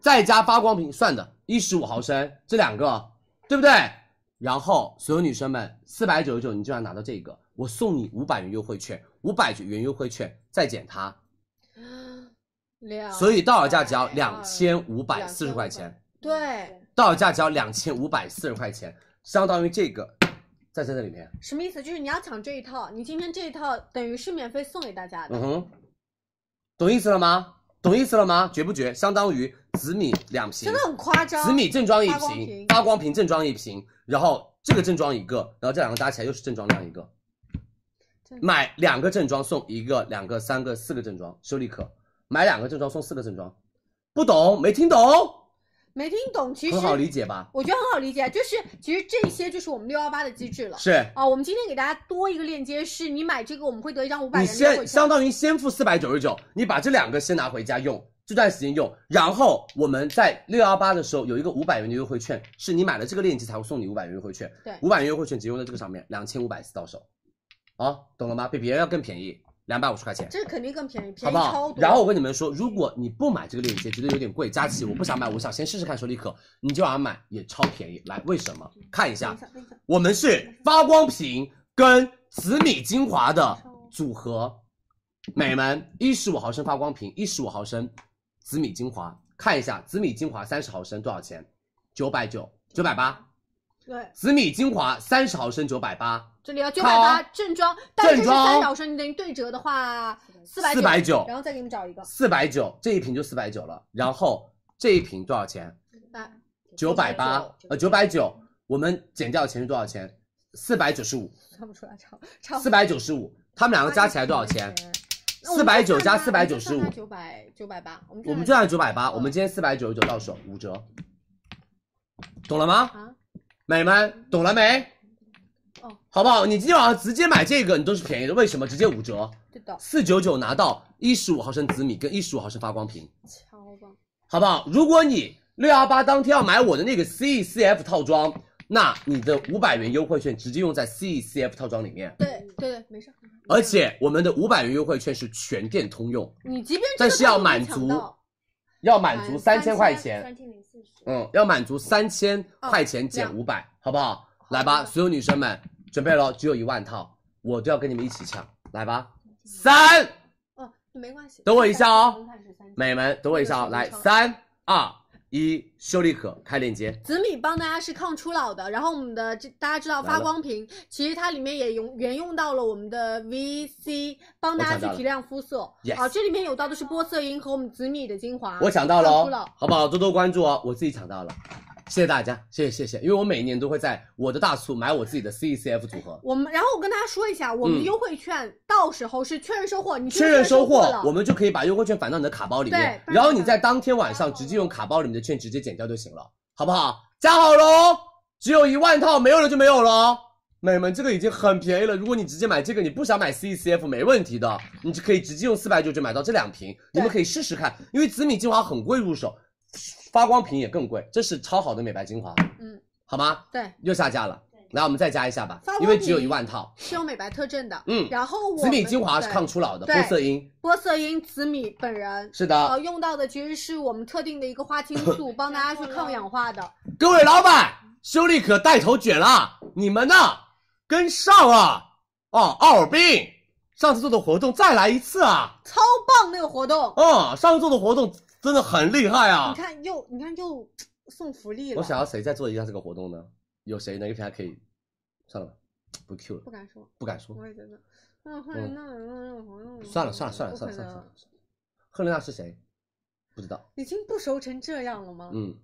Speaker 3: 再加发光瓶，算的，一十五毫升，这两个，对不对？然后所有女生们，四百九十九，你就要拿到这个，我送你五百元优惠券，五百元优惠券再减它，
Speaker 2: 两，
Speaker 3: 所
Speaker 2: 以
Speaker 3: 以到手价只要
Speaker 2: 嗯
Speaker 3: 两千五百四十块钱，
Speaker 2: 对，
Speaker 3: 到手价只要两千五百四十块钱，相当于这个在在这里面，
Speaker 2: 什么意思？就是你要抢这一套，你今天这一套等于是免费送给大家的。
Speaker 3: 嗯哼，懂意思了吗？懂意思了吗？绝不绝？相当于紫米两瓶，
Speaker 2: 真的很夸张。
Speaker 3: 紫米正装一
Speaker 2: 发光
Speaker 3: 瓶
Speaker 2: 瓶，
Speaker 3: 发光瓶正装一瓶，然后这个正装一个，然后这两个加起来又是正装量一个
Speaker 2: 正。装
Speaker 3: 买两个正装送一个、两个、三个、四个正装，修丽可买两个正装送四个正装，不懂没听懂，
Speaker 2: 没听懂，其实
Speaker 3: 很好理解吧？
Speaker 2: 我觉得很好理解，就是其实这些就是我们六幺八的机制了。
Speaker 3: 是
Speaker 1: 哦
Speaker 2: 啊，我们今天给大家多一个链接，是你买这个我们会得一张五百
Speaker 3: 你
Speaker 2: 元的优惠
Speaker 3: 先相
Speaker 2: 券。
Speaker 3: 当于先付四百九十九，你把这两个先拿回家用，这段时间用，然后我们在六幺八的时候有一个五百元的优惠券，是你买了这个链接才会送你五百元优惠券，
Speaker 2: 对
Speaker 3: 五百元优惠券直接用在这个上面，两千五百四到手，啊，懂了吗？比别人要更便宜，两百五十块钱。
Speaker 2: 这肯定更便宜，
Speaker 3: 好
Speaker 2: 便宜
Speaker 3: 不
Speaker 2: 超
Speaker 3: 好？
Speaker 2: 多。
Speaker 3: 然后我跟你们说，如果你不买这个链接，觉得有点贵，佳琪我不想买，我想先试试看手里可，你就要买，也超便宜。来，为什么？看一下，我们是发光瓶跟紫米精华的组合，美们，一十五毫升发光瓶，一十五毫升紫米精华，看一下紫米精华三十毫升多少钱？九百九，九百八。
Speaker 2: 对，
Speaker 3: 紫米精华三十毫升九百八，
Speaker 2: 这里要九
Speaker 3: 好
Speaker 2: 百
Speaker 3: 啊
Speaker 2: 八正装，但是这
Speaker 3: 正
Speaker 2: 是
Speaker 3: 装
Speaker 2: 三毫升，你等于对折的话四百
Speaker 3: 490
Speaker 2: 然后再给你们找一个，
Speaker 3: <laughs> 四百九这一瓶就四百九了。然后这一瓶多少钱？
Speaker 2: 来
Speaker 3: 九百八，呃，九百九，我们减掉钱是多少钱？四百九十五，
Speaker 2: 算不出来，差不差
Speaker 3: 四百九十五，他们两个加起来多少钱？？四百九加四百九十五，
Speaker 2: 九百九百八，我们
Speaker 3: 我们就
Speaker 2: 这
Speaker 3: 按九百八，我们今天四百九十九到手，五折，懂了吗？
Speaker 2: 啊，
Speaker 3: 美们，懂了没？
Speaker 1: 哦，
Speaker 3: 好不好？你今天晚上直接买这个，你都是便宜的，为什么？直接五折，
Speaker 1: 对的，
Speaker 3: 四九九拿到一十五毫升紫米跟一十五毫升发光瓶，
Speaker 1: 超棒，
Speaker 3: 好不好？如果你六幺八当天要买我的那个 C E C F 套装，那你的五百元优惠券直接用在 C E C F 套装里面，
Speaker 1: 对对对，没事儿，
Speaker 3: 而且我们的五百元优惠券是全店通用，
Speaker 1: 你即便
Speaker 3: 但
Speaker 1: 这个
Speaker 3: 是要
Speaker 1: 都没
Speaker 3: 满
Speaker 1: 抢
Speaker 3: 足
Speaker 1: 到
Speaker 3: 要满足三千块钱。
Speaker 5: 三千零四十，
Speaker 3: 嗯，要满足三千块钱
Speaker 1: 哦
Speaker 3: 减
Speaker 1: 这
Speaker 3: 五百，好不好？来吧，所有女生们，准备咯，只有一万套，我都要跟你们一起抢，来吧，三，
Speaker 1: 哦，没关系，
Speaker 3: 等我一下哦，
Speaker 5: 看是三千，
Speaker 3: 美们，等我一下哦，来，三二一，秀丽可开链接，
Speaker 1: 紫米帮大家是抗初老的，然后我们的这大家知道
Speaker 3: 来了
Speaker 1: 发光瓶，其实它里面也用沿用到了我们的 VC，帮大
Speaker 3: 我抢到
Speaker 1: 家
Speaker 3: 了
Speaker 1: 去提亮肤色。
Speaker 3: Yes
Speaker 1: 啊，这里面有到的是玻色因和我们紫米的精华。
Speaker 3: 我抢到了
Speaker 1: 啊看出
Speaker 3: 哦
Speaker 1: 了，
Speaker 3: 好不好？多多关注哦，我自己抢到了，谢谢大家，谢谢谢谢，因为我每年都会在我的大促买我自己的 C E C F 组合，
Speaker 1: 我们，然后我跟大家说一下，我们
Speaker 3: 嗯
Speaker 1: 的优惠券到时候是确认收货，你
Speaker 3: 确认
Speaker 1: 认
Speaker 3: 收
Speaker 1: 货
Speaker 3: 货
Speaker 1: 了，，
Speaker 3: 我们就可以把优惠券返到你的卡包里面，
Speaker 1: 对
Speaker 3: 然后你在当天晚上直接用卡包里面的券直接减掉就行了，好不好？加好喽，只有一万套，没有了就没有了哦。美们，这个已经很便宜了。如果你直接买这个，你不想买 C C F 没问题的，你就可以直接用四百九就买到这两瓶，你们可以试试看，因为紫米精华很贵入手，发光瓶也更贵，这是超好的美白精华，
Speaker 1: 嗯，
Speaker 3: 好吗？
Speaker 1: 对，
Speaker 3: 又下架了，来我们再加一下吧
Speaker 1: 发，光
Speaker 3: 因为只有
Speaker 1: 瓶
Speaker 3: 一万套，
Speaker 1: 是有美白特证的。
Speaker 3: 嗯，
Speaker 1: 然后我
Speaker 3: 紫米
Speaker 1: 们
Speaker 3: 精华是
Speaker 1: 对
Speaker 3: 抗初老的，
Speaker 1: 对
Speaker 3: 玻色因，
Speaker 1: 玻色因紫米本人。
Speaker 3: 是的，
Speaker 1: 呃，用到的其实是我们特定的一个花青
Speaker 3: <laughs>
Speaker 1: 素，帮大家去抗氧化的。
Speaker 3: 各位老板，修丽可带头卷了，你们呢跟上啊！哦，奥尔滨，上次做的活动再来一次啊！
Speaker 1: 超棒那个活动，
Speaker 3: 哦，上次做的活动真的很厉害
Speaker 1: 你
Speaker 3: 啊！
Speaker 1: 看又你看又送福利了，
Speaker 3: 我想要谁再做一下这个活动呢？有谁能给大家可以？算了，不 Q 了
Speaker 1: 不，敢说，
Speaker 3: 不敢说。
Speaker 1: 我也觉得，嗯，后来那那那
Speaker 3: 算了算了算了算了算了算了。赫莲娜是谁？不知道。
Speaker 1: 已经不熟成这样了吗？
Speaker 3: 嗯，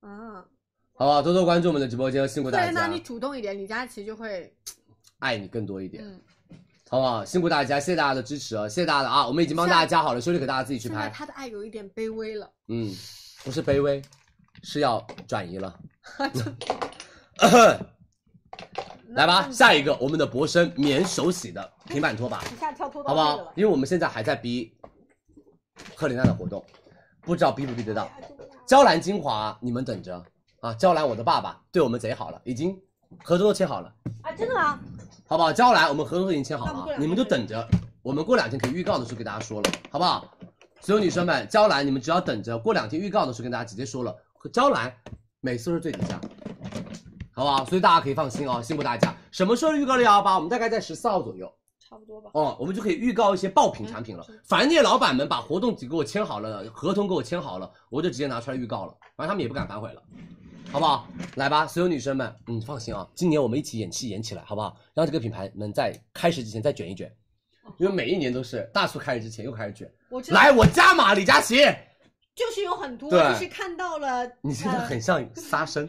Speaker 1: 啊，
Speaker 3: 好不好？多多关注我们的直播间，辛苦
Speaker 1: 对，
Speaker 3: 嗯大
Speaker 1: 那
Speaker 3: 家
Speaker 1: 你，主动一点，李佳琦就会，
Speaker 3: 爱你更多一点，
Speaker 1: 嗯，
Speaker 3: 好不好？辛苦大家，谢谢大家的支持啊！谢谢大家的啊！我们已经帮大家加好了，修丽可大家自己去
Speaker 1: 现
Speaker 3: 拍
Speaker 2: 啊
Speaker 1: 在。他的爱有一点卑微了，
Speaker 3: 嗯，不是卑微，是要转移了。来吧，下一个我们的博生免手洗的平板拖把，
Speaker 2: 一下跳脱
Speaker 3: 好
Speaker 2: 到
Speaker 3: 不
Speaker 2: 这个
Speaker 3: 好
Speaker 2: 了？。
Speaker 3: 因为我们现在还在逼赫莲娜的活动，不知道逼不逼得到。娇兰精华，你们等着啊！娇兰，我的爸爸对我们贼好了，已经合同都签好了，
Speaker 2: 啊，真的吗？
Speaker 3: 好不好？娇兰，我们合同已经签好了
Speaker 2: 那我们过
Speaker 3: 啊，
Speaker 2: 两
Speaker 3: 你们就等着，我们过两天可以预告的时候给大家说了，好不好？所有女生们，娇兰，你们只要等着，过两天预告的时候跟大家直接说了，娇兰每次都是最底价，好不好？所以大家可以放心哦，辛苦大家。什么时候预告六幺八？我们大概在十四号左右。
Speaker 2: 差不多吧。
Speaker 3: 哦，我们就可以预告一些爆品产品了。反正那些老板们把活动给我签好了，合同给我签好了，我就直接拿出来预告了。反正他们也不敢反悔了，好不好？来吧，所有女生们，嗯，放心啊，今年我们一起演戏演起来，好不好？让这个品牌能在开始之前再卷一卷，因为每一年都是大促开始之前又开始卷。
Speaker 1: 我知道，
Speaker 3: 来，我加码李佳琦，
Speaker 1: 就是有很多，
Speaker 3: 对
Speaker 1: 就是看到了，
Speaker 3: 你真的很 <laughs> 像沙僧。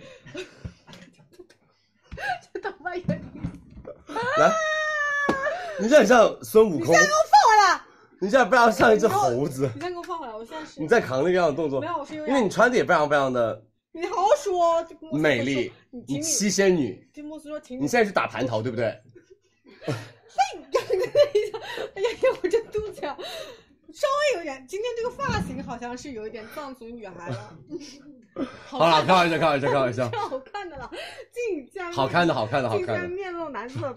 Speaker 1: 导播员
Speaker 3: 来，你这很像孙悟空。你现在给我放回来！你现在非常像一只猴子，
Speaker 2: 你再给我放回来，我现在是
Speaker 3: 你在扛那个样的动作
Speaker 2: 没。有，我是有
Speaker 3: 因为
Speaker 2: 点
Speaker 3: 你穿的也非常非常的
Speaker 2: 你好好说哦。这个莫斯科
Speaker 3: 美丽
Speaker 2: 说你，
Speaker 3: 你
Speaker 2: 听
Speaker 3: 七仙女，
Speaker 2: 这莫斯说挺
Speaker 3: 你现在去打蟠桃对不对？
Speaker 2: <laughs> 哎呀呀，我这肚子呀，稍微有点。今天这个发型好像是有一点藏族女孩了。好
Speaker 3: <laughs> 好了，开玩笑，开
Speaker 2: <laughs>
Speaker 3: 玩笑，开玩笑，
Speaker 2: 好看的了，竟然
Speaker 3: 好看的，好看的，好
Speaker 2: 竟然
Speaker 3: 看的，
Speaker 2: 面露难色，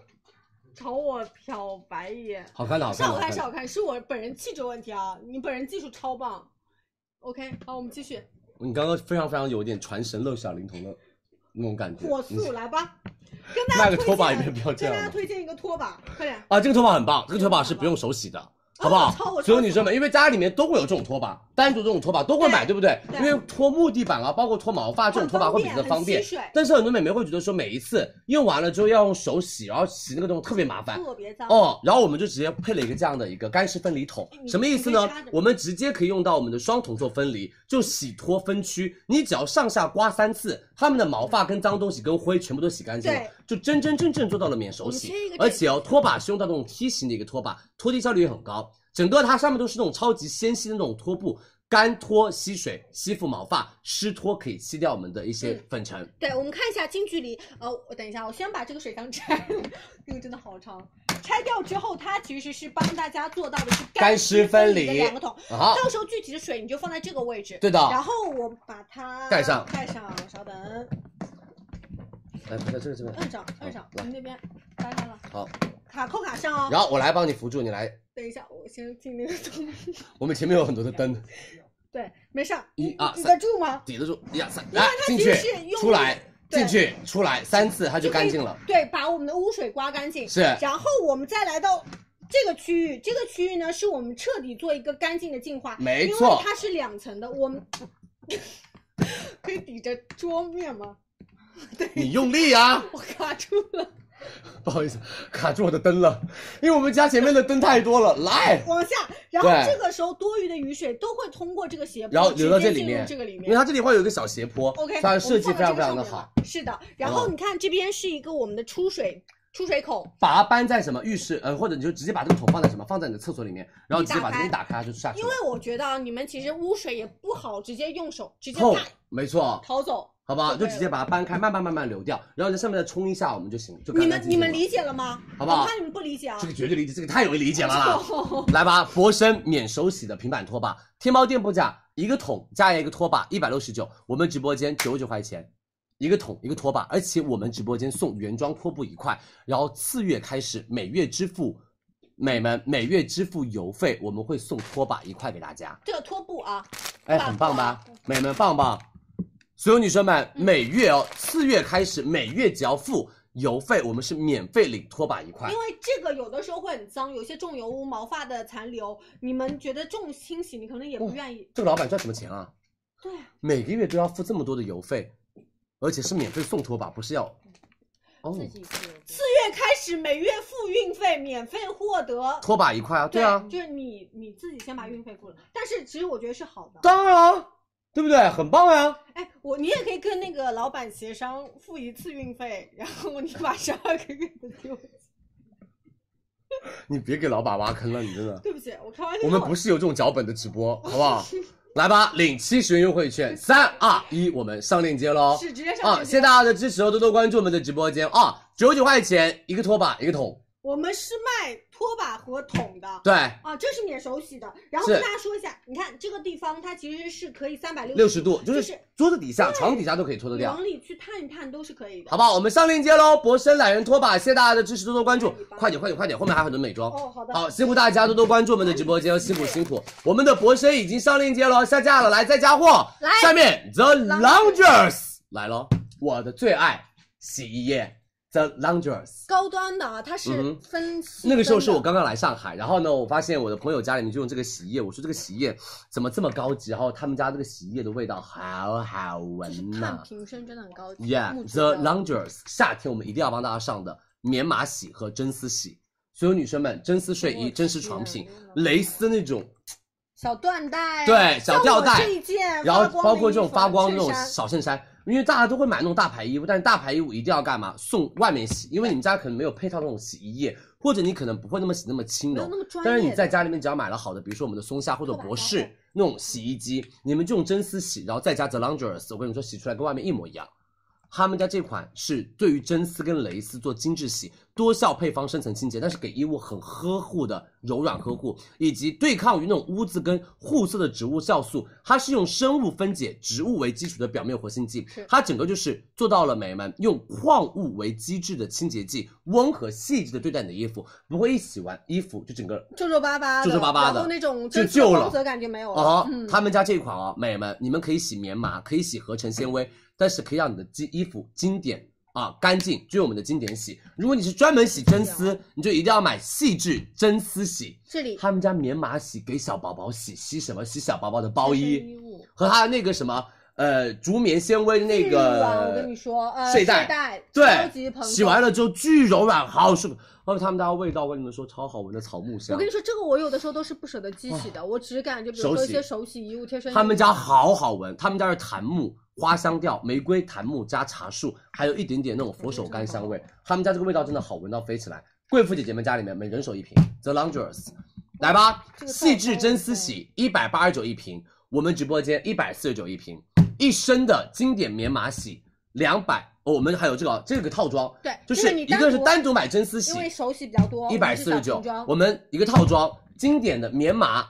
Speaker 2: 朝我瞟白眼。
Speaker 3: 好看的，好
Speaker 2: 是
Speaker 3: 看的，
Speaker 2: 好
Speaker 3: 好
Speaker 2: 看
Speaker 3: 看
Speaker 2: 是
Speaker 3: 的。
Speaker 2: 好看，是我本人气质问题啊！你本人技术超棒。OK，好，我们继续
Speaker 3: 你刚刚非常非常有点传神露小灵童的那种感觉。
Speaker 2: 火
Speaker 3: 嗯你
Speaker 2: 速来吧，跟
Speaker 3: 卖
Speaker 2: 大家
Speaker 3: 个
Speaker 2: 推荐
Speaker 3: 拖把也不要这
Speaker 2: 跟
Speaker 3: 样
Speaker 2: 大家
Speaker 3: 嘛
Speaker 2: 推荐一个拖把，快点。
Speaker 3: 啊，这个拖把很棒，这个拖把是不用手洗的。好不
Speaker 2: 超
Speaker 3: 好？
Speaker 2: 我超
Speaker 3: 所有女生们，因为家里面都会有这种拖把，单独这种拖把都会买，
Speaker 2: 对
Speaker 3: 对不对？因
Speaker 2: 对
Speaker 3: 为拖木地板啊，包括拖毛发这种拖把会比较
Speaker 2: 很
Speaker 3: 方
Speaker 2: 方便
Speaker 3: 便
Speaker 2: 很吸水。
Speaker 3: 但是很多美眉会觉得说，每一次用完了之后要用手洗，然后洗那个东西特别麻烦。
Speaker 2: 特别脏。
Speaker 3: 哦，然后我们就直接配了一个这样的一个干湿分离桶，
Speaker 2: 哎你
Speaker 3: 什么意思呢
Speaker 2: 你可以插着？
Speaker 3: 我们直接可以用到我们的双桶做分离，就洗脱分区，你只要上下刮三次，它们的毛发跟脏东西跟灰全部都洗干净了
Speaker 2: 对，
Speaker 3: 就真真正正做到了免手洗
Speaker 1: 我们贴一个。这
Speaker 3: 而且哦，拖把是用到那种梯形的一个拖把，拖地效率也很高，整个它上面都是那种超级纤细的那种拖布。干脱吸水，吸附毛发；湿脱可以吸掉我们的一
Speaker 2: 嗯
Speaker 3: 些粉尘。
Speaker 1: 对，我们看一下近距离。呃，我等一下，我先把这个水箱 <laughs> 拆了，这个真的好长。拆掉之后，它其实是帮大家做到的是
Speaker 3: 干湿
Speaker 1: 湿
Speaker 3: 分
Speaker 1: 离的
Speaker 3: 离
Speaker 1: 两个桶。
Speaker 3: 啊好，
Speaker 1: 到时候具体的水你就放在这个位置。
Speaker 3: 对的。
Speaker 1: 然后我把它
Speaker 3: 盖上
Speaker 1: 盖上，稍等，
Speaker 3: 来，不是这个这个。
Speaker 1: 摁上，摁上，
Speaker 3: 来
Speaker 1: 您那边搭上了，
Speaker 3: 好，
Speaker 1: 卡扣卡上哦。
Speaker 3: 然后我来帮你扶住，你来。
Speaker 1: 等一下，我先进那个灯。
Speaker 3: 我们前面有很多的灯，
Speaker 1: 对，没事儿，
Speaker 3: 一
Speaker 1: 你
Speaker 3: 二
Speaker 1: 你
Speaker 3: 啊
Speaker 1: 得
Speaker 3: 三
Speaker 1: 住吗？
Speaker 3: 抵得住。一二三，来进
Speaker 1: 其实
Speaker 3: 去
Speaker 1: 是用，
Speaker 3: 出来，
Speaker 1: 对
Speaker 3: 进去，出来，三次它就干净了。
Speaker 1: 对，把我们的污水刮干净。
Speaker 3: 是
Speaker 1: 然后我们再来到这个区域，这个区域呢是我们彻底做一个干净的净化，
Speaker 3: 没
Speaker 1: 因为
Speaker 3: 错
Speaker 1: 它是两层的，我们可以抵着桌面吗？
Speaker 3: 你用力
Speaker 1: <laughs>
Speaker 3: 啊！
Speaker 1: 我卡住了，
Speaker 3: 不好意思，卡住我的灯了，因为我们家前面的灯太多了。来，
Speaker 1: 往下，然后
Speaker 3: 对
Speaker 1: 这个时候多余的雨水都会通过这个斜坡，
Speaker 3: <laughs> 然后流到
Speaker 1: 直接
Speaker 3: 这里
Speaker 1: 进入
Speaker 3: 面
Speaker 1: 这个里
Speaker 3: 因为
Speaker 1: 面。
Speaker 3: 它这里会有一个小斜坡
Speaker 1: OK，
Speaker 3: 它的设计
Speaker 1: 我
Speaker 3: 非
Speaker 1: 们放
Speaker 3: 常
Speaker 1: 在这
Speaker 3: 非常
Speaker 1: 个
Speaker 3: 的
Speaker 1: 上面
Speaker 3: 好
Speaker 1: 了。。是的，然后
Speaker 3: 嗯
Speaker 1: 你看这边是一个我们的出水出水口，
Speaker 3: 把它搬在什么浴室，呃，或者你就直接把这个桶放在什么，放在你的厕所里面，然后直接把这个一打开它就下去
Speaker 1: 因
Speaker 3: 了。
Speaker 1: 为我觉得啊你们其实污水也不好直接用手直接
Speaker 3: 后
Speaker 1: 啪
Speaker 3: 没错，
Speaker 1: 逃走，
Speaker 3: 好不好？
Speaker 1: 对
Speaker 3: 就直接把它搬开，慢慢慢慢流掉，然后在上面再冲一下，我们就行了。就干
Speaker 1: 你
Speaker 3: 干
Speaker 1: 们
Speaker 3: 净
Speaker 1: 你
Speaker 3: 净
Speaker 1: 们
Speaker 3: 了
Speaker 1: 理解了吗？
Speaker 3: 好不好
Speaker 1: 我怕你们不理解啊
Speaker 3: 这。个绝对理解，这个太容易理解了啦。来吧，博生免手洗的平板拖把，天猫店铺价一个桶加一个拖把一百六十九，我们直播间九十九块钱。一个桶一个拖把，而且我们直播间送原装拖布一块，然后次月开始每月支付，美们每月支付邮费，我们会送拖把一块给大家。
Speaker 1: 这个拖布啊，
Speaker 3: 哎，
Speaker 1: 棒
Speaker 3: 很棒吧，美们棒棒！所有女生们，每月哦，四月开始每月只要付邮费，我们是免费领拖把一块
Speaker 1: 因。为这个有的时候会很脏，有些重油污、毛发的残留，你们觉得重清洗，你可能也
Speaker 3: 哦
Speaker 1: 不愿意。
Speaker 3: 这个老板赚什么钱啊？
Speaker 1: 对啊，
Speaker 3: 每个月都要付这么多的邮费，而且是免费送拖把，不是要哦
Speaker 5: 自己是有
Speaker 1: 四月开始每月付运费，免费获得。
Speaker 3: 拖把一块啊？对啊，
Speaker 1: 就是你你自己先把运费付了，但是其实我觉得是好的。
Speaker 3: 当然啊，对不对？很棒啊呀、
Speaker 1: 哎，我你也可以跟那个老板协商付一次运费，然后你把十二个月的丢。
Speaker 3: 你别给老板挖坑了，你真的。
Speaker 1: 对不起，我开玩笑。
Speaker 3: 我们不是有这种脚本的直播，好
Speaker 1: <laughs>
Speaker 3: 不好？来吧，领七十元优惠券，三二一，我们上链接喽！
Speaker 1: 是直接上
Speaker 3: 啊，
Speaker 1: 链
Speaker 3: 谢谢
Speaker 1: 接。
Speaker 3: 大家的支持哦，多多关注我们的直播间啊！九十九块钱一个拖把，一个桶，
Speaker 1: 我们是卖拖把和桶的。
Speaker 3: 对，
Speaker 1: 啊，这是免手洗的。然后
Speaker 3: 是
Speaker 1: 跟大家说一下，你看这个地方它其实是可以三百
Speaker 3: 六
Speaker 1: 六
Speaker 3: 十度就
Speaker 1: 就是是
Speaker 3: 桌子底下、床底下都可以拖得掉
Speaker 1: 往，里去探一探都是可以的。
Speaker 3: 好不好？我们上链接喽！博生懒人拖把，谢谢大家的支持，多多关注，快点快点快点，后面还有很多美妆。
Speaker 1: 哦，好的。
Speaker 3: 好，辛苦大家多多关注我们的直播间哦，辛苦辛苦。我们的博生已经上链接了，下架了，来再加货。
Speaker 1: 来
Speaker 3: 下面 The Loungers 来喽，我的最爱洗衣液 The Loungers。
Speaker 1: 高端的啊，它
Speaker 3: 嗯
Speaker 1: 是
Speaker 3: 哼
Speaker 1: 分析、
Speaker 3: 那个时候是我。刚刚来上海，然后呢，我发现我的朋友家里面就用这个洗衣液，我说这个洗衣液怎么这么高级？然后他们家这个洗衣液的味道好好闻呐、
Speaker 1: 看瓶身真的很高级
Speaker 3: <laughs> Yeah,
Speaker 1: 木质
Speaker 3: the
Speaker 1: 的
Speaker 3: loungers，夏天我们一定要帮大家上的棉麻洗和真丝洗，所有女生们，真丝睡衣、真
Speaker 1: 啊
Speaker 3: 丝床 <laughs> 品、蕾丝那种，
Speaker 1: 小缎带，
Speaker 3: 对小吊带
Speaker 1: 像我这一件，
Speaker 3: 然后包括这种发光
Speaker 1: 的
Speaker 3: 那种小啊衬衫，因为大家都会买那种大牌衣服，但是大牌衣服一定要干嘛？送外面洗，因为你们家可能没有配套那种洗衣液，或者你可能不会那么洗那么轻
Speaker 1: 没有
Speaker 3: 柔
Speaker 1: 那么，专业的
Speaker 3: 但是你在家里面只要买了好的，比如说我们的松下或者博士那种洗衣机，你们就用真丝洗，然后再加 the loungers，我跟你说洗出来跟外面一模一样。他们家这款是对于真丝跟蕾丝做精致洗，多效配方深层清洁，但是给衣物很呵护的柔软呵护，以及对抗于那种污渍跟护色的植物酵素。它是用生物分解植物为基础的表面活性剂
Speaker 1: 是，
Speaker 3: 它整个就是做到了美们用矿物为基质的清洁剂，温和细致的对待你的衣服，不会一洗完衣服就整个
Speaker 1: 皱皱巴巴的，
Speaker 3: 皱皱巴巴的
Speaker 1: 然后那种
Speaker 3: 就
Speaker 1: 真丝
Speaker 3: 旧了
Speaker 1: 光泽感就没有了。
Speaker 3: 哦，
Speaker 1: 嗯
Speaker 3: 他们家这一款哦，美们，你们可以洗棉麻，可以洗合成纤维，但是可以让你的基衣服经典啊干净，就用我们的经典洗。如果你是专门洗真丝，
Speaker 1: 啊
Speaker 3: 你就一定要买细致真丝洗。
Speaker 1: 这里
Speaker 3: 他们家棉麻洗给小宝宝洗，洗什么？洗小宝宝的包
Speaker 1: 这身
Speaker 3: 衣
Speaker 1: 衣物
Speaker 3: 和他的那个什么呃竹棉纤维的那
Speaker 1: 日晚我跟
Speaker 3: 个
Speaker 1: 你说，呃，
Speaker 3: 睡袋
Speaker 1: 袋，超级
Speaker 3: 对
Speaker 1: 蓬，松。
Speaker 3: 洗完了之后巨柔软，好舒服。而且他们家的味道，我跟你们说超好闻的草木
Speaker 1: 我
Speaker 3: 香
Speaker 1: 跟。你说，这个我有的时候都是不舍得机洗的，我只敢就比如
Speaker 3: 哦手
Speaker 1: 说
Speaker 3: 洗
Speaker 1: 一些手洗衣物、贴身衣物。
Speaker 3: 他们家好好闻，他们家是檀木、花香调、玫瑰、檀木加茶树，还有一点点那种佛手柑香味。他们家这个味道真的好闻到飞起来。贵妇姐姐们家里面每人手一瓶，The Loungers，来吧，
Speaker 1: 这个太
Speaker 3: 细致真丝洗一百八十九一瓶，我们直播间一百四十九一瓶，一升的经典棉麻洗两百、哦，我们还有这个这个套装，
Speaker 1: 对，
Speaker 3: 就
Speaker 1: 这
Speaker 3: 是
Speaker 1: 你
Speaker 3: 一个是
Speaker 1: 独
Speaker 3: 单独买真丝洗
Speaker 1: 因，为手洗比较多，
Speaker 3: 一百四十
Speaker 1: 我
Speaker 3: 九
Speaker 1: 们是小瓶，
Speaker 3: 我
Speaker 1: 装
Speaker 3: 们一个套装经典的棉麻，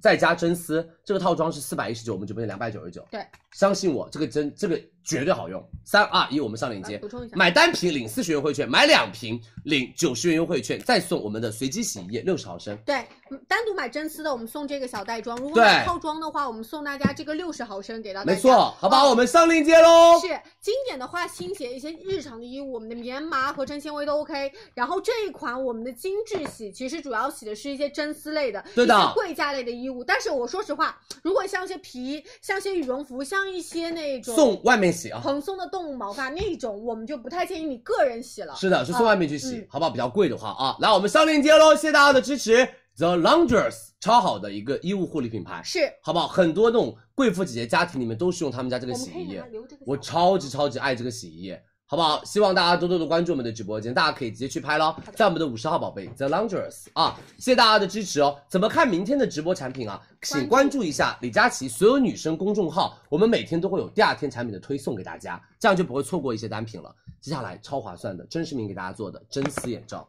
Speaker 3: 再加真丝，这个套装是四百一十九，我们直播间两百九十九。
Speaker 1: 对，
Speaker 3: 相信我，这个真这个绝对好用。三二一，我们上链
Speaker 1: 来
Speaker 3: 接
Speaker 1: 呃补，充一下，
Speaker 3: 买单瓶领四十元优惠券，买两瓶领九十元优惠券，再送我们的随机洗衣液六十毫升。
Speaker 1: 对，嗯单独买真丝的，我们送这个小袋装；如果
Speaker 3: 对
Speaker 1: 买套装的话，我们送大家这个六十毫升给到大家。
Speaker 3: 没错，好不好？
Speaker 1: 哦
Speaker 3: 我们上链接喽。
Speaker 1: 是经典的话，新鞋一些日常的衣物，我们的棉麻、合成纤维都 OK。然后这一款我们的精致洗，其实主要洗的是一些真丝类的，
Speaker 3: 对的
Speaker 1: 一些贵价类的衣物。但是我说实话，如果像一些皮、像一些羽绒服、像一些那种
Speaker 3: 送外面洗啊。
Speaker 1: 蓬松的动物毛发那种，我们就不太建议你个人洗了。
Speaker 3: 是的，是送外面去洗，
Speaker 1: 嗯
Speaker 3: 好不好？比较贵的话啊，来，我们上链接喽，谢谢大家的支持。The Laundress 超好的一个衣物护理品牌，
Speaker 1: 是，
Speaker 3: 好不好？很多那种贵妇姐姐家庭里面都是用他们家这个
Speaker 1: 我
Speaker 3: 洗
Speaker 1: 们可以
Speaker 3: 衣
Speaker 1: 给它
Speaker 3: 液，
Speaker 1: 留这个小。
Speaker 3: 我超级超级爱这个洗衣液，好不好？希望大家多多的关注我们的直播间，大家可以直接去拍咯，在我们的五十号宝贝 The Laundress 啊，谢谢大家的支持哦。怎么看明天的直播产品啊？请关注一下李佳琦所有女生公众号，我们每天都会有第二天产品的推送给大家，这样就不会错过一些单品了。接下来超划算的真实名给大家做的真丝眼罩，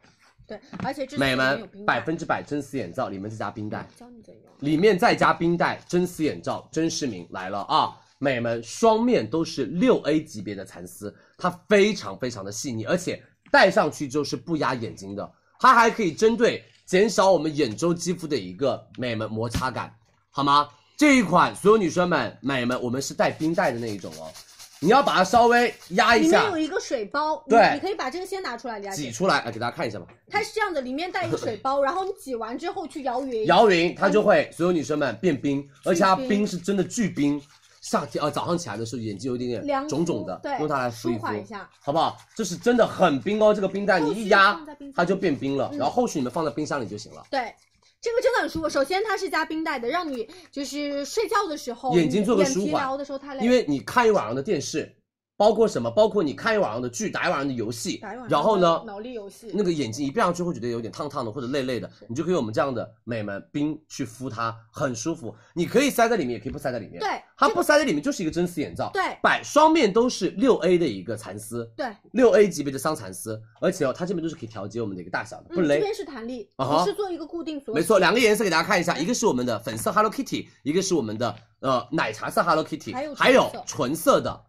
Speaker 1: 对，而且这
Speaker 3: 美
Speaker 1: 们
Speaker 3: 们百分之百真丝眼罩，里面再加冰袋。
Speaker 1: 教你怎么用。
Speaker 3: 里面再加冰袋、真丝眼罩、真丝棉来了啊！美们，双面都是六 A 级别的蚕丝，它非常非常的细腻，而且戴上去之后是不压眼睛的，它还可以针对减少我们眼周肌肤的一个美们摩擦感，好吗？这一款所有女生们、美们，我们是带冰袋的那一种哦，你要把它稍微压一
Speaker 1: 里面
Speaker 3: 下
Speaker 1: 有，一个水包，你
Speaker 3: 对
Speaker 1: 你可以把这个先拿出来，李佳琦
Speaker 3: 挤。出来，哎来给大家看一下吧。
Speaker 1: 它是这样的，里面带一个水
Speaker 3: <laughs>
Speaker 1: 包，然后你挤完之后去摇匀。
Speaker 3: 摇匀，它就会所有女生们变冰，而且它
Speaker 1: 嗯冰
Speaker 3: 冰是真的巨冰。夏天啊，早上起来的时候眼睛有一点
Speaker 1: 凉
Speaker 3: 点
Speaker 1: 敷
Speaker 3: 肿肿的
Speaker 1: 对，
Speaker 3: 用它来敷
Speaker 1: 舒
Speaker 3: 一敷，
Speaker 1: 缓一下。
Speaker 3: 好不好？这是真的很冰哦，这个冰袋你
Speaker 1: 后续
Speaker 3: 一压
Speaker 1: 放在冰箱里
Speaker 3: 它就变冰了，
Speaker 1: 嗯
Speaker 3: 然后后续你们放在冰箱里就行了。
Speaker 1: 对，这个真的很舒服。首先它是加冰袋的，让你就是睡觉的时候
Speaker 3: 眼睛做个舒缓
Speaker 1: 眼疲劳的时候太累。
Speaker 3: 因为你看一晚上的电视，包括什么？包括你看一晚上的剧，打一晚上的游戏
Speaker 1: 打一晚，上
Speaker 3: 然后呢，
Speaker 1: 脑力游戏。
Speaker 3: 那个眼睛一闭上去会觉得有点烫烫的或者累累的，你就可以用我们这样的美们冰去敷它，很舒服。你可以塞在里面，也可以不塞在里面。
Speaker 1: 对
Speaker 3: 它
Speaker 1: 这个
Speaker 3: 不塞在里面就是一个真丝眼罩。
Speaker 1: 对
Speaker 3: 百双面都是六 A 的一个蚕丝，
Speaker 1: 对，
Speaker 3: 六 A 级别的桑蚕丝，而且哦，它这边都是可以调节我们的一个大小的，
Speaker 1: 嗯，
Speaker 3: 不
Speaker 1: 这
Speaker 3: 勒。
Speaker 1: 边是弹力，
Speaker 3: 啊哈
Speaker 1: 不是做一个固定锁。
Speaker 3: 没错，两个颜色给大家看
Speaker 1: 嗯
Speaker 3: 一下，一个是我们的粉色 Hello Kitty，一个是我们的呃奶茶色 Hello Kitty，
Speaker 1: 还有
Speaker 3: 还有
Speaker 1: 纯色
Speaker 3: 纯色的，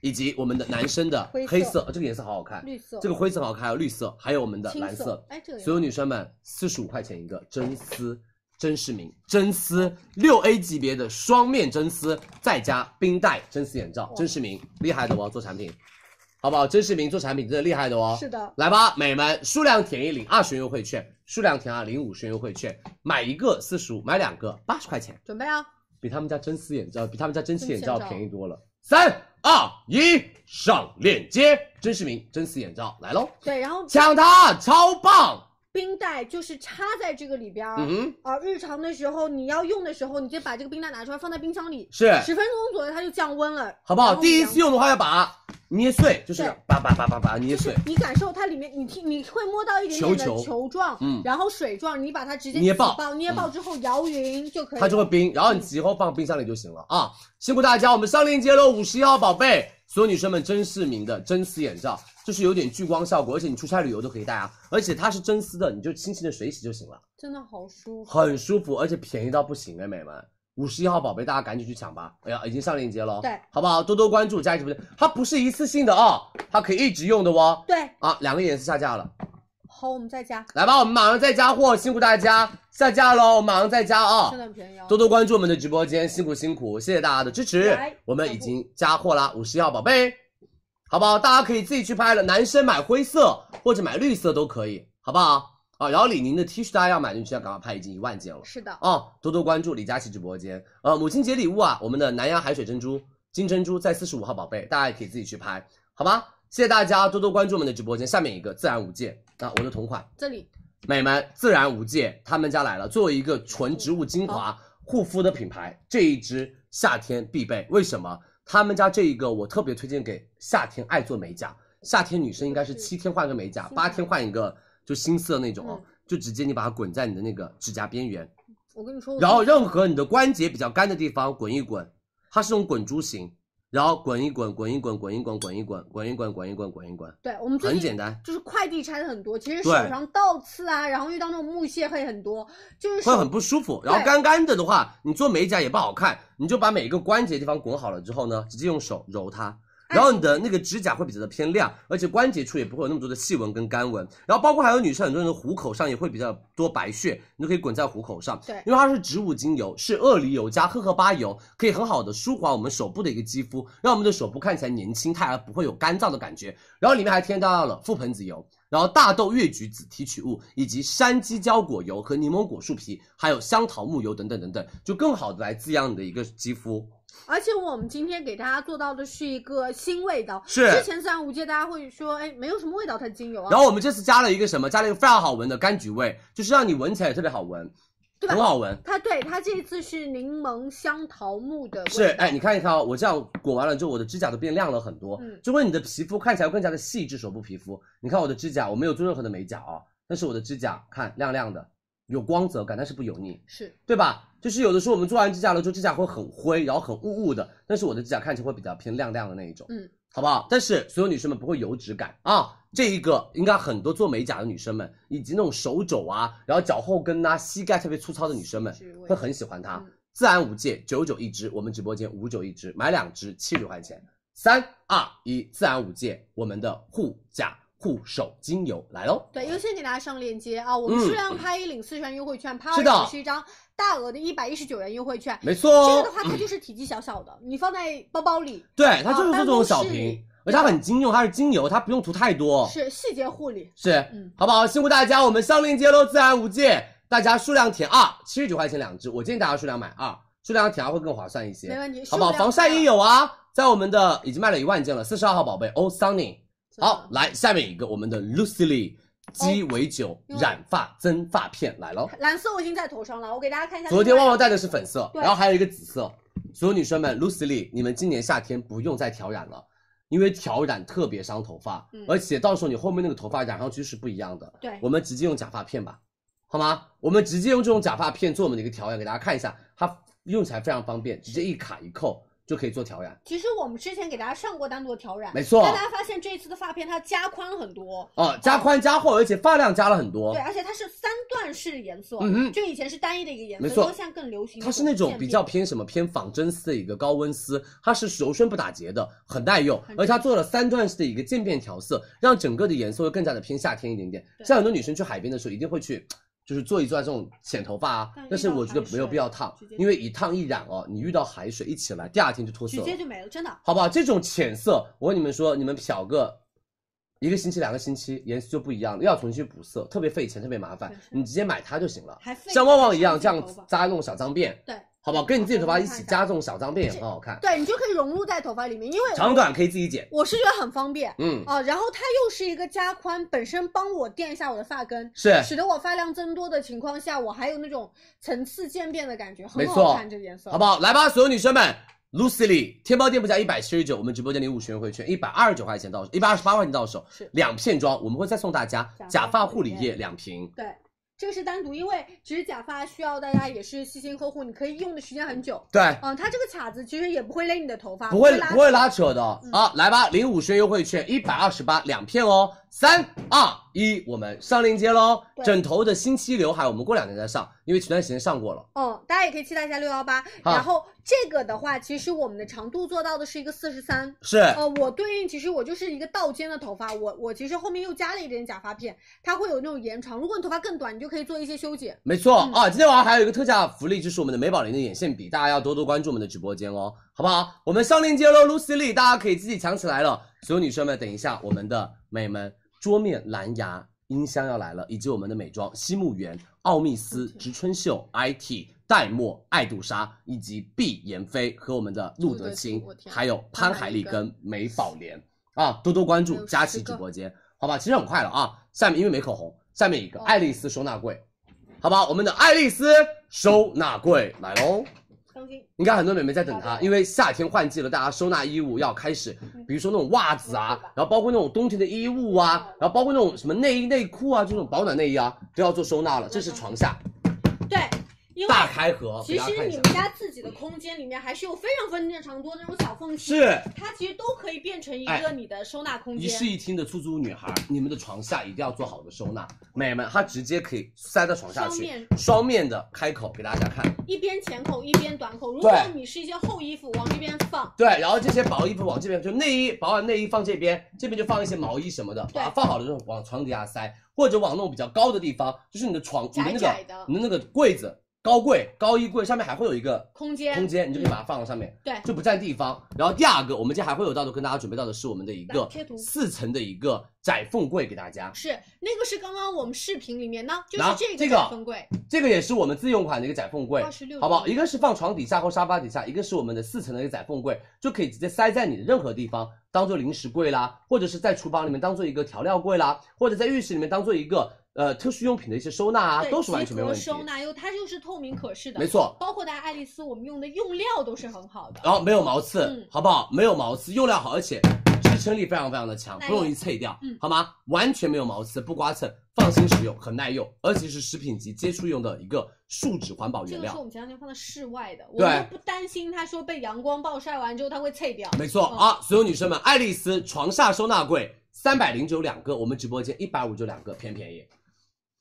Speaker 3: 以及我们的男生的
Speaker 1: 灰色
Speaker 3: 黑色，这个颜色好好看，
Speaker 1: 绿色，
Speaker 3: 这个灰色好看，还有绿色，还有我们的
Speaker 1: 青
Speaker 3: 蓝
Speaker 1: 色。哎，这个也
Speaker 3: 所有女生们，四十五块钱一个真丝真视明真丝六 A 级别的双面真丝，再加冰袋真丝眼罩，真视明厉害的哦，做产品，好不好？真视明做产品真的厉害的哦。
Speaker 2: 是的，
Speaker 3: 来吧，美们，数量填一领二十元优惠券，数量填二领五十元优惠券，买一个四十五，买两个八十块钱，
Speaker 1: 准备啊，
Speaker 3: 比他们家真丝眼罩，比他们家真丝
Speaker 1: 真丝
Speaker 3: 眼
Speaker 1: 眼
Speaker 3: 罩
Speaker 1: 罩
Speaker 3: 便宜多了。三二一，上链接，真视明真丝眼罩来喽，
Speaker 1: 对，然后
Speaker 3: 抢它，超棒！
Speaker 1: 冰袋就是插在这个里边儿，
Speaker 3: 嗯哼。
Speaker 1: 啊，日常的时候你要用的时候，你就把这个冰袋拿出来放在冰箱里，
Speaker 3: 是，
Speaker 1: 十分钟左右它就降温了，
Speaker 3: 好不好？
Speaker 1: 然后
Speaker 3: 第一
Speaker 1: 凉
Speaker 3: 次用的话要把它捏碎，就是
Speaker 1: 对
Speaker 3: 叭叭叭叭叭捏
Speaker 1: 就是
Speaker 3: 碎，
Speaker 1: 你感受它里面，你听你会摸到一点点
Speaker 3: 球
Speaker 1: 的
Speaker 3: 球
Speaker 1: 球状，
Speaker 3: 嗯
Speaker 1: 然后水状，你把它直接
Speaker 3: 捏
Speaker 1: 挤
Speaker 3: 爆嗯
Speaker 1: 爆，捏爆之后摇匀就可以了，
Speaker 3: 它就会冰，然后你以后放冰箱里就行了啊！辛苦大家，我们上链接喽，五十一号宝贝，所有女生们真视明的真丝眼罩，就是有点聚光效果，而且你出差旅游都可以戴啊，而且它是真丝的，你就轻轻的水洗就行了，
Speaker 1: 真的好舒服。
Speaker 3: 很舒服，而且便宜到不行哎，美们。五十一号宝贝，大家赶紧去抢吧！哎呀，已经上链接了，
Speaker 1: 对，
Speaker 3: 好不好？多多关注佳怡直播间，它不是一次性的哦，它可以一直用的哦。
Speaker 1: 对，
Speaker 3: 啊，两个颜色下架了。
Speaker 1: 好，我们再加，
Speaker 3: 来吧，我们马上再加货，辛苦大家，下架喽，我马上再加啊、
Speaker 1: 真的很便宜哦。
Speaker 3: 多多关注我们的直播间，辛苦辛苦，谢谢大家的支持
Speaker 1: 来。
Speaker 3: 我们已经加货啦，五十一号宝贝，好不好？大家可以自己去拍了，男生买灰色或者买绿色都可以，好不好？啊，然后李宁的 T 恤大家要买进去，要赶快拍，已经一万件了。
Speaker 1: 是的，
Speaker 3: 哦，多多关注李佳琦直播间。呃，母亲节礼物啊，我们的南洋海水珍珠、金珍珠在四十五号宝贝，大家也可以自己去拍，好吗？谢谢大家多多关注我们的直播间。下面一个自然无界啊，我的同款。
Speaker 1: 这里
Speaker 3: 美们自然无界，他们家来了，作为一个纯植物精华护肤的品牌，这一支夏天必备。为什么？他们家这一个我特别推荐给夏天爱做美甲，夏天女生应该是七天换个美甲，八天换一个就新色那种哦，就直接你把它滚在你的那个指甲边缘，
Speaker 1: 我跟你说，我
Speaker 3: 然后任何你的关节比较干的地方滚一滚，它是用滚珠型，然后滚一滚，滚一滚，滚一滚，滚一滚，滚一滚，滚一滚，滚一滚，
Speaker 1: 对我们最
Speaker 3: 很
Speaker 1: 近
Speaker 3: 简单，
Speaker 1: 就是快递拆的很多，其实手
Speaker 3: 对
Speaker 1: 上倒刺啊，然后遇到那种木屑会很多，就是
Speaker 3: 会
Speaker 1: 手
Speaker 3: 很不舒服。然后
Speaker 1: 对
Speaker 3: 干干的的话，你做美甲也不好看，你就把每一个关节地方滚好了之后呢，直接用手揉它。
Speaker 1: 哎
Speaker 3: 然后你的那个指甲会比较的偏亮，而且关节处也不会有那么多的细纹跟干纹。然后包括还有女生很多人的虎口上也会比较多白屑，你就可以滚在虎口上。
Speaker 1: 对
Speaker 3: 因为它是植物精油，是鳄梨油加荷荷巴油，可以很好的舒缓我们手部的一个肌肤，让我们的手部看起来年轻态而不会有干燥的感觉。然后里面还添加了覆盆子油，然后大豆越橘子提取物，以及山鸡椒果油和柠檬果树皮，还有香桃木油等等等等，就更好的来滋养你的一个肌肤。
Speaker 1: 而且我们今天给大家做到的是一个新味道，
Speaker 3: 是
Speaker 1: 之前自然无界大家会说，哎，没有什么味道，它精油啊，
Speaker 3: 然后我们这次加了一个什么？加了一个非常好闻的柑橘味，就是让你闻起来也特别好闻，
Speaker 1: 对吧
Speaker 3: 很好闻。
Speaker 1: 它对它这一次是柠檬香桃木的味
Speaker 3: 是，
Speaker 1: 道
Speaker 3: 哎，你看一看哦，我这样裹完了之后，我的指甲都变亮了很多，
Speaker 1: 嗯
Speaker 3: 就会你的皮肤看起来更加的细致，手部皮肤。你看我的指甲，我没有做任何的美甲啊、但是我的指甲看亮亮的，有光泽感，但是不油腻，
Speaker 1: 是
Speaker 3: 对吧？就是有的时候我们做完指甲了之后，指甲会很灰，然后很雾雾的，但是我的指甲看起来会比较偏亮亮的那一种，
Speaker 1: 嗯，
Speaker 3: 好不好？但是所有女生们不会油脂感啊，这一个应该很多做美甲的女生们，以及那种手肘啊，然后脚后跟呐、膝盖特别粗糙的女生们，
Speaker 1: 是味
Speaker 3: 会
Speaker 1: 道
Speaker 3: 很喜欢它
Speaker 1: 嗯。
Speaker 3: 自然无界九九一支，我们直播间五九一支，买两支七十块钱。三二一，自然无界，我们的护甲护手精油来喽！
Speaker 1: 对，优先给大家上链接啊！我们
Speaker 3: 嗯
Speaker 1: 数量拍一领四十元优惠券，拍
Speaker 3: 是
Speaker 1: 二
Speaker 3: 的
Speaker 1: 领是一张大额的一百一十九元优惠券。
Speaker 3: 没错
Speaker 1: 这
Speaker 3: 哦，
Speaker 1: 个的话，它就是体积小小的，你放在包包里
Speaker 3: 对，它就是
Speaker 1: 啊
Speaker 3: 做这种小瓶，而且它很经用，它是精油，它不用涂太多，
Speaker 1: 是细节护理。
Speaker 3: 是，
Speaker 1: 嗯
Speaker 3: 好不好？辛苦大家，我们上链接喽，自然无界，大家数量填二，七十九块钱两支，我建议大家数量买二，数量啊填二会更划算一些，
Speaker 1: 没问题
Speaker 3: 好不好？
Speaker 1: 数量
Speaker 3: 防晒也有啊，在我们的已经卖了一万件了，四十二号宝贝 O Sunny，
Speaker 1: 真的
Speaker 3: 好，来下面一个我们的 Lucy Lee 鸡尾酒
Speaker 1: 因为
Speaker 3: 染发增发片来喽。
Speaker 1: 蓝色我已经在头上了，我给大家看一下另外一
Speaker 3: 昨
Speaker 1: 个。
Speaker 3: 天旺旺带的是粉色，
Speaker 1: 对
Speaker 3: 然后还有一个紫色。所有女生们，Lucy Lee，你们今年夏天不用再调染了，因为调染特别伤头发，
Speaker 1: 嗯
Speaker 3: 而且到时候你后面那个头发染上去是不一样的。
Speaker 1: 对
Speaker 3: 我们直接用假发片吧，好吗？我们直接用这种假发片做我们的一个调染，给大家看一下，它用起来非常方便，直接一卡一扣就可以做调染。
Speaker 1: 其实我们之前给大家上过单独的调染，
Speaker 3: 没错
Speaker 1: 但大家发现这一次的发片它加宽了很多，
Speaker 3: 哦、加宽加厚，而且发量加了很多
Speaker 1: 对，。而且它是三段式的颜色，
Speaker 3: 哦嗯哼
Speaker 1: 就以前是单一的一个颜色，
Speaker 3: 没错
Speaker 1: 因为现在更流行。
Speaker 3: 它是那种比较，偏什么偏仿真丝的一个高温丝，它是柔顺不打结的，很耐用，
Speaker 1: 很
Speaker 3: 而且它做了三段式的一个渐变调色，让整个的颜色会更加的偏夏天一点点。
Speaker 1: 对
Speaker 3: 像很多女生去海边的时候，一定会去。就是做一做这种浅头发啊
Speaker 1: 但遇，
Speaker 3: 但是
Speaker 1: 到
Speaker 3: 我觉得
Speaker 1: 海
Speaker 3: 没有
Speaker 1: 水
Speaker 3: 必要烫
Speaker 1: 直接，
Speaker 3: 因为一烫一染哦，你遇到海水一起来，第二天就脱色
Speaker 1: 直
Speaker 3: 了，
Speaker 1: 接就没了，真的。
Speaker 3: 好不好？这种浅色，我跟你们说，你们漂个一个星期、两个星期，颜色就不一样了，要重新补色，特别费钱，特别麻烦
Speaker 1: 本，身
Speaker 3: 你直接买它就行了。
Speaker 1: 还费
Speaker 3: 像旺旺一样，这
Speaker 1: 上自
Speaker 3: 样
Speaker 1: 己头发
Speaker 3: 扎那种小脏辫，
Speaker 1: 对，
Speaker 3: 好不好？跟你自己头发一
Speaker 1: 看
Speaker 3: 起
Speaker 1: 一下
Speaker 3: 扎这种小脏辫也很好看，
Speaker 1: 对你就可以融入在头发里面，因为
Speaker 3: 长短可以自己剪。
Speaker 1: 我是觉得很方便。
Speaker 3: 嗯，
Speaker 1: 啊，然后它又是一个加宽，本身帮我垫一下我的发根，
Speaker 3: 是
Speaker 1: 使得我发量增多的情况下，我还有那种层次渐变的感觉，很
Speaker 3: 没错
Speaker 1: 好看这个颜色，
Speaker 3: 好不好？来吧，所有女生们，Lucy Lee 天猫店铺价一百七十九，我们直播间领五十元优惠券，一百二十九块钱到手，一百二十八块钱到手
Speaker 1: 是，
Speaker 3: 两片装，我们会再送大家假
Speaker 1: 假
Speaker 3: 发
Speaker 1: 发
Speaker 3: 护
Speaker 1: 护
Speaker 3: 理
Speaker 1: 理
Speaker 3: 液
Speaker 1: 液
Speaker 3: 两瓶。
Speaker 1: 对，这个是单独，因为其实假发需要大家也是细心呵护，你可以用的时间很久。
Speaker 3: 对，
Speaker 1: 嗯，它这个卡子其实也不会勒你的头发，
Speaker 3: 不会
Speaker 1: 拉
Speaker 3: 不会拉扯的啊！来吧，领五十元优惠券，一百二十八两片哦。三二一，我们上链接喽！
Speaker 1: 对
Speaker 3: 枕头的星期刘海，我们过两天再上，因为前段时间上过了。
Speaker 1: 嗯，大家也可以期待一下六幺八。
Speaker 3: 好
Speaker 1: 然后这个的话，其实我们的长度做到的是一个四十三。
Speaker 3: 是，
Speaker 1: 呃，我对应其实我就是一个倒尖的头发，我我其实后面又加了一点假发片，它会有那种延长。如果你头发更短，你就可以做一些修剪。
Speaker 3: 没错、
Speaker 1: 嗯
Speaker 3: 啊，今天晚上还有一个特价福利，就是我们的美宝莲的眼线笔，大家要多多关注我们的直播间哦，好不好？我们上链接喽，Lucy Lee，大家可以自己抢起来了。所有女生们，等一下，我们的美们桌面蓝牙音箱要来了，以及我们的美妆西木源、奥密斯、植村秀、IT、黛墨、爱杜莎，以及毕妍霏和我们的陆德清
Speaker 1: 陆德清我，天
Speaker 3: 还有潘海利跟美宝莲啊，多多关
Speaker 1: 还
Speaker 3: 注
Speaker 1: 有
Speaker 3: 佳
Speaker 1: 十
Speaker 3: 琦直
Speaker 1: 个
Speaker 3: 播间，好吧？其实很快了啊，下面因为没口红，下面一个
Speaker 1: 哦
Speaker 3: 爱丽丝收纳柜。好吧，我们的爱丽丝收纳柜来喽。
Speaker 1: 当心，
Speaker 3: 应该很多美眉在等它，
Speaker 1: 好的
Speaker 3: 因为夏天换季了，大家收纳衣物要开始，
Speaker 1: 嗯
Speaker 3: 比如说那种袜子啊，然后包括那种冬天的衣物
Speaker 1: 嗯
Speaker 3: 啊，然后包括那种什么内衣内裤啊，这种保暖内衣啊，都要做收纳了。这是床下，
Speaker 1: 嗯对，
Speaker 2: 因
Speaker 1: 因
Speaker 2: 为
Speaker 3: 大开合，
Speaker 1: 其
Speaker 3: 给大家
Speaker 1: 实
Speaker 3: 看一
Speaker 1: 你
Speaker 3: 下
Speaker 1: 们。家自己的空间里面还是有非常非常多的那种小缝隙，
Speaker 3: 是
Speaker 1: 它其实都可以变成一个
Speaker 3: 哎
Speaker 1: 你的收纳空
Speaker 3: 一
Speaker 1: 间。
Speaker 3: 室一厅的出租女孩，你们的床下一定要做好的收纳，美眉们，它直接可以塞到床下
Speaker 1: 双
Speaker 3: 去
Speaker 1: 面，
Speaker 3: 双面的开口给大家看。
Speaker 1: 一边前口一边短口。如果你是一些厚衣服，往这边放，
Speaker 3: 对，然后这些薄衣服往这边，就内衣薄啊的内衣放这边，这边就放一些毛衣什么的，把它放好了之后往床底下塞，或者往那种比较高的地方，就是你的床，你的
Speaker 1: 窄
Speaker 3: 那
Speaker 1: 窄
Speaker 3: 个
Speaker 1: 的
Speaker 3: 你的那个柜子，高柜、高衣柜上面还会有一个
Speaker 1: 空间
Speaker 3: 空间，你
Speaker 1: 嗯
Speaker 3: 就可以把它放到上面，
Speaker 1: 对
Speaker 3: 就不占地方。然后第二个，我们今天还会有到的，跟大家准备到的是我们的一
Speaker 1: 来
Speaker 3: 个
Speaker 1: 贴图
Speaker 3: 四层的一个窄缝柜给大家，
Speaker 1: 是那个是刚刚我们视频里面呢，就是
Speaker 3: 拿
Speaker 1: 这
Speaker 3: 这
Speaker 1: 个
Speaker 3: 个
Speaker 1: 小分柜，
Speaker 3: 这个也是我们自用款的一个窄缝柜，
Speaker 1: 26
Speaker 3: 好不好？一个是放床底下或沙发底下，一个是我们的四层的一个窄缝柜，就可以直接塞在你的任何地方，当做零食柜啦，或者是在厨房里面当做一个调料柜啦，或者在浴室里面当做一个呃特殊用品的一些收纳啊，
Speaker 1: 对，
Speaker 3: 都是完全没问
Speaker 1: 集
Speaker 3: 题
Speaker 1: 合。收纳又它又是透明可视的，
Speaker 3: 没。错，
Speaker 1: 包括大家爱丽丝，我们用的用料都是很好的，
Speaker 3: 然后没有毛刺，
Speaker 1: 嗯
Speaker 3: 好不好？没有毛刺，用料好，而且支撑力非常非常的强，
Speaker 1: 耐
Speaker 3: 不
Speaker 1: 用
Speaker 3: 容易脆掉，
Speaker 1: 嗯
Speaker 3: 好吗？完全没有毛刺，不刮蹭，放心使用，很耐用，而且是食品级接触用的一个树脂环保
Speaker 1: 这
Speaker 3: 原
Speaker 1: 个是我
Speaker 3: 料。
Speaker 1: 们前两天放在室外的，我们都不担心它说被阳光暴晒完之后它会脆掉。
Speaker 3: 没错、
Speaker 1: 嗯
Speaker 3: 啊，所有女生们，爱丽丝床下收纳柜三百零九两个，我们直播间一百五九两个，偏便宜。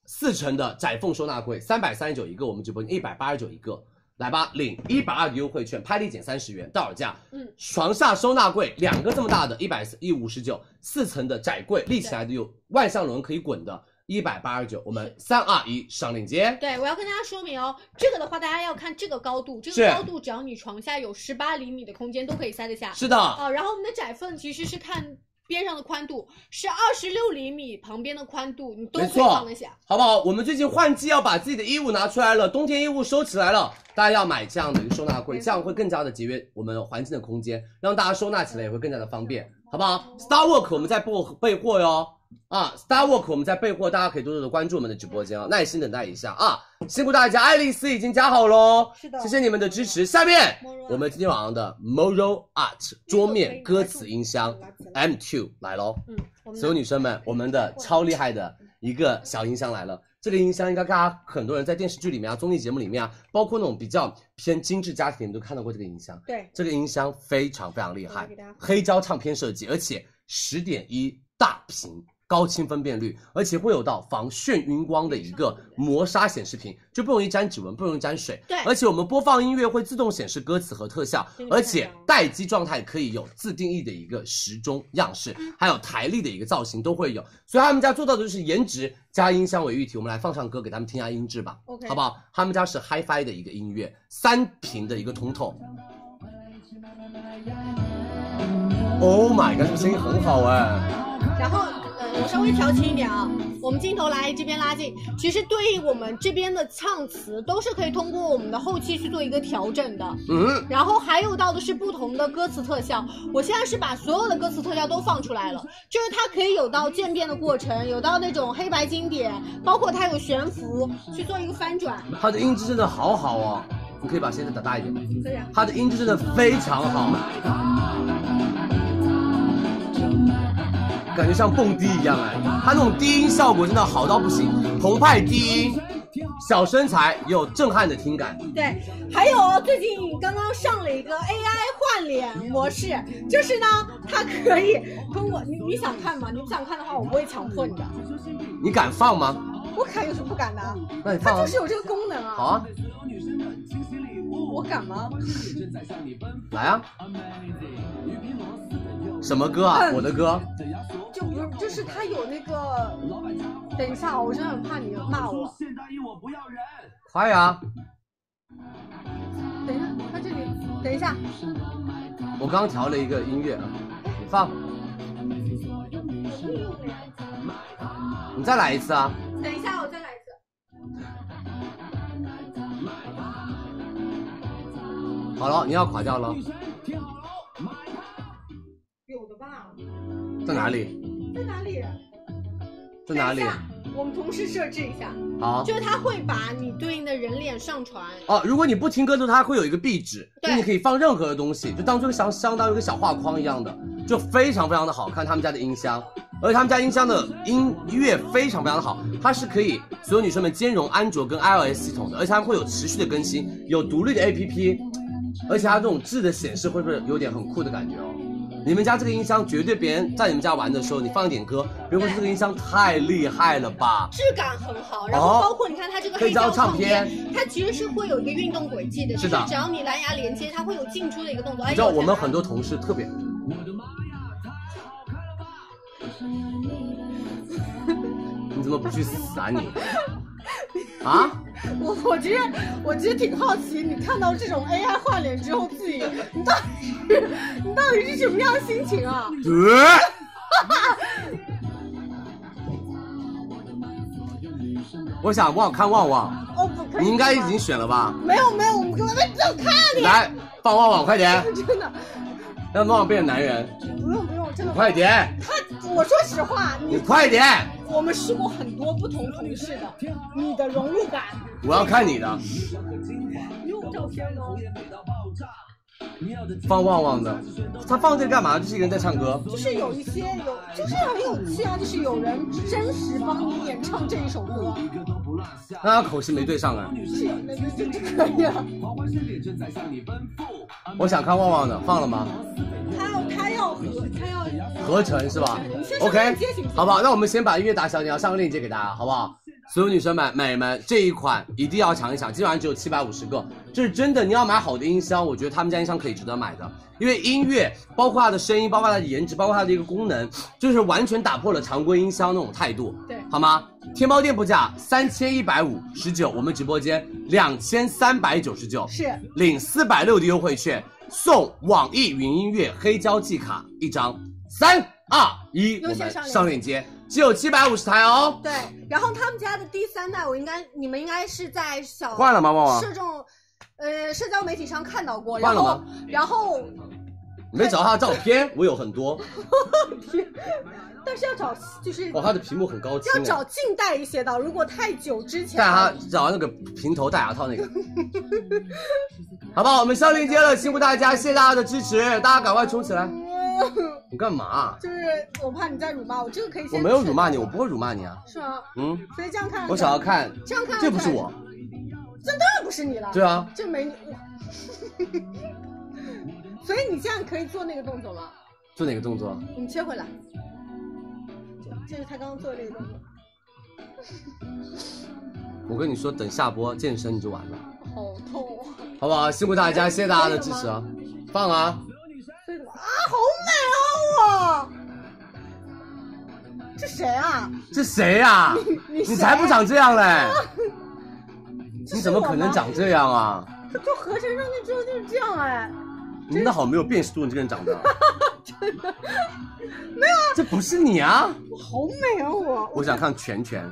Speaker 3: 四层的窄缝收纳柜三百三十九一个，我们直播间一百八十九一个，来吧，领一百二的优惠券，拍立减三十元，到手价。
Speaker 1: 嗯，
Speaker 3: 床下收纳柜两个这么大的，一百一五十九，四层的窄柜立起来的有万向轮可以滚的，一百八十九，我们三二一上链接。
Speaker 1: 对，我要跟大家说明哦，这个的话大家要看这个高度，这
Speaker 3: 是
Speaker 1: 个高度只要你床下有十八厘米的空间都可以塞得下。
Speaker 3: 是的，
Speaker 1: 啊，然后我们的窄缝其实是看边上的宽度，是二十六厘米旁边的宽度，你都可
Speaker 3: 没
Speaker 1: 以
Speaker 3: 错
Speaker 1: 放得下。
Speaker 3: 好不好？我们最近换季要把自己的衣物拿出来了，冬天衣物收起来了，大家要买这样的一个收纳柜，这样会更加的节约我们环境的空间，让大家收纳起来也会更加的方便，好不好？Star Work 我们在备货备货哟，啊，Star Work 我们在备货，大家可以多多的关注我们的直播间啊，耐心等待一下啊，辛苦大家，爱丽丝已经加好喽，
Speaker 5: 是的
Speaker 3: 谢谢你们的支持。下面
Speaker 5: Moro
Speaker 3: 我们今天晚上的 Moro Art 桌面歌词音箱
Speaker 5: 拉起来
Speaker 3: M Two 来喽。
Speaker 1: 嗯，我们
Speaker 3: 所有女生们，我们的超厉害的一个小音箱来了。这个音箱应该大家很多人在电视剧里面啊、综艺节目里面啊，包括那种比较偏精致家庭，你都看到过这个音箱。
Speaker 5: 对，
Speaker 3: 这个音箱非常非常厉
Speaker 5: 我来
Speaker 3: 害
Speaker 5: 给大家，
Speaker 3: 黑胶唱片设计，而且十点一大屏。高清分辨率，而且会有到防眩晕光的一个磨砂显示屏，就不容易沾指纹，不容易沾水。
Speaker 1: 对
Speaker 3: 而且我们播放音乐会自动显示歌词和特效，而且待机状态可以有自定义的一个时钟样式，还有台历的一个造型都会有。所以他们家做到的就是颜值加音箱为一体。我们来放上歌给他们听一下音质吧
Speaker 5: OK
Speaker 3: 好不好？他们家是 HiFi 的一个音乐，三频的一个通透。Oh my god，这个声音很好哎、
Speaker 1: 然后，呃，我稍微调轻一点啊，我们镜头来这边拉近。其实对应我们这边的唱词，都是可以通过我们的后期去做一个调整的。
Speaker 3: 嗯，
Speaker 1: 然后还有到的是不同的歌词特效，我现在是把所有的歌词特效都放出来了，就是它可以有到渐变的过程，有到那种黑白经典，包括它有悬浮去做一个翻转。
Speaker 3: 它的音质真的好好哦。你可以把声音再打大一点吗，
Speaker 5: 可以啊，
Speaker 3: 它的音质真的非常好，感觉像蹦迪一样哎，它那种低音效果真的好到不行，澎湃低音，小身材也有震撼的听感。
Speaker 1: 对，还有哦，最近刚刚上了一个 AI 换脸模式，就是呢，它可以通过你你想看吗？你不想看的话，我不会强迫你的，
Speaker 3: 你敢放吗？
Speaker 1: 我看有什么不敢的啊？
Speaker 3: 那你
Speaker 1: 它
Speaker 3: 放啊
Speaker 1: 就是有这个功能
Speaker 3: 好
Speaker 1: 啊。
Speaker 3: 啊，
Speaker 1: 我敢吗？
Speaker 3: 来啊！什么歌啊？
Speaker 1: 嗯
Speaker 3: 我的歌。
Speaker 1: 就不是，就是它有那个。等一下啊，我真的很怕你骂我。
Speaker 3: 快啊呀！
Speaker 1: 等一下，它这里，等一下，
Speaker 3: 我刚调了一个音乐，你放，你再来一次啊！
Speaker 1: 等一下，我再来一次。
Speaker 3: 好了，你要垮掉了，
Speaker 1: 有的吧？
Speaker 3: 在哪里？
Speaker 1: 在哪里？
Speaker 3: 在哪里
Speaker 1: 等一？下？我们同时设置一下，
Speaker 3: 好
Speaker 1: 就是它会把你对应的人脸上传。
Speaker 3: 哦，如果你不听歌的时候，它会有一个壁纸，
Speaker 1: 对
Speaker 3: 就你可以放任何的东西，就当做一个相相当于一个小画框一样的，就非常非常的好看。他们家的音箱，而且他们家音箱的音乐非常非常的好，它是可以所有女生们兼容安卓跟 iOS 系统的，而且它会有持续的更新，有独立的 APP，而且它这种质的显示会不会有点很酷的感觉哦？你们家这个音箱绝对别人在你们家玩的时候，你放一点歌，别人会说这个音箱太厉害了吧？
Speaker 1: 质感很好，然后包括你看它这个
Speaker 3: 哦可以
Speaker 1: 黑胶
Speaker 3: 当唱
Speaker 1: 片，
Speaker 3: 片，
Speaker 1: 它其实是会有一个运动轨迹的，
Speaker 3: 是
Speaker 1: 就是
Speaker 3: 的
Speaker 1: 只要你蓝牙连接，它会有进出的一个动作。哎
Speaker 3: 你
Speaker 1: 呦，
Speaker 3: 知道我们
Speaker 1: 天哪
Speaker 3: 很多同事特别，你怎么不去死啊你？啊？
Speaker 2: <laughs> 我我其实我其实挺好奇，你看到这种 AI 换脸之后，自己你到底是你到底是什么样的心情啊？
Speaker 3: <laughs> 我想旺看旺旺，
Speaker 2: 哦不，可以
Speaker 3: 你应该已
Speaker 2: 吗
Speaker 3: 经选了吧？
Speaker 2: 没有没有，我们根本就看
Speaker 3: 来，放旺旺，快点，
Speaker 2: 你，真的
Speaker 3: 让旺旺变成男人，
Speaker 2: 不用不用，真的
Speaker 3: 快点，
Speaker 2: 他，我说实话，
Speaker 3: 你
Speaker 2: 你
Speaker 3: 快点，
Speaker 2: 我们试过很多不同同事的，你的融入感，
Speaker 3: 我要看你的，
Speaker 2: 用照片吗？
Speaker 3: 放旺旺的，他放这个干嘛？就是一个人在唱歌，
Speaker 2: 就是有一些有，就是很有趣啊，就是有人真实帮你演唱这一首歌，
Speaker 3: 那他口型没对上啊。
Speaker 2: 是有那那就可以了。
Speaker 3: 我想看旺旺的，放了吗？
Speaker 2: 他要他要和他要
Speaker 3: 合成是吧
Speaker 2: 你先上链
Speaker 3: ？OK，
Speaker 2: 接行不行
Speaker 3: 好不好？那我们先把音乐打小鸟上个链接给大家，好不好？所有女生们、美们，这一款一定要抢一抢，基本上只有七百五十个，这是真的。你要买好的音箱，我觉得他们家音箱可以值得买的，因为音乐包括它的声音，包括它的颜值，包括它的一个功能，就是完全打破了常规音箱那种态度，
Speaker 2: 对
Speaker 3: 好吗？天猫店铺价三千一百五十九，我们直播间两千三百九十九，
Speaker 2: 是
Speaker 3: 领四百六的优惠券，送网易云音乐黑胶季卡一张。三二一，
Speaker 2: 优
Speaker 3: 我
Speaker 2: 先
Speaker 3: 们
Speaker 2: 上链
Speaker 3: 上链接，只有七百五十台哦。
Speaker 1: 对，然后他们家的第三代，我应该你们应该是在小
Speaker 3: 换了吗，旺旺？
Speaker 1: 社众，呃，社交媒体上看到过，然
Speaker 3: 换了
Speaker 1: 后
Speaker 3: 吗
Speaker 1: 然后
Speaker 3: 你没找到他的照片，我有很多。
Speaker 2: 但是要找就是
Speaker 3: 哦，他的屏幕很高清
Speaker 2: 要
Speaker 3: 哎。
Speaker 2: 找近代一些的，如果太久之前
Speaker 3: 戴他找那个平头戴牙套那个，好不好？我们上链接了，辛苦大家，谢谢大家的支持，大家赶快冲起来！
Speaker 2: 嗯
Speaker 3: 你干嘛？啊
Speaker 2: 就是我怕你再辱骂我，这个可以先
Speaker 3: 我没有
Speaker 2: 撤
Speaker 3: 辱骂你，我不会辱骂你啊。
Speaker 2: 是吗？
Speaker 3: 嗯，
Speaker 2: 所以这样看上去，
Speaker 3: 我想要看，
Speaker 2: 这样看上去
Speaker 3: 这不是我，
Speaker 2: 这当然不是你了，
Speaker 3: 对啊，
Speaker 2: 这没你， <laughs> 所以你现在可以做那个动作吗？
Speaker 3: 做哪个动作？
Speaker 2: 你切回来，这这是他刚刚做的那个动作。
Speaker 3: 我跟你说，等下播健身你就完了，
Speaker 2: 好痛啊！
Speaker 3: 好不好？辛苦大家，谢谢大家的支持啊！放啊！
Speaker 2: 所以怎么啊？好美啊我！这谁啊？
Speaker 3: 这谁呀、
Speaker 2: 你谁
Speaker 3: 你才不长这样 <laughs> 嘞！你怎么可
Speaker 2: 这是我
Speaker 3: 能
Speaker 2: 吗
Speaker 3: 长这样啊？
Speaker 2: 就合成上去之后就是这样哎，
Speaker 3: 你那好没有辨识度，你这个人长 <laughs> 得。真的。没有啊。这不是你啊！
Speaker 2: 我好美啊我！
Speaker 3: 我想看全 <laughs> 全。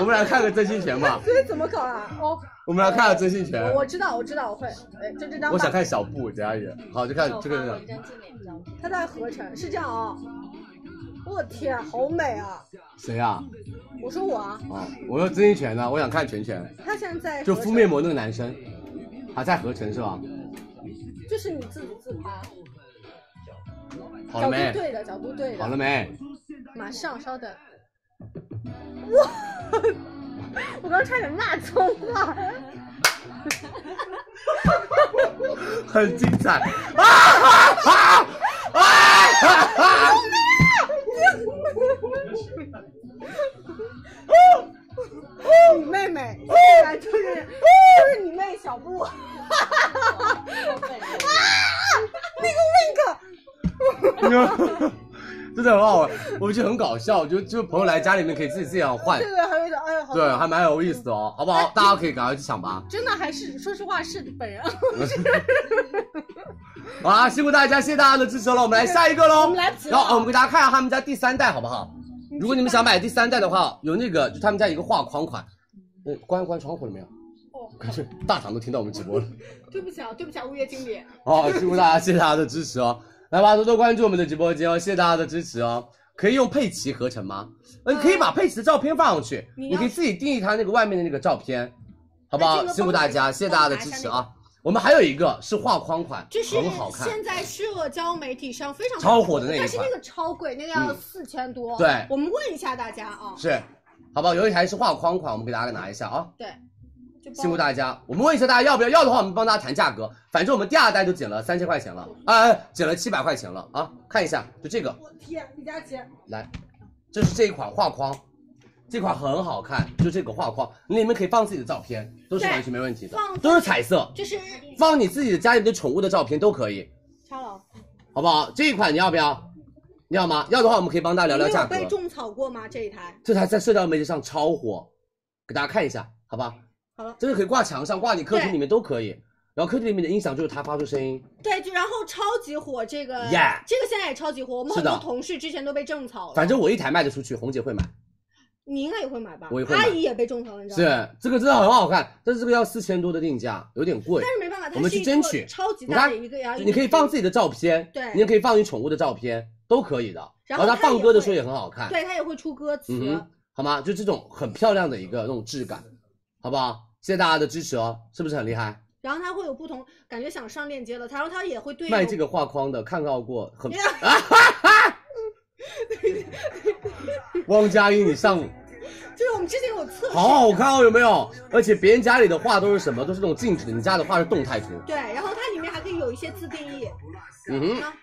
Speaker 3: 我们来看个真心拳吧。
Speaker 2: 所以怎么搞啊？哦，
Speaker 3: 我们来看个真心拳。
Speaker 2: 我知道，我知道，我会。哎，就这张吧。
Speaker 3: 我想看小布，等下也好，就看这个人。
Speaker 5: 真纪念照片，
Speaker 2: 它在合成，是这样啊、我的天，好美啊！
Speaker 3: 谁啊？
Speaker 2: 我说我啊，
Speaker 3: 啊，我说真心拳呢，我想看全全，
Speaker 2: 他现在在
Speaker 3: 就
Speaker 2: 合
Speaker 3: 敷
Speaker 2: 成
Speaker 3: 面膜那个男生，还在合成是吧？
Speaker 2: 就是你自己自拍，
Speaker 3: 好了
Speaker 2: 角
Speaker 3: 没
Speaker 2: 度？对的，角度对的，
Speaker 3: 好了没？
Speaker 2: 马上，稍等。我我刚差点骂脏话，
Speaker 3: 啊很精彩啊啊啊啊！
Speaker 2: <laughs> 你妹妹，竟然就是就是你妹小布，啊，那个 wink，
Speaker 3: 真的很好玩，我觉得很搞笑，就就朋友来家里面可以自己这样换
Speaker 2: 这，个还有点，哎呀，好，
Speaker 3: 对，还蛮有意思的哦，好不好？大家可以赶快去抢吧。
Speaker 2: 真的还是说实话是本
Speaker 3: <laughs>
Speaker 2: 人，
Speaker 3: 好啊，辛苦大家，谢谢大家的支持了，我们来下一个喽。
Speaker 2: 我们来不及了
Speaker 3: 然后呃我们给大家看一下他们家第三代好不好？如果你们想买第三代的话，有那个就他们家一个画框款，嗯，关关窗户了没有？
Speaker 2: 哦，
Speaker 3: 可是大厂都听到我们直播了。
Speaker 2: 对不起啊，对不起啊，物业经理，
Speaker 3: 好，辛苦大家，谢谢大家的支持哦！来吧，多多关注我们的直播间哦，谢谢大家的支持哦！可以用佩奇合成吗？呃，你可以把佩奇的照片放上去，
Speaker 2: 你
Speaker 3: 你
Speaker 2: 要
Speaker 3: 可以自己定义它那个外面的那个照片，好不好？
Speaker 2: 那这个
Speaker 3: 辛苦大家，谢谢大家的支
Speaker 2: 帮我拿一下
Speaker 3: 持
Speaker 2: 那
Speaker 3: 啊！我们还有一个是画框款，
Speaker 1: 这是
Speaker 3: 很好看。
Speaker 1: 现在社交媒体上非常
Speaker 3: 超火的那一
Speaker 1: 但是
Speaker 3: 款
Speaker 1: 那个超贵，那个要
Speaker 3: 嗯
Speaker 1: 四千多。
Speaker 3: 对
Speaker 1: 我们问一下大家啊，
Speaker 3: 是，好不好？有一台是画框款，我们给大家拿一下啊，
Speaker 1: 对，
Speaker 2: 就包
Speaker 3: 辛苦大家。我们问一下大家要不要，要的话我们帮大家谈价格。反正我们第二单就减了三千块钱了，哎、哎减了七百块钱了啊！看一下，就这个，
Speaker 2: 我天，李佳琦，
Speaker 3: 来，这是这一款画框，这款很好看，就这个画框，你里面可以放自己的照片，都是
Speaker 1: 对
Speaker 3: 完全没问题的
Speaker 1: 放，
Speaker 3: 都是彩色，
Speaker 1: 这是
Speaker 3: 放你自己的家里的宠物的照片都可以，
Speaker 2: 超老，
Speaker 3: 好不好？这一款你要不要？你要吗？要的话，我们可以帮大家聊聊
Speaker 1: 你
Speaker 3: 价
Speaker 1: 有
Speaker 3: 格。
Speaker 1: 被种草过吗？这一台
Speaker 3: 这台在社交媒体上超火，给大家看一下，好吧？
Speaker 1: 好了，
Speaker 3: 这个可以挂墙上，挂你客厅
Speaker 1: 对
Speaker 3: 里面都可以。然后客厅里面的音响就是它发出声音，
Speaker 1: 对，就然后超级火，这个
Speaker 3: Yeah
Speaker 1: 这个现在也超级火，我们
Speaker 3: 是
Speaker 1: 很
Speaker 3: 的
Speaker 1: 多同事之前都被种草了。
Speaker 3: 反正我一台卖得出去，红姐会买。
Speaker 1: 你应该也会买吧？
Speaker 3: 我也会买
Speaker 1: 阿姨也被种草了，你知道吗？
Speaker 3: 是这个真的很好看，但是这个要四千多的定价，有点贵
Speaker 1: 但。是没办法，它
Speaker 3: 我们
Speaker 1: 是
Speaker 3: 去
Speaker 1: 一个
Speaker 3: 争取
Speaker 1: 超级
Speaker 3: 你
Speaker 1: 大
Speaker 3: 看
Speaker 1: 的一个，然后
Speaker 3: 你可以放自己的照片，
Speaker 1: 对
Speaker 3: 你也可以放你宠物的照片，都可以的。
Speaker 1: 然
Speaker 3: 然
Speaker 1: 后
Speaker 3: 后它
Speaker 1: 它也
Speaker 3: 放歌的时候
Speaker 1: 会
Speaker 3: 也很好看，
Speaker 1: 对它也会出歌词。
Speaker 3: 嗯哼，好吗？就这种很漂亮的一个那种质感，好不好？谢谢大家的支持哦，是不是很厉害？
Speaker 1: 然后它会有不同感觉，想上链接了，它然后它也会对应
Speaker 3: 卖这个画框的看到过，很
Speaker 1: <laughs> 哎
Speaker 3: 啊哈哈。 <laughs> 汪佳音，你上
Speaker 1: 就是我们之前有测试，
Speaker 3: 好好看哦，有没有？而且别人家里的画都是什么？都是那种静止的，你家的画是动态图。
Speaker 1: 对，然后它里面还可以有一些自定义，
Speaker 3: 嗯哼，
Speaker 1: 啊，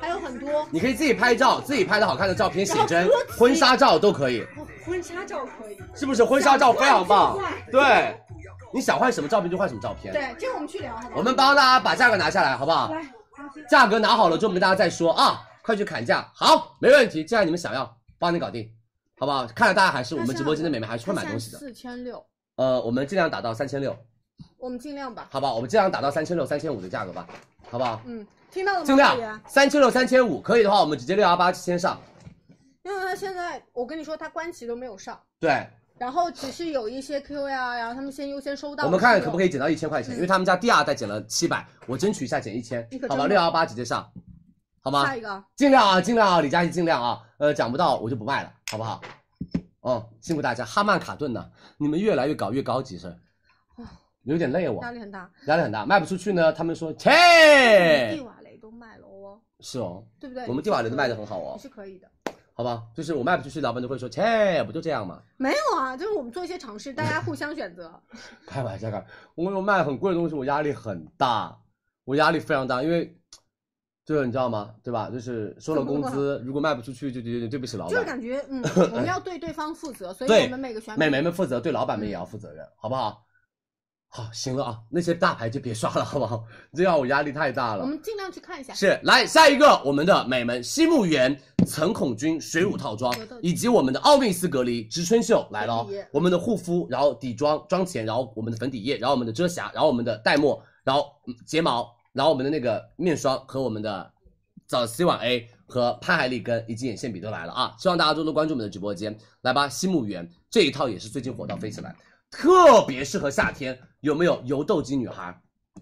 Speaker 1: 还有很多哦
Speaker 3: 你可以自己拍照，自己拍的好看的照片、写真
Speaker 1: 然后歌词、
Speaker 3: 婚纱照都可以，
Speaker 2: 哦婚纱照可以，
Speaker 3: 是不是？婚纱照非常棒
Speaker 2: 想换，就
Speaker 3: 对，你想换什么照片就换什么照片。
Speaker 1: 对，这个我们去聊好不好？
Speaker 3: 我们帮大家把价格拿下来，好不好？
Speaker 2: 来，
Speaker 3: 价格拿好了之后，我们跟大家再说啊，快去砍价。好，没问题，既然你们想要，帮你搞定，好不好？看来大家还是我们直播间的美眉还是会买东西的。
Speaker 1: 四千六，
Speaker 3: 呃，我们尽量打到三千六，
Speaker 1: 我们尽量吧。
Speaker 3: 好不好？我们尽量打到三千六、三千五的价格吧，好不好？
Speaker 1: 嗯，听到了吗？
Speaker 3: 尽量
Speaker 1: 会员
Speaker 3: 三千六、三千五，可以的话，我们直接六幺八先上。
Speaker 1: 因为他现在，我跟你说，他官旗都没有上，
Speaker 3: 对，
Speaker 1: 然后只是有一些 Q 呀、然后他们先优先收到。
Speaker 3: 我们看看
Speaker 1: 是
Speaker 3: 可
Speaker 1: 有
Speaker 3: 不可以减到一千块钱，因为他们家第二代减了七百，我争取一下减一千
Speaker 1: 你可，
Speaker 3: 好
Speaker 1: 真
Speaker 3: 吧？
Speaker 1: 棒
Speaker 3: 六幺八直接上，好吗
Speaker 1: 下？一个，
Speaker 3: 尽量啊，尽量啊，李佳琦尽量啊，呃，讲不到我就不卖了，好不好？哦，辛苦大家，哈曼卡顿呢，你们越来越搞越高级是，有点累我
Speaker 1: 压，力很大。
Speaker 3: 压力很大，卖不出去呢，他们说，切，
Speaker 1: 蒂瓦雷都卖了哦，
Speaker 3: 是哦，
Speaker 1: 对不对？
Speaker 3: 我们蒂瓦雷都卖得很好哦
Speaker 1: 也是可以的。
Speaker 3: 好吧，就是我卖不出去，老板就会说，切，不就这样嘛。
Speaker 1: 没有啊，就是我们做一些尝试，大家互相选择。
Speaker 3: 开玩笑，开玩笑。我跟你说，卖很贵的东西，我压力很大，我压力非常大，因为就是你知道吗？对吧？就是收了
Speaker 1: 怎
Speaker 3: 工
Speaker 1: 么
Speaker 3: 资，如果卖不出去，就就就对不起老
Speaker 1: 就是
Speaker 3: 板。
Speaker 1: 感觉，嗯，我们要对对方负责，所以
Speaker 3: 对
Speaker 1: 我们每个选
Speaker 3: 美
Speaker 1: 品
Speaker 3: 眉们负责，对老板们也要负责任，好不好？好，行了啊，那些大牌就别刷了，好不好？这让我压力太大
Speaker 1: 我
Speaker 3: 了。
Speaker 1: 们尽量去看一下。
Speaker 3: 是，来下一个，我们的美们西木源层孔菌水乳套装
Speaker 1: 有道，理
Speaker 3: 以及我们的奥密斯隔离植村秀来了哦
Speaker 1: 粉底液，
Speaker 3: 我们的护肤，然后底妆妆前，然后我们的粉底液，然后我们的遮瑕，然后我们的黛墨，然后嗯睫毛，然后我们的那个面霜和我们的早 C 晚 A 和潘海利根以及眼线笔都来了啊！希望大家多多关注我们的直播间，来吧，西木源这一套也是最近火到飞起来，特别适合夏天，有没有油痘肌女孩？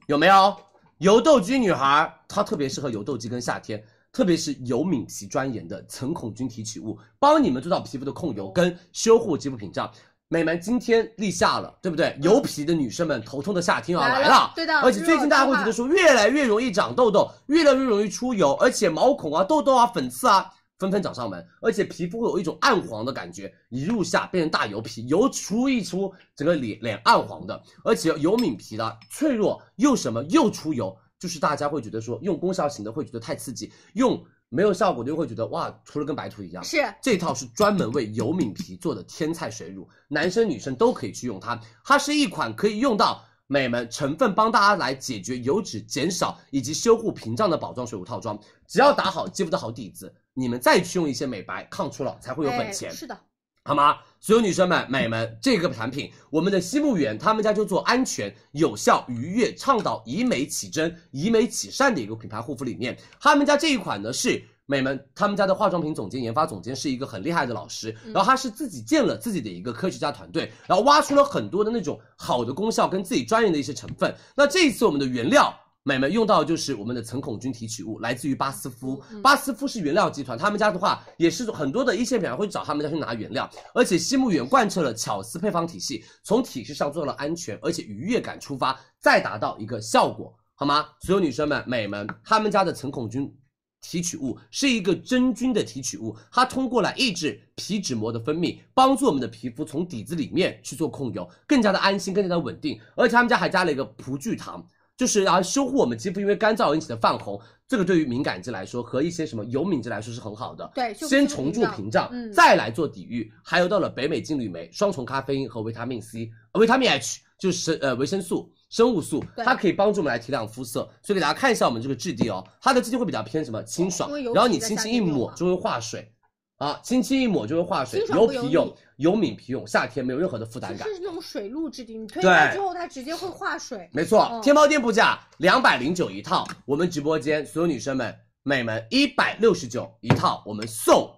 Speaker 3: 有没有？油痘肌女孩，它特别适合油痘肌跟夏天，特别是油敏皮专研的层孔菌提取物，帮你们做到皮肤的控油跟修护肌肤屏障。美们，今天立夏了，对不对？油皮的女生们，头痛的夏天要
Speaker 1: 来了
Speaker 3: 来了。
Speaker 1: 对的
Speaker 3: 而且最近大家会
Speaker 1: 热
Speaker 3: 觉
Speaker 1: 出
Speaker 3: 得说，越来越容易长痘痘，越来越容易出油，而且毛孔啊、痘痘啊、粉刺啊。纷纷找上门，而且皮肤会有一种暗黄的感觉，一入夏变成大油皮，油出一出，整个脸脸暗黄的，而且油敏皮的脆弱又什么又出油，就是大家会觉得说用功效型的会觉得太刺激，用没有效果的又会觉得哇，涂了跟白涂一样。
Speaker 1: 是
Speaker 3: 这套是专门为油敏皮做的天菜水乳，男生女生都可以去用它。它是一款可以用到美们成分帮大家来解决油脂减少以及修护屏障的宝藏水乳套装。只要打好肌肤的好底子，你们再去用一些美白抗初老才会有本钱。
Speaker 1: 哎是的，
Speaker 3: 好吗？所有女生们、美们，这个产品，我们的西木源他们家就做安全、有效、愉悦，倡导以美起真、以美起善的一个品牌护肤理念。他们家这一款呢是。美们，他们家的化妆品总监、研发总监是一个很厉害的老师，然后他是自己建了自己的一个科学家团队，然后挖出了很多的那种好的功效跟自己专业的一些成分。那这一次我们的原料美们用到的就是我们的层孔菌提取物，来自于巴斯夫
Speaker 2: 嗯。
Speaker 3: 巴斯夫是原料集团，他们家的话也是很多的一线品牌会找他们家去拿原料，而且西木远贯彻了巧思配方体系，从体式上做到了安全，而且愉悦感出发，再达到一个效果，好吗？所有女生们、美们，他们家的层孔菌提取物是一个真菌的提取物，它通过来抑制皮脂膜的分泌，帮助我们的皮肤从底子里面去做控油，更加的安心，更加的稳定。而且他们家还加了一个葡聚糖，就是啊修护我们肌肤因为干燥引起的泛红，这个对于敏感肌来说和一些什么油敏肌来说是很好的。
Speaker 2: 对，
Speaker 3: 先重铸屏障，
Speaker 2: 嗯
Speaker 3: 再来做抵御。还有到了北美金缕梅，双重咖啡因和维他命 C、呃维他命 H，就是呃维生素、生物素，
Speaker 2: 对
Speaker 3: 它可以帮助我们来提亮肤色。所以给大家看一下我们这个质地哦，它的质地会比较偏什么清爽
Speaker 2: 哦因为油，
Speaker 3: 然后
Speaker 2: 脂
Speaker 3: 你
Speaker 2: 在
Speaker 3: 轻
Speaker 2: 夏
Speaker 3: 轻一
Speaker 2: 天用
Speaker 3: 抹
Speaker 2: 嘛
Speaker 3: 就会化水。啊，轻轻一抹就会化水
Speaker 2: 清，爽
Speaker 3: 油
Speaker 2: 不油
Speaker 3: 皮
Speaker 2: 腻
Speaker 3: 用，油敏皮用，夏天没有任何的负担
Speaker 2: 就
Speaker 3: 感。
Speaker 2: 是那种水露质地，你推开
Speaker 3: 对
Speaker 2: 之后它直接会化水。
Speaker 3: 没错，
Speaker 2: 嗯
Speaker 3: 天猫店铺价两百零九一套，我们直播间所有女生们、美们一百六十九一套，我们送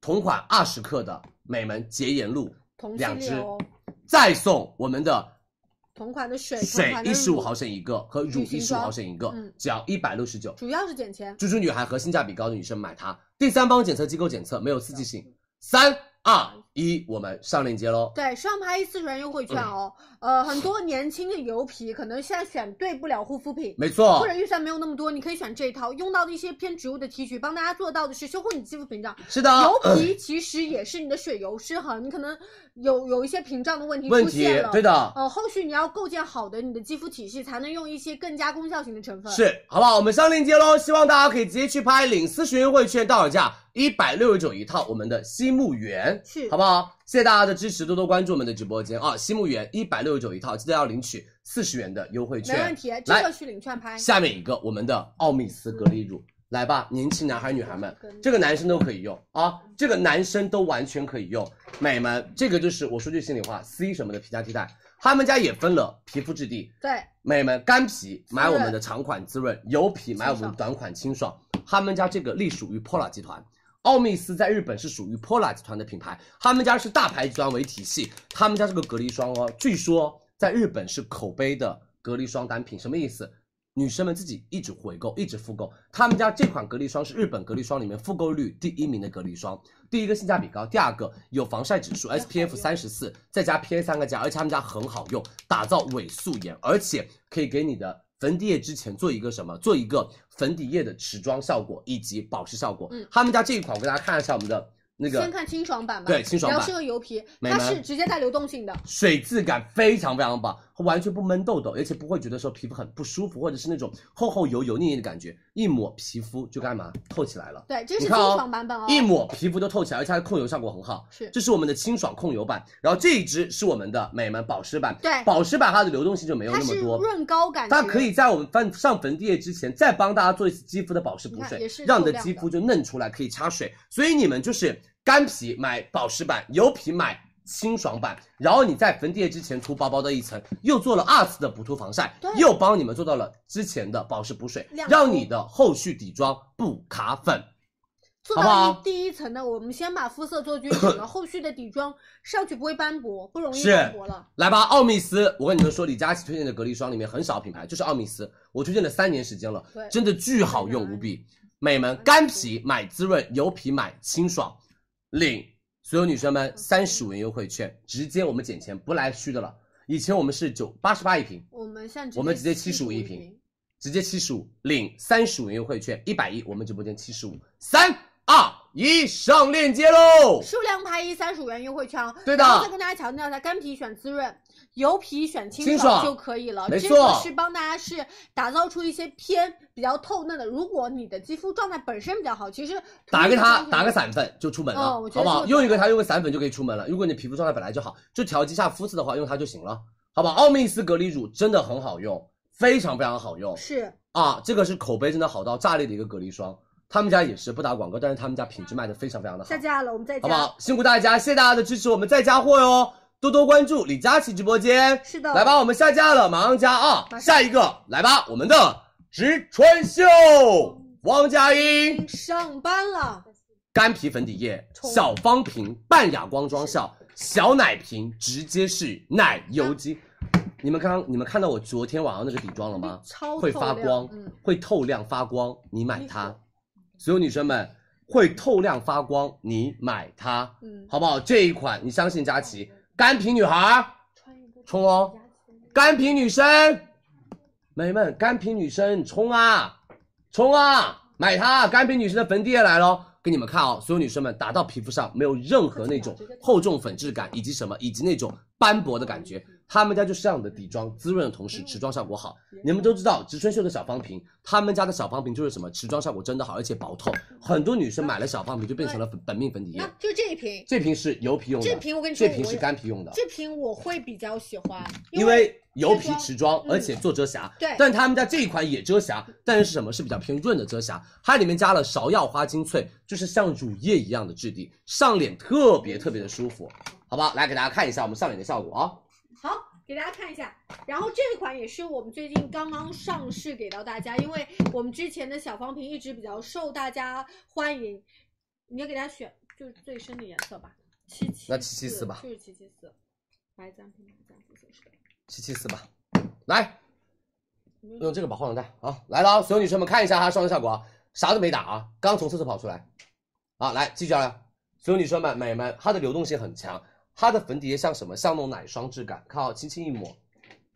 Speaker 3: 同款二十克的美们洁颜露
Speaker 2: 同系
Speaker 3: 两
Speaker 2: 列
Speaker 3: 支
Speaker 2: 哦，
Speaker 3: 再送我们的
Speaker 2: 同款的水，同
Speaker 3: 水
Speaker 2: 款的
Speaker 3: 一十五
Speaker 2: 乳
Speaker 3: 毫升一个和乳
Speaker 2: 旅行
Speaker 3: 一十五
Speaker 2: 装
Speaker 3: 毫升一个
Speaker 2: 嗯，
Speaker 3: 只要一百六十九。
Speaker 2: 主要是减钱。
Speaker 3: 猪猪女孩和性价比高的女生买它。第三方检测机构检测没有刺激性。三二一，我们上链接
Speaker 2: 嗯
Speaker 3: 喽。
Speaker 2: 对，上拍一次元优惠
Speaker 3: 嗯
Speaker 2: 券哦。呃，很多年轻的油皮可能现在选对不了护肤品，
Speaker 3: 没错，
Speaker 2: 或者预算没有那么多，你可以选这一套，用到的一些偏植物的提取，帮大家做到的是修护你肌肤屏障。
Speaker 3: 是的，
Speaker 2: 油皮
Speaker 3: <clears throat>
Speaker 2: 其实也是你的水油失衡，你可能有有一些屏障的问题
Speaker 3: 问
Speaker 2: 出
Speaker 3: 题
Speaker 2: 现了。
Speaker 3: 对的，
Speaker 2: 呃，后续你要构建好的你的肌肤体系，才能用一些更加功效型的成分。
Speaker 3: 是，好不好？我们上链接喽，希望大家可以直接去拍领四十元优惠券，到手价一百六十九一套，我们的西木源，
Speaker 2: 是
Speaker 3: 好不好？谢谢大家的支持，多多关注我们的直播间啊！西木源一百六十九一套，记得要领取四十元的优惠
Speaker 2: 没问
Speaker 3: 券。
Speaker 2: 题，这
Speaker 3: 来
Speaker 2: 个去领券拍。
Speaker 3: 下面一个我们的奥密斯隔离乳，来吧，年轻男孩女孩们，这个男生都可以用啊，这个男生都完全可以用，美们，这个就是我说句心里话，C 什么的皮下替代，他们家也分了皮肤质地，
Speaker 2: 对，
Speaker 3: 美们，干皮买
Speaker 2: 润
Speaker 3: 我们的长款滋润，油皮买我们
Speaker 2: 清
Speaker 3: 的
Speaker 2: 爽
Speaker 3: 短款清爽。他们家这个隶属于 Pola 集团，奥密斯在日本是属于 Pola 集团的品牌，他们家是大牌集团为体系，他们家这个隔离霜哦，据说在日本是口碑的隔离霜单品，什么意思？女生们自己一直回购，一直复购。他们家这款隔离霜是日本隔离霜里面复购率第一名的隔离霜，第一个性价比高，第二个有防晒指数 SPF 三十四，再加 PA 三个加，而且他们家很好用，打造伪素颜，而且可以给你的粉底液之前做一个什么？做一个粉底液的持妆效果以及保湿效果。
Speaker 2: 嗯
Speaker 3: 他们家这一款我给大家看一下我们的那
Speaker 2: 先
Speaker 3: 个
Speaker 2: 看清爽版吧。
Speaker 3: 对清爽
Speaker 2: 比较
Speaker 3: 版
Speaker 2: 适合油皮，
Speaker 3: 美
Speaker 2: 它
Speaker 3: 们
Speaker 2: 是直接带流动性的。
Speaker 3: 水质感非常非常棒，完全不闷痘痘，而且不会觉得说皮肤很不舒服，或者是那种厚厚油油腻腻的感觉，一抹皮肤就干嘛透起来了。
Speaker 2: 对，这是
Speaker 3: 你
Speaker 2: 清
Speaker 3: 看哦
Speaker 2: 爽版本哦。
Speaker 3: 一抹皮肤都透起来，而且它的控油效果很好。
Speaker 2: 是
Speaker 3: 这是我们的清爽控油版，然后这一支是我们的美们保湿版。
Speaker 2: 对
Speaker 3: 保湿版它的流动性就没有
Speaker 2: 哎它
Speaker 3: 那
Speaker 2: 是
Speaker 3: 么多，
Speaker 2: 润膏感觉。
Speaker 3: 它可以在我们翻上粉底液之前，再帮大家做一次肌肤的保湿补
Speaker 2: 你看
Speaker 3: 水
Speaker 2: 也是，
Speaker 3: 让你
Speaker 2: 透
Speaker 3: 的
Speaker 2: 亮
Speaker 3: 肌
Speaker 2: 的
Speaker 3: 肤就嫩出来，可以擦水。所以你们就是干皮买保湿版，油皮买。清爽版，然后你在粉底液之前涂薄薄的一层，又做了二次的补涂防晒
Speaker 2: 对，
Speaker 3: 又帮你们做到了之前的保湿补水
Speaker 2: 亮，
Speaker 3: 让你的后续底妆不卡粉。
Speaker 2: 做
Speaker 3: 好不
Speaker 2: 到
Speaker 3: 好
Speaker 2: 一第一层的，我们先把肤色
Speaker 3: <clears throat>
Speaker 2: 做均整了，后续的底妆上去不会斑驳，不容易
Speaker 3: 是
Speaker 2: 斑驳了。
Speaker 3: 来吧，奥密斯，我跟你们说，李佳琦推荐的隔离霜里面很少品牌，就是奥密斯，我推荐了三年时间了
Speaker 2: 对，
Speaker 3: 真的巨好
Speaker 2: 嗯
Speaker 3: 用无比。美们，干皮买滋润，油皮买清爽，领所有女生
Speaker 2: 嗯
Speaker 3: 们三十五元优惠券，直接我们减钱，不来虚的了。以前我们是九八十八一瓶，
Speaker 2: 我们现在
Speaker 3: 我们直接
Speaker 2: 75
Speaker 3: 75一
Speaker 2: 瓶
Speaker 3: 瓶，直接七十五，领三十五元优惠券，一百一我们直播间七十五，三二一，上链接喽！
Speaker 2: 数量拍一三十五元优惠券哦。
Speaker 3: 对的
Speaker 2: 然后再跟大家强调一下，干皮选滋润，油皮选清
Speaker 3: 清爽
Speaker 2: 就可以了。
Speaker 3: 没
Speaker 2: 这
Speaker 3: 错
Speaker 2: 个是帮大家是打造出一些偏比较透嫩的。如果你的肌肤状态本身比较好，其实
Speaker 3: 打个它，
Speaker 2: 涂一
Speaker 3: 打个散粉就出门了，
Speaker 2: 嗯哦我觉得
Speaker 3: 好不
Speaker 2: 这
Speaker 3: 好？
Speaker 2: 个
Speaker 3: 用一个它，用个散粉就可以出门了。如果你皮肤状态本来就好，就调节一下肤色的话，用它就行了，好不好？奥密斯隔离乳真的很好用，非常非常好用
Speaker 2: 是
Speaker 3: 啊！这个是口碑真的好到炸裂的一个隔离霜，他们家也是不打广告，但是他们家品质卖的非常非常的好
Speaker 2: 下，架了，我们再
Speaker 3: 好不
Speaker 2: 加。
Speaker 3: 好？辛苦大家，谢谢大家的支持，我们再加货哟，多多关注李佳琦直播间。
Speaker 2: 是的，
Speaker 3: 来吧，我们下架了，马上加啊！下一个来吧，我们的植川秀，王佳音。
Speaker 2: 上班了，
Speaker 3: 干皮粉底液，小
Speaker 2: <laughs>
Speaker 3: 方瓶半哑光妆效，小奶瓶直接是奶油肌。你们刚你们看到我昨天晚上那个底妆了吗？
Speaker 6: 超
Speaker 3: 会
Speaker 6: 透
Speaker 3: 发
Speaker 6: 亮
Speaker 3: 光
Speaker 6: 嗯，
Speaker 3: 会透亮发光，你买
Speaker 6: 没
Speaker 3: 它
Speaker 6: 错。
Speaker 3: 所有女生们，会透亮发光，你买它，
Speaker 6: 嗯，
Speaker 3: 好不好？这一款你相信佳琪，干皮女孩儿冲哦，干皮女生，美们，干皮女生冲啊，冲啊，买它！干皮女生的粉底液来喽，给你们看哦，所有女生们打到皮肤上没有任何那
Speaker 2: 哎
Speaker 3: 种厚重粉质感，以及什么，以及那种斑驳的感觉。
Speaker 2: 嗯
Speaker 3: 他们家就是这样的底妆，滋润的同时持妆效果好。
Speaker 2: 嗯
Speaker 3: 你们都知道植村秀的小方瓶，他们家的小方瓶就是什么，持妆效果真的好，而且薄透。很多女生买了小方瓶就变成了粉本命粉底
Speaker 2: 那
Speaker 3: 液。
Speaker 2: 就这一瓶，
Speaker 3: 这瓶是油皮用的，
Speaker 2: 这瓶我跟你说，
Speaker 3: 这瓶
Speaker 2: 我
Speaker 3: 是干皮用的，
Speaker 2: 这瓶我会比较喜欢，
Speaker 3: 因
Speaker 2: 为
Speaker 3: 为嗯油皮持妆，而且做遮瑕。
Speaker 2: 对
Speaker 3: 但他们家这一款也遮瑕，但是什么是比较偏润的遮瑕？它里面加了芍药花精粹，就是像乳液一样的质地，上脸特别特别的舒服，好不好？来给大家看一下我们上脸的效果啊、
Speaker 2: 好，给大家看一下。然后这款也是我们最近刚刚上市给到大家，因为我们之前的小方瓶一直比较受大家欢迎。你要给大家选就是最深的颜色吧，七七
Speaker 3: 那774吧
Speaker 2: 就是七七四，白簪皮白簪肤色是的。
Speaker 3: 七七四吧，来，用这个吧，化妆袋啊，来了啊，所有女生们看一下它上妆效果啊，啥都没打啊，刚从厕所跑出来，啊，来记住了，所有女生们、美们，它的流动性很强，它的粉底液像什么？像那种奶霜质感，看啊，轻轻一抹，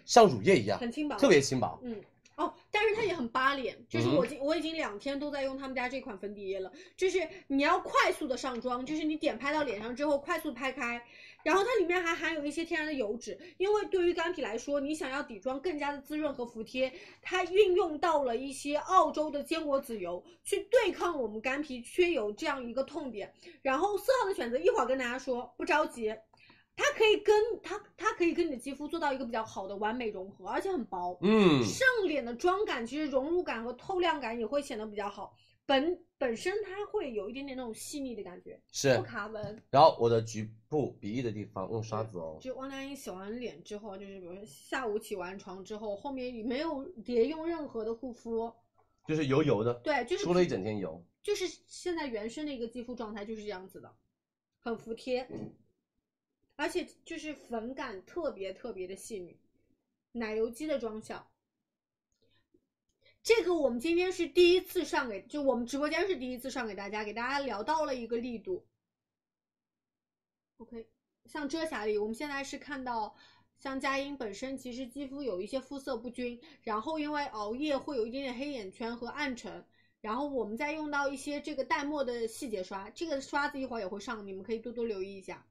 Speaker 3: 像乳液一样，
Speaker 2: 很轻薄，
Speaker 3: 特别轻薄，
Speaker 2: 嗯。哦，但是它也很扒脸，就是
Speaker 3: 嗯哼
Speaker 2: 我已经、我已经两天都在用他们家这款粉底液了，就是你要快速的上妆，就是你点拍到脸上之后快速拍开，然后它里面还含有一些天然的油脂，因为对于干皮来说，你想要底妆更加的滋润和服帖，它运用到了一些澳洲的坚果籽油去对抗我们干皮缺油这样一个痛点。然后色号的选择一会儿跟大家说，不着急。它可以跟它，它可以跟你的肌肤做到一个比较好的完美融合，而且很薄。
Speaker 3: 嗯，
Speaker 2: 上脸的妆感，其实融入感和透亮感也会显得比较好。本本身它会有一点点那种细腻的感觉，
Speaker 3: 是
Speaker 2: 不，卡纹。
Speaker 3: 然后我的局部鼻翼的地方用刷子哦，
Speaker 2: 就汪佳音洗完脸之后，就是比如说下午起完床之后，后面没有叠用任何的护肤，
Speaker 3: 就是油油的，
Speaker 2: 对，就是
Speaker 3: 出了一整天油，
Speaker 2: 就是现在原生的一个肌肤状态就是这样子的，很服帖，
Speaker 3: 嗯
Speaker 2: 而且就是粉感特别特别的细腻，奶油肌的妆效。这个我们今天是第一次上给，就我们直播间是第一次上给大家，给大家聊到了一个力度。OK，像遮瑕力，我们现在是看到，像佳音本身其实肌肤有一些肤色不均，然后因为熬夜会有一点点黑眼圈和暗沉，然后我们再用到一些这个淡墨的细节刷，这个刷子一会儿也会上，你们可以多多留意一下，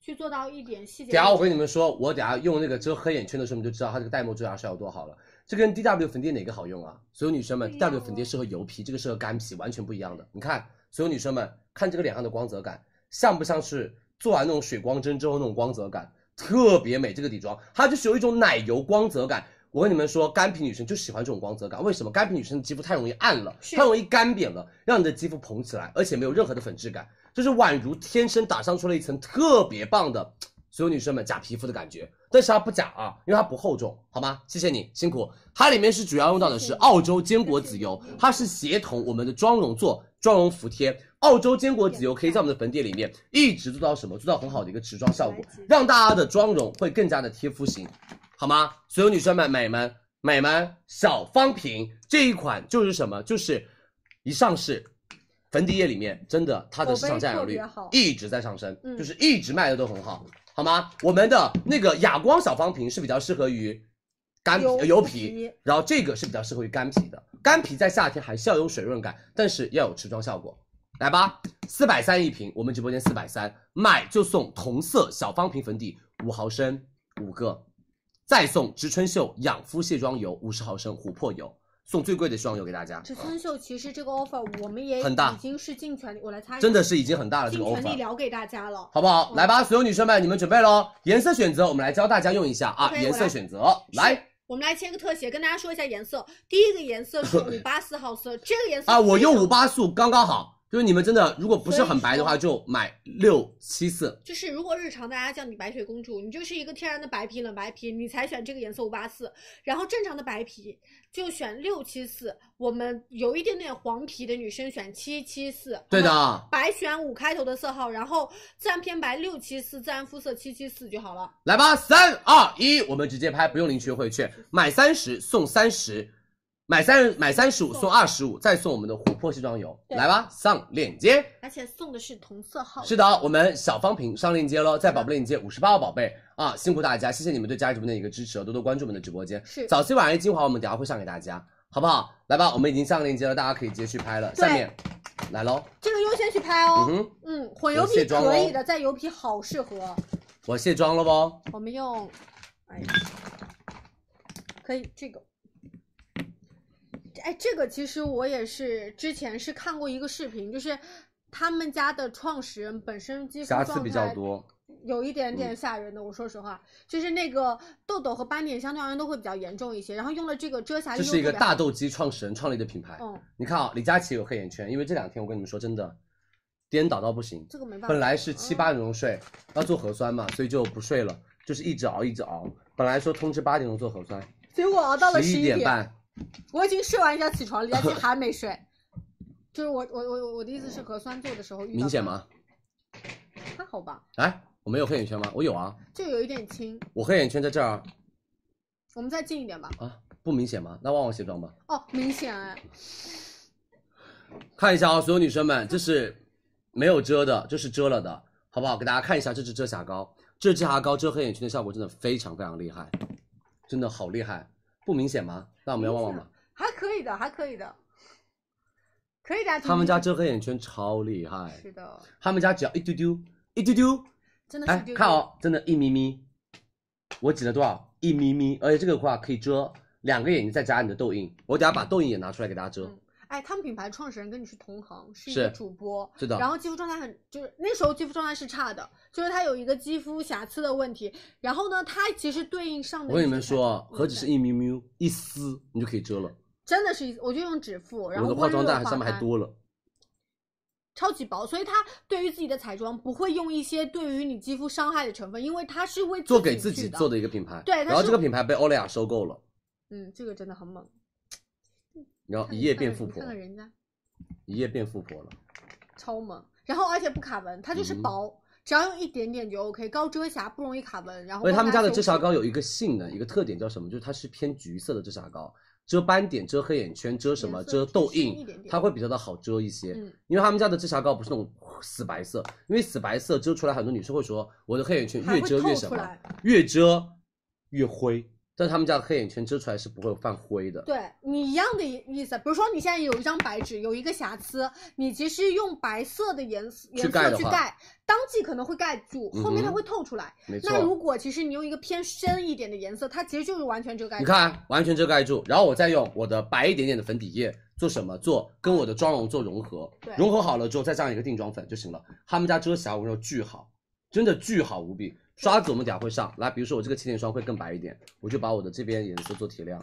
Speaker 2: 去做到一点细节。
Speaker 3: 等下我跟你们说，我等下用那个遮黑眼圈的时候，你们就知道它这个黛墨遮瑕是有多好了。这跟 D W 粉底液哪个好用啊？所有女生们
Speaker 2: 不一
Speaker 3: ，D
Speaker 2: 样哦
Speaker 3: W 粉底液适合油皮，这个适合干皮，完全不一样的。你看，所有女生们看这个脸上的光泽感，像不像是做完那种水光针之后那种光泽感，特别美。这个底妆它就是有一种奶油光泽感。我跟你们说，干皮女生就喜欢这种光泽感，为什么？干皮女生的肌肤太容易暗了，
Speaker 2: 是
Speaker 3: 太容易干瘪了，让你的肌肤蓬起来，而且没有任何的粉质感，就是宛如天生打上出了一层特别棒的所有女生们假皮肤的感觉，但是它不假啊，因为它不厚重，好吗？谢谢你辛苦。它里面是主要用到的是澳洲坚果籽油，它是协同我们的妆容做妆容服帖。澳洲坚果籽油可以在我们的粉底里面一直做到什么？做到很好的一个持妆效果，让大家的妆容会更加的贴肤型，好吗？所有女生们、美们、美们，小方瓶这一款就是什么？就是一上市，粉底液里面真的它的市场占有率
Speaker 2: 口碑特别好
Speaker 3: 一直在上升，
Speaker 2: 嗯
Speaker 3: 就是一直卖的都很好，好吗？我们的那个哑光小方瓶是比较适合于干皮
Speaker 2: 油
Speaker 3: 呃油
Speaker 2: 皮
Speaker 3: 皮，然后这个是比较适合于干皮的。干皮在夏天还是要有水润感，但是要有持妆效果。来吧，四百三一瓶，我们直播间四百三，买就送同色小方瓶粉底五毫升五个，再送植村秀养肤卸妆油五十毫升琥珀油，送最贵的卸妆油给大家，啊
Speaker 2: 植村秀其实这个 offer 我们也
Speaker 3: 很大
Speaker 2: 已经是尽全力，我来擦一下，
Speaker 3: 真的是已经很大了这
Speaker 2: 尽
Speaker 3: 个
Speaker 2: 全力
Speaker 3: offer。
Speaker 2: 聊给大家了。
Speaker 3: 好不好？
Speaker 2: 嗯
Speaker 3: 来吧，所有女生们，你们准备喽！颜色选择，我们来教大家用一下啊
Speaker 2: OK，我来
Speaker 3: 颜色选择，来
Speaker 2: 我们来签个特写，跟大
Speaker 3: <laughs>
Speaker 2: 家说一下颜色。第一个颜色是五八四号色，这个颜色
Speaker 3: 啊！我用
Speaker 2: 非常
Speaker 3: 五八素刚刚好，就是你们真的如果不是很白的话，就买六七四。
Speaker 2: 就是如果日常大家叫你白雪公主，你就是一个天然的白皮冷白皮，你才选这个颜色五八四，然后正常的白皮就选六七四，我们有一点点黄皮的女生选七七四，
Speaker 3: 对的，啊
Speaker 2: 白选五开头的色号，然后自然偏白六七四，自然肤色七七四就好了。
Speaker 3: 来吧，三二一，我们直接拍，不用领取优惠券，买三十送三十，买三买三十五送二十五，再送我们的琥珀卸妆油。
Speaker 2: 对
Speaker 3: 来吧，上链接。
Speaker 2: 而且送的是同色号，
Speaker 3: 是的，我们小方屏上链接喽，在宝贝链接五十八号宝贝啊，辛苦大家，谢谢你们对佳怡直播间的一个支持哦，多多关注我们的直播间。
Speaker 2: 是
Speaker 3: 早期晚安一精华，我们等一下会上给大家，好不好？来吧，我们已经上链接了，大家可以直接去拍了。下面来喽，
Speaker 2: 这个优先去拍
Speaker 3: 嗯
Speaker 2: 哦。
Speaker 3: 哼，
Speaker 2: 嗯，混油皮
Speaker 3: 哦
Speaker 2: 可以的，在油皮好适合。
Speaker 3: 我卸妆了不？
Speaker 2: 我们用，哎呀，可以这个。哎，这个其实我也是之前是看过一个视频，就是他们家的创始人本身肌肤
Speaker 3: 瑕
Speaker 2: 状态
Speaker 3: 疵比较多，
Speaker 2: 有一点
Speaker 3: 嗯
Speaker 2: 点吓人的。我说实话，就是那个痘痘和斑点相对而言都会比较严重一些，然后用了这个遮瑕，
Speaker 3: 这是一个大，痘肌创始人创立的品牌。
Speaker 2: 嗯，
Speaker 3: 你看啊，李佳琦有黑眼圈，因为这两天我跟你们说真的，颠倒到不行。
Speaker 2: 这个没办法。
Speaker 3: 本来是七八点钟睡，要做核酸嘛，所以就不睡了，就是一直熬一直熬。本来说通知八点钟做核酸，
Speaker 2: 结果熬到了
Speaker 3: 十
Speaker 2: 十
Speaker 3: 一
Speaker 2: 一
Speaker 3: 点半。
Speaker 2: 我已经睡完一觉起床了，李佳
Speaker 3: <laughs>
Speaker 2: 琦还没睡。就是我我我我的意思是核酸做的时候遇到
Speaker 3: 哦明显
Speaker 2: 他？
Speaker 3: 吗？
Speaker 2: 还好吧，
Speaker 3: 哎，我没有黑眼圈吗？我有啊，
Speaker 2: 就有一点轻。
Speaker 3: 我黑眼圈在这儿
Speaker 2: 我们再近一点吧。
Speaker 3: 啊，不明显吗？那旺旺卸妆吧，
Speaker 2: 哦，明显哎，
Speaker 3: 看一下啊、所有女生们，这是没有遮的，这是遮了的，好不好？给大家看一下这支遮瑕膏，这支遮瑕膏遮黑眼圈的效果真的非常非常厉害，真的好厉害，不明显吗？那我们要旺旺吧，
Speaker 2: 还可以的，还可以的，可以的啊。
Speaker 3: <laughs> 他们
Speaker 2: 婷
Speaker 3: 家
Speaker 2: 婷
Speaker 3: 遮黑眼圈超厉害，
Speaker 2: 是的，
Speaker 3: 他们家只要一丢丢，一丢丢，
Speaker 2: 真的
Speaker 3: 哎
Speaker 2: 是这，个。
Speaker 3: 看哦，真的，一咪咪，我挤了多少？一咪咪，而且这个的话可以遮两个眼睛，再加你的痘印。我等下把痘印也拿出来给大家遮。
Speaker 2: 嗯哎，他们品牌创始人跟你是同行，是一个
Speaker 3: 是
Speaker 2: 主播，
Speaker 3: 是的
Speaker 2: 然后肌肤状态很，就是那时候肌肤状态是差的，就是他有一个肌肤瑕疵的问题。然后呢，他其实对应上的
Speaker 3: 我跟你
Speaker 2: 一
Speaker 3: 们
Speaker 2: 些
Speaker 3: 说，
Speaker 2: 嗯
Speaker 3: 何止是一咪咪，一撕你就可以遮了。
Speaker 2: 真的是一，我就用指腹，然
Speaker 3: 我
Speaker 2: 后
Speaker 3: 的化妆
Speaker 2: 蛋
Speaker 3: 蛋还上面还多了，
Speaker 2: 超级薄，所以它对于自己的彩妆不会用一些对于你肌肤伤害的成分，因为它是为
Speaker 3: 做给自
Speaker 2: 去
Speaker 3: 己
Speaker 2: 的
Speaker 3: 做的一个品牌。
Speaker 2: 对但
Speaker 3: 然后
Speaker 2: 是
Speaker 3: 这个品牌被欧莱雅收购了，
Speaker 2: 嗯，这个真的很猛，
Speaker 3: 然后
Speaker 2: 看
Speaker 3: 哦一夜
Speaker 2: 看
Speaker 3: 变
Speaker 2: 看
Speaker 3: 富
Speaker 2: 你
Speaker 3: 婆
Speaker 2: 看，看人家
Speaker 3: 一夜变富婆了。
Speaker 2: 超猛，然后而且不卡纹，它就是
Speaker 3: 嗯
Speaker 2: 薄，只要用一点点就 OK，高遮瑕不容易卡纹，然后
Speaker 3: 而且他们家的
Speaker 2: 帮大
Speaker 3: 遮瑕
Speaker 2: 修
Speaker 3: 膏有一个性能，一个特点叫什么？就是它是偏橘色的遮瑕膏，遮斑点、遮黑眼圈、遮什么、
Speaker 2: 颜色
Speaker 3: 遮痘
Speaker 2: 偏深一
Speaker 3: 印
Speaker 2: 点，点
Speaker 3: 它会比较的好遮一些。
Speaker 2: 嗯
Speaker 3: 因为他们家的遮瑕膏不是那种死白色，因为死白色遮出来，很多女生会说我的黑眼圈
Speaker 2: 还
Speaker 3: 越
Speaker 2: 会
Speaker 3: 遮
Speaker 2: 透
Speaker 3: 越什
Speaker 2: 出
Speaker 3: 么
Speaker 2: 来，
Speaker 3: 越遮越灰。但他们家的黑眼圈遮出来是不会泛灰的。
Speaker 2: 对你一样的意思，比如说你现在有一张白纸，有一个瑕疵，你其实用白色的颜色颜
Speaker 3: 盖
Speaker 2: 色
Speaker 3: 的
Speaker 2: 去
Speaker 3: 话
Speaker 2: 盖，当即可能会盖住，后面它
Speaker 3: 嗯哼
Speaker 2: 会透出来。
Speaker 3: 没错。
Speaker 2: 那如果其实你用一个偏深一点的颜色，它其实就是完全遮盖。
Speaker 3: 你，看，啊完全遮盖住，然后我再用我的白一点点的粉底液做什么？做跟我的妆容做融合
Speaker 2: 对，
Speaker 3: 融合好了之后再上一个定妆粉就行了。他们家遮瑕我跟你说巨好，真的巨好无比。刷子我们等下会上来，比如说我这个气垫霜会更白一点，我就把我的这边颜色做提亮。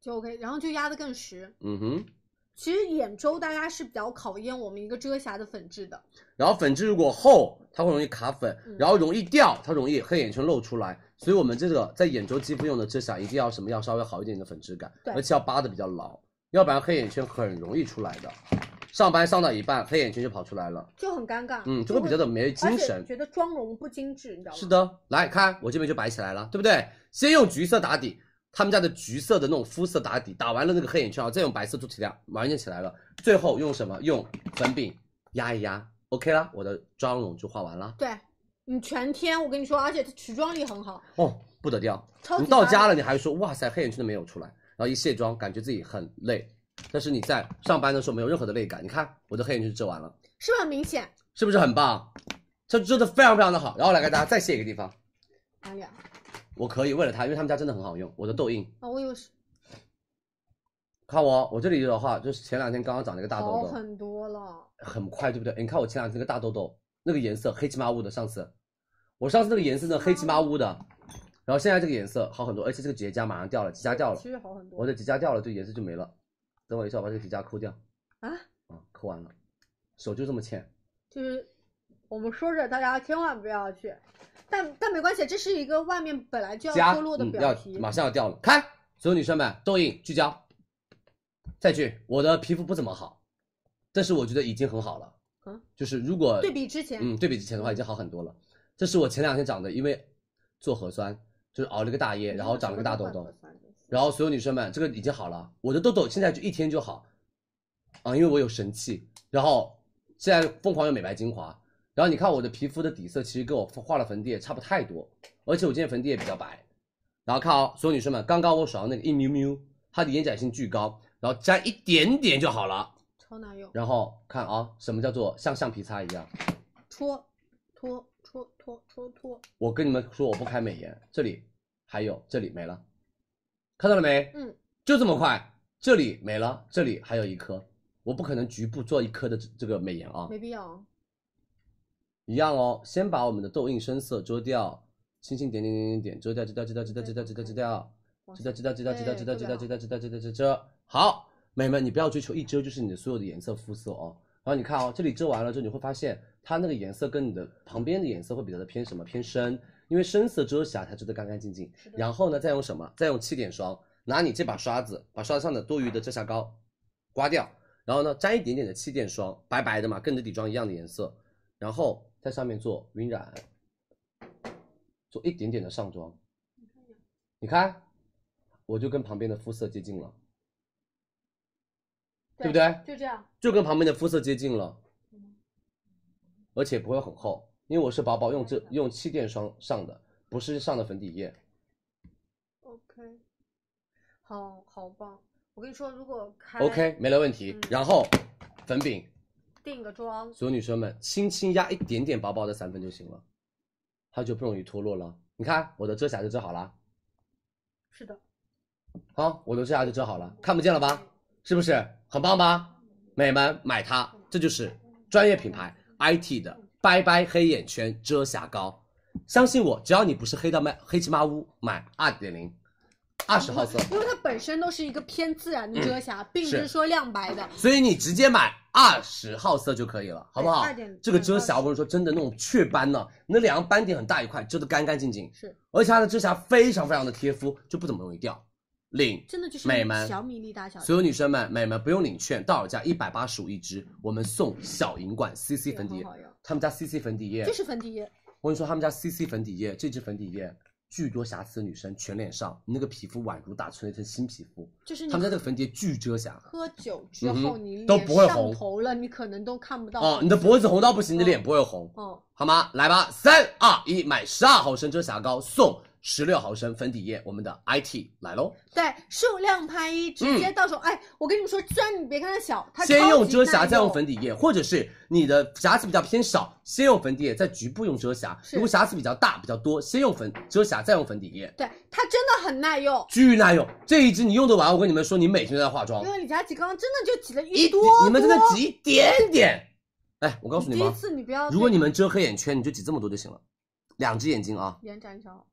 Speaker 2: 就 OK，然后就压得更实。
Speaker 3: 嗯哼，
Speaker 2: 其实眼周大家是比较考验我们一个遮瑕的粉质的，
Speaker 3: 然后粉质如果厚，它会容易卡粉
Speaker 2: 嗯，
Speaker 3: 然后容易掉，它容易黑眼圈露出来。所以我们这个在眼周肌肤用的遮瑕一定要什么要稍微好一点的粉质感，
Speaker 2: 对
Speaker 3: 而且要扒的比较牢，要不然黑眼圈很容易出来的。上班上到一半，黑眼圈就跑出来了，
Speaker 2: 就很尴尬。
Speaker 3: 嗯，就
Speaker 2: 就
Speaker 3: 会比较的没精
Speaker 2: 而
Speaker 3: 神
Speaker 2: 且。觉得妆容不精致，你知道吗？
Speaker 3: 是，的，来看我这边就白起来了，对不对？先用橘色打底，他们家的橘色的那种肤色打底，打完了那个黑眼圈啊，再用白色做提亮，完全起来了。最后用什么？用粉饼压一压，OK 啦，我的妆容就画完了。
Speaker 2: 对你全天我跟你说，而且它持妆力很好，
Speaker 3: 哦，不得掉！
Speaker 2: 超级
Speaker 3: 你到
Speaker 2: 搭
Speaker 3: 家了，你还说哇塞，黑眼圈都没有出来，然后一卸妆，感觉自己很累，但是你在上班的时候没有任何的累感。你看我的黑眼圈就遮完了，
Speaker 2: 是不是很明显？
Speaker 3: 是不是很棒？这遮的非常非常的好。然后来给大家再卸一个地方，
Speaker 2: 哪里啊？
Speaker 3: 我可以为了它，因为他们家真的很好用。我的痘印，
Speaker 2: 啊，我有时
Speaker 3: 看我，我这里的话就是前两天刚刚长了一个大哦痘
Speaker 2: 好
Speaker 3: 痘，
Speaker 2: 哦很多了，
Speaker 3: 很快，对不对？你看我前两天那个大痘痘，那个颜色黑漆麻乌的，上次我上次那个颜色呢黑漆麻乌的，然后现在这个颜色好很多，而且这个结痂马上掉了，结痂掉了
Speaker 2: 其。实好很多。
Speaker 3: 我的指甲掉了，这个颜色就没了。等我一下，我把这个指甲抠掉。
Speaker 2: 啊
Speaker 3: 啊，抠完了，手就这么欠。
Speaker 1: 就是我们说着，大家千万不要去，但但没关系，这是一个外面本来就
Speaker 3: 加
Speaker 1: 要脱落的
Speaker 3: 嗯
Speaker 1: 表
Speaker 3: 要
Speaker 1: 皮。
Speaker 3: 马上要掉了，看所有女生们痘印聚焦，再去我的皮肤不怎么好，但是我觉得已经很好了，
Speaker 1: 嗯
Speaker 3: 就是如果
Speaker 1: 对比之前，
Speaker 3: 嗯对比之前的话已经好很多了，这是我前两天长的，因为做核酸就是熬了个大夜，然后长了个大痘痘，然后所有女生们这个已经好了，我的痘痘现在就一天就好，啊，因为我有神器，然后现在疯狂用美白精华，然后你看我的皮肤的底色其实跟我画了粉底也差不太多，而且我今天粉底也比较白。然后看哦，所有女生们，刚刚我手上那个一喵喵，它的延展性巨高，然后沾一点点就好了。
Speaker 1: 超难用，
Speaker 3: 然后看啊、什么叫做像橡皮擦一样？
Speaker 1: 戳戳戳戳戳戳，
Speaker 3: 我跟你们说，我不开美颜，这里还有，这里没了，看到了没？
Speaker 1: 嗯，
Speaker 3: 就这么快，这里没了，这里还有一颗，我不可能局部做一颗的这这个美颜啊，
Speaker 1: 没必要啊。
Speaker 3: 一样哦，先把我们的痘印深色遮掉，轻轻点点点点点遮掉，遮掉，遮掉，遮掉，遮掉，遮掉，遮掉，遮掉，遮掉，遮掉，遮掉，遮掉，遮掉，遮掉，遮掉，遮掉，遮遮。好，美们，你不要追求一遮就是你的所有的颜色肤色哦。然后你看哦，这里遮完了之后，你会发现它那个颜色跟你的旁边的颜色会比较的偏什么偏深，因为深色遮瑕才遮得干干净净。然后呢，再用什么？再用气垫霜，拿你这把刷子，把刷子上的多余的遮瑕膏刮掉，然后呢，沾一点点的气垫霜，白白的嘛，跟你的底妆一样的颜色，然后在上面做晕染，做一点点的上妆。你看，我就跟旁边的肤色接近了，对不对？
Speaker 1: 就这样，
Speaker 3: 就跟旁边的肤色接近了，而且不会很厚，因为我是薄薄用这用气垫霜上的，不是上的粉底液。
Speaker 1: ，OK，好好棒。我跟你说，如果开
Speaker 3: OK，没了问题
Speaker 1: 嗯。
Speaker 3: 然后粉饼，
Speaker 1: 定个妆，
Speaker 3: 所有女生们轻轻压一点点薄薄的散粉就行了，它就不容易脱落了。你看我的遮瑕就遮好了，
Speaker 1: 是的，
Speaker 3: 好，我的遮瑕就遮好了，看不见了吧？是不是很棒吧？美们买它，这就是专业品牌 IT 的拜拜黑眼圈遮瑕膏。相信我，只要你不是黑到卖黑漆麻乌，买二点零，二十号色，
Speaker 2: 哦
Speaker 3: 嗯
Speaker 1: 因为它本身都是一个偏自然的遮瑕，并不
Speaker 3: 是
Speaker 1: 是说亮白的。
Speaker 3: 所以你直接买二十号色就可以了，好不好
Speaker 1: 2.0？
Speaker 3: 这个遮瑕我跟你说，真的那种雀斑呢，你那两个斑点很大一块，遮得干干净净，
Speaker 1: 是，
Speaker 3: 而且它的遮瑕非常非常的贴肤，就不怎么容易掉。领
Speaker 1: 真的就是
Speaker 3: 美们
Speaker 1: 小米粒大小的，
Speaker 3: 所有女生们、美们不用领券，到手价一百八十五一支，我们送小银管 CC 粉底
Speaker 1: 很
Speaker 3: 液
Speaker 1: 好。用，
Speaker 3: 他们家 CC 粉底液，
Speaker 1: 就是粉底液，
Speaker 3: 我跟你说，他们家 CC 粉底液这支粉底液，巨多瑕疵的女生全脸上，你那个皮肤宛如打出了一层新皮肤。
Speaker 1: 就是你
Speaker 3: 他们家这个粉底液巨遮瑕
Speaker 1: 喝酒之后，
Speaker 3: 嗯哼
Speaker 1: 你
Speaker 3: 都
Speaker 1: 脸
Speaker 3: 不会
Speaker 1: 上
Speaker 3: 红
Speaker 1: 头了，你可能都看不到
Speaker 3: 哦，你的脖子红到不行，你的
Speaker 1: 嗯
Speaker 3: 脸不会红，
Speaker 1: 哦，
Speaker 3: 好吗？来吧，三二一，买十二毫升遮瑕膏送十六毫升粉底液，我们的 IT 来喽。
Speaker 1: 对，数量拍一，直接到手。哎，我跟你们说，虽然你别看它小，它
Speaker 3: 嗯先
Speaker 1: 超
Speaker 3: 用
Speaker 1: 级
Speaker 3: 遮瑕，
Speaker 1: 耐
Speaker 3: 再用粉底液，或者是你的瑕疵比较偏少，先用粉底液，再局部用遮瑕。
Speaker 1: 是
Speaker 3: 如果瑕疵比较大、比较多，先用粉遮瑕，再用粉底液，
Speaker 1: 对，它真的很耐用。
Speaker 3: 巨耐用。这一支你用得完，我跟你们说，你每天都在化妆
Speaker 1: 因，为李佳琦刚刚真的就挤了
Speaker 3: 一
Speaker 1: 一多，
Speaker 3: 你们真的挤一点点。哎，我告诉你
Speaker 1: 第一
Speaker 3: 们啊，
Speaker 1: 次你不要，
Speaker 3: 如果你们遮黑眼圈，你就挤这么多就行了，两只眼睛啊，
Speaker 1: 延展哦小，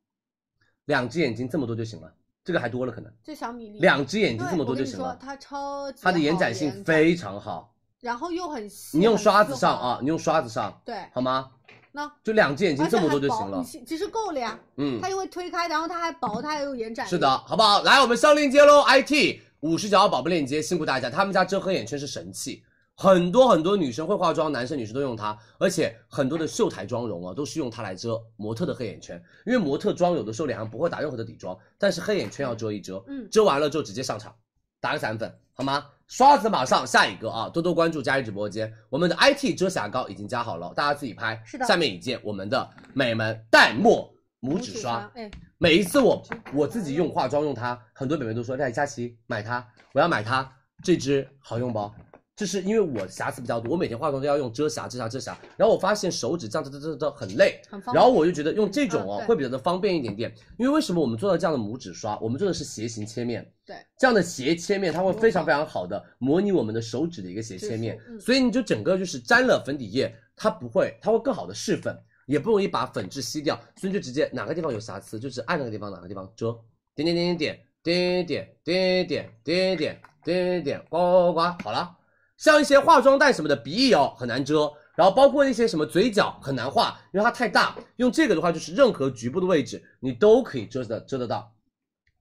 Speaker 3: 两只眼睛这么多就行了，这个还多了可能，
Speaker 1: 这小米粒，
Speaker 3: 两只眼
Speaker 1: 对
Speaker 3: 睛这么多
Speaker 1: 我
Speaker 3: 就
Speaker 1: 跟你
Speaker 3: 行
Speaker 1: 说
Speaker 3: 了，。
Speaker 1: 它超级
Speaker 3: 它的延
Speaker 1: 好
Speaker 3: 展
Speaker 1: 延
Speaker 3: 性
Speaker 1: 展，
Speaker 3: 非常好，
Speaker 1: 然后又很细，
Speaker 3: 你用
Speaker 1: 很
Speaker 3: 刷
Speaker 1: 丝
Speaker 3: 子上
Speaker 1: 滑，
Speaker 3: 啊，你用刷子上
Speaker 1: 对，
Speaker 3: 好吗？
Speaker 1: 那
Speaker 3: 就两只眼睛
Speaker 1: 而且
Speaker 3: 这么
Speaker 1: 还
Speaker 3: 多就
Speaker 1: 薄
Speaker 3: 行了
Speaker 1: 你。其其实够了呀，
Speaker 3: 嗯
Speaker 1: 它，又会推开，然后它还薄，它还有延展，
Speaker 3: 是的，，好不好？来，我们上链接喽，IT 五十九号宝贝链接，辛苦大家，他们家遮黑眼圈是神器。很多很多女生会化妆，男生女生都用它，而且很多的秀台妆容啊，都是用它来遮模特的黑眼圈，因为模特妆有的时候脸上不会打任何的底妆，但是黑眼圈要遮一遮，
Speaker 1: 嗯
Speaker 3: 遮完了之后直接上场，打个散粉，好吗？刷子马上下一个啊，多多关注佳怡直播间，我们的 IT 遮瑕膏已经加好了，大家自己拍。
Speaker 1: 是的
Speaker 3: 下面引荐我们的美们淡墨拇指刷，，
Speaker 1: 哎，
Speaker 3: 每一次我我自己用化妆用它，很多美眉都说：“哎，佳琪买它，我要买它，这支好用不？”这是因为我瑕疵比较多，我每天化妆都要用遮瑕、遮瑕、遮瑕。然后我发现手指这样、这、这、这、这很累，
Speaker 1: 很方便，
Speaker 3: 然后我就觉得用这种
Speaker 1: 嗯
Speaker 3: 哦、
Speaker 1: 对
Speaker 3: 会比较的方便一点点。因为为什么我们做到这样的拇指刷？我们做的是斜形切面，
Speaker 1: 对，嗯
Speaker 3: 这样的斜切面它会非常非常好的模拟我们的手指的一个斜切面
Speaker 1: 指，数嗯
Speaker 3: 所以你就整个就是沾了粉底液，它不会，它会更好的试粉，也不容易把粉质吸掉，所以你就直接哪个地方有瑕疵，就是按哪个地方哪个地方遮，点点点点点点点点点点点点点点，呱呱呱呱，好了。像一些化妆蛋什么的，鼻翼哦很难遮，然后包括一些什么嘴角很难画，因为它太大。用这个的话，就是任何局部的位置你都可以遮得遮得到，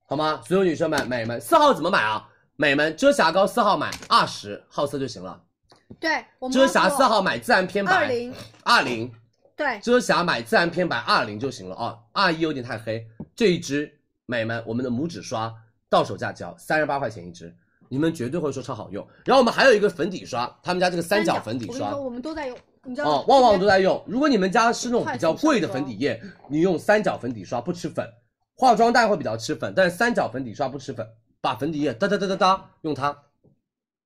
Speaker 3: 好吗？所有女生们、美们，四号怎么买啊？美们，遮瑕膏四号买二十号色就行了，
Speaker 1: 对，我们
Speaker 3: 遮瑕四号买自然偏
Speaker 1: 二
Speaker 3: 白
Speaker 1: 零，
Speaker 3: 二零，
Speaker 1: 对，
Speaker 3: 遮瑕买自然偏白二零就行了啊，二一有点太黑。这一支美们，我们的拇指刷到手价只要三十八块钱一支，你们绝对会说超好用。然后我们还有一个粉底刷，他们家这个三角粉底
Speaker 1: 我跟你
Speaker 3: 刷
Speaker 1: 说，。我们都在用，你知道
Speaker 3: 哦，旺旺都在用。如果你们家是那种比较贵的粉底液，你用三角粉底刷不吃粉，化妆蛋会比较吃粉，但是三角粉底刷不吃粉，把粉底液哒哒哒哒哒用它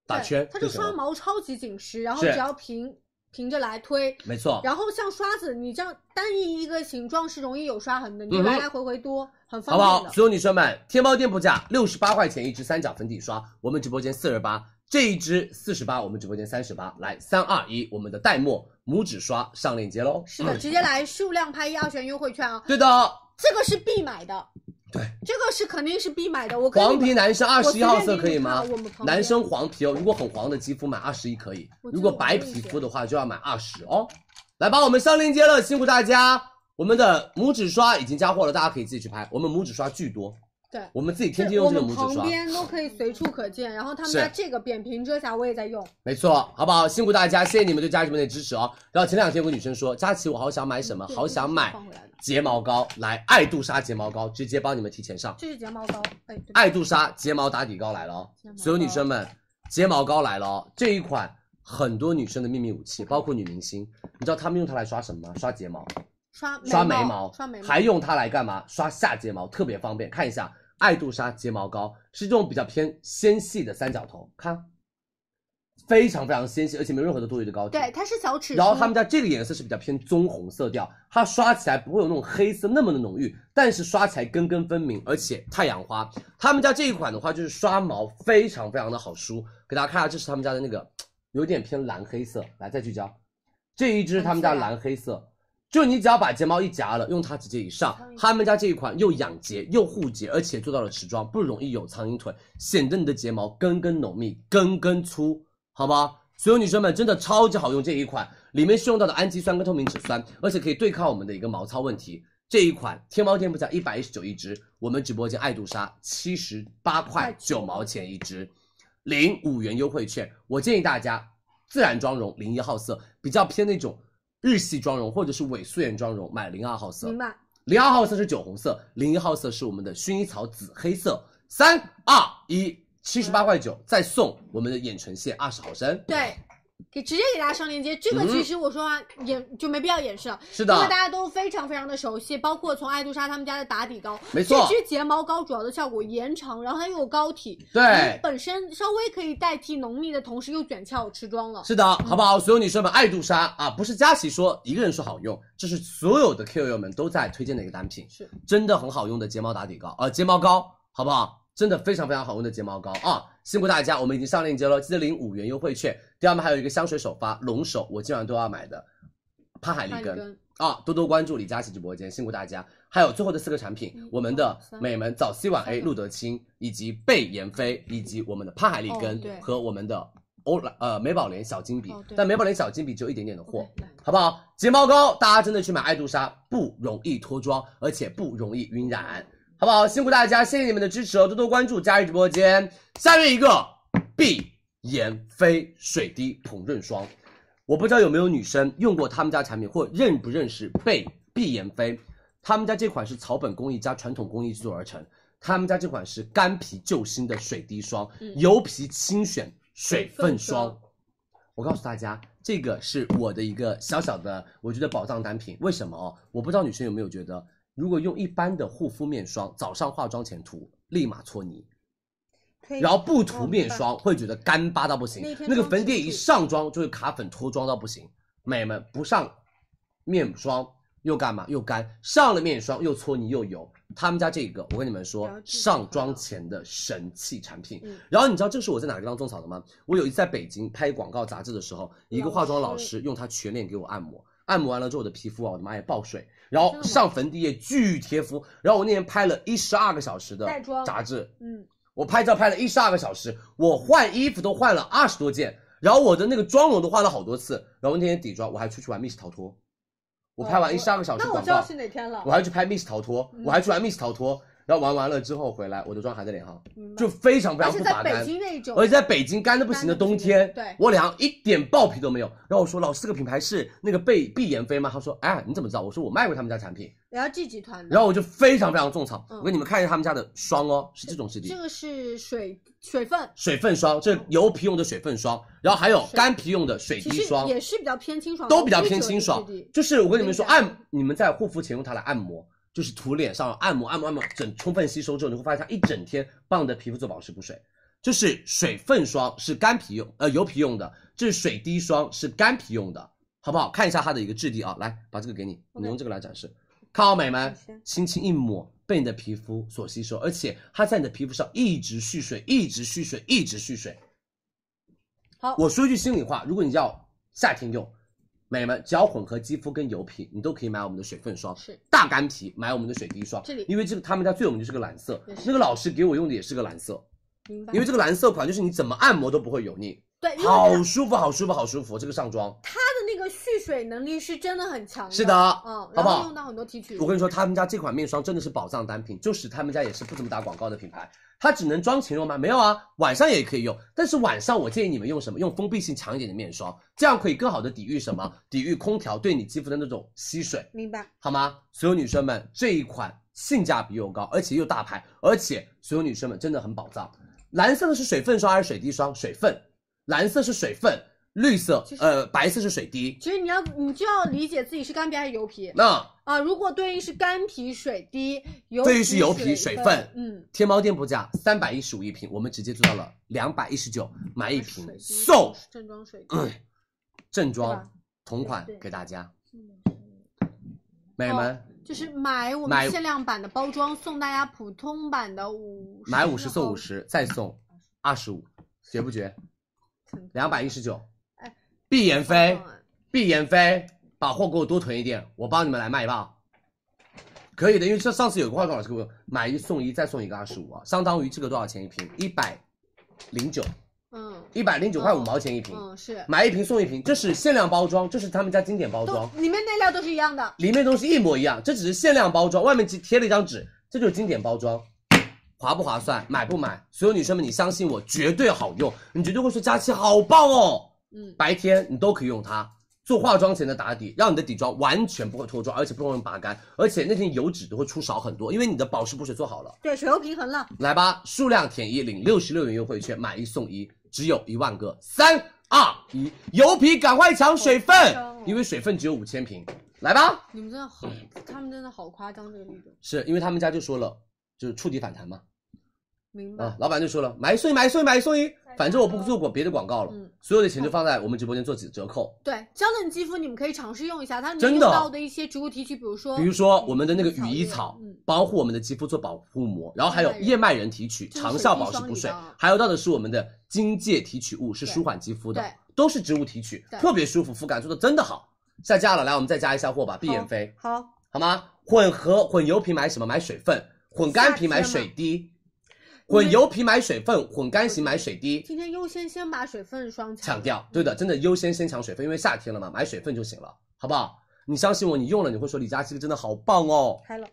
Speaker 3: 打圈
Speaker 1: 它这
Speaker 3: 就
Speaker 1: 个
Speaker 3: 行
Speaker 1: 刷
Speaker 3: 了。
Speaker 1: 毛超级紧实，然后
Speaker 3: 是哦
Speaker 1: 只要平平着来推，
Speaker 3: 没错，
Speaker 1: 然后像刷子，你这样单一一个形状是容易有刷痕的，你就
Speaker 3: 嗯哼
Speaker 1: 来来回回多，很方
Speaker 3: 好不
Speaker 1: 便
Speaker 3: 好？
Speaker 1: 的。
Speaker 3: 所有女生们，天猫店铺价六十八块钱一支三角粉底刷，我们直播间四十八，这一支四十八，我们直播间三十八。来，三二一，我们的黛墨拇指刷上链接喽。嗯
Speaker 1: 是的，直接来数量拍一二选优惠券啊，
Speaker 3: 对的，哦
Speaker 1: 这个是必买的，
Speaker 3: 对，
Speaker 1: 这个是肯定是必买的。我跟你
Speaker 3: 黄皮男生二
Speaker 1: 我
Speaker 3: 十
Speaker 1: 随
Speaker 3: 一
Speaker 1: 便
Speaker 3: 号色
Speaker 1: 给
Speaker 3: 可以
Speaker 1: 你
Speaker 3: 吗
Speaker 1: 看我们？旁
Speaker 3: 男
Speaker 1: 边
Speaker 3: 生黄皮哦，如果很黄的肌肤买二十一可以，
Speaker 1: 我
Speaker 3: 如
Speaker 1: 记
Speaker 3: 果
Speaker 1: 得我
Speaker 3: 白
Speaker 1: 问一
Speaker 3: 皮
Speaker 1: 下
Speaker 3: 肤的话就要买二十哦。来吧，我们上链接了，辛苦大家。我们的拇指刷已经加货了，大家可以自己去拍。我们拇指刷巨多，
Speaker 1: 对
Speaker 3: 我们自己
Speaker 1: 这
Speaker 3: 天天用
Speaker 1: 我
Speaker 3: 这个
Speaker 1: 们
Speaker 3: 拇指刷
Speaker 1: 旁。边都可以随处可见，然后他们
Speaker 3: 是
Speaker 1: 家这个扁平遮瑕我也在用，
Speaker 3: 没错，好不好？辛苦大家，谢谢你们对佳琦们的支持哦。然后前两天有个女生说，佳琦，我好想买什么，
Speaker 1: 对
Speaker 3: 好想买
Speaker 1: 放回来了
Speaker 3: 睫毛膏，来爱杜莎睫毛膏，直接帮你们提前上。
Speaker 1: 这是睫毛膏，哎，对，
Speaker 3: 爱杜莎睫毛打底膏来了哦
Speaker 1: 睫毛，膏
Speaker 3: 所有女生们，睫毛膏来了哦，这一款很多女生的秘密武器，包括女明星，你知道她们用它来刷什么吗？刷睫毛，
Speaker 1: 刷
Speaker 3: 刷
Speaker 1: 眉
Speaker 3: 毛，
Speaker 1: 刷眉毛，
Speaker 3: 还用它来干嘛？刷下睫毛，特别方便。看一下爱杜莎睫毛膏，是这种比较偏纤细的三角头，看，非常非常纤细，而且没有任何的多余的膏体。
Speaker 1: 对，它是小尺
Speaker 3: 然后他
Speaker 1: 们
Speaker 3: 们家这个颜色是比较偏棕红色调，它刷起来不会有那种黑色那么的浓郁，但是刷起来根根分明，而且太阳花。他们家这一款的话，就是刷毛非常非常的好梳。给大家看一下，啊这是他们家的那个，有点偏蓝黑色。来，再聚焦，这一支他们家蓝黑色，就你只要把睫毛一夹了，用它直接一上。他们家这一款又养睫又护睫，而且做到了时装，不容易有苍蝇腿，显得你的睫毛根根浓密，根根粗，好吗？所有女生们真的超级好用这一款，里面是用到的氨基酸跟透明质酸，而且可以对抗我们的一个毛糙问题。这一款天猫店铺价一百一十九一支，我们直播间爱杜莎七十八块九毛钱一支，领五元优惠券。我建议大家自然妆容零一号色，比较偏那种日系妆容或者是伪素颜妆容，买零二号色。
Speaker 1: 明白，
Speaker 3: 零二号色是酒红色，零一号色是我们的薰衣草紫黑色。三二一，七十八块九，再送我们的眼唇卸二十毫升。
Speaker 1: 对。给直接给大家上链接，这个
Speaker 3: 嗯
Speaker 1: 其实我说完、眼就没必要演示了，
Speaker 3: 是
Speaker 1: 这
Speaker 3: 的
Speaker 1: 个大，家都非常非常的熟悉，包括从爱杜莎他们家的打底膏，
Speaker 3: 没错
Speaker 1: 这支睫毛膏主要的效果延长，然后它又有膏体，
Speaker 3: 对
Speaker 1: 你本身稍微可以代替浓密的同时又卷翘持妆了，
Speaker 3: 是的，好不好？所有女生们，爱杜莎啊，不是佳琪说一个人说好用，这是所有的 KOL 们都在推荐的一个单品，
Speaker 1: 是
Speaker 3: 真的很好用的睫毛打底膏，呃，睫毛膏，好不好？真的非常非常好用的睫毛膏啊！辛苦大家，我们已经上链接了，记得领五元优惠券。第二，我们还有一个香水首发，龙首，我今晚都要买的，潘海利
Speaker 1: 那你
Speaker 3: 根。
Speaker 1: 跟
Speaker 3: 啊，多多关注李佳琦直播间，辛苦大家。还有最后的四个产品，
Speaker 1: 嗯
Speaker 3: 我们的美门早 C 晚 A
Speaker 1: 三个
Speaker 3: 路德清，以及贝妍霏，以及我们的帕海利
Speaker 1: 哦
Speaker 3: 根
Speaker 1: 对
Speaker 3: 和我们的欧莱呃美宝莲小金笔
Speaker 1: 哦，对
Speaker 3: 但美宝莲小金笔只有一点点的货
Speaker 1: OK，来，
Speaker 3: 好不好？睫毛膏大家真的去买爱杜莎，不容易脱妆，而且不容易晕染，好不好？辛苦大家，谢谢你们的支持哦，多多关注佳琦直播间。下面一个碧妍霏水滴膨润霜。我不知道有没有女生用过他们家产品，或认不认识贝碧妍霏。他们家这款是草本工艺加传统工艺制作而成，他们家这款是干皮救星的水滴霜，油皮轻选水分
Speaker 1: 水
Speaker 3: 霜
Speaker 1: 分。
Speaker 3: 我告诉大家，这个是我的一个小小的，我觉得宝藏单品。为什么哦？我不知道女生有没有觉得，如果用一般的护肤面霜，早上化妆前涂，立马搓泥。
Speaker 1: 推
Speaker 3: 然后不涂面霜会觉得干巴到不行
Speaker 1: 哦那天，
Speaker 3: 那个
Speaker 1: 刚
Speaker 3: 粉底
Speaker 1: 出
Speaker 3: 一
Speaker 1: 去
Speaker 3: 上妆就会卡粉脱妆到不行。美们不上面霜又干嘛？又干，上了面霜又搓泥又油。他们家这个，我跟你们说
Speaker 1: 了，解
Speaker 3: 上妆前的神器产品
Speaker 1: 嗯。
Speaker 3: 然后你知道这是我在哪个地方种草的吗？我有一次在北京拍广告杂志的时候，一个化妆老师用他全脸给我按摩，按摩完了之后我的皮肤啊，我的妈呀爆水，然后
Speaker 1: 真的吗
Speaker 3: 上粉底液巨贴肤，然后我那天拍了一十二个小时的
Speaker 1: 带妆
Speaker 3: 杂志，
Speaker 1: 嗯，
Speaker 3: 我拍照拍了一十二个小时，我换衣服都换了二十多件，然后我的那个妆容都换了好多次，然后那天底妆我还出去玩密室逃脱，我拍完一十二个小时
Speaker 2: 哦那我
Speaker 3: 广
Speaker 2: 知
Speaker 3: 告，
Speaker 2: 道是哪天了
Speaker 3: 我。还去拍 Miss 逃脱，我还去玩 Miss 逃脱，然后玩完了之后回来，我的妆还在脸上，
Speaker 2: 明白
Speaker 3: 就非常非
Speaker 1: 而
Speaker 3: 常
Speaker 1: 且
Speaker 3: 不
Speaker 1: 在
Speaker 3: 把
Speaker 1: 北
Speaker 3: 干。
Speaker 1: 京那种，
Speaker 3: 而且在北京干的不行的冬天，
Speaker 2: 干得不行对
Speaker 3: 我脸上一点爆皮都没有。然后我说老师，这个品牌是那个贝碧妍霏吗？他说，哎，你怎么知道？我说我卖过他们家产品。
Speaker 1: 然后 G 集
Speaker 2: 嗯
Speaker 1: 团的，
Speaker 3: 然后我就非常非常种草，
Speaker 1: 嗯
Speaker 3: 我给你们看一下他们家的霜哦，是这种质地
Speaker 1: 这，个是水水分，
Speaker 3: 水分霜，这是油皮用的水分霜，然后还有干皮用的水
Speaker 1: 其
Speaker 3: 滴
Speaker 1: 实
Speaker 3: 霜，
Speaker 1: 也是比较偏清爽的，
Speaker 3: 都比较
Speaker 1: 我最
Speaker 3: 偏
Speaker 1: 喜欢
Speaker 3: 清
Speaker 1: 这
Speaker 3: 爽
Speaker 1: 个质地。
Speaker 3: 就是我跟你们说，
Speaker 1: 我跟
Speaker 3: 按你们在护肤前用它来按摩，就是涂脸上按摩按摩按摩，整充分吸收之后，你会发现它一整天帮你的皮肤做保湿补水。就是水分霜是干皮用，呃油皮用的，这是水滴霜是干皮用的，好不好？看一下它的一个质地啊，来把这个给你，你用这个来展示，看好美们
Speaker 2: 你先，
Speaker 3: 轻轻一抹。被你的皮肤所吸收，而且它在你的皮肤上一直蓄水，一直蓄水，一直蓄水。
Speaker 1: 好，
Speaker 3: 我说一句心里话，如果你要夏天用，美们只要混合肌肤跟油皮，你都可以买我们的水分霜，
Speaker 1: 是
Speaker 3: 大干皮买我们的水滴霜。
Speaker 1: 这里
Speaker 3: 因为这个他们家最有名就是个蓝色
Speaker 1: 也是，
Speaker 3: 那个老师给我用的也是个蓝色，
Speaker 1: 明白
Speaker 3: 因为这个蓝色款就是你怎么按摩都不会油腻，
Speaker 1: 对，因为它
Speaker 3: 好舒服，好舒服，好舒服。这个上妆，
Speaker 1: 它的那个蓄水能力是真的很强
Speaker 3: 是
Speaker 1: 嗯，
Speaker 3: 的好
Speaker 1: 然
Speaker 3: 不
Speaker 1: 后
Speaker 3: 好
Speaker 1: 用到很多提取物，
Speaker 3: 我跟你说，他们家这款面霜真的是宝藏单品，就是他们家也是不怎么打广告的品牌。它只能妆前用吗？没有啊，晚上也可以用。但是晚上我建议你们用什么？用封闭性强一点的面霜，这样可以更好的抵御什么？抵御空调对你肌肤的那种吸水。
Speaker 2: 明白。
Speaker 3: 好吗？所有女生们，这一款性价比又高，而且又大牌，而且所有女生们真的很宝藏。蓝色的是水分霜还是水滴霜？水分，蓝色是水分，绿色
Speaker 1: 其实
Speaker 3: 呃白色是水滴。
Speaker 1: 其实你要，你就要理解自己是干皮还是油皮
Speaker 3: 那
Speaker 1: 啊。如果对应是干皮水滴，油
Speaker 3: 对应是油皮水分
Speaker 1: 嗯，
Speaker 3: 天猫店铺价三百一十五一瓶，我们直接做到了两百一十九，买一瓶
Speaker 1: 水滴
Speaker 3: 送嗯
Speaker 1: 正装水滴，
Speaker 3: 正
Speaker 1: 对
Speaker 3: 装
Speaker 1: 吧
Speaker 3: 同款
Speaker 5: 对对
Speaker 3: 给大家，
Speaker 5: 嗯
Speaker 3: 美人们
Speaker 1: 就是买哦我
Speaker 3: 买
Speaker 1: 们限量版的包装，送大家普通版的五
Speaker 3: 买五十送五
Speaker 1: 后
Speaker 3: 十，再送二十五，绝不绝？两百一十九
Speaker 1: 哎。
Speaker 3: 碧妍霏
Speaker 1: 好棒啊，
Speaker 3: 碧妍霏，把货给我多囤一点，我帮你们来卖一棒。可以的，因为这上次有个化妆老师给我买一送一，再送一个二十五啊，相当于这个多少钱一瓶？一百零九，
Speaker 1: 嗯
Speaker 3: 一百零九块五毛钱一瓶，
Speaker 1: 嗯是，
Speaker 3: 买一瓶送一瓶，这是限料包装，这是他们家经典包
Speaker 1: 都
Speaker 3: 装，
Speaker 1: 里面内料都是一样的，
Speaker 3: 里面东西一模一样，这只是限量包装，外面只贴了一张纸，这就是经典包装。划不划算，买不买？所有女生们，你相信我，绝对好用，你绝对会说佳琪好棒哦。
Speaker 1: 嗯
Speaker 3: 白天你都可以用它做化妆前的打底，让你的底妆完全不会脱妆，而且不容易拔干，而且那天油脂都会出少很多，因为你的保湿补水做好了。
Speaker 1: 对，水油平衡了，
Speaker 3: 来吧，数量填一，领六十六元优惠券，买一送一，只有一万个。三二一，油皮赶快抢水分
Speaker 1: 好夸张哦，
Speaker 3: 因为水分只有五千瓶。来吧，
Speaker 1: 你们真的好，他们真的好夸张这个力度，
Speaker 3: 是因为他们家就说了，就是触底反弹嘛。
Speaker 1: 明白
Speaker 3: 啊，？老板就说了，买一送一，买一送一，买一送一，反正我不做过别的广告了，
Speaker 1: 嗯
Speaker 3: 所有的钱就放在我们直播间做折折扣。
Speaker 1: 对，娇嫩肌肤你们可以尝试用一下，它里面
Speaker 3: 真
Speaker 1: 用
Speaker 3: 的
Speaker 1: 到的一些植物提取，比如说
Speaker 3: 比如说我们的那个羽衣
Speaker 1: 嗯草
Speaker 3: 草
Speaker 1: 叶嗯，
Speaker 3: 保护我们的肌肤做保护膜，然后还有燕麦仁提取
Speaker 1: 这是
Speaker 3: 长效保湿补
Speaker 1: 水滴
Speaker 3: 水
Speaker 1: 霜里的，
Speaker 3: 还有到的是我们的荆芥提取物，是舒缓肌肤的
Speaker 1: 对，
Speaker 3: 都是植物提取
Speaker 1: 对，
Speaker 3: 特别舒服，肤感做的真的好。下架了，来我们再加一下货吧，碧妍霏，
Speaker 2: 好，
Speaker 3: 好吗？混合混油皮买什么？买水分，混干皮买水滴，混油皮买水分，混干型买水滴。
Speaker 1: 今天优先先把水分嗯霜
Speaker 3: 抢掉，对的，真的优先先抢水分，因为夏天了嘛，买水分就行了，好不好？你相信我，你用了你会说李佳琦这个真的好棒哦。
Speaker 2: 开了。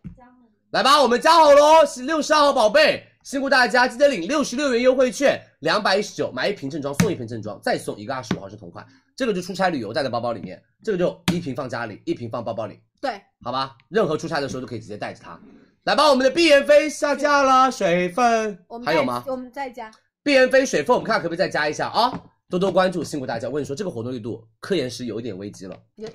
Speaker 3: 来吧，我们加好喽，是六十二号宝贝，辛苦大家，记得领六十六元优惠券，两百一十九买一瓶正装送一瓶正装，再送一个二十五毫升同款，这个就出差旅游带在包包里面，这个就一瓶放家里，一瓶放包包里，
Speaker 1: 对，
Speaker 3: 好吧？任何出差的时候都可以直接带着它。来吧，我们的碧妍霏下架了，水分
Speaker 1: 我们
Speaker 3: 还
Speaker 1: 再
Speaker 3: 有吗？
Speaker 1: 我们再加，
Speaker 3: 碧妍霏水分，我们看可不可以再加一下啊？多多关注，辛苦大家。我跟你说，这个活动力度，科颜石有一点危机了，
Speaker 1: 也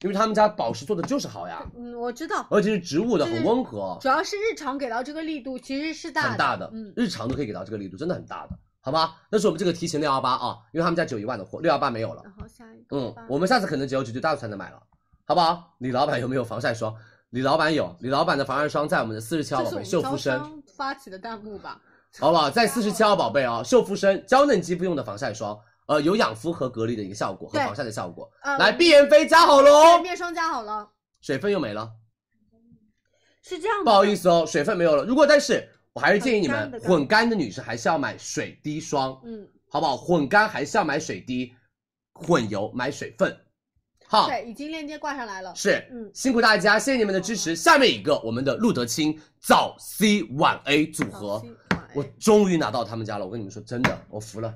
Speaker 3: 因为他们家保湿做的就是好呀，
Speaker 1: 嗯，我知道，
Speaker 3: 而且是植物的，
Speaker 1: 就是
Speaker 3: 很温和，
Speaker 1: 主要是日常给到这个力度其实是大
Speaker 3: 很大的
Speaker 1: 的，，嗯，
Speaker 3: 日常都可以给到这个力度，真的很大的，好吗？那是我们这个提前六幺八啊，因为他们家只有一万的货，六幺八没有了。
Speaker 1: 然后下一个
Speaker 3: 嗯
Speaker 1: 吧，
Speaker 3: 我们下次可能只有九九大餐能买了，好不好？李老板有没有防晒霜？李老板有，李老板的防晒霜在我们的四十七号
Speaker 1: 这
Speaker 3: 宝
Speaker 1: 是我
Speaker 3: 贝
Speaker 1: 们招
Speaker 3: 秀肤生，
Speaker 1: 商发起的弹幕吧？
Speaker 3: 好不好？在四十七号宝贝啊，秀肤生娇嫩肌肤用的防晒霜，呃，有养肤和隔离的一个效果和
Speaker 1: 对
Speaker 3: 防晒的效果。
Speaker 1: 呃，
Speaker 3: 来，碧妍霏加好哦
Speaker 1: 对
Speaker 3: 喽，
Speaker 1: 面霜加好了，
Speaker 3: 水分又没了，
Speaker 1: 是这样的，
Speaker 3: 不好意，思哦，水分没有了。如果但是我还是建议你
Speaker 2: 很干
Speaker 3: 们
Speaker 2: 的干
Speaker 3: 混干的女生还是要买水滴霜，
Speaker 1: 嗯，
Speaker 3: 好不好？混干还是要买水滴，混油买水分，好，
Speaker 1: 对，已经链接挂上来了。
Speaker 3: 啊是，
Speaker 1: 嗯
Speaker 3: 辛苦大家，谢谢你们的支持。下面一个，我们的路德清早 C 晚 A 组合，我
Speaker 1: 哎
Speaker 3: 终于拿到他们家了。我跟你们说，真的，我服了。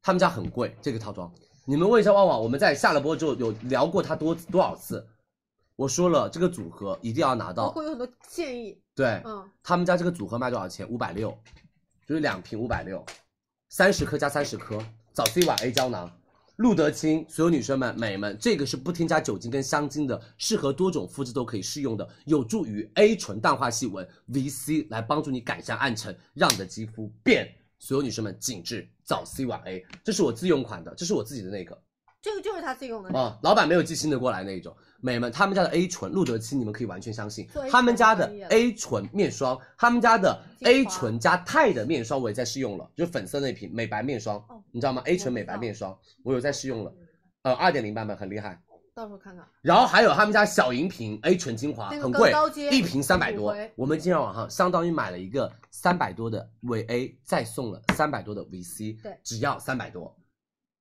Speaker 3: 他们家很贵，这个套装。你们问一下旺旺，我们在下了播之后有聊过它多多少次。我说了，这个组合一定要拿
Speaker 1: 包
Speaker 3: 到。
Speaker 1: 括有很多建议，
Speaker 3: 对，
Speaker 1: 嗯，
Speaker 3: 他们家这个组合卖多少钱？五百六，就是两瓶五百六，三十颗加三十颗，早 C 晚 A 胶囊。露得清，所有女生们、美们，这个是不添加酒精跟香精的，适合多种肤质都可以适用的，有助于 A 醇淡化细纹，VC 来帮助你改善暗沉，让你的肌肤变。所有女生们紧致，早 C 晚 A，这是我自用款的，这是我自己的那个，
Speaker 1: 这个就是他自己用的。
Speaker 3: 啊，老板没有寄新的过来那一种。美们，他们家的 A 醇露得清，你们可以完全相信
Speaker 1: 做 A 醇。
Speaker 3: 他们家的
Speaker 1: 专业了
Speaker 3: A 醇面霜，他们家的
Speaker 1: 精华
Speaker 3: A 醇加肽的面霜，我也在试用了，就是粉色那瓶美白面霜
Speaker 1: 哦，
Speaker 3: 你知道吗？A 醇美白面霜，我有在试用了，呃，二点零版本很厉害。
Speaker 1: 到时候看看。
Speaker 3: 然后还有他们家小银瓶 A 醇精华，
Speaker 1: 那个
Speaker 3: 很
Speaker 1: 更
Speaker 3: 贵
Speaker 1: 高阶，
Speaker 3: 一瓶三百
Speaker 1: 五
Speaker 3: 多
Speaker 1: 回。
Speaker 3: 我们今天晚上相当于买了一个三百多的维 A，再送了三百多的 VC，
Speaker 1: 对
Speaker 3: 只要三百多，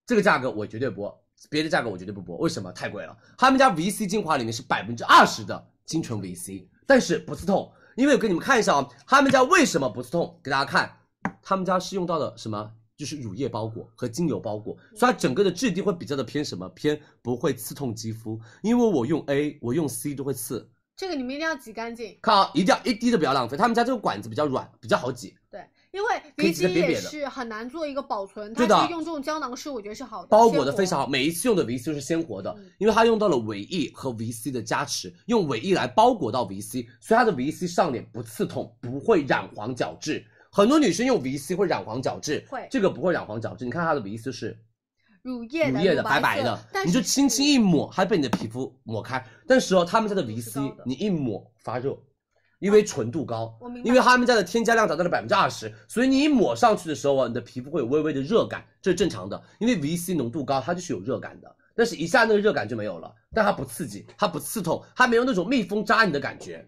Speaker 3: 这个价格我绝对播，别的价格我绝对不播，为什么？太贵了。他们家 VC 精华里面是百分之二十的精纯 VC，但是不刺痛，因为我给你们看一下啊、他们家为什么不刺痛？给大家看，他们家是用到的什么？就是乳液包裹和精油包裹，所以它整个的质地会比较的偏什么？偏不会刺痛肌肤，因为我用 A，我用 C 都会刺。
Speaker 1: 这个你们一定要挤干净，
Speaker 3: 看啊，一定要一滴都不要浪费。他们家这个管子比较软，比较好挤，
Speaker 1: 对，因为
Speaker 3: 可以
Speaker 1: 离
Speaker 3: 挤得
Speaker 1: 子
Speaker 3: 扁
Speaker 1: 也
Speaker 3: 扁的
Speaker 1: 是很难做一个保存，它
Speaker 3: 对的
Speaker 1: 其实用这种胶囊是我觉得是好的，
Speaker 3: 包裹的
Speaker 1: 鲜活
Speaker 3: 非常好。每一次用的 VC 都是鲜活的
Speaker 1: 嗯，
Speaker 3: 因为它用到了维 E 和 VC 的加持，用维 E 来包裹到 VC，所以它的 VC 上脸不刺痛，不会染黄角质。很多女生用 VC 会染黄角质，
Speaker 1: 会
Speaker 3: 这个不会染黄角质。你看它的 VC 是
Speaker 1: 乳液
Speaker 3: 乳
Speaker 1: 的
Speaker 3: 液的
Speaker 1: 乳
Speaker 3: 白白
Speaker 1: 色
Speaker 3: 的，
Speaker 1: 但
Speaker 3: 你
Speaker 1: 是嗯
Speaker 3: 就轻轻一抹，还被你的皮肤抹开。但是哦，他们家的
Speaker 1: 度是
Speaker 3: VC
Speaker 1: 高的
Speaker 3: 你一抹发热，因为纯度高
Speaker 1: 我明，白
Speaker 3: 因为他们家的添加量达到了百分之二十，所以你一抹上去的时候啊，你的皮肤会有微微的热感，这是正常的，因为 VC 浓度高，它就是有热感的。但是一下那个热感就没有了，但它不刺激，它不刺痛，它没有那种蜜蜂扎你的感觉。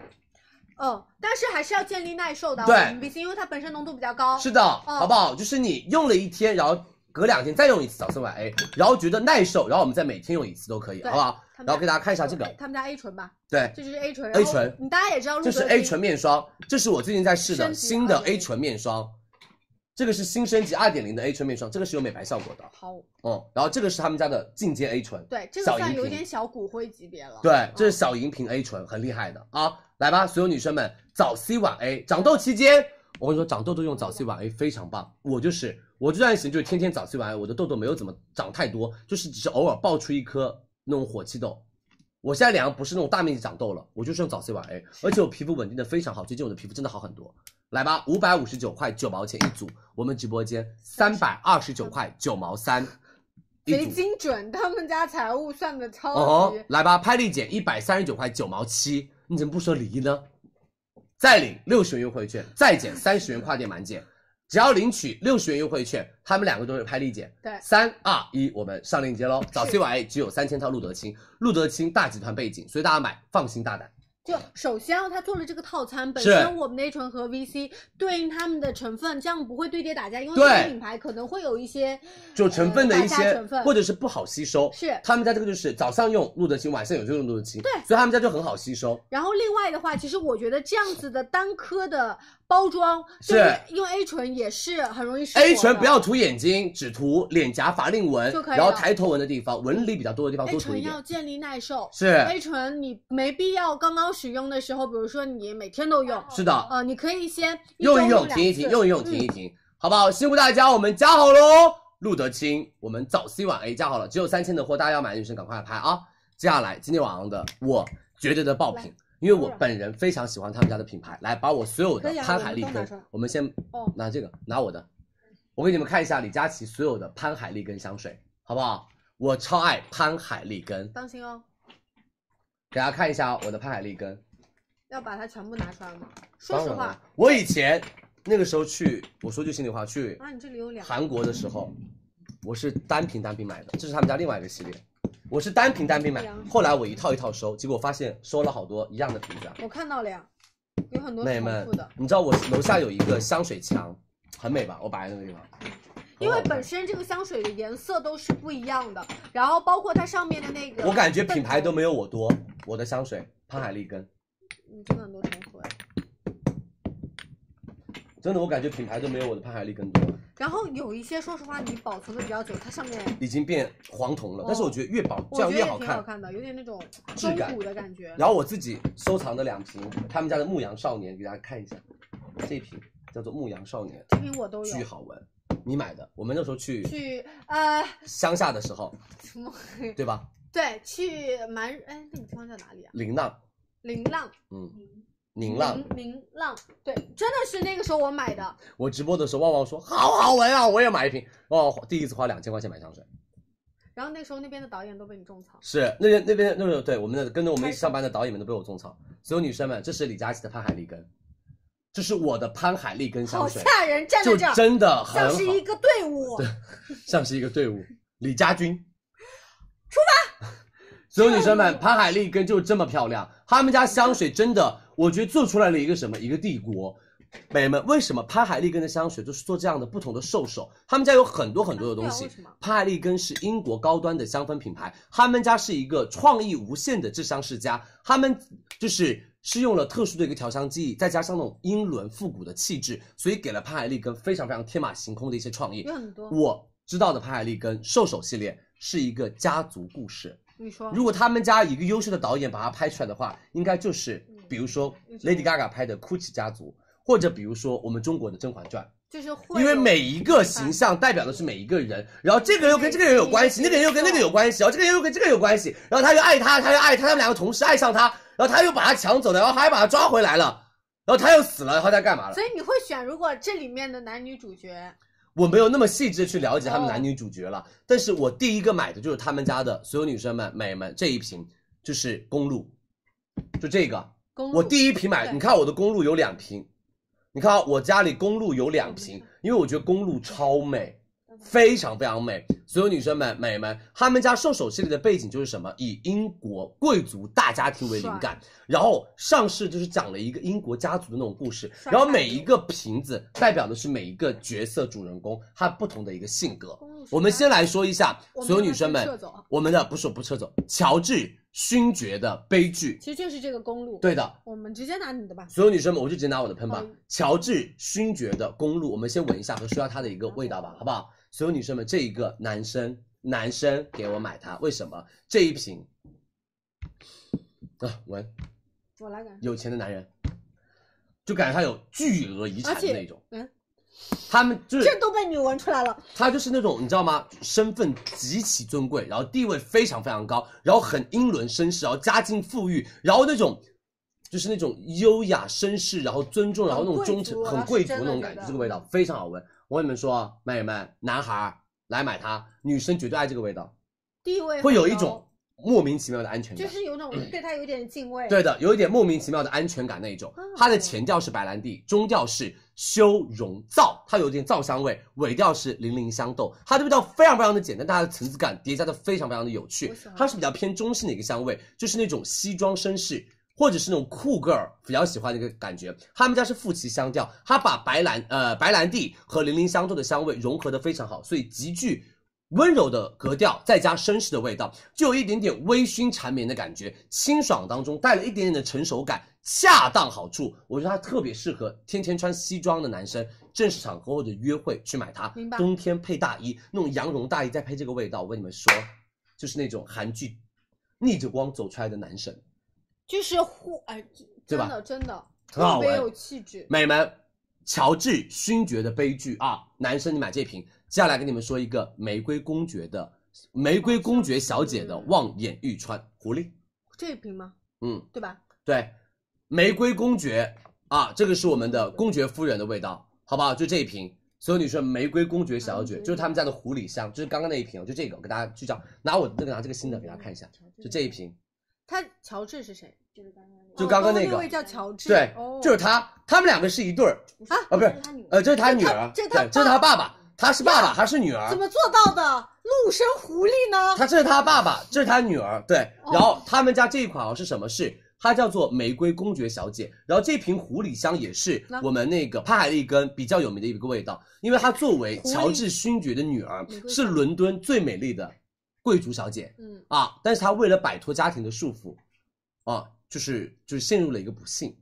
Speaker 1: 嗯，但是还是要建立耐受的啊
Speaker 3: 对
Speaker 1: 我们 VC，因为它本身浓度比较高，
Speaker 3: 是的，好不好？就是你用了一天，然后隔两天再用一次早 C 晚 A，然哎后觉得耐受，然后我们再每天用一次都可以，
Speaker 1: 对
Speaker 3: 好不好？
Speaker 1: 他们
Speaker 3: 然
Speaker 1: 家
Speaker 3: 后
Speaker 1: 哎
Speaker 3: 给大家看一下这个，
Speaker 1: 他们家 A 醇吧，
Speaker 3: 对，
Speaker 1: 这就是 A 醇
Speaker 3: A
Speaker 1: 然后
Speaker 3: 醇
Speaker 1: 你大家也知道，
Speaker 3: 这是 A 醇，面霜，这是我最近在试
Speaker 1: 升
Speaker 3: 的
Speaker 1: 级啊
Speaker 3: 新的
Speaker 1: 2.0
Speaker 3: A 醇面霜，这个是新升级二点零的 A 醇面霜，这个是有美白效果的，
Speaker 1: 好，
Speaker 3: 嗯，然后这个是他们家的进阶 A 醇，
Speaker 1: 对，这
Speaker 3: 小
Speaker 1: 个算
Speaker 3: 银
Speaker 1: 有
Speaker 3: 瓶
Speaker 1: 点小骨灰级别了，
Speaker 3: 对，这是
Speaker 1: 嗯
Speaker 3: 小银瓶 A 醇，很厉害的啊！来吧，所有女生们，早 C 晚 A，长痘期间，我跟你说，长痘痘用早 C 晚 A 非常棒。我就是我这段时间就是天天早 C 晚 A，我的痘痘没有怎么长太多，就是只是偶尔爆出一颗那种火气痘。我现在脸上不是那种大面积长痘了，我就是用早 C 晚 A，而且我皮肤稳定的非常好，最近我的皮肤真的好很多。来吧，五百五十九块九毛钱一组，我们直播间三百二十九块九毛三一
Speaker 1: 贼
Speaker 3: 组。
Speaker 1: 精准，他们家财务算的超
Speaker 3: 哦
Speaker 1: 级
Speaker 3: 吼，来吧，拍立减一百三十九块九毛七，你怎么不说离呢？再领六十元优惠券，再减三十元跨店满减，只要领取六十元优惠券，他们两个都是拍立减。
Speaker 1: 对
Speaker 3: 三二一，我们上链接喽。早 C 晚 A 只有三千套路德清，路德清大集团背景，所以大家买放心大胆。
Speaker 1: 就首先啊，它做了这个套餐，本
Speaker 3: 是
Speaker 1: 身我们的 A 醇和 VC 对应它们的成分，这样不会对跌打架，因为
Speaker 3: 对
Speaker 1: 这个品牌可能会有一些
Speaker 3: 就成分的一
Speaker 1: 呃大家
Speaker 3: 些
Speaker 1: 成分，
Speaker 3: 或者是不好吸收。
Speaker 1: 是
Speaker 3: 他们家这个就是早上用路德清，晚上有就用路德清，
Speaker 1: 对
Speaker 3: 所以他们家就很好吸收。
Speaker 1: 然后另外的话，其实我觉得这样子的单颗的包装，
Speaker 3: 是
Speaker 1: 对于用 A 醇也是很容易失火
Speaker 3: A 醇
Speaker 1: 的
Speaker 3: 不要涂眼睛，只涂脸颊法令纹
Speaker 1: 就，可以
Speaker 3: 然后
Speaker 1: 了哎
Speaker 3: 抬头纹的地方，纹理比较多的地方
Speaker 1: A
Speaker 3: 多涂一
Speaker 1: 醇
Speaker 3: 点
Speaker 1: 要。建立耐受。
Speaker 3: 是
Speaker 1: A 醇你没必要刚刚使用的时候，比如说你每天都用，
Speaker 3: 是的，
Speaker 1: 呃，你可以先一周
Speaker 3: 用一用
Speaker 1: 两
Speaker 3: 停一停，
Speaker 1: 次
Speaker 3: 用一用停
Speaker 2: 嗯
Speaker 3: 一停，好不好？辛苦大家，我们加好喽。路德清，我们早 C 晚 A 加好了，只有三千的货，大家要买的女生赶快来拍啊！接下来今天晚上的我绝对的爆品，因为我本人非常喜欢他们家的品牌，来把我所有的
Speaker 2: 可以啊
Speaker 3: 潘海利
Speaker 2: 我们都拿
Speaker 3: 根
Speaker 2: 出来，
Speaker 3: 我们先
Speaker 1: 哦
Speaker 3: 拿这个，拿我的，我给你们看一下李佳琦所有的潘海利根香水，好不好？我超爱潘海利根，
Speaker 1: 当心哦，
Speaker 3: 给大家看一下我的潘海利根。
Speaker 1: 要把它全部拿出来吗？说实
Speaker 3: 当然
Speaker 1: 话
Speaker 3: 了，，我以前那个时候去，我说句心里话，去
Speaker 1: 啊，你这里有两个，
Speaker 3: 韩国的时候，我是单瓶单瓶买的，这是他们家另外一个系列，我是单瓶单瓶
Speaker 1: 啊
Speaker 3: 买，后来我一套一套收，结果发现收了好多一样的瓶子啊。
Speaker 1: 我看到了呀，有很多
Speaker 3: 妹
Speaker 1: 重
Speaker 3: 们
Speaker 1: 复的。，
Speaker 3: 你知道我楼下有一个香水墙，很美吧？我摆在那个地方，
Speaker 1: 因为
Speaker 3: 很好看
Speaker 1: 本身这个香水的颜色都是不一样的，然后包括它上面的那个，
Speaker 3: 我感觉品牌都没有我多，我的香水潘海利根，
Speaker 1: 嗯真的很多重复哎。
Speaker 3: 真的我感觉品牌都没有我的潘海利根多，
Speaker 1: 然后有一些，说实话，你保存的比较久，它上面
Speaker 3: 已经变黄铜了，但是我觉得越保
Speaker 1: 哦我
Speaker 3: 这
Speaker 1: 觉得
Speaker 3: 样越
Speaker 1: 也
Speaker 3: 好
Speaker 1: 挺好
Speaker 3: 看。
Speaker 1: 看的，有点那种
Speaker 3: 质
Speaker 1: 中
Speaker 3: 感
Speaker 1: 古的感觉。
Speaker 3: 然后我自己收藏的两瓶他们家的牧羊少年，给大家看一下，这瓶叫做牧羊少年，
Speaker 1: 这瓶我都有
Speaker 3: 巨。好闻，你买的，我们那时候去
Speaker 1: 去呃
Speaker 3: 乡下的时候，
Speaker 1: 什么？
Speaker 3: 对吧？
Speaker 1: 对，去蛮哎，那个地方叫哪里啊？
Speaker 3: 琳浪，
Speaker 1: 琳浪，
Speaker 3: 嗯，宁浪，
Speaker 1: 琳琳浪，对，真的是那个时候我买的，
Speaker 3: 我直播的时候，旺旺说好好闻啊，我也买一瓶。旺旺第一次花两千块钱买香水，
Speaker 1: 然后那时候那边的导演都被你种草，
Speaker 3: 是那边那边那个对我们的跟着我们一起上班的导演们都被我种草。所有女生们，这是李佳琦的潘海利根，这是我的潘海利根香
Speaker 1: 好
Speaker 3: 水，
Speaker 1: 吓人，站在
Speaker 3: 就
Speaker 1: 这儿
Speaker 3: 真的很
Speaker 1: 像
Speaker 3: 好，
Speaker 1: 是一个队伍，
Speaker 3: 像是一个队伍。李佳军，出发！ <laughs> 所有女生们，潘海利根就这么漂亮，他们家香水真的，我觉得做出来了一个什么一个帝国。美人们，为什么潘海利根的香水就是做这样的不同的兽首？他们家有很多很多的东
Speaker 1: 啊对啊
Speaker 3: 西
Speaker 1: 为什么。
Speaker 3: 潘海利根是英国高端的香氛品牌，他们家是一个创意无限的制香世家，他们就是是用了特殊的一个调香技艺，再加上那种英伦复古的气质，所以给了潘海利根非常非常天马行空的一些创意。
Speaker 1: 有很多。
Speaker 3: 我知道的潘海利根兽首系列是一个家族故事。
Speaker 1: 你说
Speaker 3: 如果他们家一个优秀的导演把它拍出来的话，应该就是比如说
Speaker 1: 嗯
Speaker 3: Lady Gaga 拍的《Gucci 家族》，或者比如说我们中国的《甄嬛传》。
Speaker 1: 就是会
Speaker 3: 因为
Speaker 1: 有
Speaker 3: 每一个形象代表的是每一个人，然后这个人又跟这个人有
Speaker 1: 嗯
Speaker 3: 关系，那个人又跟那个有关系，然后这个人又跟这个有关系，然后他又爱他，他又爱他，他们两个同时爱上他，然后他又把他抢走了，然后他还把他抓回来了，然后他又死了，然后他干嘛了？
Speaker 1: 所以你会选，如果这里面的男女主角，
Speaker 3: 我没有那么细致去了解他们男女主角了，但是我第一个买的就是他们家的所有女生们、美们这一瓶，就是公路，就这个，
Speaker 1: 公
Speaker 3: 我
Speaker 1: 路
Speaker 3: 第一瓶买，
Speaker 1: 对
Speaker 3: 你看我的公路有两瓶，你看啊我家里公路有两
Speaker 1: 嗯
Speaker 3: 瓶，因为我觉得公路超美，非常非常美。所有女生们、美们，他们家兽首系列的背景就是什么？以英国贵族大家庭为灵感，然后上市就是讲了一个英国家族的那种故事，
Speaker 1: 帅
Speaker 3: 然后
Speaker 1: 大
Speaker 3: 每
Speaker 1: 族
Speaker 3: 一个瓶子代表的是每一个角色主人公他不同的一个性格。
Speaker 1: 公路是
Speaker 3: 我们
Speaker 1: 吧
Speaker 3: 先来说一下
Speaker 1: 哦我们
Speaker 3: 所有
Speaker 1: 让
Speaker 3: 女
Speaker 1: 他
Speaker 3: 生
Speaker 1: 去
Speaker 3: 们
Speaker 1: 撤走啊，
Speaker 3: 我们的不是我不撤走，乔治勋爵的悲剧，
Speaker 1: 其实就是这个公路，，
Speaker 3: 对的。
Speaker 1: 我们直接拿你的吧，
Speaker 3: 所有女生们，我就直接拿我的喷吧
Speaker 1: 嗯。
Speaker 3: 乔治勋爵的公路，我们先闻一下和说下它的一个味道吧，好不好？所有女生们，这一个男生男生给我买它，为什么？这一瓶啊，闻
Speaker 1: 我来感受，
Speaker 3: 有钱的男人，就感觉他有巨额遗产
Speaker 1: 而且
Speaker 3: 的那种。
Speaker 1: 嗯，
Speaker 3: 他们就是
Speaker 1: 这都被你闻出来了，
Speaker 3: 他就是那种你知道吗？身份极其尊贵，然后地位非常非常高，然后很英伦绅士，然后家境富裕，然后那种就是那种优雅绅士，然后尊重，然后那种忠诚，很
Speaker 1: 很贵
Speaker 3: 贵族
Speaker 1: 族
Speaker 3: 那种
Speaker 1: 我
Speaker 3: 感
Speaker 1: 是真的觉
Speaker 3: 觉，
Speaker 1: 得
Speaker 3: 这个味道非常好闻。我跟你们说啊，妹妹们，男孩儿来买它，女生绝对爱这个味道，
Speaker 1: 地位
Speaker 3: 会
Speaker 1: 很
Speaker 3: 有一
Speaker 1: 高
Speaker 3: 种莫名其妙的安全
Speaker 1: 就
Speaker 3: 感。
Speaker 1: 是有种对他有点敬畏，
Speaker 3: 对的，有一点莫名其妙的安全感那一种
Speaker 1: 嗯。
Speaker 3: 它的前调是白兰地，中调是修容皂，它有一点皂香味，尾调是零零香豆。它的味道非常非常的简单，但它的层次感叠加的非常非常的有趣
Speaker 1: 我喜。欢
Speaker 3: 它是比较偏中性的一个香味，就是那种西装绅士。或者是那种酷 girl 比较喜欢的一个感觉，他们家是富奇香调，它把白兰呃白兰地和零零香豆的香味融合的非常好，所以极具温柔的格调，再加绅士的味道，就有一点点微醺缠绵的感觉，清爽当中带了一点点的成熟感，恰当好处。我觉得它特别适合天天穿西装的男生，正式场合或者约会去买它
Speaker 1: 明。白
Speaker 3: 冬天配大衣，那种羊绒大衣再配这个味道，我跟你们说，就是那种韩剧逆着光走出来的男神。
Speaker 1: 就是护哎，
Speaker 3: 对
Speaker 1: 真
Speaker 3: 吧
Speaker 1: 的真的
Speaker 3: 很好
Speaker 1: 特别
Speaker 3: 闻
Speaker 1: 有气质，
Speaker 3: 美们，乔治勋爵的悲剧啊，男生你买这瓶。接下来跟你们说一个玫瑰公爵的玫瑰公爵小姐的望眼欲穿狐狸，
Speaker 1: 这一瓶吗？
Speaker 3: 嗯。
Speaker 1: 对吧？
Speaker 3: 对，玫瑰公爵啊，这个是我们的公爵夫人的味道，好不好？就这一瓶，所有女生玫瑰公爵小姐，就是他们家的狐狸香，就是刚刚那一瓶，就这个，我给大家去照，拿我的这个拿这个新的给大家看一下，就这一瓶，
Speaker 1: 他乔治是谁？哦
Speaker 5: 就是刚刚
Speaker 3: 就刚刚那
Speaker 1: 那
Speaker 3: 个
Speaker 1: 位叫乔治，
Speaker 3: 对
Speaker 1: 哦，
Speaker 3: 就是他，他们两个是一对儿，
Speaker 1: 啊
Speaker 3: 啊，不是，
Speaker 5: 他女儿
Speaker 3: 呃，这是他女儿，
Speaker 1: 这
Speaker 3: 对，
Speaker 1: 是他
Speaker 3: 这是他爸爸，他是爸爸，他是女儿
Speaker 1: 怎，么做到的？陆生狐狸呢？
Speaker 3: 他这是他爸爸，这是他女儿，对，然后他们家这一款哦是什么？是它叫做玫瑰公爵小姐。然后这瓶狐狸香也是
Speaker 2: 那
Speaker 3: 我们那个帕海利根比较有名的一个味道，因为它作为
Speaker 2: 狐狸
Speaker 3: 乔治勋爵的女儿
Speaker 2: 玫，瑰
Speaker 3: 是
Speaker 2: 香
Speaker 3: 伦敦最美丽的贵族小姐
Speaker 2: 嗯，
Speaker 3: 啊。但是她为了摆脱家庭的束缚，啊，就是就是陷入了一个不幸。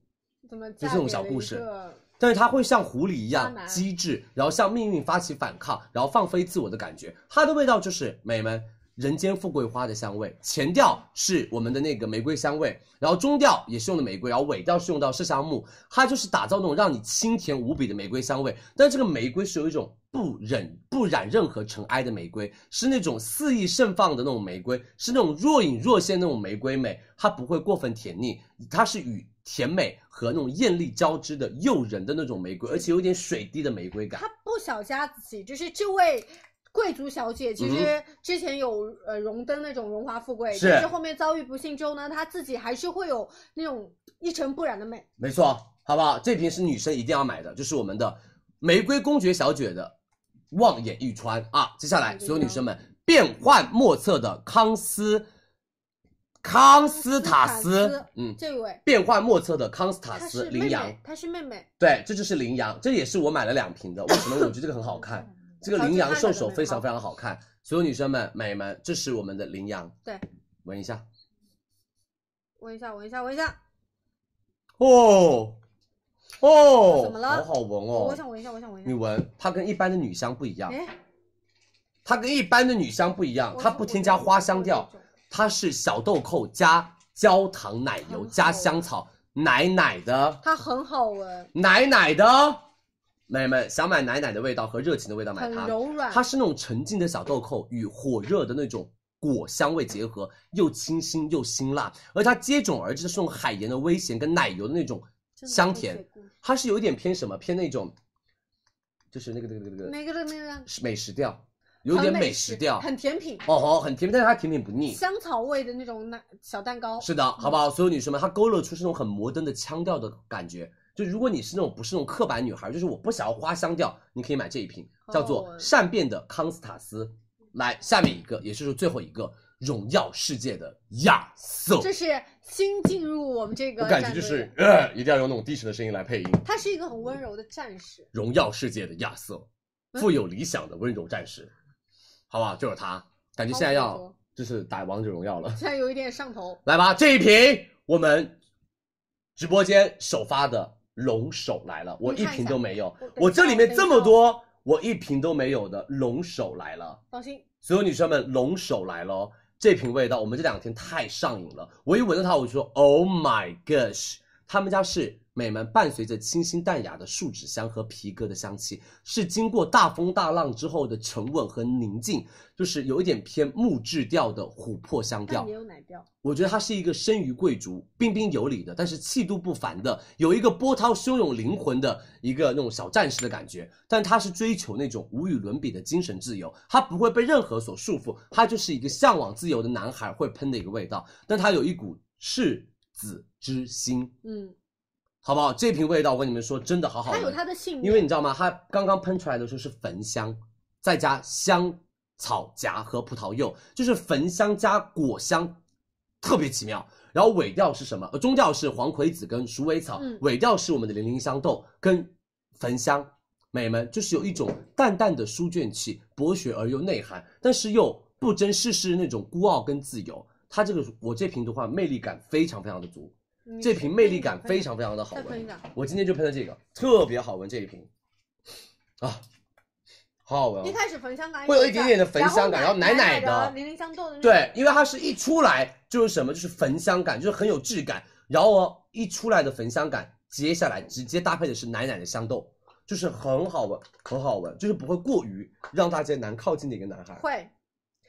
Speaker 2: 怎么
Speaker 3: 就
Speaker 2: 嫁
Speaker 3: 这种
Speaker 2: 给
Speaker 3: 小
Speaker 2: 了
Speaker 3: 故
Speaker 2: 一
Speaker 3: 事
Speaker 2: 个
Speaker 3: 但是他会像狐狸一样
Speaker 2: 渣男
Speaker 3: 机智，然后向命运发起反抗，然后放飞自我的感觉。它的味道就是美们人间富贵花的香味，前调是我们的那个玫瑰香味，然后中调也是用的玫瑰，然后尾调是用到麝香木，它就是打造那种让你清甜无比的玫瑰香味。但这个玫瑰是有一种不染不染任何尘埃的玫瑰，是那种肆意盛放的那种玫瑰，是那种若隐若现的那种玫瑰美，它不会过分甜腻，它是与甜美和那种艳丽交织的诱人的那种玫瑰，而且有点水滴的玫瑰感
Speaker 2: 她。不小家子气，就是这位贵族小姐，其实之前有、呃荣登那种荣华富贵，
Speaker 3: 嗯是
Speaker 2: 但是后面遭遇不幸之后呢，她自己还是会有那种一尘不染的美。
Speaker 3: 没错，好不好？这瓶是女生一定要买的，就是我们的玫瑰公爵小姐的望眼欲穿啊！接下来，所有女生们变幻莫测的康斯康斯塔
Speaker 2: 康斯
Speaker 3: 斯，
Speaker 2: 塔斯
Speaker 3: 嗯，
Speaker 2: 这位
Speaker 3: 变幻莫测的康斯塔
Speaker 2: 她
Speaker 3: 斯
Speaker 2: 是
Speaker 3: 羚
Speaker 2: 妹
Speaker 3: 羊，
Speaker 2: 妹，她是妹妹，
Speaker 3: 对，这就是羚羊，这也是我买了两瓶的。为什么？我觉得这个很 <laughs> 好看，这个羚羊兽首非常非常好看。所有女生们、美们，这是我们的羚羊，
Speaker 2: 对，
Speaker 3: 闻一下，
Speaker 2: 闻一下，闻一下，闻一下，
Speaker 3: 哦哦，
Speaker 2: 怎么了
Speaker 3: 好好闻
Speaker 2: 我
Speaker 3: 哦，
Speaker 2: 想闻一下，我想闻一
Speaker 3: 你
Speaker 2: 下。
Speaker 3: 闻，它跟一般的女香不一样，
Speaker 2: 哎，
Speaker 3: 它跟一般的女香不一样，
Speaker 2: 我
Speaker 3: 它不添加花香调，它是小豆蔻加焦糖奶油
Speaker 2: 很好
Speaker 3: 加香草，奶奶的，
Speaker 2: 它很好闻，
Speaker 3: 奶奶的，美们想买奶奶的味道和热情的味道买
Speaker 2: 很
Speaker 3: 它。
Speaker 2: 柔软，
Speaker 3: 它是那种沉静的小豆蔻与火热的那种果香味结合，又清新又辛辣，而它接踵而至的是那种海盐的微咸跟奶油的那种
Speaker 2: 真的
Speaker 3: 香
Speaker 2: 会写
Speaker 3: 甜，
Speaker 2: 故事。
Speaker 3: 它是有一点偏什么偏那种，就是那个那个那个那个
Speaker 2: 那个那个那个，
Speaker 3: 是美食调，有点
Speaker 2: 很
Speaker 3: 美
Speaker 2: 食
Speaker 3: 食调，
Speaker 2: 很甜品，
Speaker 3: 哦吼，很甜，但是它甜品不腻。
Speaker 2: 香草味的那种奶小蛋糕。
Speaker 3: 是的，好不好？所有女生们，她勾勒出是那种很摩登的腔调的感觉。就如果你是那种不是那种刻板女孩，就是我不想要花香调，你可以买这一瓶，
Speaker 2: 哦
Speaker 3: 叫做善变的康斯塔斯。来，下面一个，也就是最后一个，荣耀世界的亚瑟。
Speaker 2: 这是新进入我们这个
Speaker 3: 我
Speaker 2: 战
Speaker 3: 感
Speaker 2: 队的，
Speaker 3: 觉就是，呃，一定要用那种低沉的声音来配音。
Speaker 2: 他是一个很温柔的战士，
Speaker 3: 荣耀世界的亚瑟，
Speaker 2: 嗯
Speaker 3: 富有理想的温柔战士，好不好？就是他，感觉现在
Speaker 2: 好
Speaker 3: 要
Speaker 2: 多
Speaker 3: 就是打王者荣耀了。
Speaker 2: 现在有一点上头。
Speaker 3: 来吧，这一瓶我们直播间首发的龙首来了，我
Speaker 2: 你
Speaker 3: 一
Speaker 2: 看一下
Speaker 3: 瓶都没有
Speaker 2: 我等一，下
Speaker 3: 我这里面这么
Speaker 2: 我等一下
Speaker 3: 多，我一瓶都没有的龙首来了，
Speaker 2: 放心，
Speaker 3: 所有女生们，龙首来了哦，这瓶味道我们这两天太上瘾了，我一闻到它我就说 Oh my gosh，他们家是。美们伴随着清新淡雅的树脂香和皮革的香气，是经过大风大浪之后的沉稳和宁静，就是有一点偏木质调的琥珀香调
Speaker 2: 但。也有奶调，
Speaker 3: 我觉得他是一个生于贵族、彬彬有礼的，但是气度不凡的，有一个波涛汹涌灵魂的一个那种小战士的感觉。但他是追求那种无与伦比的精神自由，他不会被任何所束缚，他就是一个向往自由的男孩会喷的一个味道。但他有一股赤子之心，
Speaker 2: 嗯，
Speaker 3: 好不好？这瓶味道我跟你们说，真的好好
Speaker 2: 他
Speaker 3: 闻。
Speaker 2: 有他的信念，
Speaker 3: 因为你知道吗？它刚刚喷出来的时候是焚香，再加香草荚和葡萄柚，就是焚香加果香，特别奇妙。然后尾调是什么？呃，中调是黄葵子跟鼠尾草，
Speaker 2: 嗯
Speaker 3: 尾调是我们的零陵香豆跟焚香。美们就是有一种淡淡的书卷气，博学而又内涵，但是又不争世事那种孤傲跟自由。它这个我这瓶的话，魅力感非常非常的足，
Speaker 2: 你
Speaker 3: 这瓶魅力感非常非常的好
Speaker 2: 嗯再
Speaker 3: 闻
Speaker 2: 喷一。下，
Speaker 3: 我今天就喷了这个，特别好闻这一瓶，啊，好好闻、
Speaker 2: 一
Speaker 3: 哦。
Speaker 2: 开始焚香感
Speaker 3: 会有一点点的焚香
Speaker 2: 然
Speaker 3: 感然后奶
Speaker 2: 奶
Speaker 3: 奶的
Speaker 2: 零零香豆的那种
Speaker 3: 对，因为它是一出来就是什么，就是焚香感，就是很有质感。然后哦，一出来的焚香感，接下来直接搭配的是奶奶的香豆，就是很好闻，很好闻，就是不会过于让大家难靠近的一个男孩，
Speaker 2: 会，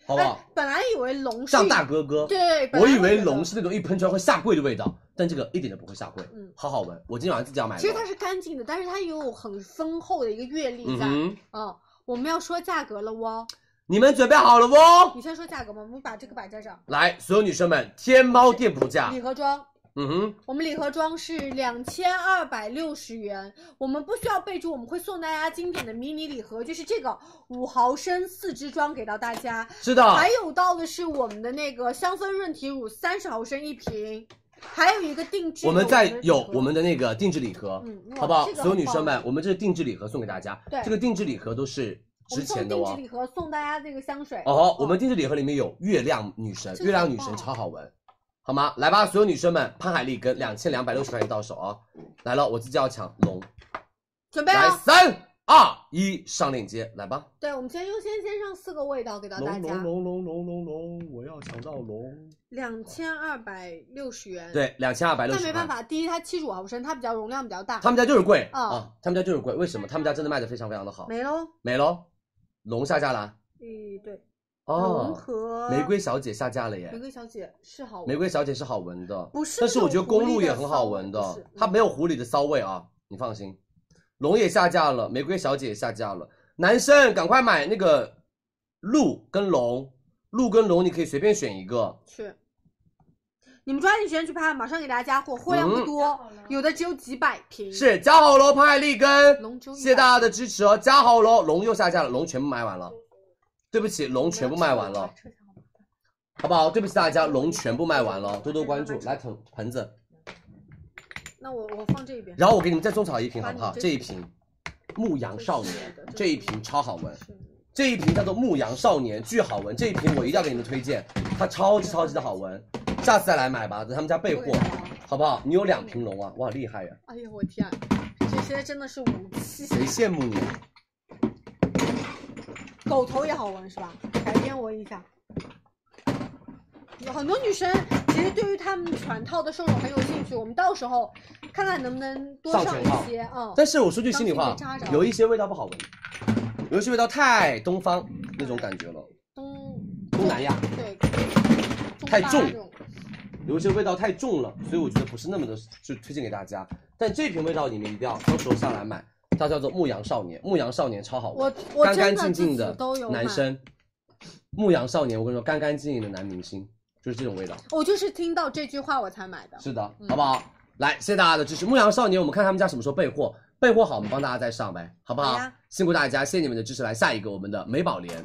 Speaker 3: 好不好？
Speaker 2: 哎本来以为龙是
Speaker 3: 像大哥哥，
Speaker 2: 对，本
Speaker 3: 我
Speaker 2: 来
Speaker 3: 以为
Speaker 2: 觉得
Speaker 3: 龙，是那种一喷出来会下跪的味道，但这个一点都不会下跪，
Speaker 2: 嗯
Speaker 3: 好好闻。我今天晚上自己要买的。
Speaker 2: 其实它是干净的，但是它也有很丰厚的一个阅历
Speaker 3: 嗯
Speaker 2: 在，
Speaker 3: 哼，
Speaker 2: 嗯，我们要说价格了哦，
Speaker 3: 你们准备好了不？
Speaker 2: 你先说价格吧，我们把这个摆在这儿，
Speaker 3: 来，所有女生们，天猫店铺价
Speaker 2: 礼，盒装。
Speaker 3: 嗯哼。
Speaker 2: 我们礼盒装是两千二百六十元，我们不需要备注，我们会送大家经典的迷你礼盒，就是这个五毫升四支装给到大家。
Speaker 3: 是的，
Speaker 2: 还有到的是我们的那个香氛润体乳三十毫升一瓶，还有一个定制的，
Speaker 3: 我们在
Speaker 2: 觉得
Speaker 3: 有
Speaker 2: 挺合
Speaker 3: 我们的那个定制礼盒，
Speaker 2: 嗯哇
Speaker 3: 好不好？
Speaker 2: 这个
Speaker 3: 所有
Speaker 2: 很
Speaker 3: 女生
Speaker 2: 棒
Speaker 3: 们，我们这是定制礼盒送给大家。
Speaker 2: 对
Speaker 3: 这个定制礼盒都是
Speaker 2: 我
Speaker 3: 之
Speaker 2: 们
Speaker 3: 前
Speaker 2: 送
Speaker 3: 的
Speaker 2: 定制
Speaker 3: 哦。
Speaker 2: 礼盒送大家这个香水
Speaker 3: 哦，我们定制礼盒里面有月亮女神，
Speaker 2: 这个
Speaker 3: 月亮
Speaker 2: 很
Speaker 3: 女神
Speaker 2: 棒
Speaker 3: 超好闻，好吗？来吧，所有女生们，潘海利根两千两百六十块钱到手啊！来了，我自己要抢龙，
Speaker 2: 准备
Speaker 3: 来
Speaker 2: 哦。
Speaker 3: 三二一，上链接，来吧！
Speaker 2: 对，我们先优先先上四个味道给到大家，
Speaker 3: 龙龙龙龙龙，我要抢到龙！
Speaker 2: 两千二百六十元。，
Speaker 3: 对，两千二百六
Speaker 2: 但
Speaker 3: 十。
Speaker 2: 没办，法，第一它七十五毫升，它比较容量比较大，
Speaker 3: 他们家就是贵
Speaker 2: 哦
Speaker 3: 啊，他们家就是贵，为什么？他们家真的卖的非常非常的好，
Speaker 2: 没喽。
Speaker 3: 没喽，龙下架了啊
Speaker 2: 咦，对，融
Speaker 3: 哦，
Speaker 2: 合
Speaker 3: 玫瑰小姐下架了耶
Speaker 2: 玫，瑰小姐是好闻，
Speaker 3: 玫瑰小姐是好闻的，
Speaker 2: 不是那种狐狸的骚味，
Speaker 3: 但是我觉得公路也很好闻
Speaker 2: 不是
Speaker 3: 的
Speaker 2: 嗯，
Speaker 3: 它没有狐狸的骚味啊，你放心。龙也下架了，玫瑰小姐也下架了，男生赶快买那个鹿跟龙，鹿跟龙你可以随便选一个，
Speaker 2: 是。你们抓紧时间去拍，马上给大家加货，货量不
Speaker 3: 嗯
Speaker 2: 多，
Speaker 1: 哦
Speaker 2: 有的只有几百瓶。
Speaker 3: 是加好喽，潘海利根，
Speaker 2: 嗯龙舟一百，
Speaker 3: 谢谢大家的支持哦，加好喽，龙又下架了，龙全部卖完了，
Speaker 2: 嗯
Speaker 3: 对不起，龙全部卖完了，好不好？对不起大家，龙全部卖完了，多多关注，来盆盆子，
Speaker 2: 那我我放这边。
Speaker 3: 然后我给你们再种草一瓶好不好？
Speaker 2: 把你这
Speaker 3: 这一瓶牧羊少年
Speaker 2: 这是的这是的
Speaker 3: 这一瓶超好闻
Speaker 2: 是，
Speaker 3: 这一瓶叫做牧羊少年，巨好闻。这一瓶我一定要给你们推荐，它超级超级的好闻，下次再来买吧，在他们家备货
Speaker 2: 我给大家啊，
Speaker 3: 好不好？你有两瓶龙啊，哇，厉害呀！
Speaker 2: 哎呦我天，这些真的是武器。
Speaker 3: 谁羡慕你？啊
Speaker 2: 狗头也好闻是吧？改天闻一下。有很多女生其实对于他们全套的兽种很有兴趣，我们到时候看看能不能多
Speaker 3: 上
Speaker 2: 上
Speaker 3: 全套
Speaker 2: 一些，嗯，
Speaker 3: 但是我说句心里话
Speaker 2: 当心被扎，着
Speaker 3: 有一些味道不好闻，有一些味道太东方那种感觉了，
Speaker 2: 东
Speaker 3: 东南亚
Speaker 2: 对，中
Speaker 3: 太
Speaker 2: 巴
Speaker 3: 重
Speaker 2: 这种
Speaker 3: 有一些味道太重了，所以我觉得不是那么的就推荐给大家。但这瓶味道你们一定要到时候下来买，它叫做牧羊少年，牧羊少年超好
Speaker 2: 我
Speaker 3: 闻，
Speaker 2: 我
Speaker 3: 干干
Speaker 2: 真的
Speaker 3: 净
Speaker 2: 自
Speaker 3: 净
Speaker 2: 己
Speaker 3: 的
Speaker 2: 都有买
Speaker 3: 男，生，牧羊少年，我跟你说，干干净净的男明星就是这种味道。
Speaker 2: 我就是听到这句话我才买的。
Speaker 3: 是的，好不好？来，谢谢大家的支持。牧羊少年，我们看他们家什么时候备货，备货好，我们帮大家再上呗，好不好？
Speaker 2: 好呀
Speaker 3: 辛苦大家，谢谢你们的支持。来，下一个我们的美宝莲，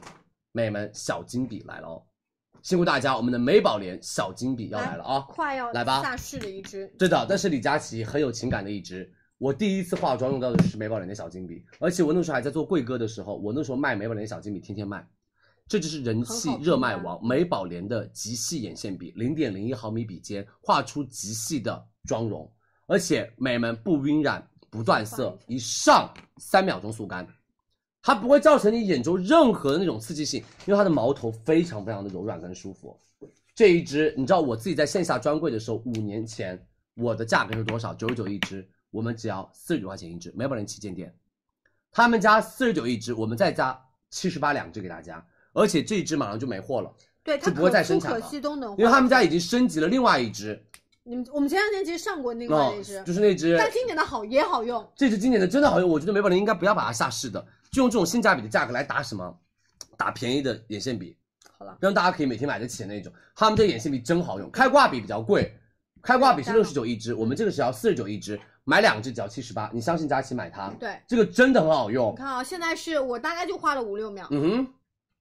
Speaker 3: 美们小金笔来了哦，辛苦大家，我们的美宝莲小金笔要来了啊、
Speaker 2: 快要
Speaker 3: 来吧
Speaker 2: 下市的一只，
Speaker 3: 对的，但是李佳琦很有情感的一支。我第一次化妆用到的是美宝莲的小金笔，而且我那时候还在做贵哥的时候，我那时候卖美宝莲的小金笔，天天卖。这就是人气
Speaker 2: 很好听啊
Speaker 3: 热卖王美宝莲的极细眼线笔，零点零一毫米笔尖，画出极细的妆容，而且美们不晕染、不断色，一上三秒钟速干，它不会造成你眼周任何的那种刺激性，因为它的毛头非常非常的柔软跟舒服。这一支，你知道我自己在线下专柜的时候，五年前我的价格是多少？九十九一支，我们只要四十九块钱一支，美宝莲旗舰店，他们家四十九一支，我们再加七十八两支给大家，而且这一支马上就没货了，
Speaker 2: 对它
Speaker 3: 就不会
Speaker 2: 可
Speaker 3: 再
Speaker 2: 粗
Speaker 3: 生产
Speaker 2: 可
Speaker 3: 了
Speaker 2: 细都能换，
Speaker 3: 因为他们家已经升级了另外一支，
Speaker 2: 你们我们前两天其实上过那个
Speaker 3: 哦
Speaker 2: 那只，，
Speaker 3: 就是那支，
Speaker 2: 但经典的好也好用，
Speaker 3: 这支经典的真的好用，我觉得美宝莲应该不要把它下市的，就用这种性价比的价格来打什么，打便宜的眼线笔，
Speaker 2: 好了，
Speaker 3: 让大家可以每天买得起的那种。他们这眼线笔真好用，开挂笔比较贵，开挂笔是六十九一支，我们这个只要四十九一支，买两支只要七十八，你相信佳琪买它，
Speaker 2: 对。
Speaker 3: 这个真的很好用
Speaker 2: 你，看啊，现在是我大概就花了五六秒，
Speaker 3: 嗯哼，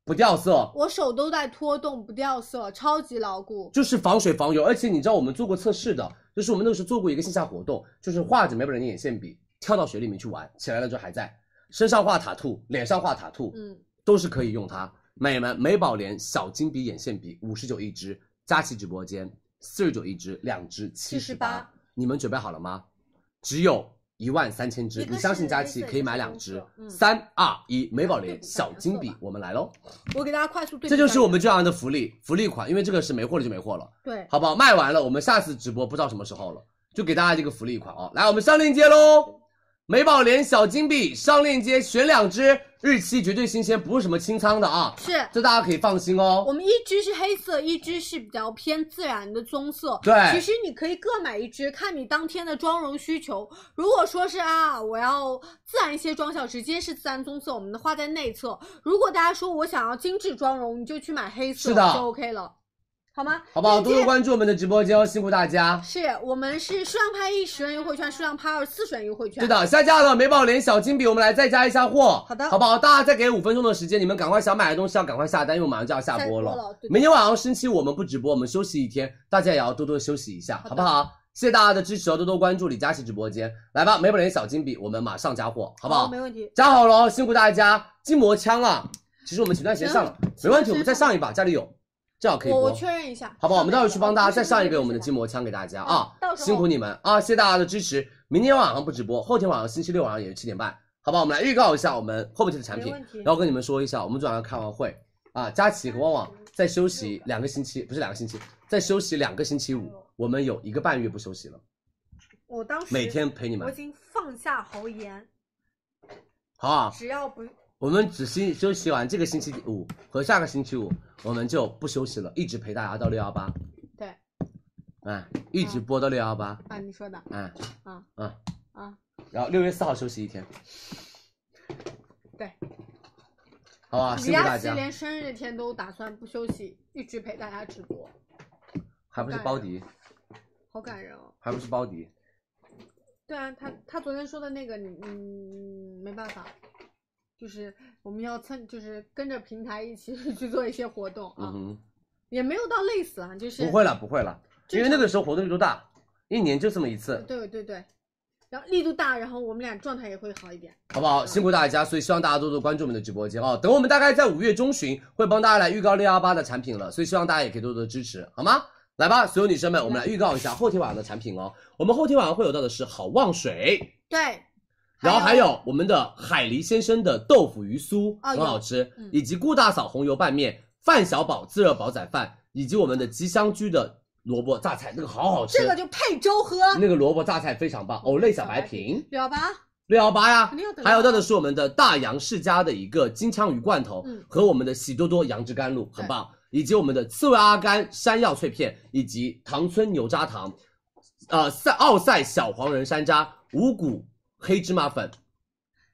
Speaker 3: 不掉色，
Speaker 2: 我手都在拖动，不掉色，超级牢固。
Speaker 3: 就是防水防油，而且你知道我们做过测试的，就是我们那个时候做过一个线下活动，就是画着美本人的眼线笔跳到水里面去玩，起来了之后还在，身上画塔兔，脸上画塔兔，
Speaker 2: 嗯，
Speaker 3: 都是可以用它。美们，美宝莲小金笔眼线笔五十九一支，佳琦直播间四十九一支，两支七十
Speaker 2: 78
Speaker 3: 八，你们准备好了吗？只有一万三千支
Speaker 7: 一，个
Speaker 3: 你相信
Speaker 7: 是
Speaker 3: 佳
Speaker 7: 黑
Speaker 3: 琦
Speaker 7: 色
Speaker 3: 可以
Speaker 7: 一个
Speaker 3: 买
Speaker 7: 是
Speaker 3: 两
Speaker 7: 棕
Speaker 3: 支
Speaker 7: 色，
Speaker 2: 嗯
Speaker 3: 三二一，美宝莲
Speaker 2: 对比一下
Speaker 3: 小金笔
Speaker 2: 颜色吧，
Speaker 3: 我们来喽！
Speaker 2: 我给大家快速对比一
Speaker 3: 这
Speaker 2: 下，
Speaker 3: 就是我们这样的福利，福利款，因为这个是没货了就没货了。
Speaker 2: 对
Speaker 3: 好不好？卖完了，我们下次直播不知道什么时候了，就给大家这个福利款啊！来，我们上链接喽，美宝莲小金币上链接选两支，日期绝对新鲜，不是什么清仓的啊，
Speaker 2: 是
Speaker 3: 这大家可以放心
Speaker 2: 我
Speaker 3: 哦。
Speaker 2: 们一支是黑色，一支是比较偏自然的棕色。
Speaker 3: 对
Speaker 2: 其实你可以各买一支，看你当天的妆容需求。如果说是啊，我要自然一些妆效，直接是自然棕色，我们的画在内侧。如果大家说我想要精致妆容，你就去买黑色，
Speaker 3: 是的
Speaker 2: 就 OK 了，好吗？
Speaker 3: 好不好？
Speaker 2: 链接
Speaker 3: 多多关注我们的直播间哦，辛苦大家。
Speaker 2: 是我们是数量拍一十元优惠券，数量拍二四十元优惠券。
Speaker 3: 是，的，下架了，美宝莲、小金比，我们来再加一下货，
Speaker 2: 好的
Speaker 3: 好不好？大家再给五分钟的时间，你们赶快想买的东西要赶快下单，因为我马上就要下播
Speaker 2: 下播了对
Speaker 3: 明天晚上星期五我们不直播，我们休息一天，大家也要多多休息一下，好不好？谢谢大家的支持哦，多多关注李佳琦直播间，来吧，美宝莲、小金比，我们马上加货，好不好？
Speaker 2: 没问题。
Speaker 3: 加好了哦，辛苦大家，筋膜枪啊，其实我们前段时间上了，
Speaker 2: 嗯
Speaker 3: 没问题，我们再上一把，家里有，正好可以
Speaker 2: 我
Speaker 3: 播。
Speaker 2: 我确认一下，
Speaker 3: 好不好？我们到时候去帮大家再上一个我们的
Speaker 2: 节
Speaker 3: 筋
Speaker 2: 目。
Speaker 3: 膜枪给大家
Speaker 2: 嗯
Speaker 3: 啊
Speaker 2: 到，时候
Speaker 3: 辛苦你们啊！谢谢大家的支持。明天晚上不直播，后天晚上星期六晚上也是七点半，好吧？我们来预告一下我们后面的产品
Speaker 2: 没问题，
Speaker 3: 然后跟你们说一下，我们昨晚上开完会啊，佳琪和旺旺再休息两个星期，不是两个星期，再休息两个星期五，我们有一个半月不休息了，
Speaker 2: 我当时
Speaker 3: 每天陪你
Speaker 2: 我
Speaker 3: 们
Speaker 2: 已，经放下豪言，
Speaker 3: 好不好？
Speaker 2: 只要不
Speaker 3: 我们只休休息完这个星期五和下个星期五，我们就不休息了，一直陪大家到六幺八，
Speaker 2: 对，
Speaker 3: 哎，一直播到六幺八，
Speaker 2: 啊，你说的
Speaker 3: 哎，
Speaker 2: 啊
Speaker 3: 嗯。
Speaker 2: 啊，
Speaker 3: 然后六月四号休息一天。
Speaker 2: 对，
Speaker 3: 好吧，
Speaker 2: 李
Speaker 3: 辛苦
Speaker 2: 佳
Speaker 3: 啊大
Speaker 2: 琦
Speaker 3: 家，
Speaker 2: 连生日那天都打算不休息，一直陪大家直播，
Speaker 3: 还不是包迪，
Speaker 2: 好感人哦。
Speaker 3: 还不是包迪，
Speaker 2: 对啊，他他昨天说的那个，你嗯，没办法，就是我们要蹭，就是跟着平台一起 <laughs> 去做一些活动啊，
Speaker 3: 嗯哼，
Speaker 2: 也没有到累死啊，就是
Speaker 3: 不会了，不会了，
Speaker 2: 正常
Speaker 3: 因为那个时候活动力度大，一年就这么一次，
Speaker 2: 对对对，然后力度大，然后我们俩状态也会好一点。
Speaker 3: 好不好？辛苦大家，所以希望大家多多关注我们的直播间哦。等我们大概在五月中旬会帮大家来预告六幺八的产品了，所以希望大家也可以多多支持，好吗？来吧，所有女生们，我们来预告一下后天晚上的产品哦。我们后天晚上会有到的是好望水，
Speaker 2: 对，
Speaker 3: 然后还有我们的海狸先生的豆腐鱼酥，
Speaker 2: 哦
Speaker 3: 很好吃，
Speaker 2: 有嗯
Speaker 3: 以及顾大嫂红油拌面、范小宝自热煲仔饭，以及我们的吉祥居的萝卜榨菜，那个好好吃，
Speaker 2: 这个就配粥喝，
Speaker 3: 那个萝卜榨菜非常棒，藕类小白瓶
Speaker 2: 了吧？
Speaker 3: 六幺八呀
Speaker 2: 肯定要，等
Speaker 3: 还有到的是我们的大洋世家的一个金枪鱼罐头，
Speaker 2: 嗯
Speaker 3: 和我们的喜多多杨枝甘露，很棒，以及我们的刺猬阿甘山药脆片，以及糖村牛轧糖，呃，赛奥赛小黄人山楂，五谷黑芝麻粉。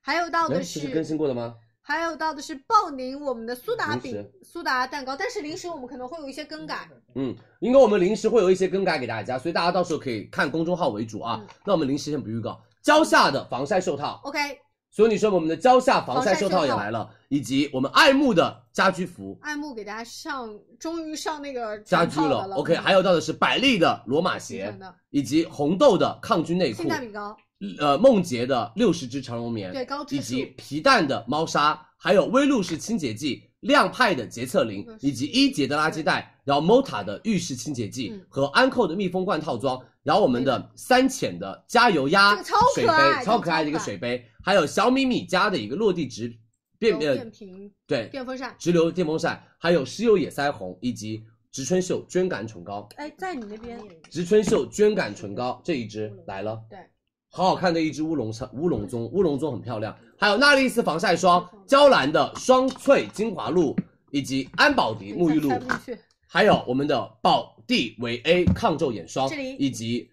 Speaker 2: 还有到
Speaker 3: 哎，
Speaker 2: 的
Speaker 3: 这是更
Speaker 2: 是，
Speaker 3: 新过的吗？
Speaker 2: 还有到的是爆柠，我们的苏打
Speaker 3: 零
Speaker 2: 饼、苏打蛋糕，但是零食我们可能会有一些更改。
Speaker 3: 嗯，应该我们临时会有一些更改给大家，所以大家到时候可以看公众号为主
Speaker 2: 嗯
Speaker 3: 啊。那我们临时先不预告。蕉下的防晒袖套，
Speaker 2: OK，
Speaker 3: 所有女生们，我们的蕉下防晒袖
Speaker 2: 防晒
Speaker 3: 套
Speaker 2: 袖
Speaker 3: 也
Speaker 2: 套
Speaker 3: 来了，以及我们爱慕的家居服，
Speaker 2: 爱慕给大家上，终于上那个
Speaker 3: 家
Speaker 2: 全
Speaker 3: 居
Speaker 2: 套的
Speaker 3: 了。
Speaker 2: 了嗯
Speaker 3: OK，还有到的是百丽的罗马
Speaker 2: 新
Speaker 3: 鞋
Speaker 2: 款的，
Speaker 3: 以及红豆的抗菌内
Speaker 2: 性
Speaker 3: 裤，
Speaker 2: 价比高，
Speaker 3: 呃，梦洁的六十支长绒棉，
Speaker 2: 对高质
Speaker 3: 以
Speaker 2: 素
Speaker 3: 及皮蛋的猫砂，还有威露士清洁剂、亮派的洁厕灵
Speaker 2: 嗯，
Speaker 3: 以及一洁的垃圾袋，然后 Mota 的浴室清洁剂
Speaker 2: 嗯
Speaker 3: 和安扣的密封罐套装，然后我们的三浅的加油鸭
Speaker 2: 这个超
Speaker 3: 水
Speaker 2: 可爱这
Speaker 3: 杯，
Speaker 2: 个
Speaker 3: 超可爱的一个
Speaker 2: 超可爱
Speaker 3: 水杯，还有小米米家的一个落地直变
Speaker 2: 有
Speaker 3: 呃
Speaker 2: 电瓶、
Speaker 3: 对
Speaker 2: 电风扇。
Speaker 3: 直流电风扇，还有石油野腮红以及植村秀绢感唇膏，
Speaker 2: 哎，在你那边
Speaker 3: 植村秀绢感唇膏这一支来了，
Speaker 2: 对，
Speaker 3: 好好看的一支乌龙茶乌龙棕，乌龙棕很漂亮，还有娜丽丝防晒霜、
Speaker 2: 嗯
Speaker 3: 娇兰的双萃精华露，以及安宝迪沐浴露
Speaker 2: 塞，不进去，
Speaker 3: 还有我们的宝地维 A 抗皱眼霜
Speaker 2: 这里，
Speaker 3: 以及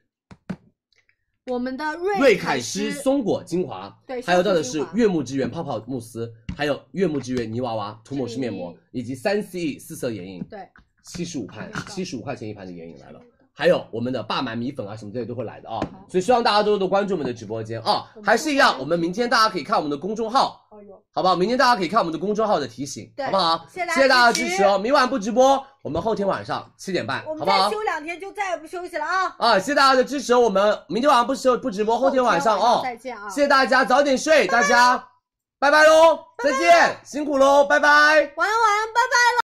Speaker 2: 我们的瑞
Speaker 3: 瑞
Speaker 2: 凯
Speaker 3: 凯诗松果精华，
Speaker 2: 对
Speaker 3: 还有到的
Speaker 2: 松
Speaker 3: 是
Speaker 2: 果精华
Speaker 3: 悦木之源泡泡慕斯，还有悦木之源泥娃娃涂抹式面膜，以及三 CE 四色眼影，
Speaker 2: 对，
Speaker 3: 七十五盘
Speaker 2: 没，错
Speaker 3: 七十五块钱一盘的眼影来了。还有我们的霸蛮米粉啊什么之类都会来的啊，所以希望大家多多关注我们的直播间啊。还是一样，我们明天大家可以看我们的公众号，好不好？明天大家可以看我们的公众号的提醒，
Speaker 2: 哦对
Speaker 3: 好不好？
Speaker 2: 谢谢大家
Speaker 3: 谢谢大家
Speaker 2: 支
Speaker 3: 支
Speaker 2: 持
Speaker 3: 持哦。明晚不直播，我们后天晚上七点半，
Speaker 2: 我
Speaker 3: 好
Speaker 2: 们
Speaker 3: 不
Speaker 2: 再
Speaker 3: 好？
Speaker 2: 休两天就再也不休息了啊！
Speaker 3: 啊，谢谢大家的支持，我们明天晚上不休不直播，后天晚上哦。
Speaker 2: 再见啊！
Speaker 3: 谢谢大家，早点睡，大家拜拜喽，再见，辛苦喽，拜拜。
Speaker 2: 晚安晚安，拜拜。